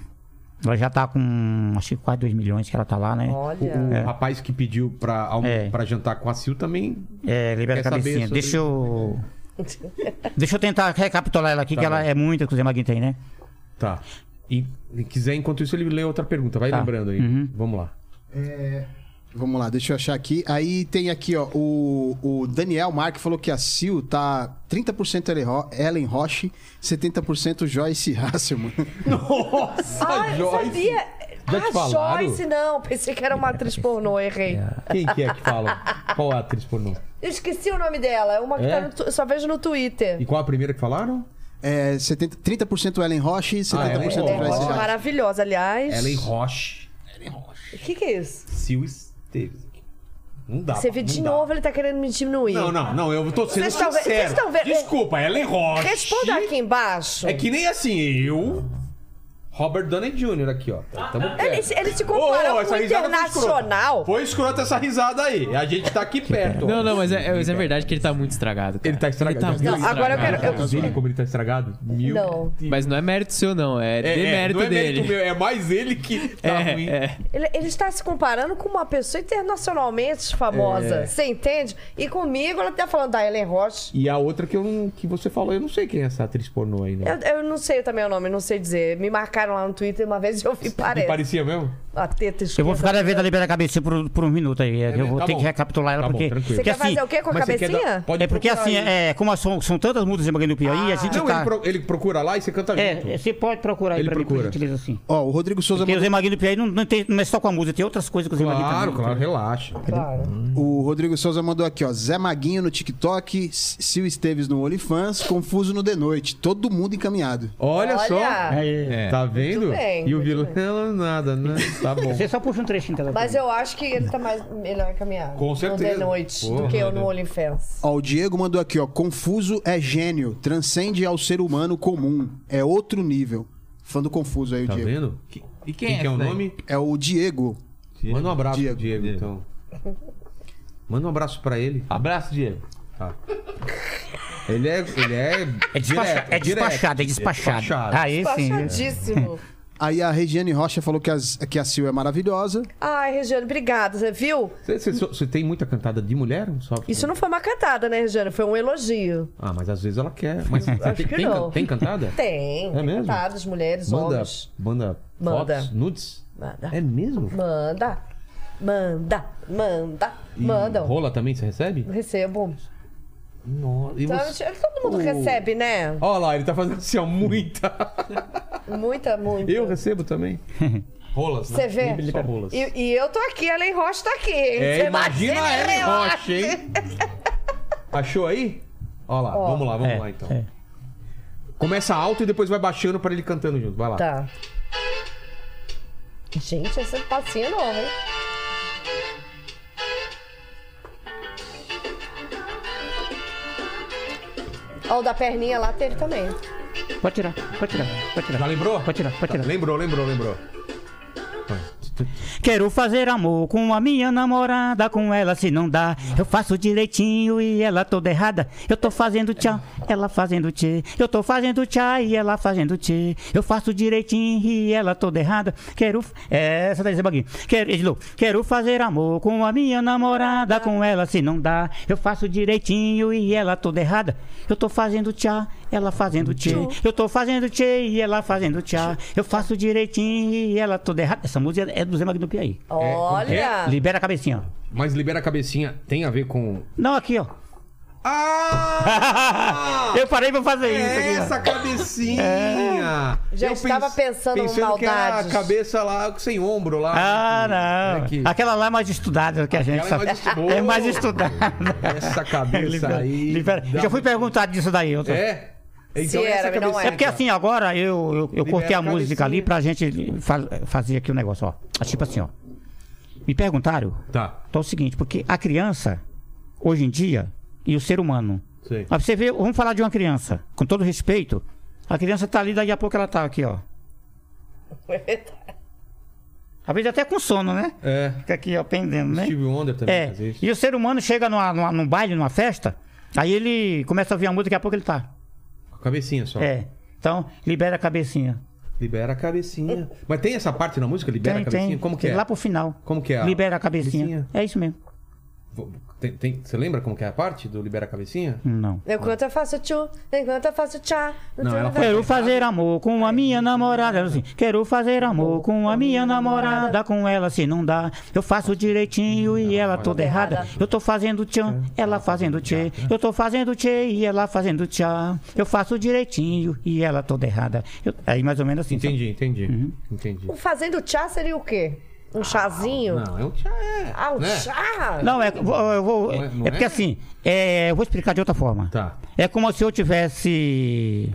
[SPEAKER 4] Ela já tá com acho que quase 2 milhões que ela tá lá, né?
[SPEAKER 2] Olha.
[SPEAKER 1] O rapaz que pediu pra, almo-
[SPEAKER 4] É.
[SPEAKER 1] pra jantar com a Sil também.
[SPEAKER 4] É, Libera a
[SPEAKER 1] Quer saber
[SPEAKER 4] Cabecinha.
[SPEAKER 1] sobre-
[SPEAKER 4] Deixa eu. Deixa eu tentar recapitular ela aqui, que ela é muita que o Zé Maguinho tem, né?
[SPEAKER 1] Tá. E e quiser, enquanto isso, ele lê outra pergunta. Vai
[SPEAKER 4] Tá.
[SPEAKER 1] lembrando aí. Vamos lá.
[SPEAKER 3] Vamos lá, deixa eu achar aqui. Aí tem aqui, ó, o, o Daniel Marque falou que a Sil tá 30% Ellen Ro- Ellen Roche, 70% Joyce Hasselman.
[SPEAKER 1] Nossa,
[SPEAKER 2] Ah, eu sabia.
[SPEAKER 1] Já te
[SPEAKER 2] ah,
[SPEAKER 1] falaram?
[SPEAKER 2] Joyce, não. Pensei que era uma atriz pornô, errei.
[SPEAKER 1] Quem que é que fala? Qual atriz pornô?
[SPEAKER 2] Eu Esqueci o nome dela. É uma que
[SPEAKER 1] É?
[SPEAKER 2] tá no tu- eu só vejo no Twitter.
[SPEAKER 1] E qual a primeira que falaram?
[SPEAKER 3] É, 70, 30% Ellen Roche, 70%
[SPEAKER 1] Ellen Roche.
[SPEAKER 3] Joyce
[SPEAKER 2] Ela é
[SPEAKER 1] Rocha.
[SPEAKER 3] Hasselman.
[SPEAKER 2] maravilhosa, aliás.
[SPEAKER 8] é
[SPEAKER 1] Ellen Roche.
[SPEAKER 2] O que, que é isso?
[SPEAKER 1] Sil Esteves. Não dá.
[SPEAKER 2] Você
[SPEAKER 1] pá,
[SPEAKER 2] vê de
[SPEAKER 1] não dá.
[SPEAKER 2] novo, ele tá querendo me diminuir.
[SPEAKER 1] Não, não, não. Eu tô sendo
[SPEAKER 2] Vocês tão
[SPEAKER 1] sincero.
[SPEAKER 2] ve- vocês tão vendo-
[SPEAKER 1] Desculpa, Ellen Roche.
[SPEAKER 8] É
[SPEAKER 2] Responda aqui embaixo.
[SPEAKER 1] É que nem assim, eu...
[SPEAKER 8] Robert Downey Jr. aqui, ó.
[SPEAKER 2] Ah,
[SPEAKER 8] Tamo perto.
[SPEAKER 2] Eles, eles te
[SPEAKER 8] Ô, ô,
[SPEAKER 2] comparam com
[SPEAKER 8] essa risada
[SPEAKER 2] o
[SPEAKER 8] foi escrota.
[SPEAKER 2] internacional.
[SPEAKER 8] Foi escrota essa risada aí. A gente tá aqui perto. ó.
[SPEAKER 9] Não, não, mas é, é- mas é verdade que ele tá muito estragado. cara.
[SPEAKER 8] Ele tá estragado.
[SPEAKER 9] Ele tá
[SPEAKER 2] Não,
[SPEAKER 9] muito
[SPEAKER 2] agora eu quero.
[SPEAKER 9] estragado.
[SPEAKER 2] eu-
[SPEAKER 8] Vocês viram como ele tá estragado? Mil.
[SPEAKER 2] Não.
[SPEAKER 9] Mas não é mérito seu, não. É,
[SPEAKER 8] É, é,
[SPEAKER 9] demérito
[SPEAKER 8] não é
[SPEAKER 9] dele.
[SPEAKER 8] mérito meu, é mais ele que tá
[SPEAKER 9] É,
[SPEAKER 8] ruim.
[SPEAKER 9] é.
[SPEAKER 2] Ele, ele está se comparando com uma pessoa internacionalmente famosa. Você entende? E comigo ela tá falando da Ellen Roche.
[SPEAKER 8] E a outra que, eu não- que você falou, eu não sei quem é essa atriz pornô aí, não.
[SPEAKER 2] Eu, eu não sei também o nome, não sei dizer. Me marcaram lá no Twitter uma vez e eu vi
[SPEAKER 8] E
[SPEAKER 2] parece.
[SPEAKER 8] parecia mesmo?
[SPEAKER 2] A teta esquerda.
[SPEAKER 4] Eu vou ficar devendo ali pela cabeça por, por um minuto aí. eu vou
[SPEAKER 8] tá
[SPEAKER 4] ter
[SPEAKER 8] bom.
[SPEAKER 4] que recapitular ela
[SPEAKER 8] Tá bom,
[SPEAKER 4] porque. assim,
[SPEAKER 8] tranquilo.
[SPEAKER 2] Você
[SPEAKER 4] porque
[SPEAKER 2] quer fazer o quê com a
[SPEAKER 8] Mas você quer
[SPEAKER 2] cabecinha?
[SPEAKER 8] dar- pode
[SPEAKER 4] É porque
[SPEAKER 8] procurar
[SPEAKER 4] assim,
[SPEAKER 8] aí. Ah,
[SPEAKER 4] é, como são, são tantas músicas de Manguinho do Piauí, a gente
[SPEAKER 8] Não,
[SPEAKER 4] tá.
[SPEAKER 8] ele, pro- ele procura lá e você canta junto.
[SPEAKER 4] É, você pode procurar aí
[SPEAKER 8] Ele
[SPEAKER 4] pra mim,
[SPEAKER 8] procura.
[SPEAKER 4] por gentileza, assim.
[SPEAKER 3] Ó, o Rodrigo Souza
[SPEAKER 4] Porque o
[SPEAKER 3] mandou,
[SPEAKER 4] Zé Maguinho do Piauí não, não tem- não é só com a música, tem outras coisas que o Zé Maguinho
[SPEAKER 8] Claro,
[SPEAKER 4] também-
[SPEAKER 8] claro, relaxa.
[SPEAKER 2] Claro.
[SPEAKER 3] o Rodrigo Souza mandou aqui, ó. Zé Maguinho no TikTok, Sil Esteves no OnlyFans, Confuso no The Noite. Todo mundo encaminhado.
[SPEAKER 8] Olha, só.
[SPEAKER 2] Olha.
[SPEAKER 4] Aí.
[SPEAKER 8] É. Tá vendo?
[SPEAKER 2] Muito bem,
[SPEAKER 8] e o
[SPEAKER 2] muito
[SPEAKER 8] vilão. Não, nada, né? Tá bom.
[SPEAKER 4] Você só puxa um trechinho dela.
[SPEAKER 2] Mas eu acho que ele tá mais melhor caminhado.
[SPEAKER 8] Com certeza.
[SPEAKER 2] No The Noite
[SPEAKER 8] Porra,
[SPEAKER 2] do que eu
[SPEAKER 8] né?
[SPEAKER 2] no OnlyFans.
[SPEAKER 3] Ó, o Diego mandou aqui, ó. Confuso é gênio, transcende ao ser humano comum. É outro nível. Fã do Confuso aí, o
[SPEAKER 1] Tá
[SPEAKER 3] Diego.
[SPEAKER 1] vendo?
[SPEAKER 5] E
[SPEAKER 1] Quem que é o nome?
[SPEAKER 3] É o Diego.
[SPEAKER 1] Manda um abraço
[SPEAKER 3] Diego.
[SPEAKER 1] pro Diego, então. Manda um abraço pra ele.
[SPEAKER 5] Abraço, Diego.
[SPEAKER 1] Tá. Ele é. Ele é.
[SPEAKER 4] É, despacha-
[SPEAKER 1] direto,
[SPEAKER 4] é despachado, é despachado.
[SPEAKER 1] despachado.
[SPEAKER 4] Aí sim.
[SPEAKER 2] Baixadíssimo.
[SPEAKER 3] Aí a Regiane Rocha falou que, as- que a Sil é maravilhosa.
[SPEAKER 2] Ai, Regiane, obrigada. Você viu?
[SPEAKER 1] Você- Você você tem muita cantada de mulher? Só-
[SPEAKER 2] Isso não foi uma cantada, né, Regiane? Foi um elogio.
[SPEAKER 1] Ah, mas às vezes ela quer. Mas você tem,
[SPEAKER 2] que
[SPEAKER 1] tem can-
[SPEAKER 2] não.
[SPEAKER 1] tem cantada?
[SPEAKER 2] Tem.
[SPEAKER 1] É mesmo?
[SPEAKER 2] Cantadas, mulheres,
[SPEAKER 1] Manda,
[SPEAKER 2] homens.
[SPEAKER 1] manda,
[SPEAKER 2] Manda.
[SPEAKER 1] fotos, nudes?
[SPEAKER 2] Manda.
[SPEAKER 1] É mesmo?
[SPEAKER 2] Manda. Manda. Manda.
[SPEAKER 1] E
[SPEAKER 2] Mandam.
[SPEAKER 1] Rola também, você recebe?
[SPEAKER 2] Recebo.
[SPEAKER 1] Nossa. E
[SPEAKER 2] Então,
[SPEAKER 1] você...
[SPEAKER 2] todo mundo recebe, né?
[SPEAKER 8] Olha lá, ele tá fazendo assim, ó, muita.
[SPEAKER 2] Muita, muita.
[SPEAKER 1] Eu recebo também.
[SPEAKER 8] Rolas,
[SPEAKER 2] Você vê?
[SPEAKER 1] Só né? rolas.
[SPEAKER 2] E, e eu tô aqui, a Ellen Rocha tá aqui. hein?
[SPEAKER 8] É,
[SPEAKER 2] Você
[SPEAKER 8] imagina a
[SPEAKER 2] a
[SPEAKER 8] Ellen Rocha, hein? Achou aí? Olha lá, vamos lá, vamos
[SPEAKER 4] É,
[SPEAKER 8] lá então.
[SPEAKER 4] é.
[SPEAKER 8] Começa alto e depois vai baixando pra ele cantando junto. Vai lá.
[SPEAKER 2] Tá. Gente, essa passinha é nova, hein? Ó, o da perninha lá teve também.
[SPEAKER 1] É,
[SPEAKER 4] Pode tirar, pode tirar, pode
[SPEAKER 8] Já
[SPEAKER 4] tirar.
[SPEAKER 8] lembrou?
[SPEAKER 4] Pode tirar, pode tirar.
[SPEAKER 8] Lembrou, lembrou, lembrou.
[SPEAKER 4] Quero fazer amor com a minha namorada, com ela se não dá. Eu faço direitinho e ela toda errada. Eu tô fazendo tchau, ela fazendo tchê. Eu tô fazendo tchá e ela fazendo tchê. Eu faço direitinho e ela toda errada. Quero. É, Essa daí é baguinho. Quero, Edilô, quero fazer amor com a minha namorada, com ela se não dá. Eu faço direitinho e ela toda errada. Eu tô fazendo tchá, ela fazendo tchê. Eu tô fazendo tchê e ela fazendo tchá. Eu faço direitinho e ela toda errada. Essa música é do Zé Magno Piaí.
[SPEAKER 8] Ah.
[SPEAKER 2] Olha!
[SPEAKER 4] Libera a cabecinha, ó.
[SPEAKER 1] Mas libera a cabecinha, tem a ver com.
[SPEAKER 4] Não, aqui, ó.
[SPEAKER 8] Ah! É
[SPEAKER 4] Eu parei pra fazer isso aqui. ó.
[SPEAKER 8] Essa cabecinha!
[SPEAKER 2] Já estava
[SPEAKER 8] pens-
[SPEAKER 2] pensando em
[SPEAKER 8] pensando que era a
[SPEAKER 2] maldades.
[SPEAKER 8] cabeça lá sem ombro lá.
[SPEAKER 4] Ah,
[SPEAKER 8] É que-
[SPEAKER 4] não. Aquela lá é mais estudada que a gente
[SPEAKER 8] Aquela é
[SPEAKER 4] sabe.
[SPEAKER 8] mais estudada.
[SPEAKER 4] É mais estudada.
[SPEAKER 1] né?
[SPEAKER 8] Essa cabeça
[SPEAKER 4] Libera-
[SPEAKER 8] aí.
[SPEAKER 4] libera. Eu
[SPEAKER 8] dá-
[SPEAKER 4] já fui perguntado disso daí. outra- É,
[SPEAKER 8] É? Então
[SPEAKER 2] Se
[SPEAKER 8] essa
[SPEAKER 2] era, não
[SPEAKER 8] cabecinha-
[SPEAKER 2] era. É
[SPEAKER 4] porque assim, agora eu, eu, eu cortei
[SPEAKER 8] a
[SPEAKER 4] a música
[SPEAKER 8] cabecinha.
[SPEAKER 4] ali pra gente fa- fazer aqui o negócio, ó. Tipo assim, ó. Me perguntaram.
[SPEAKER 1] Tá.
[SPEAKER 4] Então é o seguinte, porque a criança, hoje em dia, e o ser humano.
[SPEAKER 1] Sei.
[SPEAKER 4] Mas você vê, vamos falar de uma criança, com todo respeito. A criança tá ali, daí a pouco ela tá aqui, ó. Às vezes até com sono, né?
[SPEAKER 8] É.
[SPEAKER 4] Fica aqui, ó, pendendo, né?
[SPEAKER 8] Steve Wonder também
[SPEAKER 4] É.
[SPEAKER 8] faz isso.
[SPEAKER 4] E o ser humano chega numa, numa- num baile, numa festa, aí ele começa a ouvir a música, daqui a pouco ele tá.
[SPEAKER 1] Com a cabecinha só.
[SPEAKER 4] É. Então, libera a cabecinha.
[SPEAKER 1] Libera a cabecinha. Mas tem essa parte na música? Libera a cabecinha? Como que é?
[SPEAKER 4] Lá pro final.
[SPEAKER 1] Como que é a
[SPEAKER 4] Libera a cabecinha.
[SPEAKER 1] cabecinha?
[SPEAKER 4] É isso mesmo.
[SPEAKER 1] Tem- tem- Você lembra como que é a parte do Libera a Cabecinha?
[SPEAKER 4] Não.
[SPEAKER 2] Enquanto eu faço tchu, enquanto eu faço tchá.
[SPEAKER 1] Não, ela faz-
[SPEAKER 4] Quero fazer amor com a minha namorada. Assim, quero fazer amor com a minha namorada. Com ela, se não dá, eu faço direitinho e ela toda errada. Eu tô fazendo tchan, ela fazendo tchê. Eu tô fazendo tchê e ela fazendo tchá. Eu faço direitinho e ela toda errada. Eu- aí mais ou menos assim. sabe?
[SPEAKER 1] Entendi, entendi. Entendi.
[SPEAKER 2] O fazendo tchá seria o quê? Um chazinho?
[SPEAKER 1] Não, é um tchá. É,
[SPEAKER 2] Ah, um
[SPEAKER 1] né?
[SPEAKER 2] chá?
[SPEAKER 4] Não, é, eu vou- eu vou-
[SPEAKER 1] Não é- não
[SPEAKER 4] é porque
[SPEAKER 1] é?
[SPEAKER 4] assim, é, eu vou explicar de outra forma.
[SPEAKER 1] Tá. Hum.
[SPEAKER 4] É como se eu tivesse.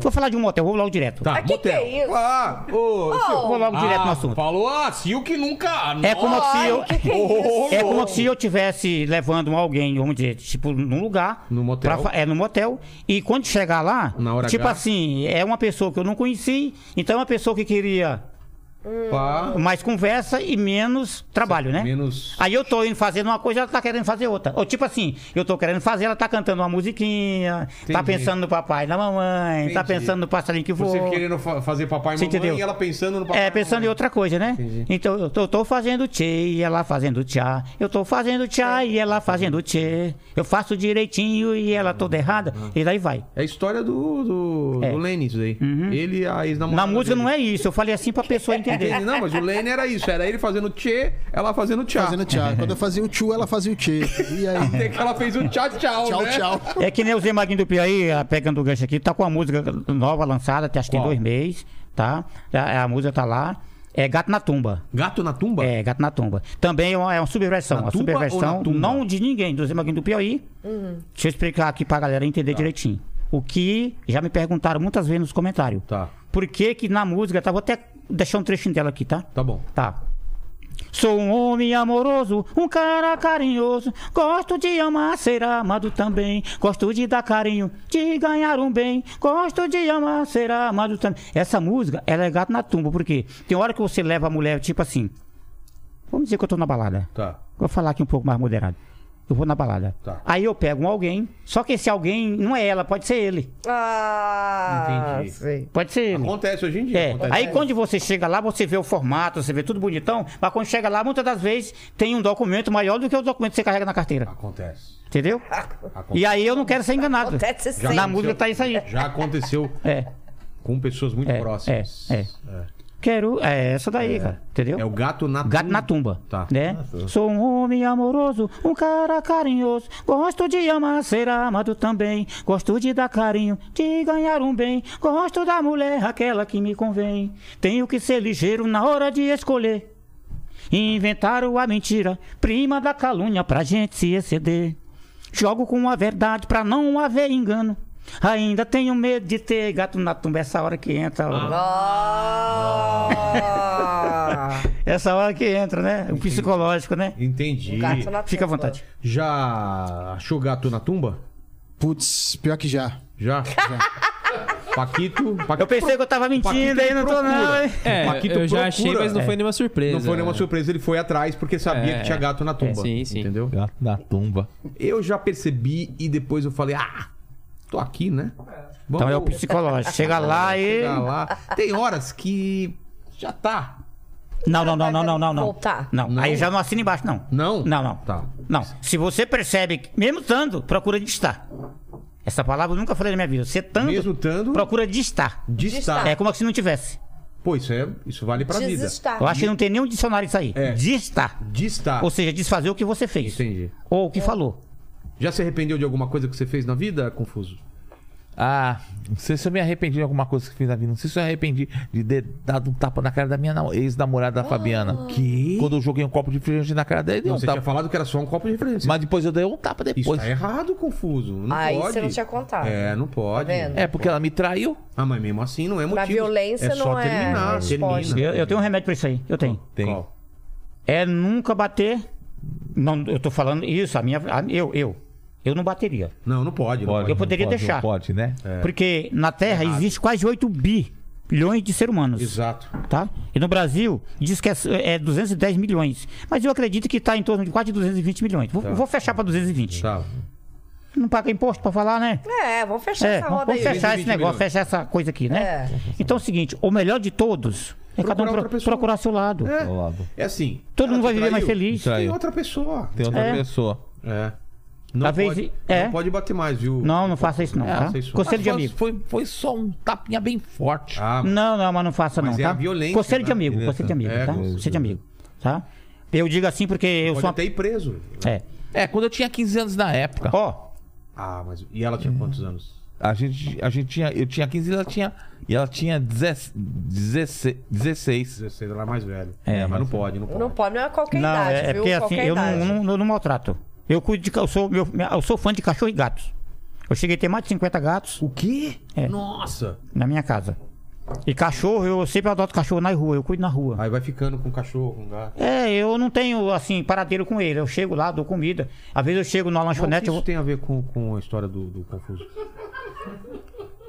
[SPEAKER 4] Vou falar de um motel, vou logo direto.
[SPEAKER 1] Tá,
[SPEAKER 2] Ah, que que
[SPEAKER 1] motel.
[SPEAKER 2] é isso?
[SPEAKER 1] Ah, ô,
[SPEAKER 4] Eu vou logo direto no
[SPEAKER 8] Ah,
[SPEAKER 4] assunto.
[SPEAKER 8] Falou assim o que nunca.
[SPEAKER 4] É como se eu.
[SPEAKER 2] que que é isso?
[SPEAKER 4] É como se eu tivesse levando alguém, vamos dizer, tipo, num lugar.
[SPEAKER 1] No motel.
[SPEAKER 4] pra fa- é, no motel. E quando chegar lá,
[SPEAKER 1] Na hora
[SPEAKER 4] tipo
[SPEAKER 1] H.
[SPEAKER 4] assim, é uma pessoa que eu não conheci, então é uma pessoa que queria
[SPEAKER 1] pá.
[SPEAKER 4] mais conversa e menos trabalho, né?
[SPEAKER 1] Menos.
[SPEAKER 4] Aí eu tô indo fazendo uma coisa, ela tá querendo fazer outra. Ou tipo assim, eu tô querendo fazer, ela tá cantando uma musiquinha, tá
[SPEAKER 1] Entendi.
[SPEAKER 4] pensando no papai, na mamãe, tá
[SPEAKER 1] Entendi.
[SPEAKER 4] pensando no passarinho que voa.
[SPEAKER 1] Você querendo fa- fazer papai e
[SPEAKER 4] Você
[SPEAKER 1] mamãe
[SPEAKER 4] entendeu?
[SPEAKER 1] e ela pensando no papai.
[SPEAKER 4] É, pensando em outra coisa, né?
[SPEAKER 1] Entendi.
[SPEAKER 4] Então eu tô, eu tô fazendo tchê e ela fazendo tchá. Eu tô fazendo tchá e ela fazendo tchê. Eu faço direitinho e ela toda errada. E daí vai.
[SPEAKER 1] É a história do, do,
[SPEAKER 4] É.
[SPEAKER 1] do Lenny, isso daí. Ele e a
[SPEAKER 4] Na
[SPEAKER 1] ex-namorada.
[SPEAKER 4] música
[SPEAKER 1] dele.
[SPEAKER 4] não é isso. Eu falei assim pra pessoa entender.
[SPEAKER 1] Entendi. Não, mas o Lenny era isso. Era ele fazendo tchê, ela fazendo
[SPEAKER 5] Ah.
[SPEAKER 1] tchá.
[SPEAKER 3] Fazendo tchau. Quando eu fazia o tchu, ela fazia o tchê. E
[SPEAKER 1] Até
[SPEAKER 3] aí?
[SPEAKER 1] que ela fez um tchau, tchau,
[SPEAKER 3] Tchau,
[SPEAKER 1] né?
[SPEAKER 3] tchau.
[SPEAKER 4] É que nem o Zé Maguinho do Piauí, ah, pegando o gancho aqui, tá com uma música nova lançada, acho que tem
[SPEAKER 1] Qual?
[SPEAKER 4] dois meses, tá? A, a música tá lá. É Gato na Tumba.
[SPEAKER 1] Gato na tumba?
[SPEAKER 4] É, Gato na Tumba. Também é uma, é uma subversão.
[SPEAKER 1] Na
[SPEAKER 4] Uma
[SPEAKER 1] tumba ou
[SPEAKER 4] subversão
[SPEAKER 1] na tumba?
[SPEAKER 4] não de ninguém, do Zé Maguinho do Piauí. Deixa eu explicar aqui pra galera entender
[SPEAKER 1] Tá.
[SPEAKER 4] direitinho. O que já me perguntaram muitas vezes nos comentários.
[SPEAKER 1] Tá,
[SPEAKER 4] Por que que na música, tá? Vou até deixar um trechinho dela aqui, tá?
[SPEAKER 1] tá bom.
[SPEAKER 4] Tá. Sou um homem amoroso, um cara carinhoso. Gosto de amar, ser amado também. Gosto de dar carinho, de ganhar um bem. Gosto de amar, ser amado também. Essa música, ela é gato na tumba, porque tem hora que você leva a mulher, tipo assim. Vamos dizer que eu tô na balada.
[SPEAKER 1] Tá.
[SPEAKER 4] Vou falar aqui um pouco mais moderado. Eu vou na balada.
[SPEAKER 1] Tá.
[SPEAKER 4] Aí eu pego um alguém, só que esse alguém não é ela, pode ser ele.
[SPEAKER 2] Ah,
[SPEAKER 1] Entendi.
[SPEAKER 2] sei.
[SPEAKER 4] Pode ser ele.
[SPEAKER 1] Acontece hoje em dia.
[SPEAKER 4] É,
[SPEAKER 1] acontece.
[SPEAKER 4] aí quando você chega lá, você vê o formato, você vê tudo bonitão, mas quando chega lá, muitas das vezes tem um documento maior do que o documento que você carrega na carteira.
[SPEAKER 1] Acontece.
[SPEAKER 4] Entendeu?
[SPEAKER 1] Acontece.
[SPEAKER 4] E aí eu não quero ser enganado.
[SPEAKER 2] Acontece sim.
[SPEAKER 4] Na música tá isso aí.
[SPEAKER 1] Já aconteceu
[SPEAKER 4] É.
[SPEAKER 1] com pessoas muito
[SPEAKER 4] É,
[SPEAKER 1] próximas.
[SPEAKER 4] é, Quero. É essa daí, cara. Entendeu?
[SPEAKER 1] É o gato na tumba.
[SPEAKER 4] Gato na tumba.
[SPEAKER 1] Tá.
[SPEAKER 4] Né? Sou um homem amoroso, um cara carinhoso. Gosto de amar, ser amado também. Gosto de dar carinho, de ganhar um bem. Gosto da mulher, aquela que me convém. Tenho que ser ligeiro na hora de escolher. Inventaram a mentira, prima da calúnia pra gente se exceder. Jogo com a verdade pra não haver engano. Ainda tenho medo de ter gato na tumba essa hora que entra. ó.
[SPEAKER 2] Ah!
[SPEAKER 4] Essa hora que entra, né? O psicológico, né?
[SPEAKER 1] Entendi.
[SPEAKER 2] Um Gato na
[SPEAKER 4] Fica à
[SPEAKER 2] tumba.
[SPEAKER 4] vontade.
[SPEAKER 1] Já achou gato na tumba?
[SPEAKER 3] Putz, pior que já.
[SPEAKER 1] Já? Paquito, Paquito.
[SPEAKER 4] Eu pensei que eu tava mentindo,
[SPEAKER 1] Paquito
[SPEAKER 4] aí não tô
[SPEAKER 1] procura.
[SPEAKER 4] não, hein?
[SPEAKER 9] É,
[SPEAKER 1] Paquito
[SPEAKER 9] eu já
[SPEAKER 1] procura.
[SPEAKER 9] achei, mas não
[SPEAKER 4] É.
[SPEAKER 9] foi nenhuma surpresa.
[SPEAKER 1] Não foi nenhuma surpresa, ele foi atrás porque sabia
[SPEAKER 9] É,
[SPEAKER 1] que tinha gato na tumba.
[SPEAKER 9] é, sim, sim.
[SPEAKER 1] Entendeu?
[SPEAKER 5] Gato na tumba.
[SPEAKER 1] Eu já percebi e depois eu falei, ah, tô aqui, né? Vamos
[SPEAKER 4] Então é o psicológico. Chega lá e.
[SPEAKER 1] chegar lá. Tem horas que já tá.
[SPEAKER 4] Não, não, não, não, não, não. não.
[SPEAKER 2] Voltar.
[SPEAKER 4] Não,
[SPEAKER 1] Não.
[SPEAKER 4] aí já não assina embaixo, não.
[SPEAKER 1] Não?
[SPEAKER 4] Não, não.
[SPEAKER 1] Tá.
[SPEAKER 4] Não. Se você percebe, que, mesmo tanto, procura distar. Essa palavra eu nunca falei na minha vida. Você tanto,
[SPEAKER 1] Mesmo tanto,
[SPEAKER 4] procura distar.
[SPEAKER 1] de estar.
[SPEAKER 4] É como se não tivesse.
[SPEAKER 1] Pô, isso, é, isso vale pra vida.
[SPEAKER 2] Desestar.
[SPEAKER 4] Eu acho que não tem nenhum dicionário isso aí.
[SPEAKER 1] É.
[SPEAKER 4] Distar.
[SPEAKER 1] De estar.
[SPEAKER 4] Ou seja, desfazer o que você fez.
[SPEAKER 1] Entendi.
[SPEAKER 4] Ou o que falou.
[SPEAKER 1] Já se arrependeu de alguma coisa que você fez na vida, Confuso?
[SPEAKER 5] Ah, não sei se eu me arrependi de alguma coisa que fiz na vida. Não sei se eu me arrependi de ter dado um tapa na cara da minha namo- ex-namorada Fabiana.
[SPEAKER 1] Ah. Que?
[SPEAKER 5] Quando eu joguei um copo de refrigerante na cara dela, dei
[SPEAKER 1] Não,
[SPEAKER 4] tá.
[SPEAKER 5] um
[SPEAKER 1] você tinha
[SPEAKER 5] tapa.
[SPEAKER 1] falado que era só um copo de referência.
[SPEAKER 5] Mas depois eu dei um tapa
[SPEAKER 1] isso
[SPEAKER 5] depois.
[SPEAKER 1] tá errado, Confuso. Não
[SPEAKER 2] Aí
[SPEAKER 1] pode.
[SPEAKER 2] você não tinha contado.
[SPEAKER 1] É, não pode.
[SPEAKER 2] vendo?
[SPEAKER 5] É, porque ela me traiu.
[SPEAKER 1] Ah, mas mesmo assim não é motivo.
[SPEAKER 2] Na violência
[SPEAKER 1] é só
[SPEAKER 2] não é
[SPEAKER 1] terminar,
[SPEAKER 2] resposta.
[SPEAKER 1] termina.
[SPEAKER 4] Eu, eu tenho um remédio pra isso aí. Eu tenho.
[SPEAKER 1] Qual?
[SPEAKER 4] É nunca bater. Não, eu tô falando isso, a minha. a- eu, eu. Eu não bateria.
[SPEAKER 1] Não, não pode. não pode.
[SPEAKER 4] Eu poderia
[SPEAKER 5] não pode,
[SPEAKER 4] deixar.
[SPEAKER 5] Não pode, né?
[SPEAKER 1] É.
[SPEAKER 4] Porque na Terra existe quase 8 bilhões de seres humanos.
[SPEAKER 1] Exato.
[SPEAKER 4] Tá? E no Brasil, diz que é, é 210 milhões. Mas eu acredito que está em torno de quase 220 milhões. Vou, vou fechar para 220.
[SPEAKER 1] Tá.
[SPEAKER 4] Não paga imposto para falar, né?
[SPEAKER 2] É, vamos fechar
[SPEAKER 4] É,
[SPEAKER 2] essa
[SPEAKER 4] vamos
[SPEAKER 2] roda aí.
[SPEAKER 4] vamos fechar
[SPEAKER 1] 220
[SPEAKER 4] esse negócio,
[SPEAKER 1] milhões.
[SPEAKER 4] fechar essa coisa aqui, né? Então é o seguinte: o melhor de todos é
[SPEAKER 1] Procurar
[SPEAKER 4] cada um pro-
[SPEAKER 1] outra pessoa.
[SPEAKER 4] procurar seu lado.
[SPEAKER 1] É,
[SPEAKER 5] Ao lado.
[SPEAKER 1] é assim.
[SPEAKER 4] Todo
[SPEAKER 1] ela
[SPEAKER 4] mundo
[SPEAKER 1] te
[SPEAKER 4] vai viver
[SPEAKER 1] traiu,
[SPEAKER 4] mais feliz.
[SPEAKER 1] Tem
[SPEAKER 5] Traiu.
[SPEAKER 1] outra pessoa.
[SPEAKER 5] Tem outra
[SPEAKER 4] É.
[SPEAKER 5] pessoa.
[SPEAKER 1] É. Não,
[SPEAKER 4] Às
[SPEAKER 1] pode,
[SPEAKER 4] vezes-
[SPEAKER 1] não
[SPEAKER 4] é.
[SPEAKER 1] pode bater mais, viu?
[SPEAKER 4] Não, não faça isso, não.
[SPEAKER 1] É,
[SPEAKER 4] Tá?
[SPEAKER 1] faça isso.
[SPEAKER 4] Conselho de
[SPEAKER 5] Mas
[SPEAKER 4] amigo.
[SPEAKER 5] Foi, foi só um tapinha bem forte.
[SPEAKER 1] Ah,
[SPEAKER 4] Não, não, mas não faça
[SPEAKER 1] Mas
[SPEAKER 4] não,
[SPEAKER 1] é
[SPEAKER 4] tá?
[SPEAKER 1] a violência,
[SPEAKER 4] Conselho de
[SPEAKER 1] né?
[SPEAKER 4] amigo,
[SPEAKER 1] Beleza.
[SPEAKER 4] conselho de amigo,
[SPEAKER 1] É,
[SPEAKER 4] tá?
[SPEAKER 1] conselho.
[SPEAKER 4] Conselho de amigo, tá? Eu digo assim porque eu
[SPEAKER 1] pode
[SPEAKER 4] sou uma...
[SPEAKER 1] até ir preso.
[SPEAKER 4] É.
[SPEAKER 5] É, quando eu tinha 15 anos na época.
[SPEAKER 4] Ó,
[SPEAKER 1] Ah, mas. E ela tinha quantos anos?
[SPEAKER 5] A gente, a gente tinha, eu tinha 15 e ela tinha, e ela tinha 10, 16, 16.
[SPEAKER 1] 16 ela é mais velha.
[SPEAKER 4] É,
[SPEAKER 1] mas
[SPEAKER 4] mas-
[SPEAKER 1] não pode, não pode.
[SPEAKER 2] Não pode, não é qualquer
[SPEAKER 4] Não,
[SPEAKER 2] idade,
[SPEAKER 4] é, é
[SPEAKER 2] viu?
[SPEAKER 4] porque assim,
[SPEAKER 2] qualquer
[SPEAKER 4] eu
[SPEAKER 2] idade.
[SPEAKER 4] não, não- não- não maltrato. Eu cuido de. ca- Eu sou, meu- minha- eu sou fã de cachorro e gatos. Eu cheguei a ter mais de 50 gatos
[SPEAKER 1] O quê?
[SPEAKER 4] É.
[SPEAKER 1] Nossa!
[SPEAKER 4] na minha casa. E cachorro, eu sempre adoto cachorro na rua, eu cuido na rua.
[SPEAKER 1] Aí vai ficando com cachorro, com gato.
[SPEAKER 4] É, eu não tenho, assim, paradeiro com ele. Eu chego lá, dou comida. Às vezes eu chego na
[SPEAKER 1] Bom, o que
[SPEAKER 4] lanchonete.
[SPEAKER 1] isso
[SPEAKER 4] eu vou-
[SPEAKER 1] tem a ver com, com a história do, do Confuso?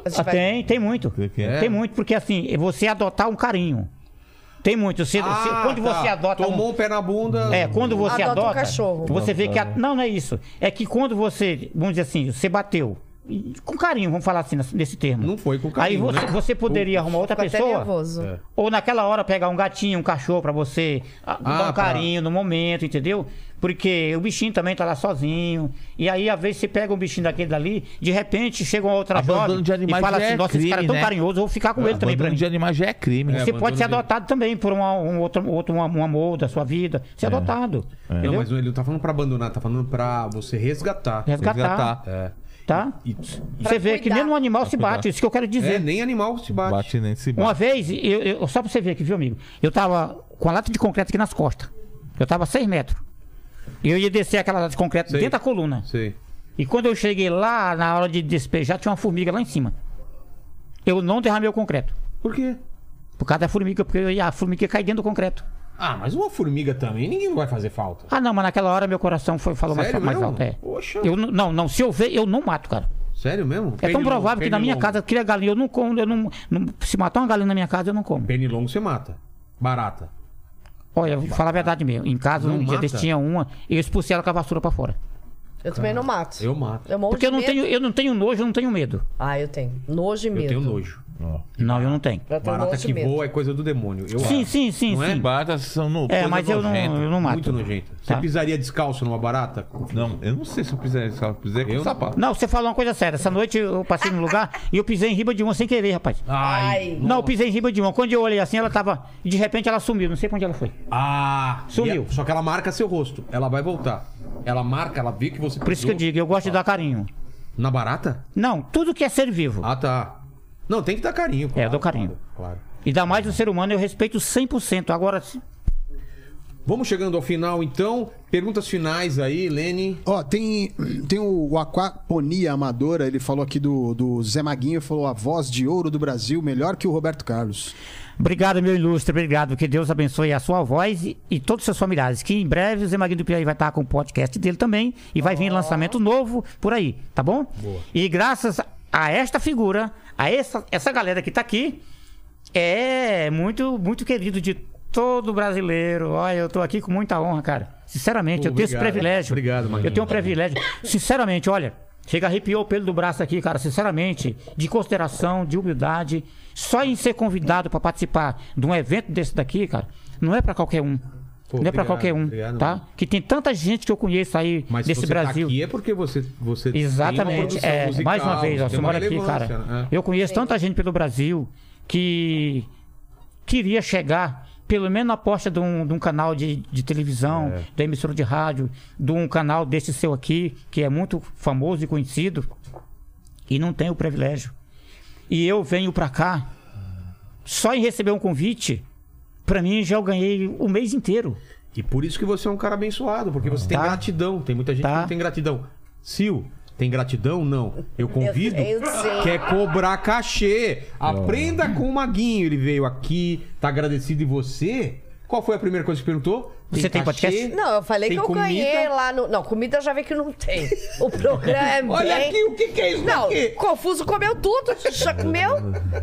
[SPEAKER 2] A gente
[SPEAKER 4] Ah,
[SPEAKER 2] vai-
[SPEAKER 4] tem, tem muito.
[SPEAKER 5] Tem que- é.
[SPEAKER 4] Tem muito, porque assim, você adotar um carinho. Tem muito. Você,
[SPEAKER 5] Ah,
[SPEAKER 4] você- quando
[SPEAKER 1] tá.
[SPEAKER 4] você adota. um-
[SPEAKER 1] Tomou um pé na bunda.
[SPEAKER 4] É, quando você
[SPEAKER 2] Adota
[SPEAKER 4] adota,
[SPEAKER 2] um cachorro.
[SPEAKER 4] você vê que a- não, não é isso. É que quando você, vamos dizer assim, você bateu e- com carinho, vamos falar assim nesse- nesse termo.
[SPEAKER 1] Não foi com
[SPEAKER 4] Aí
[SPEAKER 1] carinho,
[SPEAKER 4] você,
[SPEAKER 1] né?
[SPEAKER 4] você poderia arrumar outra
[SPEAKER 2] Fico até
[SPEAKER 4] pessoa
[SPEAKER 2] nervoso.
[SPEAKER 1] É.
[SPEAKER 4] ou naquela hora pegar um gatinho, um cachorro pra você ah, dar
[SPEAKER 1] Ah,
[SPEAKER 4] um carinho no momento, entendeu? Porque o bichinho também tá lá sozinho. E aí às vezes você pega um bichinho daquele dali, de repente chega uma
[SPEAKER 1] Tá
[SPEAKER 4] outra
[SPEAKER 5] Abandono
[SPEAKER 4] jovem
[SPEAKER 5] de
[SPEAKER 4] e
[SPEAKER 5] animais
[SPEAKER 4] fala
[SPEAKER 5] já
[SPEAKER 4] assim:
[SPEAKER 5] é
[SPEAKER 4] "Nossa, esse cara é
[SPEAKER 5] crime,
[SPEAKER 4] tão
[SPEAKER 5] né?
[SPEAKER 4] carinhoso, eu vou ficar com ele também". pra
[SPEAKER 5] Abandono
[SPEAKER 4] mim."
[SPEAKER 5] de animais já é crime.
[SPEAKER 1] É,
[SPEAKER 4] Você
[SPEAKER 1] abandono
[SPEAKER 4] pode ser
[SPEAKER 1] de-
[SPEAKER 4] adotado também por uma- um outro, outro um, um amor da sua vida. Ser
[SPEAKER 1] É.
[SPEAKER 4] adotado.
[SPEAKER 1] Não,
[SPEAKER 4] Entendeu?
[SPEAKER 1] mas ele não tá falando pra abandonar, tá falando pra você resgatar.
[SPEAKER 4] Resgatar.
[SPEAKER 1] É.
[SPEAKER 4] Tá?
[SPEAKER 1] E,
[SPEAKER 4] Você vê que
[SPEAKER 2] cuidar.
[SPEAKER 4] nem um animal se bate, isso que eu quero
[SPEAKER 1] é,
[SPEAKER 4] dizer.
[SPEAKER 1] nem animal se bate.
[SPEAKER 5] Bate nem
[SPEAKER 1] É.
[SPEAKER 5] se
[SPEAKER 4] Uma
[SPEAKER 5] bate.
[SPEAKER 4] vez, eu, eu- só pra você ver aqui, viu, amigo? Eu tava com a lata de concreto aqui nas costas. Eu tava a 6 metros. E eu ia descer aquela lata de concreto
[SPEAKER 1] Sei.
[SPEAKER 4] dentro da coluna.
[SPEAKER 1] Sei.
[SPEAKER 4] E quando eu cheguei lá, na hora de despejar, tinha uma formiga lá em cima. Eu não derramei o concreto.
[SPEAKER 1] Por quê?
[SPEAKER 4] Por causa da formiga, porque eu ia- a formiga ia cair dentro do concreto.
[SPEAKER 1] Ah, mas uma formiga também, ninguém vai fazer falta.
[SPEAKER 4] Ah, não, mas naquela hora meu coração foi, falou mais,
[SPEAKER 1] Sério
[SPEAKER 4] mais
[SPEAKER 1] mesmo?
[SPEAKER 4] alto. É.
[SPEAKER 1] Poxa.
[SPEAKER 4] Eu, não- não, não, se eu ver, eu não mato, cara.
[SPEAKER 1] Sério mesmo?
[SPEAKER 4] É tão provável que na minha casa cria galinha. Eu não como, eu não, não- Se matar uma galinha na minha casa, eu não como.
[SPEAKER 1] Pernilongo você mata. Barata.
[SPEAKER 4] Olha, eu vou falar a verdade mesmo. Em casa,
[SPEAKER 1] Não
[SPEAKER 4] um dia
[SPEAKER 1] mata?
[SPEAKER 4] desse tinha uma, eu expulsei ela com a vassoura pra fora.
[SPEAKER 2] Eu também não mato.
[SPEAKER 1] Eu mato.
[SPEAKER 2] Eu morro
[SPEAKER 4] Porque eu
[SPEAKER 2] de
[SPEAKER 4] não,
[SPEAKER 2] medo.
[SPEAKER 4] tenho, eu não tenho nojo, eu não tenho medo.
[SPEAKER 2] Ah, eu tenho. Nojo e medo.
[SPEAKER 1] Eu tenho nojo.
[SPEAKER 4] Não, eu não tenho.
[SPEAKER 2] Eu tenho
[SPEAKER 1] Barata
[SPEAKER 2] nojo e
[SPEAKER 1] que
[SPEAKER 2] medo.
[SPEAKER 1] voa é coisa do demônio. Eu
[SPEAKER 4] Sim,
[SPEAKER 1] acho.
[SPEAKER 4] sim, sim,
[SPEAKER 1] Não é?
[SPEAKER 4] sim.
[SPEAKER 5] Baratas são no.
[SPEAKER 4] É,
[SPEAKER 5] coisa
[SPEAKER 4] mas eu não,
[SPEAKER 5] nojenta.
[SPEAKER 4] eu não
[SPEAKER 1] Muito
[SPEAKER 4] mato.
[SPEAKER 1] é nojento. Você
[SPEAKER 4] Tá.
[SPEAKER 1] pisaria descalço numa barata?
[SPEAKER 5] Não, eu não sei se eu fizer se eu fizer com
[SPEAKER 1] Eu-
[SPEAKER 5] sapato.
[SPEAKER 4] Não, você falou uma coisa séria. Essa noite eu passei num lugar e eu pisei em riba de uma sem querer, rapaz.
[SPEAKER 1] Ah,
[SPEAKER 2] Ai.
[SPEAKER 4] Não, eu pisei em riba de uma. Quando eu olhei assim, ela tava. De repente ela sumiu, não sei pra onde ela foi.
[SPEAKER 1] Ah,
[SPEAKER 4] Sumiu.
[SPEAKER 1] e é- só que ela marca seu rosto. Ela vai voltar. Ela marca, ela vê que você
[SPEAKER 4] Por isso que eu digo, eu gosto de dar carinho.
[SPEAKER 1] Na barata?
[SPEAKER 4] Não, tudo que é ser vivo.
[SPEAKER 1] Ah, tá. Não, tem que dar carinho.
[SPEAKER 4] É, eu dou carinho.
[SPEAKER 1] Claro.
[SPEAKER 4] E dá mais do ser humano, eu respeito 100%. Agora, se-
[SPEAKER 1] Vamos chegando ao final, então. Perguntas finais aí, Lene.
[SPEAKER 3] Ó, tem, tem o, o Aquaponia Amadora, ele falou aqui do, do Zé Maguinho, falou a voz de ouro do Brasil, melhor que o Roberto Carlos.
[SPEAKER 4] Obrigado, meu ilustre, obrigado. Que Deus abençoe a sua voz e, e todos os seus familiares. Que em breve o Zé Maguinho do Piauí vai estar com o podcast dele também. E vai vir lançamento novo por aí, tá bom? E graças a esta figura, a essa, essa galera que tá aqui, é muito, muito querido de todo brasileiro. Olha, eu tô aqui com muita honra, cara. Sinceramente, eu tenho esse
[SPEAKER 1] Obrigado.
[SPEAKER 4] privilégio.
[SPEAKER 1] Obrigado, Maguinho.
[SPEAKER 4] Eu tenho um privilégio. Sinceramente, olha, chega arrepiou o pelo do braço aqui, cara. Sinceramente, de consideração, de humildade, só em ser convidado para participar de um evento desse daqui, cara, não é para qualquer um. não é para
[SPEAKER 1] obrigado,
[SPEAKER 4] qualquer um,
[SPEAKER 1] obrigado,
[SPEAKER 4] tá?
[SPEAKER 1] mano.
[SPEAKER 4] Que tem tanta gente que eu conheço aí
[SPEAKER 1] Mas se
[SPEAKER 4] desse
[SPEAKER 1] você
[SPEAKER 4] Brasil.
[SPEAKER 1] tá aqui é porque você, você tem uma
[SPEAKER 4] Exatamente.
[SPEAKER 1] produção
[SPEAKER 4] é,
[SPEAKER 1] musical,
[SPEAKER 4] mais uma vez, ó,
[SPEAKER 1] tem
[SPEAKER 4] você mora aqui,
[SPEAKER 1] relevância,
[SPEAKER 4] cara.
[SPEAKER 1] né?
[SPEAKER 4] Eu conheço tanta gente pelo Brasil que queria chegar, pelo menos na porta de um, de um canal de, de televisão,
[SPEAKER 1] É.
[SPEAKER 4] da emissora de rádio, de um canal desse seu aqui, que é muito famoso e conhecido, e não tem o privilégio. E eu venho pra cá, só em receber um convite, pra mim já eu ganhei o mês inteiro.
[SPEAKER 1] E por isso que você é um cara abençoado, porque você
[SPEAKER 4] Tá.
[SPEAKER 1] tem gratidão. Tem muita gente que
[SPEAKER 4] Tá.
[SPEAKER 1] não tem gratidão. Sil, tem gratidão? Não. Eu convido.
[SPEAKER 2] Eu- eu sei.
[SPEAKER 1] Quer cobrar cachê. Aprenda com o Maguinho. Ele veio aqui, tá agradecido. E você? Qual foi a primeira coisa que perguntou?
[SPEAKER 4] Você tem podcast?
[SPEAKER 2] Não, eu falei
[SPEAKER 1] Tem
[SPEAKER 2] que eu
[SPEAKER 1] comida?
[SPEAKER 2] ganhei lá no. Não, comida eu já vi que não tem. O programa é bem.
[SPEAKER 1] Olha aqui, o que, que é isso
[SPEAKER 2] Não,
[SPEAKER 1] daqui?
[SPEAKER 2] Confuso comeu tudo. Já comeu?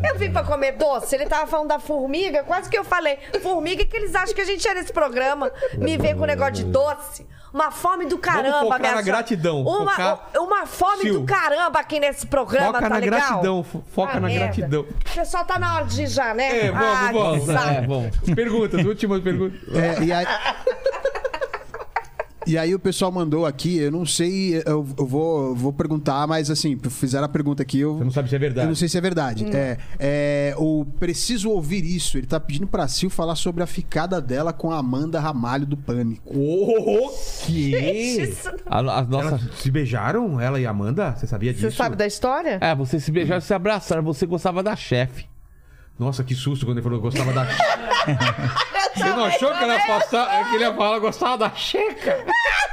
[SPEAKER 2] Eu vim pra comer doce. Ele tava falando da formiga. Quase que eu falei. Formiga que eles acham que a gente é nesse programa. Me vem com um negócio de doce. Uma fome do caramba,
[SPEAKER 1] focar
[SPEAKER 2] minha
[SPEAKER 1] na
[SPEAKER 2] senhora.
[SPEAKER 1] gratidão,
[SPEAKER 2] Uma,
[SPEAKER 1] focar-
[SPEAKER 2] uma fome
[SPEAKER 1] Sil,
[SPEAKER 2] do caramba aqui nesse programa,
[SPEAKER 1] Foca
[SPEAKER 2] tá
[SPEAKER 1] na
[SPEAKER 2] legal?
[SPEAKER 1] gratidão. fo- Foca
[SPEAKER 2] Ah,
[SPEAKER 1] na
[SPEAKER 2] merda.
[SPEAKER 1] gratidão.
[SPEAKER 2] O pessoal tá na hora de ir já, né?
[SPEAKER 1] É, vamos,
[SPEAKER 2] ah, que
[SPEAKER 1] vamos.
[SPEAKER 2] saco.
[SPEAKER 1] É, vamos. Perguntas, últimas perguntas.
[SPEAKER 3] É, e aí, E aí o pessoal mandou aqui, eu não sei, eu, eu vou, vou perguntar, mas assim, fizeram a pergunta aqui, eu...
[SPEAKER 1] Você não sabe se é verdade.
[SPEAKER 3] Eu não sei se é verdade. É, é, o Preciso Ouvir Isso, ele tá pedindo pra Sil falar sobre a ficada dela com a Amanda Ramalho do Pânico.
[SPEAKER 1] O Oh, que?
[SPEAKER 2] Isso não-
[SPEAKER 5] A, a nossa...
[SPEAKER 1] Elas se beijaram, ela e a Amanda? Você sabia disso?
[SPEAKER 2] Você sabe da história?
[SPEAKER 5] É, vocês se beijaram, se abraçaram, você gostava da chefe.
[SPEAKER 1] Nossa, que susto quando ele falou que gostava da.
[SPEAKER 8] Você não achou que, ela ia
[SPEAKER 1] é
[SPEAKER 8] passar, que ele ia falar gostava da checa?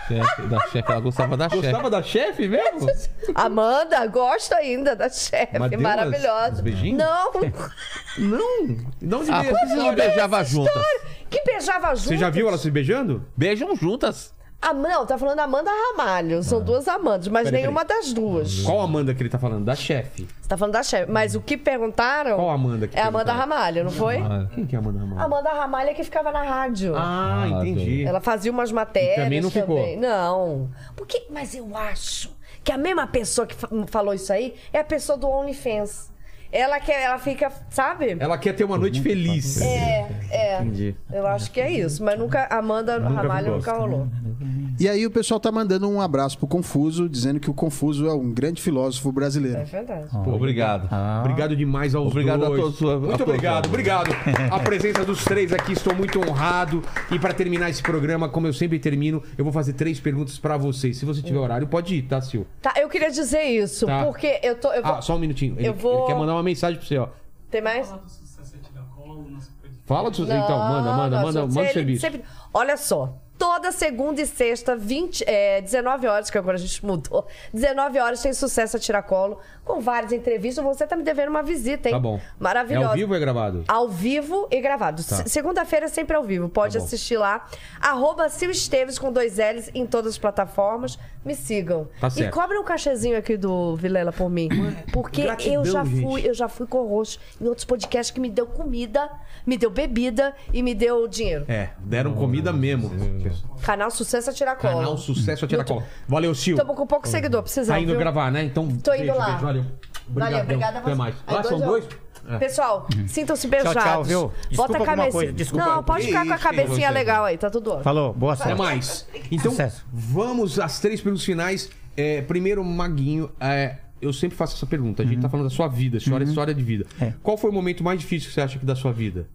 [SPEAKER 5] Chefe, da chefe, ela gostava da chefe.
[SPEAKER 8] Gostava da chefe mesmo?
[SPEAKER 2] Amanda, gosto ainda da chefe.
[SPEAKER 1] Mas deu umas- uns
[SPEAKER 2] maravilhosa.
[SPEAKER 1] beijinhos?
[SPEAKER 2] Não,
[SPEAKER 1] Não! Não se
[SPEAKER 5] Ah,
[SPEAKER 1] beija.
[SPEAKER 5] por
[SPEAKER 4] é.
[SPEAKER 5] que vocês não beijavam juntas?
[SPEAKER 2] que beijava junto.
[SPEAKER 1] Você já viu ela se beijando?
[SPEAKER 5] Beijam juntas.
[SPEAKER 2] Ah, não, tá falando Amanda Ramalho. São duas Amandas, mas
[SPEAKER 1] Ah. Peraí,
[SPEAKER 2] nenhuma das duas.
[SPEAKER 1] Qual Amanda que ele tá falando? Da chefe.
[SPEAKER 2] Você tá falando da chefe. Mas o que perguntaram
[SPEAKER 1] Qual Amanda que
[SPEAKER 2] é a Amanda
[SPEAKER 1] perguntaram?
[SPEAKER 2] Ramalho, não foi?
[SPEAKER 1] Quem que é a Amanda Ramalho?
[SPEAKER 2] Amanda Ramalho é que ficava na rádio.
[SPEAKER 1] Ah, entendi.
[SPEAKER 2] Ela fazia umas matérias.
[SPEAKER 1] E também não ficou.
[SPEAKER 2] Não. Porque, mas eu acho que a mesma pessoa que fa- falou isso aí é a pessoa do OnlyFans. Ela quer, ela fica, sabe?
[SPEAKER 1] Ela quer ter uma noite feliz.
[SPEAKER 2] É, é.
[SPEAKER 1] Entendi.
[SPEAKER 2] Eu acho que é isso. Mas nunca, Amanda Ramalho
[SPEAKER 1] tá
[SPEAKER 2] nunca rolou.
[SPEAKER 3] E aí o pessoal tá mandando um abraço pro Confuso, dizendo que o Confuso é um grande filósofo brasileiro.
[SPEAKER 2] É verdade.
[SPEAKER 5] Pô, obrigado.
[SPEAKER 1] Obrigado demais aos
[SPEAKER 5] Ah. Obrigado a
[SPEAKER 1] dois.
[SPEAKER 5] todos, a- a
[SPEAKER 1] Muito
[SPEAKER 5] todos.
[SPEAKER 1] obrigado, obrigado. A presença dos três aqui, estou muito honrado. E para terminar esse programa, como eu sempre termino, eu vou fazer três perguntas para vocês. Se você tiver horário, pode ir, tá, Sil?
[SPEAKER 2] Tá, eu queria dizer isso,
[SPEAKER 1] Tá.
[SPEAKER 2] porque eu tô. Eu vou...
[SPEAKER 1] Ah, só um minutinho. Ele,
[SPEAKER 2] Eu vou-
[SPEAKER 1] ele quer mandar uma mensagem para você, ó.
[SPEAKER 2] Tem mais?
[SPEAKER 1] Fala do seu... Então, manda,
[SPEAKER 2] Não,
[SPEAKER 1] manda,
[SPEAKER 2] não,
[SPEAKER 1] manda,
[SPEAKER 2] se-
[SPEAKER 1] manda
[SPEAKER 2] se
[SPEAKER 1] o
[SPEAKER 2] ele
[SPEAKER 1] serviço.
[SPEAKER 2] sempre- Olha só. Toda segunda e sexta, 20, é, 19 horas, que agora a gente mudou. 19 horas tem sucesso a Tiracolo, com várias entrevistas. Você tá me devendo uma visita, hein?
[SPEAKER 1] Tá bom.
[SPEAKER 2] Maravilhosa.
[SPEAKER 1] É ao vivo ou é gravado?
[SPEAKER 2] Ao vivo e gravado. Se- Segunda-feira é sempre ao vivo. Pode
[SPEAKER 1] Tá. bom.
[SPEAKER 2] assistir lá. Arroba Sil Esteves com dois L's em todas as plataformas. Me sigam.
[SPEAKER 1] Tá certo. Hum.
[SPEAKER 2] E cobrem um cachezinho aqui do Vilela por mim. Porque
[SPEAKER 1] gratidão,
[SPEAKER 2] eu já
[SPEAKER 1] gente.
[SPEAKER 2] fui, eu já fui com roxo em outros podcasts que me deu comida, me deu bebida e me deu dinheiro.
[SPEAKER 1] É, deram comida mesmo.
[SPEAKER 2] Canal Sucesso a tirar cola.
[SPEAKER 1] É. Canal Sucesso Atira Cola. Valeu, Sil.
[SPEAKER 2] Tamo com pouco seguidor, precisando.
[SPEAKER 1] Tá indo
[SPEAKER 2] viu?
[SPEAKER 1] gravar, né? Então,
[SPEAKER 2] Tô indo lá.
[SPEAKER 1] valeu.
[SPEAKER 2] Valeu, obrigada a
[SPEAKER 1] Até
[SPEAKER 2] você.
[SPEAKER 1] mais.
[SPEAKER 2] Aí, um.
[SPEAKER 1] Ah, são
[SPEAKER 2] ó.
[SPEAKER 1] dois?
[SPEAKER 2] Pessoal,
[SPEAKER 1] Uhum.
[SPEAKER 2] sintam-se beijados.
[SPEAKER 4] tchau, viu?
[SPEAKER 2] Bota
[SPEAKER 4] Desculpa
[SPEAKER 2] a
[SPEAKER 4] alguma
[SPEAKER 2] cabecinha.
[SPEAKER 4] coisa, desculpa.
[SPEAKER 2] Não, pode
[SPEAKER 4] Que
[SPEAKER 2] ficar com a
[SPEAKER 1] isso, hein,
[SPEAKER 2] cabecinha
[SPEAKER 1] você?
[SPEAKER 2] legal aí, tá tudo ótimo.
[SPEAKER 4] Falou, boa
[SPEAKER 1] Até
[SPEAKER 4] sorte.
[SPEAKER 1] mais. Então,
[SPEAKER 4] Sucesso.
[SPEAKER 1] vamos às três perguntas finais. É, primeiro, Maguinho, é, eu sempre faço essa pergunta. A gente tá falando da sua vida, sua história de vida.
[SPEAKER 4] Uhum. É.
[SPEAKER 1] Qual foi o momento mais difícil que você acha que da sua vida?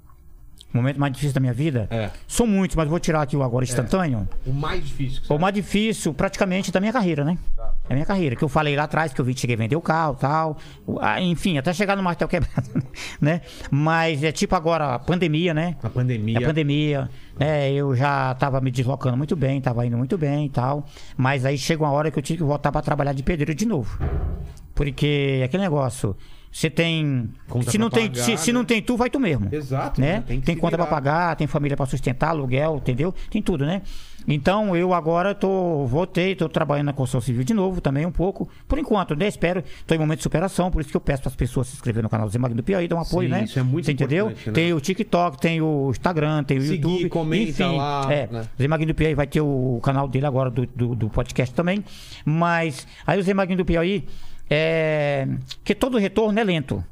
[SPEAKER 4] O momento mais difícil da minha vida?
[SPEAKER 1] É.
[SPEAKER 4] São muitos, mas vou tirar aqui o agora instantâneo.
[SPEAKER 1] O mais difícil. que você-
[SPEAKER 4] O mais difícil, praticamente, da minha carreira, né? Da minha carreira. Que eu falei lá atrás, que eu vim, cheguei a vender o carro tal. O- ah, Enfim, até chegar no martelo quebrado, né? Mas é tipo agora, a pandemia, né?
[SPEAKER 1] A pandemia.
[SPEAKER 4] A pandemia, né? Eu já tava me deslocando muito bem, tava indo muito bem e tal. Mas aí chega uma hora que eu tive que voltar pra trabalhar de pedreiro de novo. Porque é aquele negócio, você tem.
[SPEAKER 1] Conta
[SPEAKER 4] se não
[SPEAKER 1] pra
[SPEAKER 4] tem,
[SPEAKER 1] pagar,
[SPEAKER 4] se, se não
[SPEAKER 1] né?
[SPEAKER 4] tem tu, vai tu mesmo.
[SPEAKER 1] Exato, né?
[SPEAKER 4] Né?
[SPEAKER 1] Tem
[SPEAKER 4] Tem,
[SPEAKER 1] que se
[SPEAKER 4] conta pra
[SPEAKER 1] virar.
[SPEAKER 4] pagar, tem família pra sustentar, aluguel, entendeu? Tem tudo, né? Então eu agora tô. voltei, tô trabalhando na construção civil de novo também um pouco. Por enquanto, né? Espero, tô em momento de superação, por isso que eu peço para as pessoas se inscreverem no canal do Zé Magno do Piauí, dar um apoio,
[SPEAKER 1] Sim,
[SPEAKER 4] né?
[SPEAKER 1] isso é muito
[SPEAKER 4] Você entendeu?
[SPEAKER 1] importante, né?
[SPEAKER 4] Tem tem o TikTok, tem o Instagram, tem o
[SPEAKER 1] Seguir,
[SPEAKER 4] YouTube.
[SPEAKER 1] comenta
[SPEAKER 4] enfim,
[SPEAKER 1] lá,
[SPEAKER 4] É,
[SPEAKER 1] né?
[SPEAKER 4] Zé Magno do Piauí vai ter o canal dele agora do, do, do podcast também. Mas aí o Zé Magno do Piauí é. que todo retorno é lento.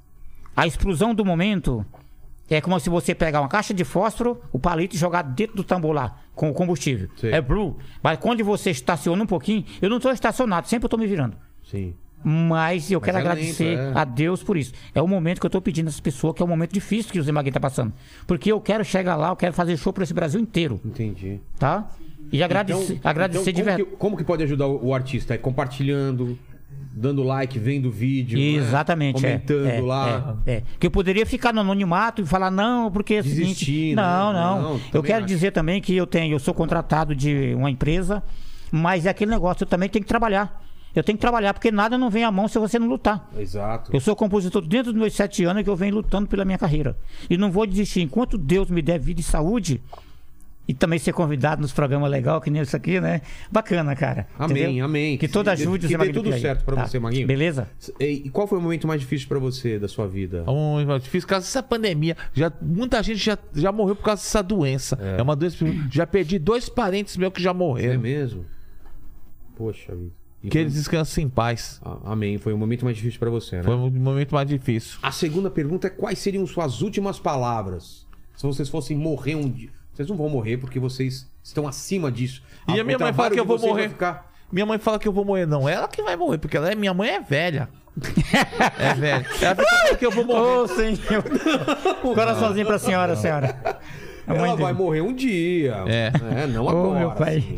[SPEAKER 4] A explosão do momento é como se você pegar uma caixa de fósforo, o palito e jogar dentro do tambor lá, com o combustível.
[SPEAKER 1] Sim.
[SPEAKER 4] É blue. Mas quando você estaciona um pouquinho, eu não estou estacionado, sempre eu estou me virando.
[SPEAKER 1] Sim.
[SPEAKER 4] Mas eu quero
[SPEAKER 1] é lento,
[SPEAKER 4] agradecer
[SPEAKER 1] é.
[SPEAKER 4] a Deus por isso. É o momento que eu estou pedindo às pessoas, que é um momento difícil que o Zé Maguinho está passando. Porque eu quero chegar lá, eu quero fazer show para esse Brasil inteiro,
[SPEAKER 1] Entendi.
[SPEAKER 4] tá? E agradecer,
[SPEAKER 1] Então-
[SPEAKER 4] agradecer
[SPEAKER 1] então,
[SPEAKER 4] de
[SPEAKER 1] como
[SPEAKER 4] verdade.
[SPEAKER 1] que- como que pode ajudar o, o artista? É compartilhando, dando like, vendo vídeo. né?
[SPEAKER 4] Exatamente, é.
[SPEAKER 1] Comentando
[SPEAKER 4] é,
[SPEAKER 1] lá.
[SPEAKER 4] É, é. Que eu poderia ficar no anonimato e falar, não, porque é o seguinte.
[SPEAKER 1] Desistir, né?
[SPEAKER 4] não, não.
[SPEAKER 1] Não,
[SPEAKER 4] eu
[SPEAKER 1] também
[SPEAKER 4] quero
[SPEAKER 1] acho.
[SPEAKER 4] dizer também que eu tenho, eu sou contratado de uma empresa, mas é aquele negócio, eu também tenho que trabalhar. Eu tenho que trabalhar, porque nada não vem à mão se você não lutar.
[SPEAKER 1] Exato.
[SPEAKER 4] Eu sou compositor dentro dos meus sete anos que eu venho lutando pela minha carreira. E não vou desistir. Enquanto Deus me der vida e saúde, e também ser convidado nos programas legais, que nem isso aqui, né? Bacana, cara.
[SPEAKER 1] Amém,
[SPEAKER 4] Entendeu?
[SPEAKER 1] amém.
[SPEAKER 4] Que toda
[SPEAKER 1] Que-
[SPEAKER 4] ajude
[SPEAKER 1] que
[SPEAKER 4] o Zé
[SPEAKER 1] dê
[SPEAKER 4] Maguinho
[SPEAKER 1] tudo
[SPEAKER 4] Piauí.
[SPEAKER 1] certo pra você, Maguinho.
[SPEAKER 4] Tá. Beleza?
[SPEAKER 1] E e qual foi o momento mais difícil pra você da sua vida?
[SPEAKER 5] É um momento difícil. Caso essa pandemia, já, muita gente já, já morreu por causa dessa doença. É, uma doença. Já perdi dois parentes meus que já
[SPEAKER 1] É
[SPEAKER 5] morreram.
[SPEAKER 1] mesmo? Poxa vida. E
[SPEAKER 5] que
[SPEAKER 1] foi- um,
[SPEAKER 5] eles descansem em paz.
[SPEAKER 1] A- Amém. Foi o momento mais difícil pra você, né?
[SPEAKER 5] Foi um- o momento mais difícil.
[SPEAKER 1] A segunda pergunta é quais seriam suas últimas palavras? Se vocês fossem morrer um dia. Vocês não vão morrer porque vocês estão acima disso.
[SPEAKER 5] E a
[SPEAKER 1] o
[SPEAKER 5] minha mãe fala
[SPEAKER 1] trabalho
[SPEAKER 5] que eu
[SPEAKER 1] de
[SPEAKER 5] vou
[SPEAKER 1] vocês vai
[SPEAKER 5] morrer.
[SPEAKER 1] Ficar...
[SPEAKER 5] Minha mãe fala que eu vou morrer. Não, ela que vai morrer, porque ela é, minha mãe é velha. é velha. Ela fica falando que eu vou morrer.
[SPEAKER 4] Ô, senhor. Coraçãozinho pra senhora, senhora. A mãe
[SPEAKER 1] Ela
[SPEAKER 4] dele.
[SPEAKER 1] vai morrer um dia.
[SPEAKER 5] É.
[SPEAKER 1] né? Não
[SPEAKER 4] Ô,
[SPEAKER 1] agora.
[SPEAKER 4] meu pai. Ah.
[SPEAKER 1] assim.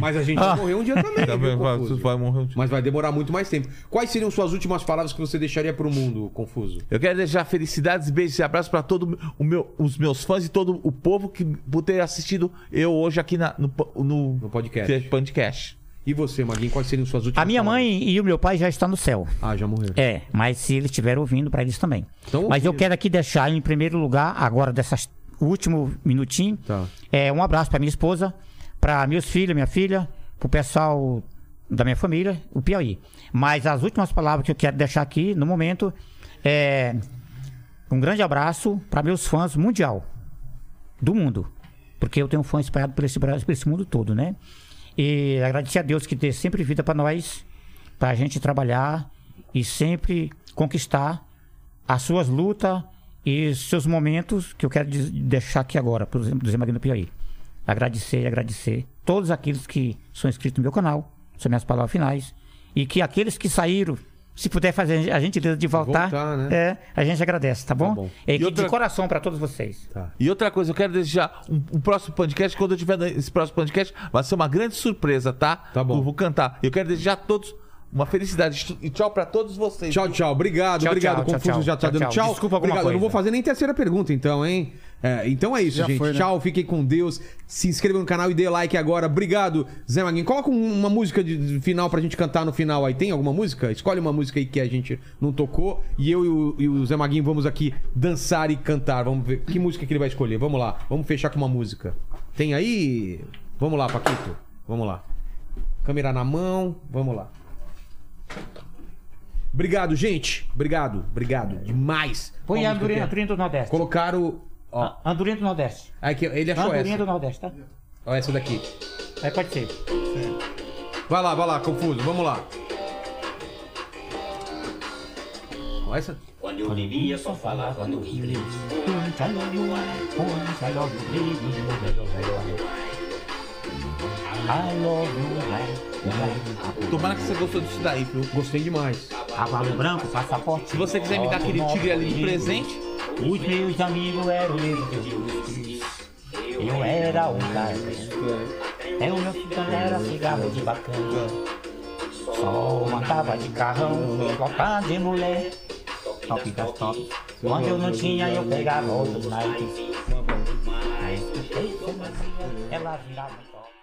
[SPEAKER 1] Mas a gente vai morrer um dia também.
[SPEAKER 5] Ela
[SPEAKER 1] viu,
[SPEAKER 5] vai-
[SPEAKER 1] Confuso?
[SPEAKER 5] vai morrer um dia.
[SPEAKER 1] Mas vai demorar muito mais tempo. Quais seriam suas últimas palavras que você deixaria pro mundo, Confuso?
[SPEAKER 5] Eu quero deixar felicidades, beijos e abraços para todo o meu, os meus fãs e todo o povo que por ter assistido eu hoje aqui na- no, po- no,
[SPEAKER 1] No podcast.
[SPEAKER 5] podcast.
[SPEAKER 1] E você, Maguinho, quais seriam suas últimas
[SPEAKER 4] A minha mãe e o meu pai já estão no céu.
[SPEAKER 1] palavras? Ah, já morreu.
[SPEAKER 4] É, mas se eles estiver ouvindo, para eles também.
[SPEAKER 1] Tão
[SPEAKER 4] mas eu
[SPEAKER 1] ouvindo.
[SPEAKER 4] quero aqui deixar, em primeiro lugar, agora, dessas o último minutinho,
[SPEAKER 1] Tá.
[SPEAKER 4] é, um abraço para minha esposa, para meus filhos, minha filha, para o pessoal da minha família, o Piauí. Mas as últimas palavras que eu quero deixar aqui, no momento, é um grande abraço para meus fãs mundial, do mundo. Porque eu tenho fã espalhado por esse, Brasil, por esse mundo todo, né? E agradecer a Deus que dê sempre vida para nós, para a gente trabalhar e sempre conquistar as suas lutas e seus momentos que eu quero diz- deixar aqui agora, por exemplo, do Zé Magno Piauí. Agradecer e agradecer todos aqueles que são inscritos no meu canal, são minhas palavras finais, e que aqueles que saíram, se puder fazer a gentileza de voltar,
[SPEAKER 1] Voltar, né?
[SPEAKER 4] é, a gente agradece, tá bom?
[SPEAKER 1] bom.
[SPEAKER 4] E, que
[SPEAKER 5] outra-
[SPEAKER 4] de coração para todos vocês.
[SPEAKER 5] E outra coisa, eu quero deixar um, um próximo podcast. Quando eu tiver esse próximo podcast, vai ser uma grande surpresa, tá?
[SPEAKER 1] Tá bom.
[SPEAKER 5] Eu vou cantar. Eu quero deixar a todos uma felicidade e tchau para todos vocês.
[SPEAKER 1] Tchau, tchau. Obrigado,
[SPEAKER 4] Tchau,
[SPEAKER 1] obrigado.
[SPEAKER 4] tchau, tchau,
[SPEAKER 1] Confuso
[SPEAKER 4] tchau.
[SPEAKER 1] já tá
[SPEAKER 4] Tchau,
[SPEAKER 1] dando
[SPEAKER 4] tchau.
[SPEAKER 1] tchau.
[SPEAKER 4] Desculpa alguma
[SPEAKER 1] obrigado. Eu não vou
[SPEAKER 4] coisa.
[SPEAKER 1] fazer nem terceira pergunta, então, hein? É, então é isso,
[SPEAKER 3] Já
[SPEAKER 1] gente.
[SPEAKER 3] foi, né?
[SPEAKER 1] Tchau, fiquem com Deus. Se inscreva no canal e dê like agora. Obrigado, Zé Maguinho. Coloca um- uma música de de final pra gente cantar no final aí. Tem alguma música? Escolhe uma música aí que a gente não tocou. E eu e o, e o Zé Maguinho vamos aqui dançar e cantar. Vamos ver que música que ele vai escolher. Vamos lá. Vamos fechar com uma música. Tem aí? Vamos lá, Paquito. Vamos lá. Câmera na mão. Vamos lá. Obrigado, gente. Obrigado, obrigado. Demais. Qual
[SPEAKER 4] Põe a
[SPEAKER 1] música que
[SPEAKER 4] Andorinha,
[SPEAKER 1] é?
[SPEAKER 4] Andorinha do Ah. Nordeste.
[SPEAKER 1] Colocaram. Ó,
[SPEAKER 4] A- Andorinha do Nordeste.
[SPEAKER 1] aí que ele achou
[SPEAKER 4] Andorinha Ah, do
[SPEAKER 1] essa.
[SPEAKER 4] Nordeste, tá?
[SPEAKER 1] Ó, essa daqui.
[SPEAKER 4] Aí pode ser.
[SPEAKER 1] Vai lá, vai lá, confuso. Vamos lá. Ó, essa.
[SPEAKER 5] Tomara que você gostou disso daí, viu?
[SPEAKER 1] Gostei demais.
[SPEAKER 4] Cavalo branco, passaporte.
[SPEAKER 5] Se você quiser me dar aquele tigre ali de presente,
[SPEAKER 4] Os meus amigos eram livres. Eu era um cara. Eu meu filho era cigarro de bacana. Só matava de carrão, copa de mulher. Top das top. Quando eu não tinha, eu pegava outros Nike. Ela virava top.